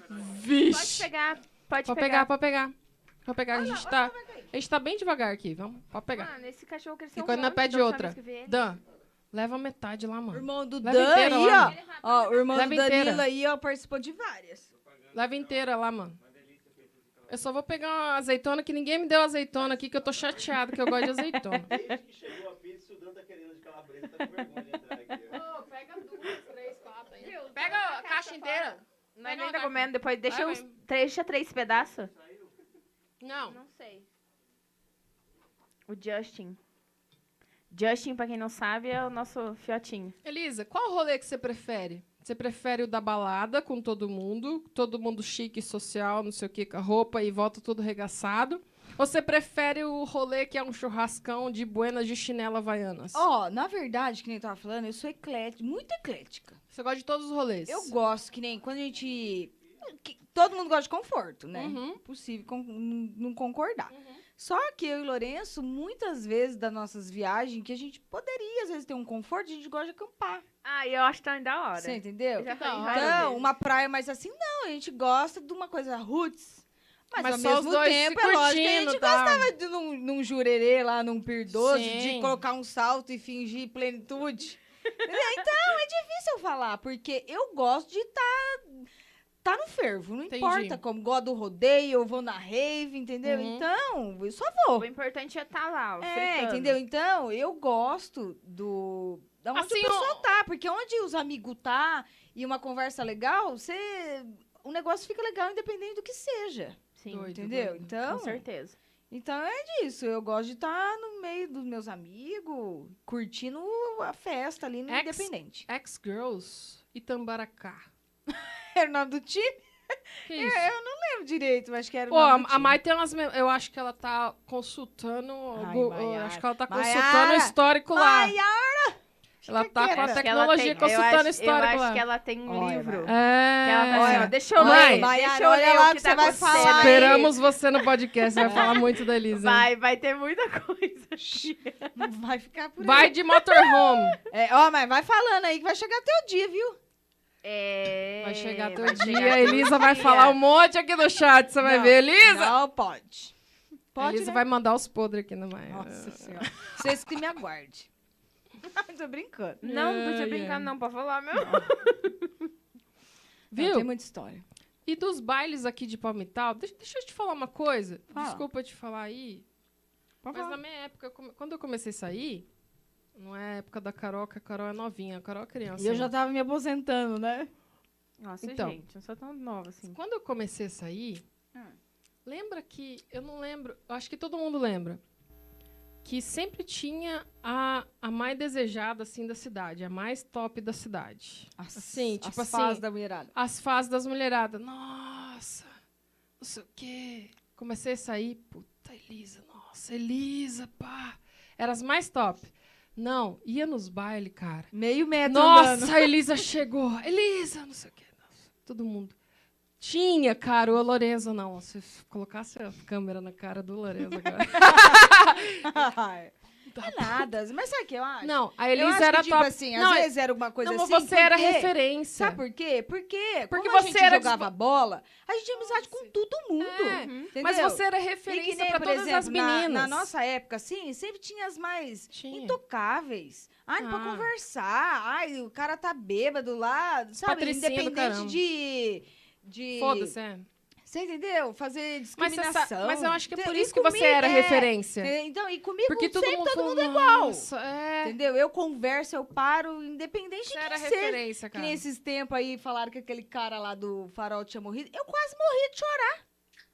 Speaker 1: Pode
Speaker 2: Vixe!
Speaker 1: pegar, pode
Speaker 2: Pode
Speaker 1: pegar.
Speaker 2: pegar, pode pegar. Pode pegar, a gente tá. A gente tá bem devagar aqui, vamos? Pode pegar.
Speaker 1: Mano, esse cachorro cresceu
Speaker 2: E quando
Speaker 1: um
Speaker 2: não
Speaker 1: monte,
Speaker 2: pede
Speaker 1: da última
Speaker 2: outra.
Speaker 1: vez que eu vi ele.
Speaker 2: Dan, leva metade lá,
Speaker 3: O
Speaker 2: mano.
Speaker 3: irmão do
Speaker 2: Leva
Speaker 3: Dan
Speaker 2: inteira
Speaker 3: aí,
Speaker 2: lá,
Speaker 3: ó. Ó, o irmão
Speaker 2: Leva
Speaker 3: do Danilo
Speaker 2: inteira.
Speaker 3: aí, ó, participou de várias.
Speaker 2: Leva inteira lá, mano. Eu só vou pegar uma azeitona que ninguém me deu azeitona aqui, que eu tô chateado, que eu gosto de azeitona.
Speaker 7: Desde que chegou a pizza, o Dan tá querendo de calabresa, tá com vergonha de entrar aqui. ó.
Speaker 2: Pega duas, três, quatro aí. Pega a caixa inteira.
Speaker 1: Mas não tá comendo depois. Deixa
Speaker 2: Vai,
Speaker 1: uns
Speaker 2: vai.
Speaker 1: três, deixa três pedaços.
Speaker 2: Não.
Speaker 1: Não sei. O Justin. Justin, pra quem não sabe, é o nosso fiotinho.
Speaker 2: Elisa, qual rolê que você prefere? Você prefere o da balada com todo mundo, todo mundo chique, social, não sei o que, com a roupa e volta todo regaçado? Ou você prefere o rolê que é um churrascão de buenas de chinela havaianas?
Speaker 3: Ó, na verdade, que nem eu tava falando, eu sou eclética, muito eclética.
Speaker 2: Você gosta de todos os rolês?
Speaker 3: Eu gosto, que nem quando a gente. que- todo mundo gosta de conforto, né?
Speaker 2: Uhum.
Speaker 3: Impossível con- n- não concordar. Só que eu e Lourenço, muitas vezes das nossas viagens, que a gente poderia, às vezes, ter um conforto, a gente gosta de acampar.
Speaker 1: Ah, e eu acho tão da hora.
Speaker 3: Você
Speaker 1: Eu
Speaker 3: entendeu?
Speaker 1: já
Speaker 2: Que
Speaker 1: falei
Speaker 2: da
Speaker 1: várias
Speaker 3: Então,
Speaker 1: vezes.
Speaker 3: uma praia mais assim, não, a gente gosta de uma coisa roots. Mas,
Speaker 2: Mas
Speaker 3: ao
Speaker 2: só os
Speaker 3: mesmo
Speaker 2: dois se
Speaker 3: tempo, é lógico que a gente
Speaker 2: curtindo, tá?
Speaker 3: gostava de num, num jurerê lá, num Pier 12,
Speaker 2: Sim.
Speaker 3: de colocar um salto e fingir plenitude. É, então, é difícil eu falar, porque eu gosto de estar tá, no fervo, não
Speaker 2: Entendi.
Speaker 3: importa como. Gosto do rodeio, eu vou na rave, entendeu?
Speaker 2: Uhum.
Speaker 3: Então, eu só
Speaker 1: O
Speaker 3: vou.
Speaker 1: importante é estar lá, ó,
Speaker 3: É,
Speaker 1: fritando.
Speaker 3: entendeu? Então, eu gosto do. Da onde
Speaker 2: Assim,
Speaker 3: o pessoal tá, porque onde os amigos tá e uma conversa legal, você. O negócio fica legal independente do que seja.
Speaker 1: Sim,
Speaker 2: Doido,
Speaker 3: entendeu?
Speaker 2: doido.
Speaker 3: Então.
Speaker 1: com certeza.
Speaker 3: Então é disso. Eu gosto de estar no meio dos meus amigos, curtindo a festa ali no
Speaker 2: Ex-
Speaker 3: Independente.
Speaker 2: X-Girls e Tambaracá.
Speaker 3: Era o nome do time?
Speaker 2: Que
Speaker 3: É,
Speaker 2: isso?
Speaker 3: Não lembro direito, mas que era o
Speaker 2: Pô, a,
Speaker 3: nome do
Speaker 2: a
Speaker 3: time.
Speaker 2: Mai tem umas. me- Eu acho que ela tá consultando.
Speaker 3: Ai,
Speaker 2: gu-
Speaker 3: Maiara.
Speaker 2: acho que ela tá
Speaker 3: Maiara!
Speaker 2: consultando o histórico lá.
Speaker 3: Maiara!
Speaker 2: Ela
Speaker 3: Fica
Speaker 2: tá com a
Speaker 3: quieta.
Speaker 1: Acho que ela
Speaker 2: tecnologia
Speaker 1: tem- eu
Speaker 2: consultando o
Speaker 1: acho-
Speaker 2: histórico
Speaker 1: Eu
Speaker 2: lá.
Speaker 1: acho que ela tem um
Speaker 3: Olha,
Speaker 1: livro.
Speaker 2: É.
Speaker 1: Que ela tá assim, ó, deixa eu
Speaker 2: Mãe,
Speaker 1: ler, deixa eu
Speaker 3: olha
Speaker 1: ler
Speaker 3: lá
Speaker 1: o
Speaker 3: que
Speaker 1: que
Speaker 3: você
Speaker 1: tá
Speaker 3: vai
Speaker 1: acontecendo
Speaker 3: falar,
Speaker 1: aí.
Speaker 2: Esperamos você no podcast. Você vai falar muito da Elisa.
Speaker 1: Vai, vai ter muita coisa.
Speaker 3: Não vai ficar por
Speaker 2: Vai
Speaker 3: aí.
Speaker 2: de motorhome.
Speaker 3: É, ó, mas vai falando aí que vai chegar teu dia, viu?
Speaker 1: É,
Speaker 2: Vai chegar teu
Speaker 1: vai
Speaker 2: dia.
Speaker 1: chegar
Speaker 2: A Elisa vai
Speaker 1: dia.
Speaker 2: falar um monte aqui no chat. Você vai
Speaker 3: Não,
Speaker 2: ver, Elisa?
Speaker 3: Não, pode.
Speaker 2: A
Speaker 3: Pode,
Speaker 2: Elisa
Speaker 3: né?
Speaker 2: vai mandar os podres aqui na Maia.
Speaker 3: Nossa senhora. Vocês que me aguardem. Tô brincando.
Speaker 1: Não, não
Speaker 2: Ai,
Speaker 1: tô
Speaker 2: ai.
Speaker 1: te brincando, não, pra falar, meu.
Speaker 2: Viu?
Speaker 3: Não, tem muita história.
Speaker 2: E dos bailes aqui de Palmital, deixa, deixa eu te falar uma coisa.
Speaker 3: Fala.
Speaker 2: Desculpa te falar aí.
Speaker 3: Pode
Speaker 2: mas
Speaker 3: falar.
Speaker 2: na minha época, eu come- quando eu comecei a sair, não é a época da Carol, que a Carol é novinha, a Carol é criança.
Speaker 3: E eu
Speaker 2: ainda.
Speaker 3: já tava me aposentando, né?
Speaker 1: Nossa,
Speaker 2: Então.
Speaker 1: gente, eu não sou tão nova assim.
Speaker 2: Quando eu comecei a sair,
Speaker 3: Ah.
Speaker 2: lembra que. Eu não lembro. eu Acho que todo mundo lembra. Que sempre tinha a, a mais desejada, assim, da cidade, a mais top da cidade. Assim, tipo
Speaker 3: as
Speaker 2: assim.
Speaker 3: fases da mulherada.
Speaker 2: As fases das mulheradas. Nossa, não sei o quê. Comecei a sair, puta, Elisa, nossa, Elisa, pá. Era as mais top. Não, ia nos bailes, cara.
Speaker 3: Meio metro É andando.
Speaker 2: Nossa, a Elisa chegou. Elisa, não sei o quê. Nossa, todo mundo. Tinha, cara, o Lorenzo, não. Se eu colocasse a câmera na cara do Lorenzo agora.
Speaker 3: Não é nada. Mas sabe o que eu acho?
Speaker 2: Tá Não, a
Speaker 3: eu acho
Speaker 2: Elisa
Speaker 3: que,
Speaker 2: era
Speaker 3: tipo
Speaker 2: top.
Speaker 3: assim,
Speaker 2: Não,
Speaker 3: às
Speaker 2: é-
Speaker 3: vezes era alguma coisa
Speaker 2: não,
Speaker 3: assim.
Speaker 2: mas você era
Speaker 3: porque-
Speaker 2: referência. É.
Speaker 3: Sabe por quê? Porque,
Speaker 2: Porque
Speaker 3: como a
Speaker 2: você
Speaker 3: gente
Speaker 2: era
Speaker 3: jogava bola, a gente tinha amizade com todo mundo.
Speaker 2: É,
Speaker 3: entendeu?
Speaker 2: mas você era
Speaker 3: E que
Speaker 2: referência
Speaker 3: nem,
Speaker 2: pra
Speaker 3: por
Speaker 2: todas as
Speaker 3: exemplo, na-
Speaker 2: meninas.
Speaker 3: Na, nossa época, assim, sempre tinha as mais
Speaker 2: Tinha.
Speaker 3: intocáveis. Ai, não pra
Speaker 2: Ah.
Speaker 3: conversar. Ai, o cara tá bêbado lá, sabe?
Speaker 2: Patricinha do
Speaker 3: Independente
Speaker 2: caramba.
Speaker 3: de... de...
Speaker 2: Foda-se, é.
Speaker 3: Você entendeu? Fazer
Speaker 2: Mas, você sa-
Speaker 3: discriminação.
Speaker 2: mas eu acho que é
Speaker 3: Te-
Speaker 2: por
Speaker 3: e
Speaker 2: isso que você
Speaker 3: comigo-
Speaker 2: era
Speaker 3: é,
Speaker 2: referência.
Speaker 3: é, Então, e comigo
Speaker 2: Porque todo
Speaker 3: sempre
Speaker 2: mundo,
Speaker 3: todo mundo
Speaker 2: falou,
Speaker 3: é igual.
Speaker 2: Nossa, é.
Speaker 3: Entendeu? Eu converso, eu paro, independente
Speaker 2: Você
Speaker 3: de
Speaker 2: era
Speaker 3: quem seja.
Speaker 2: referência,
Speaker 3: Que
Speaker 2: cara.
Speaker 3: nem esses tempos aí falaram que aquele cara lá do farol tinha morrido. Eu quase morri de chorar.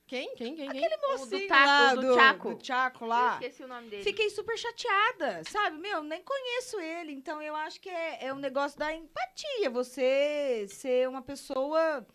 Speaker 2: Quem? Quem? Quem? quem?
Speaker 1: O do
Speaker 3: assim,
Speaker 1: Taco,
Speaker 3: lá,
Speaker 1: do, Chaco.
Speaker 3: Do Chaco
Speaker 1: Eu
Speaker 3: lá.
Speaker 1: esqueci o nome dele.
Speaker 3: Fiquei super chateada, sabe? Meu, nem conheço ele. Então eu acho que é, é um negócio da empatia. Você ser uma pessoa,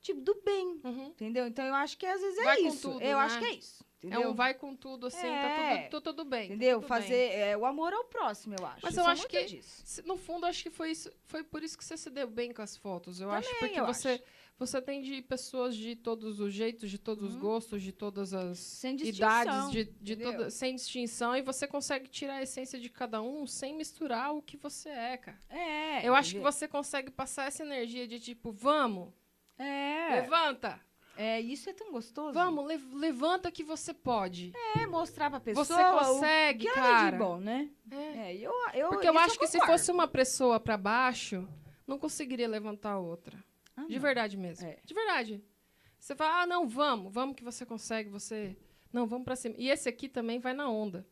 Speaker 3: tipo, do bem.
Speaker 2: Uhum.
Speaker 3: Entendeu? Então eu acho que às vezes é
Speaker 2: Vai com
Speaker 3: isso.
Speaker 2: tudo,
Speaker 3: eu
Speaker 2: né?
Speaker 3: acho que é isso.
Speaker 2: É
Speaker 3: Entendeu?
Speaker 2: um vai com tudo, assim, tá
Speaker 3: É.
Speaker 2: tudo, tô tudo bem. tá
Speaker 3: Entendeu?
Speaker 2: tudo bem.
Speaker 3: Fazer é, o amor ao próximo, eu acho.
Speaker 2: Mas
Speaker 3: Isso
Speaker 2: eu
Speaker 3: é
Speaker 2: acho
Speaker 3: muito
Speaker 2: que-
Speaker 3: disso.
Speaker 2: Se- No fundo, acho que foi, isso, foi por isso que você se deu bem com as fotos. Eu acho
Speaker 3: Também,
Speaker 2: porque
Speaker 3: eu
Speaker 2: você, você atende pessoas de todos os jeitos, de todos os
Speaker 3: Uhum.
Speaker 2: gostos, de todas as
Speaker 3: Sem distinção,
Speaker 2: idades, de, de
Speaker 3: entendeu?
Speaker 2: toda, sem distinção, e você consegue tirar a essência de cada um sem misturar o que você é, cara.
Speaker 3: É.
Speaker 2: Eu acho que
Speaker 3: entendeu?
Speaker 2: você consegue passar essa energia de tipo, vamos,
Speaker 3: É.
Speaker 2: levanta,
Speaker 3: É, isso é tão gostoso.
Speaker 2: vamos, le- levanta que você pode.
Speaker 3: É mostrar pra pessoa
Speaker 2: você
Speaker 3: o
Speaker 2: consegue,
Speaker 3: que ela é de
Speaker 2: cara.
Speaker 3: bom, né?
Speaker 2: É.
Speaker 3: É, eu, eu
Speaker 2: Porque eu
Speaker 3: isso
Speaker 2: acho que se
Speaker 3: concordo.
Speaker 2: fosse uma pessoa pra baixo, não conseguiria levantar a outra.
Speaker 3: Ah,
Speaker 2: De
Speaker 3: não.
Speaker 2: verdade mesmo.
Speaker 3: É.
Speaker 2: De verdade. Você fala, ah, não, vamos, vamos que você consegue, você. Não, vamos pra cima. E esse aqui também vai na onda.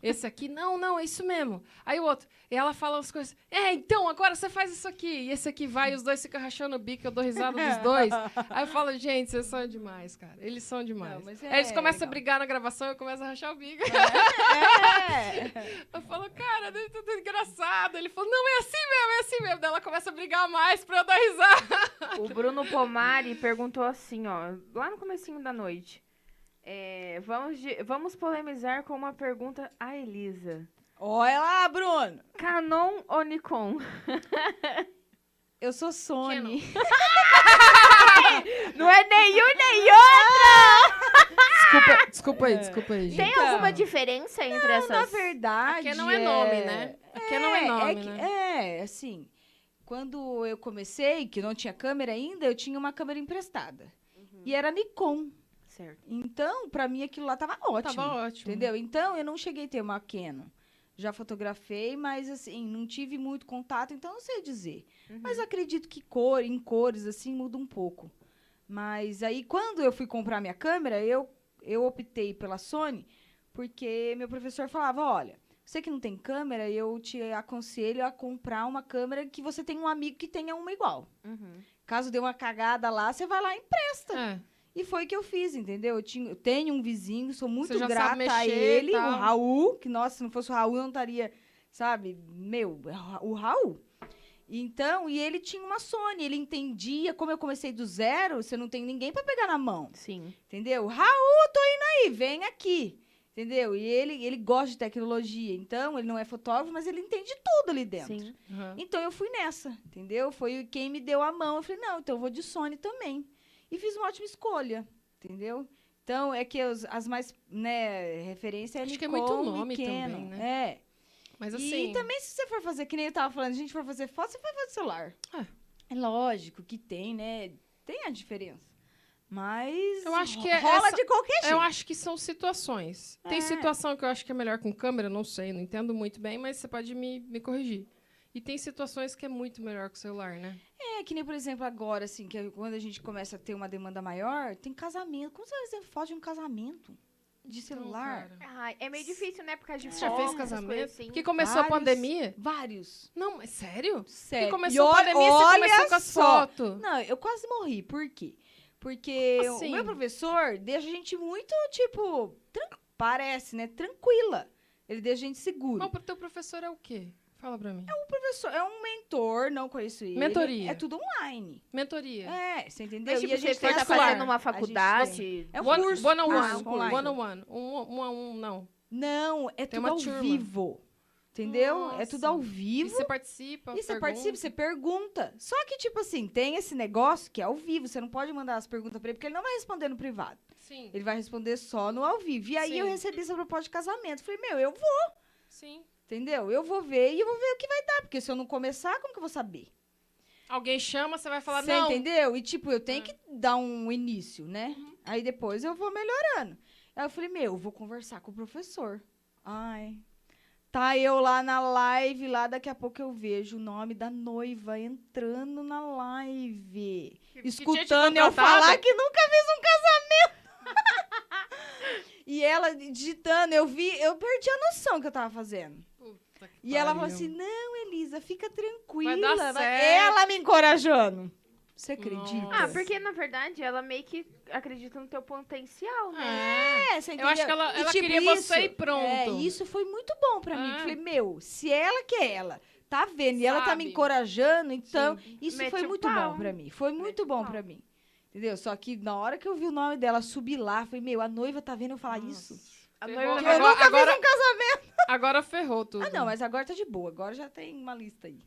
Speaker 2: Esse aqui, não, não, é isso mesmo. Aí o outro, e ela fala as coisas, é, então, agora você faz isso aqui. E esse aqui vai, e os dois ficam rachando o bico, eu dou risada
Speaker 3: É.
Speaker 2: dos dois. Aí eu falo, gente, vocês são demais, cara. Eles são demais.
Speaker 3: Não, mas
Speaker 2: Aí eles
Speaker 3: é
Speaker 2: começam
Speaker 3: legal.
Speaker 2: a brigar na gravação, eu começo a rachar o bico.
Speaker 3: É.
Speaker 2: Eu falo, cara, deve tá tudo engraçado. Ele falou, não, é assim mesmo, é assim mesmo. Daí ela começa a brigar mais pra eu dar risada.
Speaker 1: O Bruno Pomari perguntou assim, ó, lá no comecinho da noite. É, vamos, de- vamos polemizar com uma pergunta a Elisa.
Speaker 3: Olha lá, Bruno.
Speaker 1: Canon ou Nikon?
Speaker 3: Eu sou Sony.
Speaker 1: Não é nenhum nem outro!
Speaker 2: Desculpa, desculpa aí, desculpa aí,
Speaker 1: Tem
Speaker 3: Então.
Speaker 1: alguma diferença entre essas?
Speaker 3: Na verdade.
Speaker 2: Aqui não é nome, né? Aqui não é nome,
Speaker 3: é, que-
Speaker 2: né?
Speaker 3: é, assim, quando eu comecei, que não tinha câmera ainda, eu tinha uma câmera emprestada.
Speaker 2: Uhum.
Speaker 3: E era Nikon.
Speaker 1: Certo.
Speaker 3: Então, pra mim aquilo lá tava é ótimo.
Speaker 2: Tava ótimo.
Speaker 3: Entendeu? Então, eu não cheguei a ter uma Canon. Já fotografei, mas assim, não tive muito contato, então não sei dizer. Mas acredito que cor, em cores, assim, muda um pouco. Mas aí, quando eu fui comprar minha câmera, eu, eu optei pela Sony, porque meu professor falava, olha, você que não tem câmera, eu te aconselho a comprar uma câmera que você tenha um amigo que tenha uma igual.
Speaker 1: Uhum.
Speaker 3: Caso dê uma cagada lá, você vai lá e empresta.
Speaker 2: É.
Speaker 3: E foi o que eu fiz, entendeu? Eu, tinha, eu tenho um vizinho, sou muito
Speaker 2: Você já
Speaker 3: grata
Speaker 2: sabe
Speaker 3: a
Speaker 2: mexer e
Speaker 3: ele, o
Speaker 2: tal.
Speaker 3: Raul, que, nossa, se não fosse o Raul, eu não estaria, sabe, meu, é o Ra- o Raul. Então, e ele tinha uma Sony, ele entendia, como eu comecei do zero, você não tem ninguém pra pegar na mão.
Speaker 1: Sim.
Speaker 3: Entendeu? Raul, tô indo aí, vem aqui. Entendeu? E ele, ele gosta de tecnologia, então ele não é fotógrafo, mas ele entende tudo ali dentro.
Speaker 1: Sim.
Speaker 2: Aham.
Speaker 3: Então eu fui nessa, entendeu? Foi quem me deu a mão. Eu falei, não, então eu vou de Sony também. E fiz uma ótima escolha, entendeu? Então é que os- as mais, né, referência é
Speaker 2: Acho
Speaker 3: Nikon
Speaker 2: que é muito nome
Speaker 3: e Canon.
Speaker 2: também, né?
Speaker 3: É.
Speaker 2: Mas
Speaker 3: E
Speaker 2: assim,
Speaker 3: também se você for fazer, que nem eu tava falando, a gente for fazer foto, você vai fazer celular.
Speaker 2: Ah.
Speaker 3: É lógico que tem, né? Tem a diferença. Mas
Speaker 2: Eu acho que é
Speaker 3: rola
Speaker 2: essa-
Speaker 3: de qualquer jeito.
Speaker 2: eu acho que são situações. Tem
Speaker 3: É.
Speaker 2: situação que eu acho que é melhor com câmera, não sei, não entendo muito bem, mas você pode me, me corrigir. E tem situações que é muito melhor com o celular, né?
Speaker 3: É que nem, por exemplo, agora, assim, que quando a gente começa a ter uma demanda maior, tem casamento. Como você vai fazer foto de um casamento? De
Speaker 2: Então,
Speaker 3: celular?
Speaker 2: cara.
Speaker 1: Ai, é meio difícil, né? Por causa de
Speaker 2: Você já fez
Speaker 1: forma, essas
Speaker 2: casamento?
Speaker 1: coisas assim.
Speaker 2: Porque começou a
Speaker 3: Vários.
Speaker 2: pandemia.
Speaker 3: Vários.
Speaker 2: Não, mas sério?
Speaker 3: Sério.
Speaker 2: Que começou
Speaker 3: E
Speaker 2: a pandemia,
Speaker 3: olha-
Speaker 2: você começou
Speaker 3: olha
Speaker 2: com as
Speaker 3: só.
Speaker 2: fotos.
Speaker 3: Não, eu quase morri. Por quê? Porque
Speaker 2: Como assim?
Speaker 3: o meu professor deixa a gente muito, tipo, tran- parece, né? Tranquila. Ele deixa a gente segura.
Speaker 2: Mas o teu professor é o quê? Fala pra mim.
Speaker 3: O professor é um mentor, não conheço ele.
Speaker 2: Mentoria.
Speaker 3: É tudo online.
Speaker 2: Mentoria.
Speaker 3: É, você entendeu?
Speaker 1: Mas, tipo,
Speaker 3: e a
Speaker 1: você
Speaker 3: gente
Speaker 1: foi
Speaker 3: tem
Speaker 1: tá
Speaker 3: as
Speaker 2: particular.
Speaker 1: fazendo
Speaker 3: A
Speaker 1: uma
Speaker 3: gente tem.
Speaker 1: faculdade.
Speaker 3: É um
Speaker 2: one,
Speaker 3: curso,
Speaker 2: one on
Speaker 3: curso
Speaker 2: one.
Speaker 3: online.
Speaker 2: One on one. Um, um a um, não.
Speaker 3: Não, é
Speaker 2: Tem
Speaker 3: tudo
Speaker 2: uma
Speaker 3: ao
Speaker 2: turma.
Speaker 3: vivo. Entendeu? É tudo ao
Speaker 2: Nossa. E
Speaker 3: vivo.
Speaker 2: você participa?
Speaker 3: E você
Speaker 2: pergunta?
Speaker 3: participa, você pergunta. Só que, tipo assim, tem esse negócio que é ao vivo. Você não pode mandar as perguntas pra ele, porque ele não vai responder no privado.
Speaker 2: Sim,
Speaker 3: Ele vai responder só no ao vivo. E aí eu
Speaker 2: Sim.
Speaker 3: recebi essa proposta de casamento. Falei, meu, eu vou,
Speaker 2: sim.
Speaker 3: entendeu? Eu vou ver e eu vou ver o que vai dar. Porque se eu não começar, como que eu vou saber?
Speaker 2: Alguém chama, você vai falar,
Speaker 3: Você
Speaker 2: não.
Speaker 3: entendeu? E tipo, eu tenho
Speaker 2: Ah. Uhum.
Speaker 3: que dar um início, né? Aí depois eu vou melhorando. Aí eu falei, meu, eu vou conversar com o professor. Ai. Tá eu lá na live, lá daqui a pouco eu vejo o nome da noiva entrando na live. escutando eu falar que nunca fiz um casamento. e ela digitando, eu vi, eu perdi a noção que eu tava fazendo.
Speaker 2: Puta que
Speaker 3: E ela
Speaker 2: pariu.
Speaker 3: falou assim: não, Elisa, fica tranquila.
Speaker 2: dar
Speaker 3: vai-
Speaker 2: certo."
Speaker 3: Ela me encorajando. Você acredita?
Speaker 2: Nossa.
Speaker 1: Ah, porque na verdade ela meio que acredita no teu potencial, né?
Speaker 2: É.
Speaker 3: É, você
Speaker 2: Eu acho que
Speaker 3: entendeu?
Speaker 2: ela,
Speaker 3: E,
Speaker 2: ela
Speaker 3: tipo,
Speaker 2: queria
Speaker 3: isso-
Speaker 2: você e pronto.
Speaker 3: É, isso foi muito bom pra mim.
Speaker 2: Ah.
Speaker 3: Falei, meu, se ela que é ela, tá vendo, e ela tá me
Speaker 2: Sabe.
Speaker 3: encorajando, então
Speaker 2: Sim.
Speaker 3: isso
Speaker 1: Mete
Speaker 3: foi
Speaker 1: o
Speaker 3: muito
Speaker 1: pau.
Speaker 3: bom pra mim. Foi muito
Speaker 1: Mete o
Speaker 3: bom
Speaker 1: pau.
Speaker 3: pra mim. Entendeu? Só que na hora que eu vi o nome dela subir lá, falei, meu, a noiva tá vendo eu falar isso?
Speaker 1: A
Speaker 2: Ferrou.
Speaker 1: noiva
Speaker 2: Eu
Speaker 1: vai
Speaker 2: nunca
Speaker 1: falar,
Speaker 2: fiz um casamento. Agora ferrou tudo.
Speaker 3: Ah, não, mas agora tá de boa. Agora já tem uma lista aí.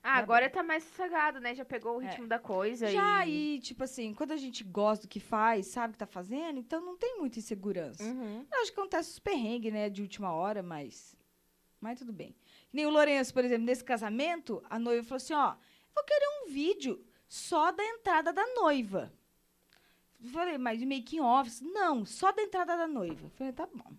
Speaker 1: Ah, agora tá mais sossegado, né? Já pegou o ritmo da coisa.
Speaker 3: É. Já
Speaker 1: e...
Speaker 3: aí, tipo assim, quando a gente gosta do que faz, sabe o que tá fazendo, então não tem muita insegurança.
Speaker 1: Uhum.
Speaker 3: Eu acho que acontece os perrengues, né, de última hora, mas. Mas tudo bem. Que Nem o Lourenço, por exemplo, nesse casamento, a noiva falou assim: ó, eu vou querer um vídeo só da entrada da noiva. Eu Falei, mas de making office? Não, só da entrada da noiva. Eu Falei, tá bom.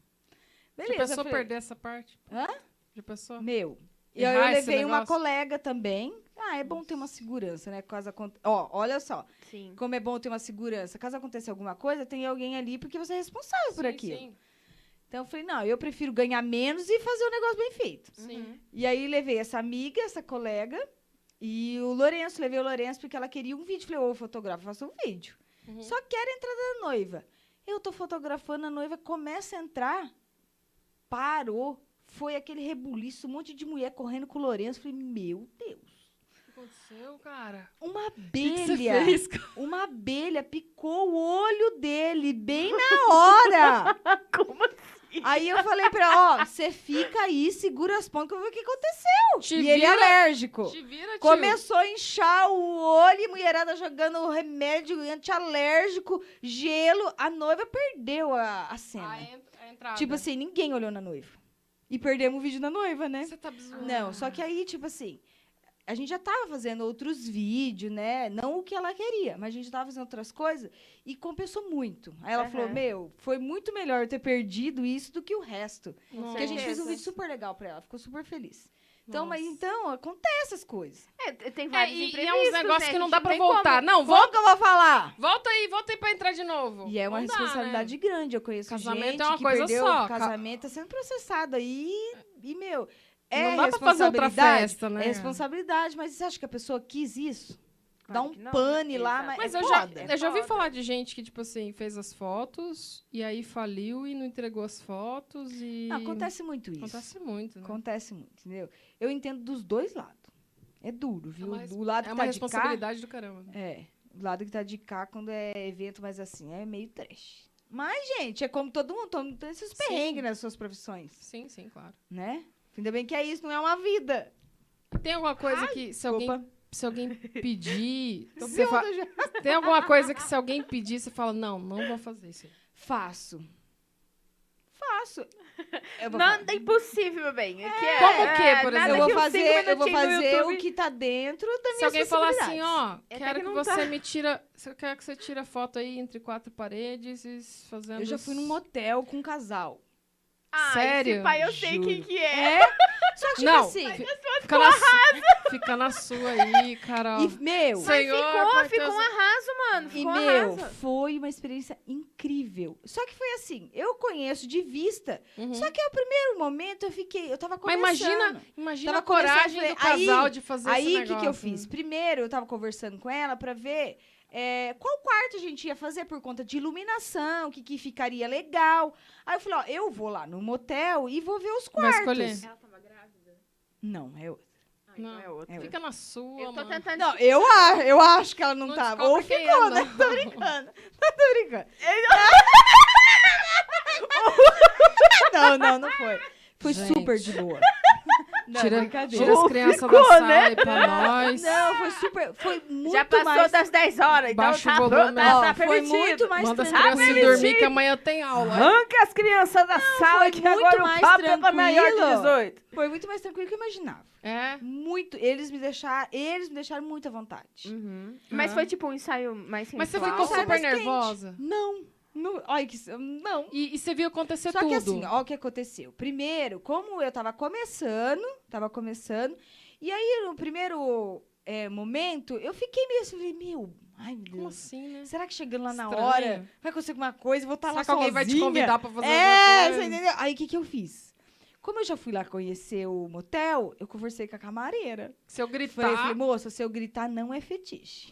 Speaker 3: Beleza.
Speaker 2: Já pensou
Speaker 3: eu falei,
Speaker 2: perder essa parte?
Speaker 3: Hã?
Speaker 2: Já pensou?
Speaker 3: Meu. E aí
Speaker 2: Errar
Speaker 3: eu
Speaker 2: esse
Speaker 3: levei uma
Speaker 2: negócio?
Speaker 3: colega também. Ah, é bom ter uma segurança, né? Caso aconte... Ó, olha só.
Speaker 1: Sim.
Speaker 3: Como é bom ter uma segurança. Caso aconteça alguma coisa, tem alguém ali porque você é responsável por
Speaker 2: Sim,
Speaker 3: aquilo.
Speaker 2: Sim,
Speaker 3: Então eu falei, não, eu prefiro ganhar menos e fazer o negócio bem feito.
Speaker 2: sim.
Speaker 3: E aí levei essa amiga, essa colega e o Lourenço, levei o Lourenço porque ela queria um vídeo. Falei, ô fotógrafo, faça um vídeo.
Speaker 2: Uhum.
Speaker 3: Só quero a entrada da noiva. Eu tô fotografando, a noiva começa a entrar, parou, foi aquele rebuliço, um monte de mulher correndo com o Lourenço. Falei, meu Deus.
Speaker 2: O que aconteceu, cara?
Speaker 3: Uma
Speaker 2: O que que você
Speaker 3: abelha.
Speaker 2: fez, cara?
Speaker 3: Uma abelha picou o olho dele bem na hora.
Speaker 1: Como
Speaker 3: Aí eu falei pra ela, ó, você fica aí, segura as pontas que eu vou ver o que aconteceu.
Speaker 2: Te
Speaker 3: e
Speaker 2: vira,
Speaker 3: ele é alérgico.
Speaker 2: te vira, tio.
Speaker 3: Começou a inchar o olho, e mulherada jogando remédio antialérgico, gelo. A noiva perdeu a, a cena.
Speaker 2: A, en- Ah, a entrada.
Speaker 3: tipo assim, ninguém olhou na noiva. E perdemos o vídeo da noiva, né?
Speaker 2: Você tá me zoando.
Speaker 3: Não, só que aí, tipo assim, a gente já tava fazendo outros vídeos, né? Não o que ela queria, mas a gente tava fazendo outras coisas e compensou muito. Aí ela
Speaker 1: Aham.
Speaker 3: falou: Meu, foi muito melhor eu ter perdido isso do que o resto.
Speaker 1: Com
Speaker 3: Porque a gente fez um
Speaker 1: certeza.
Speaker 3: vídeo super legal pra ela, ficou super feliz. Então, mas
Speaker 2: Nossa.
Speaker 3: então, acontece essas coisas.
Speaker 1: É, tem
Speaker 2: É,
Speaker 1: vários
Speaker 2: e, e é
Speaker 1: imprevistos,
Speaker 2: uns negócios
Speaker 1: né?
Speaker 2: que não
Speaker 1: gente
Speaker 2: dá pra
Speaker 1: tem
Speaker 2: voltar.
Speaker 1: como.
Speaker 2: Não,
Speaker 3: Como
Speaker 2: volta,
Speaker 3: que eu vou falar?
Speaker 2: volta aí, volta aí pra entrar de novo.
Speaker 3: E é uma
Speaker 2: Não dá, né?
Speaker 3: responsabilidade grande. Eu conheço
Speaker 2: Casamento
Speaker 3: gente
Speaker 2: é uma
Speaker 3: que
Speaker 2: coisa
Speaker 3: perdeu
Speaker 2: só,
Speaker 3: o
Speaker 2: ca-
Speaker 3: casamento, tá sendo processado aí. E, meu, é
Speaker 2: não dá pra fazer outra
Speaker 3: responsabilidade,
Speaker 2: festa, né?
Speaker 3: É responsabilidade, mas você acha que a pessoa quis isso? dá um
Speaker 1: pânico. Não, né?
Speaker 3: pane lá,
Speaker 1: exato.
Speaker 3: mas-
Speaker 2: Mas
Speaker 3: é
Speaker 2: eu, já,
Speaker 3: foda.
Speaker 2: eu já ouvi
Speaker 1: Foda.
Speaker 2: falar de gente que, tipo assim, fez as fotos e aí faliu e não entregou as fotos e...
Speaker 3: Não, acontece muito isso.
Speaker 2: Acontece muito, né?
Speaker 3: Acontece muito, entendeu? Eu entendo dos dois lados. É duro, viu?
Speaker 2: uma res-
Speaker 3: do lado
Speaker 2: É
Speaker 3: que
Speaker 2: uma
Speaker 3: tá de cá,
Speaker 2: responsabilidade do caramba. né?
Speaker 3: É, do lado que tá de cá quando é evento, mas assim, é meio trash. Mas, gente, é como todo mundo, todo mundo tem esses perrengues nas suas profissões,
Speaker 2: Sim, sim, claro.
Speaker 3: né? Ainda bem que é isso, não é uma vida.
Speaker 2: Tem alguma coisa que, se alguém,
Speaker 3: Opa,
Speaker 2: se alguém pedir...
Speaker 3: tô
Speaker 2: você fa-
Speaker 3: ciúme já.
Speaker 2: Tem alguma coisa que, se alguém pedir, você fala, não, não vou fazer isso.
Speaker 3: Faço. Faço. Eu vou, fa-
Speaker 1: Nada é impossível, meu bem. Aqui é,
Speaker 2: Como o quê,
Speaker 1: é,
Speaker 2: por
Speaker 1: nada
Speaker 2: exemplo?
Speaker 1: que
Speaker 3: eu vou
Speaker 1: uns
Speaker 3: fazer,
Speaker 1: cinco
Speaker 3: eu vou
Speaker 1: minutinhos no
Speaker 3: fazer o
Speaker 1: YouTube.
Speaker 3: que tá dentro da minha
Speaker 2: Se alguém falar assim, ó,
Speaker 1: É até
Speaker 2: quero
Speaker 1: que
Speaker 2: que,
Speaker 1: não
Speaker 2: você
Speaker 1: tá.
Speaker 2: me tira. Eu quero que você tira foto aí entre quatro paredes e s- fazendo.
Speaker 3: Eu já fui num
Speaker 2: motel.
Speaker 3: motel com um casal.
Speaker 1: Ah,
Speaker 2: Sério?
Speaker 1: esse pai eu sei
Speaker 3: Juro.
Speaker 1: quem que é.
Speaker 3: Só que, tipo
Speaker 2: Não,
Speaker 3: assim,
Speaker 2: fi- fica, na su... fica na sua aí, Carol.
Speaker 3: e, meu,
Speaker 2: Mas Senhor,
Speaker 1: ficou,
Speaker 2: pai,
Speaker 1: ficou
Speaker 2: Deus-
Speaker 1: um arraso, mano.
Speaker 3: E
Speaker 1: Ficou um
Speaker 3: meu,
Speaker 1: arraso.
Speaker 3: foi uma experiência incrível. Só que foi assim, eu conheço de vista.
Speaker 2: Uhum.
Speaker 3: Só que no primeiro momento eu fiquei, eu tava
Speaker 2: Mas
Speaker 3: conversando.
Speaker 2: imagina, imagina
Speaker 3: Tava
Speaker 2: a coragem
Speaker 3: conversando,
Speaker 2: do
Speaker 3: falei,
Speaker 2: casal
Speaker 3: aí-
Speaker 2: de fazer esse
Speaker 3: Aí o que,
Speaker 2: negócio. né?
Speaker 3: que eu fiz? Primeiro eu tava conversando com ela pra ver é, qual quarto a gente ia fazer por conta de iluminação, o que, que ficaria legal. Aí eu falei, ó, eu vou lá no motel e vou ver os
Speaker 2: Vai
Speaker 3: quartos.
Speaker 2: escolher.
Speaker 1: Ela tava grávida?
Speaker 3: Não, eu,
Speaker 1: Ah, então
Speaker 2: Não.
Speaker 1: é tipo outra.
Speaker 3: É
Speaker 2: Fica na sua,
Speaker 1: Eu tô
Speaker 2: mano.
Speaker 1: tentando...
Speaker 3: não eu, a- eu acho que ela não, tava.
Speaker 2: descobre
Speaker 3: Ou
Speaker 2: quem
Speaker 3: ficou,
Speaker 2: é,
Speaker 3: né?
Speaker 2: não.
Speaker 3: Tô brincando. Tô brincando. Não, não, não foi. Foi
Speaker 2: Gente.
Speaker 3: super de boa. Não,
Speaker 2: Tira,
Speaker 3: brincadeira.
Speaker 2: tira as crianças da sala aí pra nós.
Speaker 3: né? Não, foi super. Foi muito
Speaker 1: Já passou
Speaker 3: mais.
Speaker 1: das 10 horas, então
Speaker 2: Baixa o
Speaker 1: tá,
Speaker 2: volume,
Speaker 3: ó,
Speaker 1: tá, tá
Speaker 3: foi
Speaker 1: permitido.
Speaker 3: muito mais
Speaker 2: Manda as
Speaker 3: tranquilo.
Speaker 2: crianças ir dormir que amanhã tem aula.
Speaker 1: Arranca as crianças da
Speaker 3: foi
Speaker 1: sala que
Speaker 3: muito
Speaker 1: agora
Speaker 3: mais
Speaker 1: o papo é pra maior de
Speaker 3: tranquilo.
Speaker 1: 18.
Speaker 3: Foi muito mais tranquilo que eu imaginava.
Speaker 2: É.
Speaker 3: Muito. Eles me deixaram. Eles me deixaram muito à
Speaker 2: Hum.
Speaker 3: vontade.
Speaker 1: Uhum. Mas
Speaker 2: Aham.
Speaker 1: foi tipo um ensaio mais sensual.
Speaker 2: Mas você ficou
Speaker 3: Sai
Speaker 2: super
Speaker 3: Tá mais quente.
Speaker 2: nervosa.
Speaker 3: Não. não olha que. Não.
Speaker 2: E, e você viu acontecer
Speaker 3: Só
Speaker 2: é tudo.
Speaker 3: que assim, ó, o que aconteceu. Primeiro, como eu tava começando, tava começando, e aí no primeiro é, momento, eu fiquei meio assim, falei, meu, ai meu
Speaker 2: Como
Speaker 3: Deus.
Speaker 2: assim, né?
Speaker 3: Será que chegando lá na
Speaker 2: Estranho.
Speaker 3: hora vai acontecer alguma coisa? Eu Vou estar
Speaker 2: Será
Speaker 3: lá
Speaker 2: que alguém vai te
Speaker 3: sozinha?
Speaker 2: convidar pra fazer alguma
Speaker 3: É,
Speaker 2: coisa?
Speaker 3: você entendeu? Aí o que, que eu fiz? Como eu já fui lá conhecer o motel, eu conversei com a camareira.
Speaker 2: Se eu
Speaker 3: Falei, falei,
Speaker 2: gritar,
Speaker 3: moça, se eu gritar, não é fetiche.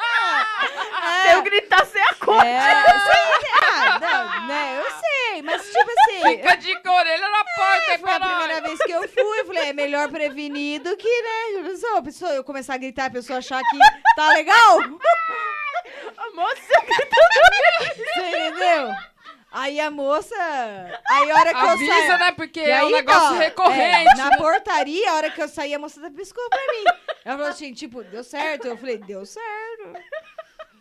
Speaker 1: Se eu gritar, você acorda.
Speaker 3: É, sei, ah, não, né? Eu sei, mas tipo assim.
Speaker 2: fica de com a orelha na porta, é,
Speaker 3: Foi a
Speaker 2: caralho.
Speaker 3: primeira vez que eu fui, eu falei, é melhor prevenido que, né? Pessoa, a pessoa, eu começar a gritar, a pessoa achar que tá legal.
Speaker 1: Moça,
Speaker 3: Você entendeu? Aí a moça. Aí a hora que eu saí.
Speaker 2: Avisa, né? Porque
Speaker 3: E
Speaker 2: é um
Speaker 3: aí,
Speaker 2: negócio
Speaker 3: ó,
Speaker 2: recorrente.
Speaker 3: é, na portaria, a hora que eu saí, a moça até piscou pra mim. Ela falou assim, tipo, deu certo? Eu falei, deu certo.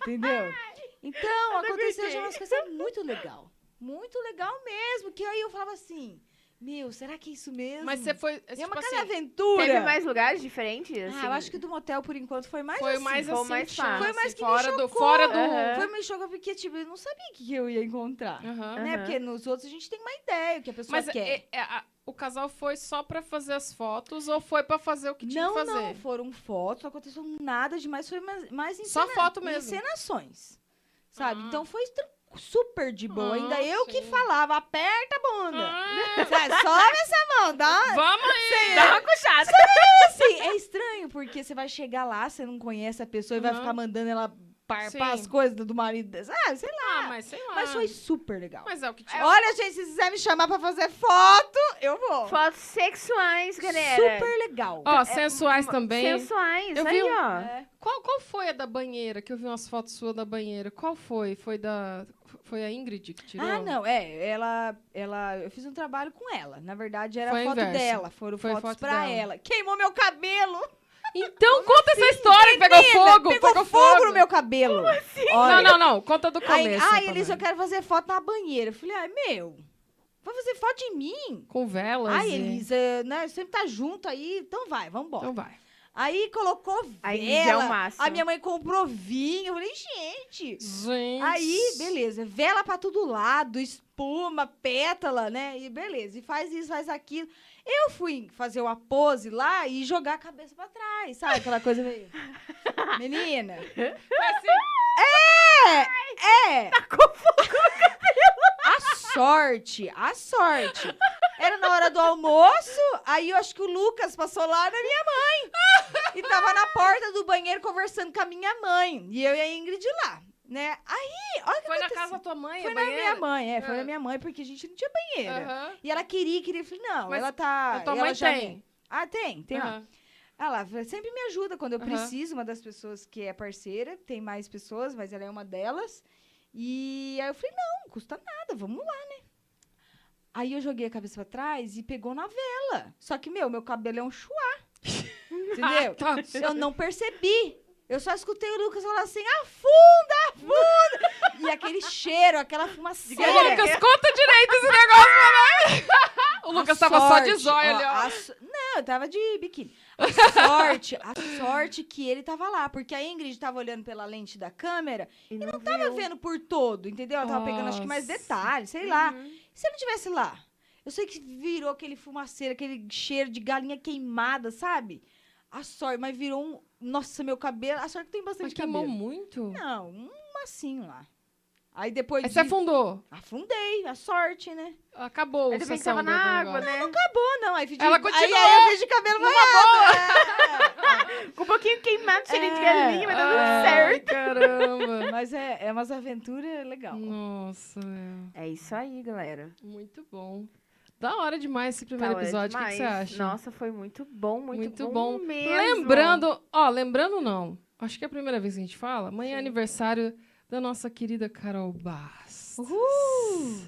Speaker 3: Entendeu? Então, aconteceu já umas coisas muito legal. Muito legal mesmo. Que aí eu falava assim, meu, será que é isso mesmo?
Speaker 2: Mas você foi.
Speaker 3: É
Speaker 2: tipo
Speaker 3: uma
Speaker 2: assim,
Speaker 3: cada aventura.
Speaker 1: teve mais lugares diferentes? assim?
Speaker 3: Ah, eu acho que do motel, por enquanto, foi mais
Speaker 2: foi
Speaker 3: assim.
Speaker 2: mais
Speaker 1: foi
Speaker 2: assim.
Speaker 1: mais
Speaker 2: que chama,
Speaker 1: fácil.
Speaker 3: Foi mais
Speaker 2: assim,
Speaker 3: que me
Speaker 2: fora do
Speaker 3: chocou.
Speaker 2: Fora do.
Speaker 1: Aham.
Speaker 3: Foi meio choque, porque, tipo, eu não sabia o que que eu ia encontrar.
Speaker 2: Aham.
Speaker 1: É.
Speaker 3: Né?
Speaker 1: Aham.
Speaker 3: Porque nos outros a gente tem uma ideia, o que a pessoa
Speaker 2: Mas
Speaker 3: quer.
Speaker 2: é- é- a- o casal foi só pra fazer as fotos ou foi pra fazer o que tinha
Speaker 3: não,
Speaker 2: que fazer?
Speaker 3: não, foram fotos, não aconteceu nada demais, foi mais, mais
Speaker 2: Só
Speaker 3: encena-
Speaker 2: foto mesmo.
Speaker 3: encenações, sabe?
Speaker 2: Ah.
Speaker 3: Então foi tran- super de boa,
Speaker 2: Ah,
Speaker 3: ainda eu que
Speaker 2: sim.
Speaker 3: falava, aperta a bunda,
Speaker 2: Ah,
Speaker 3: sabe? sobe essa mão, dá uma...
Speaker 2: vamos aí.
Speaker 1: Dá uma coxada.
Speaker 3: Assim, é estranho, porque você vai chegar lá, você não conhece a pessoa e vai
Speaker 2: Aham.
Speaker 3: ficar mandando ela parpar
Speaker 2: Sim.
Speaker 3: as coisas do marido, dela, sabe? Sei lá,
Speaker 2: Ah, mas sei lá.
Speaker 3: mas foi super legal.
Speaker 2: Mas é o que tinha.
Speaker 3: Olha, gente, se quiser me chamar pra fazer foto, eu vou.
Speaker 1: Fotos sexuais, galera. É
Speaker 3: Super legal.
Speaker 2: Ó, sensuais também.
Speaker 1: Sensuais.
Speaker 2: Eu
Speaker 1: aí,
Speaker 2: vi um-
Speaker 1: ó.
Speaker 3: É.
Speaker 2: é, Qual, qual foi a da banheira? Que eu vi umas fotos suas da banheira. Qual foi? Foi da. Foi a Ingrid que tirou?
Speaker 3: Ah, não, é, ela, ela, eu fiz um trabalho com ela. Na verdade, era
Speaker 2: Foi o
Speaker 3: foto
Speaker 2: inverso.
Speaker 3: dela, foram
Speaker 2: Foi
Speaker 3: fotos
Speaker 2: foto
Speaker 3: pra
Speaker 2: dela.
Speaker 3: ela. Queimou meu cabelo.
Speaker 2: Então conta essa história que pegou fogo.
Speaker 3: Pegou
Speaker 2: pegou
Speaker 3: fogo, no meu cabelo.
Speaker 2: Não,
Speaker 3: Olha,
Speaker 2: não, não. Conta do
Speaker 3: Aí,
Speaker 2: começo.
Speaker 3: ai,
Speaker 2: também.
Speaker 3: Elisa, eu quero fazer foto na banheira. Eu falei, ai, meu, vai fazer foto de mim?
Speaker 2: Com velas.
Speaker 3: Ai,
Speaker 2: e-
Speaker 3: Elisa, né, sempre tá junto aí, então vai, vambora.
Speaker 2: Então vai.
Speaker 3: Aí colocou
Speaker 1: A Elisa é o
Speaker 3: vela,
Speaker 1: máximo.
Speaker 3: a minha mãe comprou vinho. Eu falei, gente,
Speaker 2: Gente.
Speaker 3: Aí, beleza, vela pra todo lado, espuma, pétala, né? E beleza, e faz isso, faz aquilo. Eu fui fazer uma pose lá e jogar a cabeça pra trás, sabe? Aquela coisa meio. Menina!
Speaker 2: assim,
Speaker 3: É! É! Tá com A sorte, a sorte. Era na hora do almoço, aí eu acho que o Lucas passou lá na minha mãe. E tava tava na porta do banheiro conversando com a minha mãe. E eu e a Ingrid lá, né? Aí, olha o que
Speaker 2: Foi na
Speaker 3: aconteceu.
Speaker 2: casa da tua mãe,
Speaker 3: Foi
Speaker 2: a
Speaker 3: na minha
Speaker 2: banheira?
Speaker 3: mãe, é. Foi
Speaker 2: Ah.
Speaker 3: na minha mãe, porque a gente não tinha banheira.
Speaker 2: Aham.
Speaker 3: E ela queria, queria. Eu falei, não,
Speaker 2: Mas
Speaker 3: ela tá...
Speaker 2: A tua
Speaker 3: ela
Speaker 2: mãe
Speaker 3: já
Speaker 2: tem.
Speaker 3: me- Ah, tem, tem lá.
Speaker 2: Aham.
Speaker 3: Ela fala, sempre me ajuda quando eu
Speaker 2: Aham.
Speaker 3: preciso, uma das pessoas que é parceira, tem mais pessoas, mas ela é uma delas. E aí eu falei, não, custa nada, vamos lá, né? Aí eu joguei a cabeça pra trás e pegou na vela. Só que, meu, meu cabelo é um chuá. entendeu?
Speaker 2: Tá.
Speaker 3: Eu não percebi. Eu só escutei o Lucas falar assim, afunda, afunda! e aquele cheiro, aquela
Speaker 2: Ô,
Speaker 3: fumaceira.
Speaker 2: Lucas, conta direito esse negócio pra mim. O Lucas
Speaker 3: A
Speaker 2: tava só de
Speaker 3: sorte,
Speaker 2: zóio
Speaker 3: ó,
Speaker 2: ali,
Speaker 3: a
Speaker 2: ó.
Speaker 3: so- Não, eu tava de biquíni. A sorte, a sorte que ele tava lá, porque a Ingrid tava olhando pela lente da câmera
Speaker 1: E não,
Speaker 3: tava
Speaker 1: viu.
Speaker 3: vendo por todo, entendeu? Ela tava pegando, acho que mais
Speaker 2: Nossa.
Speaker 3: detalhes, sei lá.
Speaker 1: Uhum.
Speaker 3: Se eu não tivesse lá, eu sei que virou aquele fumaceiro, aquele cheiro de galinha queimada, sabe? A sorte, mas virou um... Nossa, meu cabelo... A sorte que tem bastante
Speaker 2: Mas queimou
Speaker 3: cabelo.
Speaker 2: muito.
Speaker 3: Não, um massinho lá. Aí depois
Speaker 2: Aí você
Speaker 3: disso-
Speaker 2: afundou.
Speaker 3: afundei, a sorte, né?
Speaker 2: Acabou
Speaker 1: Aí
Speaker 2: o
Speaker 1: depois
Speaker 2: sessão
Speaker 1: tava
Speaker 2: do
Speaker 1: na água,
Speaker 2: negócio.
Speaker 1: né?
Speaker 3: Ou não, aí fiz de...
Speaker 2: Ela
Speaker 3: aí-
Speaker 2: continuou.
Speaker 3: Aí eu fiz de cabelo
Speaker 1: Com um pouquinho queimado, cheirinho de
Speaker 3: É,
Speaker 1: galinha, mas tá tudo certo.
Speaker 2: Ai, caramba.
Speaker 3: Mas é, é umas aventuras legal.
Speaker 2: Hum. Nossa, meu.
Speaker 1: É isso aí, galera.
Speaker 2: muito bom. Da hora demais esse primeiro
Speaker 1: Da hora
Speaker 2: episódio, o que que,
Speaker 1: demais.
Speaker 2: você acha?
Speaker 1: Nossa, foi muito bom, muito,
Speaker 2: Muito bom.
Speaker 1: bom, mesmo.
Speaker 2: Lembrando, ó, lembrando não, acho que é a primeira vez que a gente fala, amanhã é aniversário da nossa querida Carol Bastos. Uhul!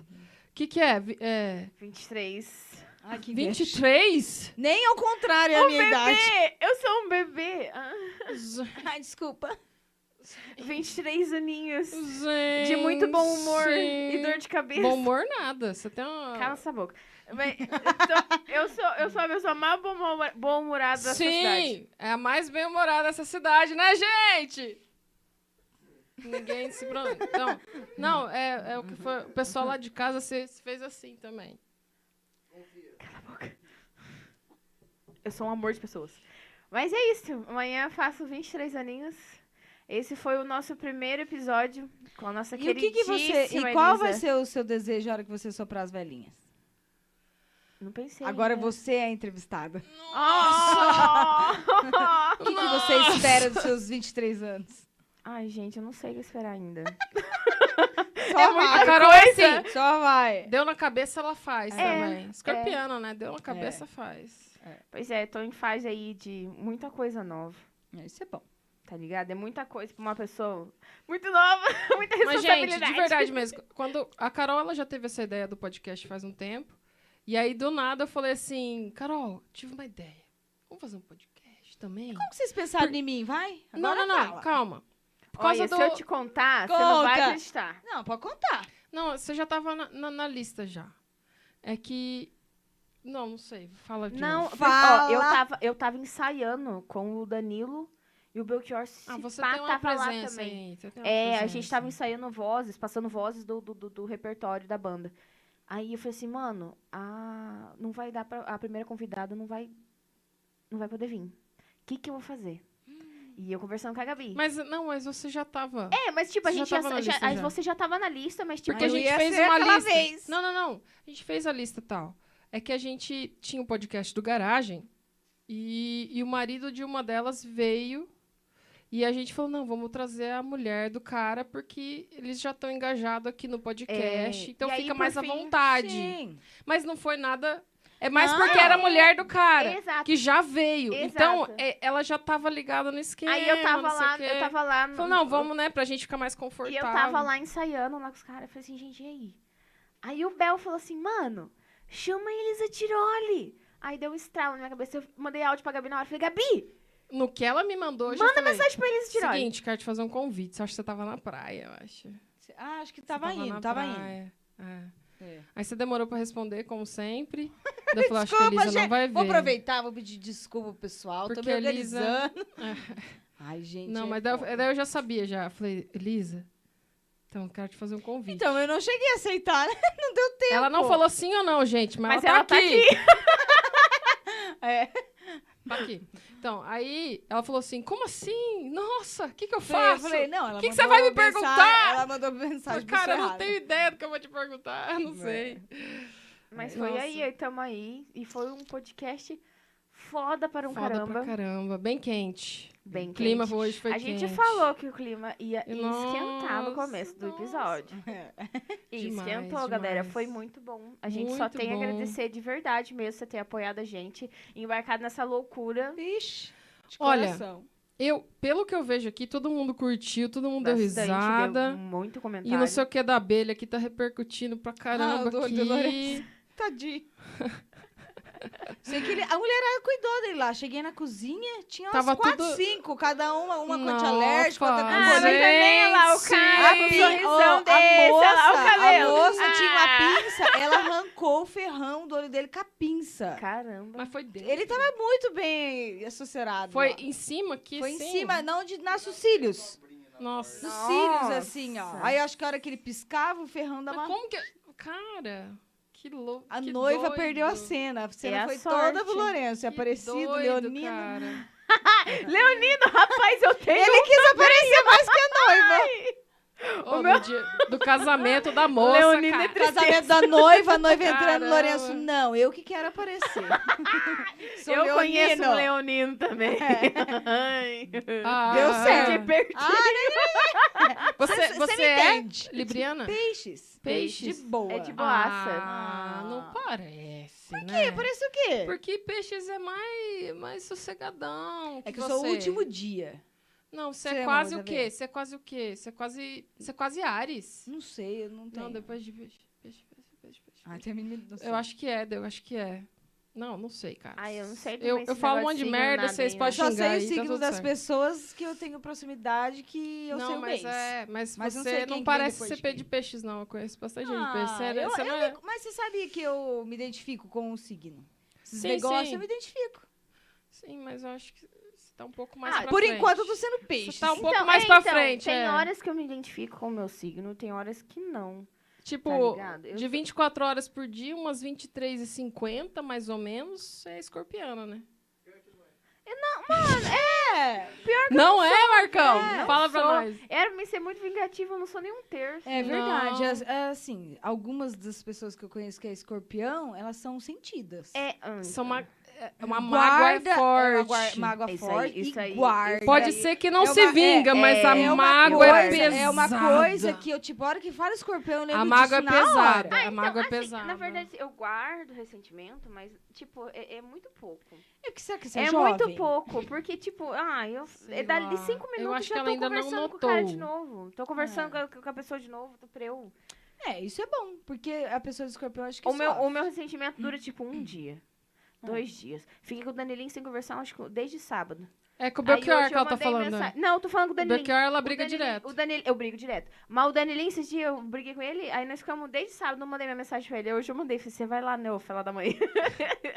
Speaker 2: Que que é? Vi- é
Speaker 1: 23.
Speaker 3: Ai, que
Speaker 1: é?
Speaker 3: inveja.
Speaker 2: 23?
Speaker 3: Nem ao contrário, é a minha idade.
Speaker 1: Bebê, eu sou um bebê. Ah,
Speaker 2: Gente.
Speaker 3: Ai, desculpa.
Speaker 1: 23 aninhos. De muito bom humor e dor de cabeça.
Speaker 2: Bom humor nada, você tem uma...
Speaker 1: Cala essa boca. Mas, então, eu, sou, eu sou a pessoa mais bom-humor- bom-humorada da sociedade.
Speaker 2: Sim, é a mais bem-humorada dessa cidade, né, gente? Ninguém se pronto. Então, não, é, é o que foi. O pessoal lá de casa se, se fez assim também.
Speaker 1: Eu sou um amor de pessoas. Mas é isso. Amanhã eu faço 23 aninhos. Esse foi o nosso primeiro episódio com a nossa
Speaker 3: Tá E o que, que você. E qual vai ser o seu desejo na hora que você soprar as velhinhas?
Speaker 1: Não pensei.
Speaker 3: Agora
Speaker 1: ainda.
Speaker 3: você é a entrevistada.
Speaker 1: Nossa!
Speaker 3: O que, que você espera dos seus 23 anos?
Speaker 1: Ai, gente, eu não sei o que esperar ainda.
Speaker 3: Só
Speaker 2: A
Speaker 3: vai.
Speaker 2: Carol é assim.
Speaker 3: Só vai.
Speaker 2: Deu na cabeça, ela faz
Speaker 1: É,
Speaker 2: também. Escorpiana, né? Deu na cabeça,
Speaker 3: É.
Speaker 2: faz.
Speaker 1: Pois é, tô em fase aí de muita coisa nova,
Speaker 3: É, Isso é bom.
Speaker 1: tá ligado? É muita coisa pra uma pessoa muito nova, muita
Speaker 2: Mas,
Speaker 1: responsabilidade.
Speaker 2: gente, de verdade mesmo, quando a Carol ela já teve essa ideia do podcast faz um tempo. E aí, do nada, eu falei assim: Carol, tive uma ideia. Vamos fazer um podcast também?
Speaker 3: Como que vocês pensaram em mim? Vai?
Speaker 2: Não,
Speaker 3: Agora
Speaker 2: não, não,
Speaker 3: fala. é
Speaker 2: calma. Por causa
Speaker 1: Olha,
Speaker 2: do.
Speaker 1: se
Speaker 3: tipo
Speaker 1: eu te contar, você não vai
Speaker 3: Conta.
Speaker 1: acreditar.
Speaker 3: Não, pode contar.
Speaker 2: Não, você já tava na, na- na lista já. É que. Não, não sei. Fala de
Speaker 1: Não,
Speaker 2: novo.
Speaker 1: porque, ó, eu
Speaker 3: Fala.
Speaker 1: tava, eu tava ensaiando com o Danilo e o Belchior se
Speaker 2: Ah, você
Speaker 1: pá,
Speaker 2: tem uma
Speaker 1: tava lá
Speaker 2: presença
Speaker 1: também.
Speaker 2: aí. você tem uma
Speaker 1: É, a
Speaker 2: presença.
Speaker 1: gente tava ensaiando vozes, passando vozes do, do, do- do repertório da banda. Aí eu falei assim, mano, a... não vai dar pra... A primeira convidada não vai... Não vai poder vir. O que que eu vou fazer?
Speaker 2: Hum.
Speaker 1: E eu conversando com a Gabi.
Speaker 2: Mas não, mas você já tava.
Speaker 1: É, mas tipo, a
Speaker 2: Você já
Speaker 1: gente já,
Speaker 2: tava na
Speaker 1: já-
Speaker 2: lista
Speaker 1: aí
Speaker 2: já.
Speaker 1: Você já tava na lista, mas tipo...
Speaker 2: Porque a
Speaker 1: eu
Speaker 2: gente
Speaker 1: ia-
Speaker 2: fez
Speaker 3: ser
Speaker 2: uma
Speaker 3: aquela
Speaker 2: lista.
Speaker 3: vez.
Speaker 2: Não, não, não. A gente fez a lista tal. É que a gente tinha o podcast do Garagem e, e o marido de uma delas veio e a gente falou: não, vamos trazer a mulher do cara porque eles já estão engajados aqui no podcast,
Speaker 1: É,
Speaker 2: então
Speaker 1: e aí,
Speaker 2: fica
Speaker 1: por
Speaker 2: mais à
Speaker 1: fim,
Speaker 2: vontade.
Speaker 3: Sim.
Speaker 2: Mas não foi nada. É mais
Speaker 3: Não.
Speaker 2: porque era a mulher do cara.
Speaker 1: Exato.
Speaker 2: Que já veio.
Speaker 1: Exato.
Speaker 2: Então, é- ela já tava ligada no esquema.
Speaker 1: Aí eu tava
Speaker 2: não sei o
Speaker 1: lá,
Speaker 2: quê.
Speaker 1: eu tava lá... no-
Speaker 2: Falou, não, vamos, né? Pra gente ficar mais
Speaker 1: E
Speaker 2: confortável.
Speaker 1: eu tava lá ensaiando lá com os caras. Eu falei assim, gente, e aí? Aí o Bel falou assim, mano, chama a Elisa Tiroli. Aí deu um estralo na minha cabeça. Eu mandei áudio pra Gabi na hora. Falei, Gabi,
Speaker 2: No que ela me mandou, eu já
Speaker 1: manda
Speaker 2: falei,
Speaker 1: mensagem pra Elisa Tiroli.
Speaker 2: Seguinte, quero te fazer um convite. Você acha que você tava na praia, eu acho. Você
Speaker 3: Ah, acho que tava,
Speaker 2: na
Speaker 3: indo, tava indo.
Speaker 2: praia. É.
Speaker 3: É.
Speaker 2: Aí você demorou pra responder, como sempre. Daí eu falei, acho que a Elisa não
Speaker 3: gente.
Speaker 2: vai ver.
Speaker 3: Vou aproveitar, vou pedir desculpa pro pessoal.
Speaker 2: Porque
Speaker 3: tô me
Speaker 2: a Elisa-
Speaker 3: organizando. Ai, gente.
Speaker 2: Não,
Speaker 3: é
Speaker 2: mas daí eu,
Speaker 3: foda.
Speaker 2: daí eu já sabia, já. Falei, Elisa, então, quero te fazer um convite.
Speaker 3: Então, eu não cheguei a aceitar, né?
Speaker 1: Então,
Speaker 2: ela não falou sim ou não, gente, mas,
Speaker 1: um Mas
Speaker 2: ela,
Speaker 1: ela
Speaker 2: tá,
Speaker 1: tá
Speaker 2: aqui.
Speaker 3: É.
Speaker 2: Tá aqui. Então, aí ela falou assim: como assim? Nossa, o que, que eu
Speaker 3: Falei, eu
Speaker 2: faço?
Speaker 3: falei, não, ela
Speaker 2: Que que
Speaker 3: mandou
Speaker 2: você vai me
Speaker 3: mensagem-
Speaker 2: perguntar?
Speaker 3: Ela mandou mensagem
Speaker 2: Mas,
Speaker 3: pro
Speaker 2: cara, eu não
Speaker 3: Serrado.
Speaker 2: tenho ideia do que eu vou te perguntar, não
Speaker 3: É.
Speaker 2: sei.
Speaker 1: Mas
Speaker 2: É.
Speaker 1: foi
Speaker 2: Nossa.
Speaker 1: aí, aí tamo aí. E foi um podcast Foda para um
Speaker 2: Foda
Speaker 1: caramba.
Speaker 2: pra caramba. Bem quente.
Speaker 1: Bem
Speaker 2: o clima
Speaker 1: quente.
Speaker 2: hoje foi
Speaker 1: a
Speaker 2: quente.
Speaker 1: gente falou que o clima ia ia esquentar
Speaker 2: Nossa,
Speaker 1: no começo do
Speaker 2: nossa.
Speaker 1: episódio. E
Speaker 2: Demais,
Speaker 1: esquentou, galera.
Speaker 2: demais.
Speaker 1: Foi muito bom. A gente só
Speaker 2: Muito
Speaker 1: tem a
Speaker 2: bom.
Speaker 1: agradecer de verdade mesmo você ter apoiado a gente, embarcado nessa loucura.
Speaker 3: Vixe. De
Speaker 2: Olha,
Speaker 3: coração.
Speaker 2: Eu, pelo que eu vejo aqui, todo mundo curtiu, todo mundo deu
Speaker 1: Bastante, deu
Speaker 3: um
Speaker 2: risada.
Speaker 1: muito comentário.
Speaker 2: E não sei o que da abelha que tá repercutindo pra caramba
Speaker 3: do olho
Speaker 2: aqui.
Speaker 3: do Lourenço. Tadinho. Sei que ele- a mulherada cuidou dele lá. Cheguei na cozinha, tinha umas
Speaker 2: Tava
Speaker 3: quatro,
Speaker 2: tudo-
Speaker 3: cinco. Cada uma, uma com
Speaker 2: Nossa.
Speaker 3: antialérgico, outra com
Speaker 1: Ah, mas
Speaker 3: colete.
Speaker 1: também olha lá o cara com o
Speaker 3: pi-
Speaker 1: sorrisão
Speaker 3: ó,
Speaker 1: desse, olha lá o
Speaker 3: moça-
Speaker 1: cabelo.
Speaker 3: A moça tinha
Speaker 1: Ah.
Speaker 3: uma pinça, ela arrancou o ferrão do olho dele com a pinça.
Speaker 1: Caramba.
Speaker 2: Mas foi dentro.
Speaker 3: Ele tava muito bem assessorado.
Speaker 2: Foi
Speaker 3: lá.
Speaker 2: em cima aqui,
Speaker 3: Foi em
Speaker 2: sim?
Speaker 3: cima, não de nasce os cílios.
Speaker 2: Nossa.
Speaker 3: Nos
Speaker 1: Nossa.
Speaker 3: cílios, assim, ó. Aí acho que a hora que ele piscava, o ferrão dava
Speaker 2: Mas
Speaker 3: uma...
Speaker 2: como que... é? Cara, que louco.
Speaker 3: A
Speaker 2: que
Speaker 3: noiva
Speaker 2: doido.
Speaker 3: perdeu a cena. A cena
Speaker 1: É a
Speaker 3: foi
Speaker 1: sorte.
Speaker 3: toda pro Lourenço.
Speaker 2: Que
Speaker 3: Aparecido,
Speaker 2: doido,
Speaker 3: Leonino.
Speaker 2: cara.
Speaker 1: Leonino, rapaz, eu tenho
Speaker 3: Ele quis aparecer mais que a noiva.
Speaker 2: Ô, do dia- do casamento da moça,
Speaker 1: Leonino
Speaker 2: cara.
Speaker 1: é triste.
Speaker 3: Casamento da noiva, a noiva entrando,
Speaker 2: Caramba.
Speaker 3: Lourenço. Não, eu que quero aparecer. Sou
Speaker 1: Eu conheço
Speaker 3: leonino.
Speaker 1: um leonino também.
Speaker 2: É.
Speaker 1: Ai.
Speaker 2: Ah,
Speaker 3: Deu certo.
Speaker 1: De perdi.
Speaker 3: Ah,
Speaker 2: Você,
Speaker 3: você
Speaker 2: você
Speaker 3: me
Speaker 2: é
Speaker 3: entende.
Speaker 2: Libriana?
Speaker 3: Peixes.
Speaker 2: Peixes?
Speaker 3: De boa.
Speaker 1: É de boaça.
Speaker 2: Ah, não parece. Por quê?
Speaker 3: Parece o quê?
Speaker 2: Porque peixes é mais, mais sossegadão.
Speaker 3: É que eu
Speaker 2: você.
Speaker 3: sou o último dia.
Speaker 2: Não, você
Speaker 3: Você
Speaker 2: é
Speaker 3: é
Speaker 2: quase
Speaker 3: uma
Speaker 2: o
Speaker 3: coisa
Speaker 2: quê?
Speaker 3: bem.
Speaker 2: Você é quase o quê? Você é quase. Você é quase Ares.
Speaker 3: Não sei, eu não tenho.
Speaker 2: Não, depois de peixe, peixe, peixe, peixe, peixe.
Speaker 3: Ah, tem menino, não sei.
Speaker 2: eu acho que é, eu acho que é. Não, não sei, cara.
Speaker 1: Ai, eu não sei também
Speaker 2: Eu,
Speaker 1: esse
Speaker 2: eu falo um monte de
Speaker 1: negocinho,
Speaker 2: merda,
Speaker 1: nada
Speaker 2: vocês
Speaker 1: aí,
Speaker 2: podem
Speaker 3: Só
Speaker 2: xingar
Speaker 3: sei o
Speaker 2: aí, tá
Speaker 3: signo
Speaker 2: tudo
Speaker 3: das
Speaker 2: certo.
Speaker 3: pessoas que eu tenho proximidade que eu
Speaker 2: não,
Speaker 3: sei o
Speaker 2: mas
Speaker 3: mês.
Speaker 2: é, mas,
Speaker 3: Mas não sei
Speaker 2: você
Speaker 3: quem
Speaker 2: não,
Speaker 3: que vem
Speaker 2: parece
Speaker 3: depois
Speaker 2: ser
Speaker 3: de
Speaker 2: pé
Speaker 3: quem.
Speaker 2: de peixes, não. Eu conheço bastante gente de
Speaker 3: Ah,
Speaker 2: peixe. Você,
Speaker 3: eu-
Speaker 2: você
Speaker 3: eu
Speaker 2: não é...
Speaker 3: me- mas você sabia que eu me identifico com o signo? Esses
Speaker 2: Sim,
Speaker 3: negócios
Speaker 2: sim.
Speaker 3: eu me identifico.
Speaker 2: Sim, mas eu acho que você tá um pouco mais
Speaker 1: Ah,
Speaker 2: pra
Speaker 3: Por
Speaker 2: frente.
Speaker 3: enquanto eu tô sendo peixe.
Speaker 2: Você tá um
Speaker 1: Então,
Speaker 2: pouco mais
Speaker 1: é,
Speaker 2: pra
Speaker 1: então,
Speaker 2: frente,
Speaker 1: Tem
Speaker 2: é.
Speaker 1: horas que eu me identifico com o meu signo, tem horas que não. Tá
Speaker 2: Tipo,
Speaker 1: ligado? Eu
Speaker 2: de 24 horas por dia, umas 23 e 50, mais ou menos, é escorpiana, né?
Speaker 3: É,
Speaker 2: não, é, Marcão? Fala pra
Speaker 1: sou.
Speaker 2: nós.
Speaker 1: Era me ser muito vingativa, eu não sou nem um terço.
Speaker 3: é
Speaker 2: Não.
Speaker 3: verdade. As- é, assim, algumas das pessoas que eu conheço que é escorpião, elas são sentidas.
Speaker 1: É, hum,
Speaker 2: São uma, é uma
Speaker 3: Guarda-
Speaker 2: mágoa
Speaker 3: É uma
Speaker 2: forte.
Speaker 3: guar- mágoa
Speaker 1: Isso aí,
Speaker 3: forte
Speaker 1: isso aí,
Speaker 3: e guarda.
Speaker 2: Pode
Speaker 1: Daí-
Speaker 2: ser que não
Speaker 3: É
Speaker 2: se
Speaker 3: uma-
Speaker 2: vinga,
Speaker 1: é-
Speaker 2: mas a
Speaker 1: é
Speaker 3: uma
Speaker 2: mágoa é
Speaker 3: coisa-
Speaker 2: pesada.
Speaker 3: É uma coisa que eu, tipo, a hora Ah, que fala escorpião, eu lembro
Speaker 2: A mágoa é
Speaker 3: disso na hora.
Speaker 2: pesada. a mágoa é
Speaker 1: assim,
Speaker 2: pesada.
Speaker 1: Na verdade, eu guardo ressentimento, mas, tipo, é, é muito pouco.
Speaker 3: É que será que você
Speaker 1: É,
Speaker 3: jovem?
Speaker 1: muito pouco, porque, tipo, ah, eu.
Speaker 2: Sei
Speaker 1: é dali
Speaker 2: lá.
Speaker 1: cinco
Speaker 2: Eu
Speaker 1: minutos
Speaker 2: acho
Speaker 1: já
Speaker 2: que ela
Speaker 1: tô
Speaker 2: ainda não
Speaker 1: conversando com o cara de
Speaker 2: notou. É.
Speaker 1: novo. Tô conversando com, a, com a pessoa de novo, do preu.
Speaker 3: É, isso é bom, porque a pessoa de escorpião acho que é.
Speaker 1: O meu,
Speaker 3: sofre.
Speaker 1: o meu ressentimento dura, tipo, um dia.
Speaker 2: Hum.
Speaker 1: Dois dias. Fiquei com o Danilinho sem conversar, acho que desde sábado.
Speaker 2: É com o
Speaker 1: Aí hoje
Speaker 2: Belchior que
Speaker 1: eu
Speaker 2: ela tá
Speaker 1: mandei
Speaker 2: falando.
Speaker 1: mensagem- Não, eu tô falando com o
Speaker 2: O
Speaker 1: Danilinho.
Speaker 2: Belchior, ela briga
Speaker 1: O Danilo-
Speaker 2: direto.
Speaker 1: O Danilo, eu brigo direto. Mas o Danilo, esses dias eu briguei com ele, aí nós ficamos desde sábado, eu mandei minha mensagem pra ele. Hoje eu mandei, falei, você vai lá, não, falar da manhã.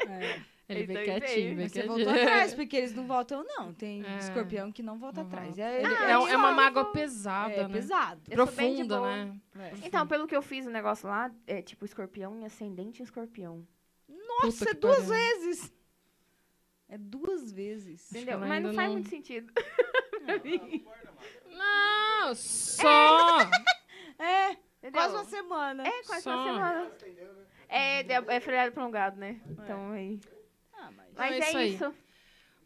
Speaker 3: É.
Speaker 2: Ele vem
Speaker 1: Então,
Speaker 2: quietinho,
Speaker 1: entendi.
Speaker 2: vem
Speaker 3: Mas Você
Speaker 2: quietinho.
Speaker 3: voltou atrás, porque eles não voltam, não. Tem
Speaker 2: É.
Speaker 3: escorpião que não volta
Speaker 2: Não
Speaker 3: atrás.
Speaker 2: volta.
Speaker 3: É,
Speaker 2: Ele-
Speaker 3: é-
Speaker 2: é, um- é uma
Speaker 1: fala,
Speaker 2: mágoa pesada,
Speaker 3: é
Speaker 2: né?
Speaker 3: pesado. É.
Speaker 1: Eu sou bem de
Speaker 2: Profunda,
Speaker 1: boa.
Speaker 2: né?
Speaker 1: Então, pelo que eu fiz o negócio lá, é tipo escorpião e ascendente em escorpião.
Speaker 3: Nossa,
Speaker 2: Puta
Speaker 3: é
Speaker 2: que
Speaker 3: duas
Speaker 2: pariu.
Speaker 3: vezes. É duas vezes.
Speaker 2: Acho que
Speaker 1: Entendeu?
Speaker 2: ela
Speaker 1: Mas não
Speaker 2: ainda
Speaker 1: faz
Speaker 2: não-
Speaker 1: muito sentido.
Speaker 2: Não, só.
Speaker 3: É,
Speaker 1: Entendeu?
Speaker 3: quase uma semana.
Speaker 1: É, quase
Speaker 2: Só.
Speaker 1: uma semana. É, é, é feriado prolongado, né? Então aí.
Speaker 3: Ah, mas...
Speaker 1: Mas
Speaker 2: é
Speaker 1: é,
Speaker 2: isso aí.
Speaker 1: isso.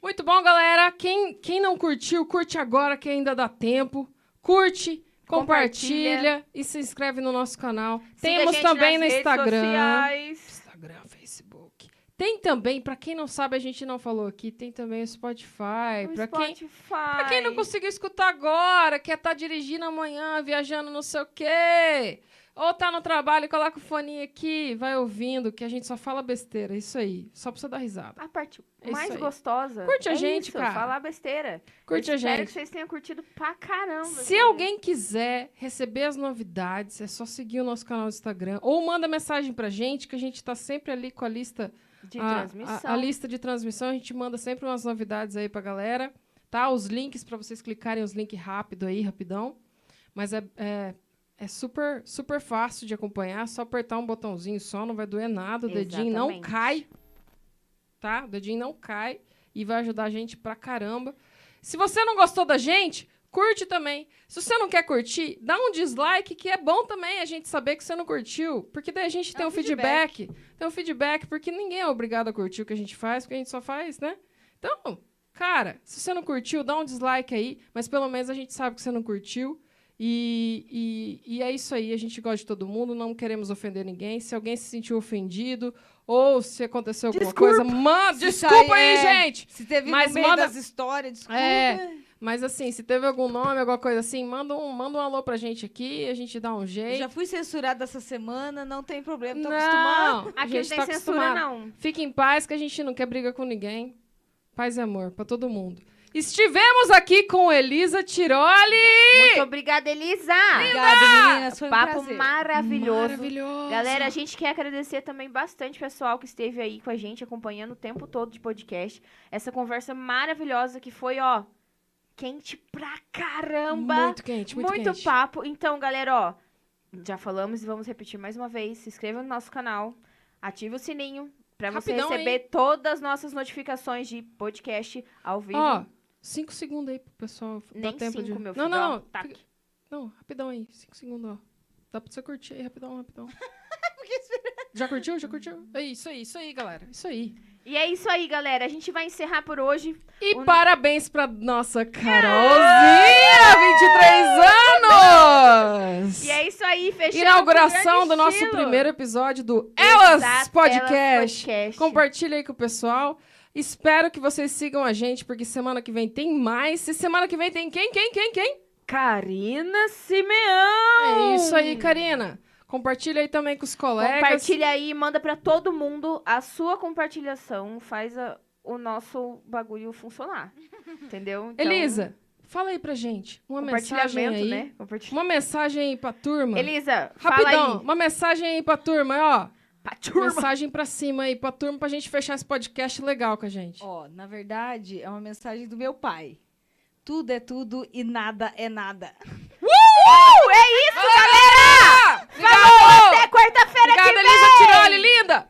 Speaker 2: Muito bom, galera. Quem, quem não curtiu, curte agora que ainda dá tempo. Curte, compartilha,
Speaker 1: Compartilha.
Speaker 2: e se inscreve no nosso canal.
Speaker 1: Siga a
Speaker 2: Temos
Speaker 1: gente
Speaker 2: também
Speaker 1: nas
Speaker 2: no
Speaker 1: redes
Speaker 2: Instagram.
Speaker 1: sociais.
Speaker 2: Instagram, Facebook. Tem também, pra quem não sabe, a gente não falou aqui, tem também o Spotify.
Speaker 1: no
Speaker 2: Pra quem,
Speaker 1: Spotify.
Speaker 2: pra quem não conseguiu escutar agora, quer estar dirigindo amanhã, viajando não sei o quê, ou tá no trabalho, coloca o fone aqui, vai ouvindo, que a gente só fala besteira. Isso aí, só pra você dar risada.
Speaker 1: A parte
Speaker 2: É
Speaker 1: mais
Speaker 2: isso aí.
Speaker 1: gostosa.
Speaker 2: Curte a
Speaker 1: é
Speaker 2: gente,
Speaker 1: isso,
Speaker 2: cara.
Speaker 1: Falar besteira.
Speaker 2: Curte a
Speaker 1: Eu Espero
Speaker 2: gente.
Speaker 1: que vocês tenham curtido pra caramba.
Speaker 2: Se
Speaker 1: sabe?
Speaker 2: alguém quiser receber as novidades, é só seguir o nosso canal do Instagram ou manda mensagem pra gente, que a gente tá sempre ali com a lista
Speaker 1: De
Speaker 2: a,
Speaker 1: transmissão.
Speaker 2: Ah, a- a lista de transmissão, a gente manda sempre umas novidades aí pra galera, tá? Os links pra vocês clicarem, os links rápido aí, rapidão. Mas é, é, é super super fácil de acompanhar, só apertar um botãozinho só, não vai doer nada, o dedinho não
Speaker 1: Exatamente.
Speaker 2: cai, tá? O dedinho não cai e vai ajudar a gente pra caramba. Se você não gostou da gente, Curte também. Se você não quer curtir, dá um dislike, que é bom também a gente saber que você não curtiu. Porque daí a gente tem
Speaker 3: um
Speaker 2: um feedback. Tem um feedback, porque ninguém é obrigado a curtir o que a gente faz, porque a gente só faz, né? Então, cara, se você não curtiu, dá um dislike aí. Mas pelo menos a gente sabe que você não curtiu. E, e, e é isso aí. A gente gosta de todo mundo, não queremos ofender ninguém. Se alguém se sentiu ofendido ou se aconteceu alguma coisa, manda.
Speaker 4: Isso
Speaker 2: Desculpa
Speaker 4: aí
Speaker 2: aí,
Speaker 4: é-
Speaker 2: gente!
Speaker 4: Se teve
Speaker 2: Mas
Speaker 4: no meio
Speaker 2: manda-
Speaker 4: das histórias, desculpa.
Speaker 2: É, mas assim, se teve algum nome, alguma coisa assim, manda um, manda um alô pra gente aqui, a gente dá um
Speaker 4: Eu
Speaker 2: jeito.
Speaker 4: já fui censurada essa semana, não tem problema, tô acostumada.
Speaker 2: não, a
Speaker 1: Aqui não
Speaker 2: gente
Speaker 1: tem
Speaker 2: tá
Speaker 1: censura,
Speaker 2: acostumado.
Speaker 1: não.
Speaker 2: Fique em paz que a gente não quer briga com ninguém. Paz e amor pra todo mundo. Estivemos aqui com Elisa Tiroli.
Speaker 1: Muito obrigada, Elisa!
Speaker 4: Obrigada, meninas, foi um
Speaker 1: Papo
Speaker 4: prazer.
Speaker 1: maravilhoso.
Speaker 2: Maravilhoso.
Speaker 1: Galera, a gente quer agradecer também bastante o pessoal que esteve aí com a gente, acompanhando o tempo todo de podcast. Essa conversa maravilhosa que foi, ó, quente pra caramba.
Speaker 2: muito quente, muito, quente.
Speaker 1: papo. Então, galera, ó, já falamos e vamos repetir mais uma vez. Se inscreva no nosso canal, ative o sininho pra você
Speaker 2: Rapidão,
Speaker 1: receber todas as nossas notificações de podcast ao vivo.
Speaker 2: Ó, cinco segundos aí pro pessoal.
Speaker 1: Nem
Speaker 2: dá tempo
Speaker 1: cinco,
Speaker 2: de...
Speaker 1: meu
Speaker 2: Não,
Speaker 1: filho.
Speaker 2: não,
Speaker 1: ó,
Speaker 2: não.
Speaker 1: tac.
Speaker 2: Fica- Não, rapidão aí. Cinco segundos, ó. Dá pra você curtir aí, rapidão, rapidão.
Speaker 1: é
Speaker 2: Já curtiu? Já curtiu? É isso aí, isso aí, galera. Isso aí.
Speaker 1: E é isso aí, galera. A gente vai encerrar por hoje.
Speaker 2: E
Speaker 1: O-
Speaker 2: parabéns pra nossa Carolzinha, 23 anos!
Speaker 1: E é isso aí, fechamos.
Speaker 2: Inauguração
Speaker 1: com grande
Speaker 2: do nosso
Speaker 1: estilo.
Speaker 2: primeiro episódio do
Speaker 1: Exato,
Speaker 2: Elas Podcast.
Speaker 1: Podcast.
Speaker 2: Compartilha aí com o pessoal. Espero que vocês sigam a gente, porque semana que vem tem mais. E semana que vem tem quem, quem, quem, quem?
Speaker 1: Karina Simeão.
Speaker 2: É isso aí, Karina. Compartilha aí também com os colegas.
Speaker 1: Compartilha aí, manda pra todo mundo a sua compartilhação, faz a- o nosso bagulho funcionar. Entendeu? Então,
Speaker 2: Elisa, fala aí pra gente. Uma mensagem
Speaker 1: compartilhamento,
Speaker 2: aí.
Speaker 1: né? Compartilha...
Speaker 2: Uma mensagem aí pra turma.
Speaker 1: Elisa,
Speaker 2: Rapidão,
Speaker 1: fala aí.
Speaker 2: uma mensagem aí pra turma, ó.
Speaker 1: Pra turma.
Speaker 2: Mensagem pra cima aí, pra turma, pra gente fechar esse podcast legal com a gente.
Speaker 4: Ó, na verdade, é uma mensagem do meu pai. Tudo é tudo e nada é nada.
Speaker 1: Uh, é isso, galera! Falou! Até quarta-feira que
Speaker 2: Obrigada,
Speaker 1: vem!
Speaker 2: Elisa Tiroli, linda!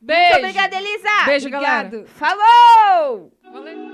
Speaker 2: Beijo!
Speaker 1: Muito obrigada, Elisa!
Speaker 2: Beijo,
Speaker 4: Obrigado.
Speaker 2: galera!
Speaker 1: Falou!
Speaker 2: Valeu!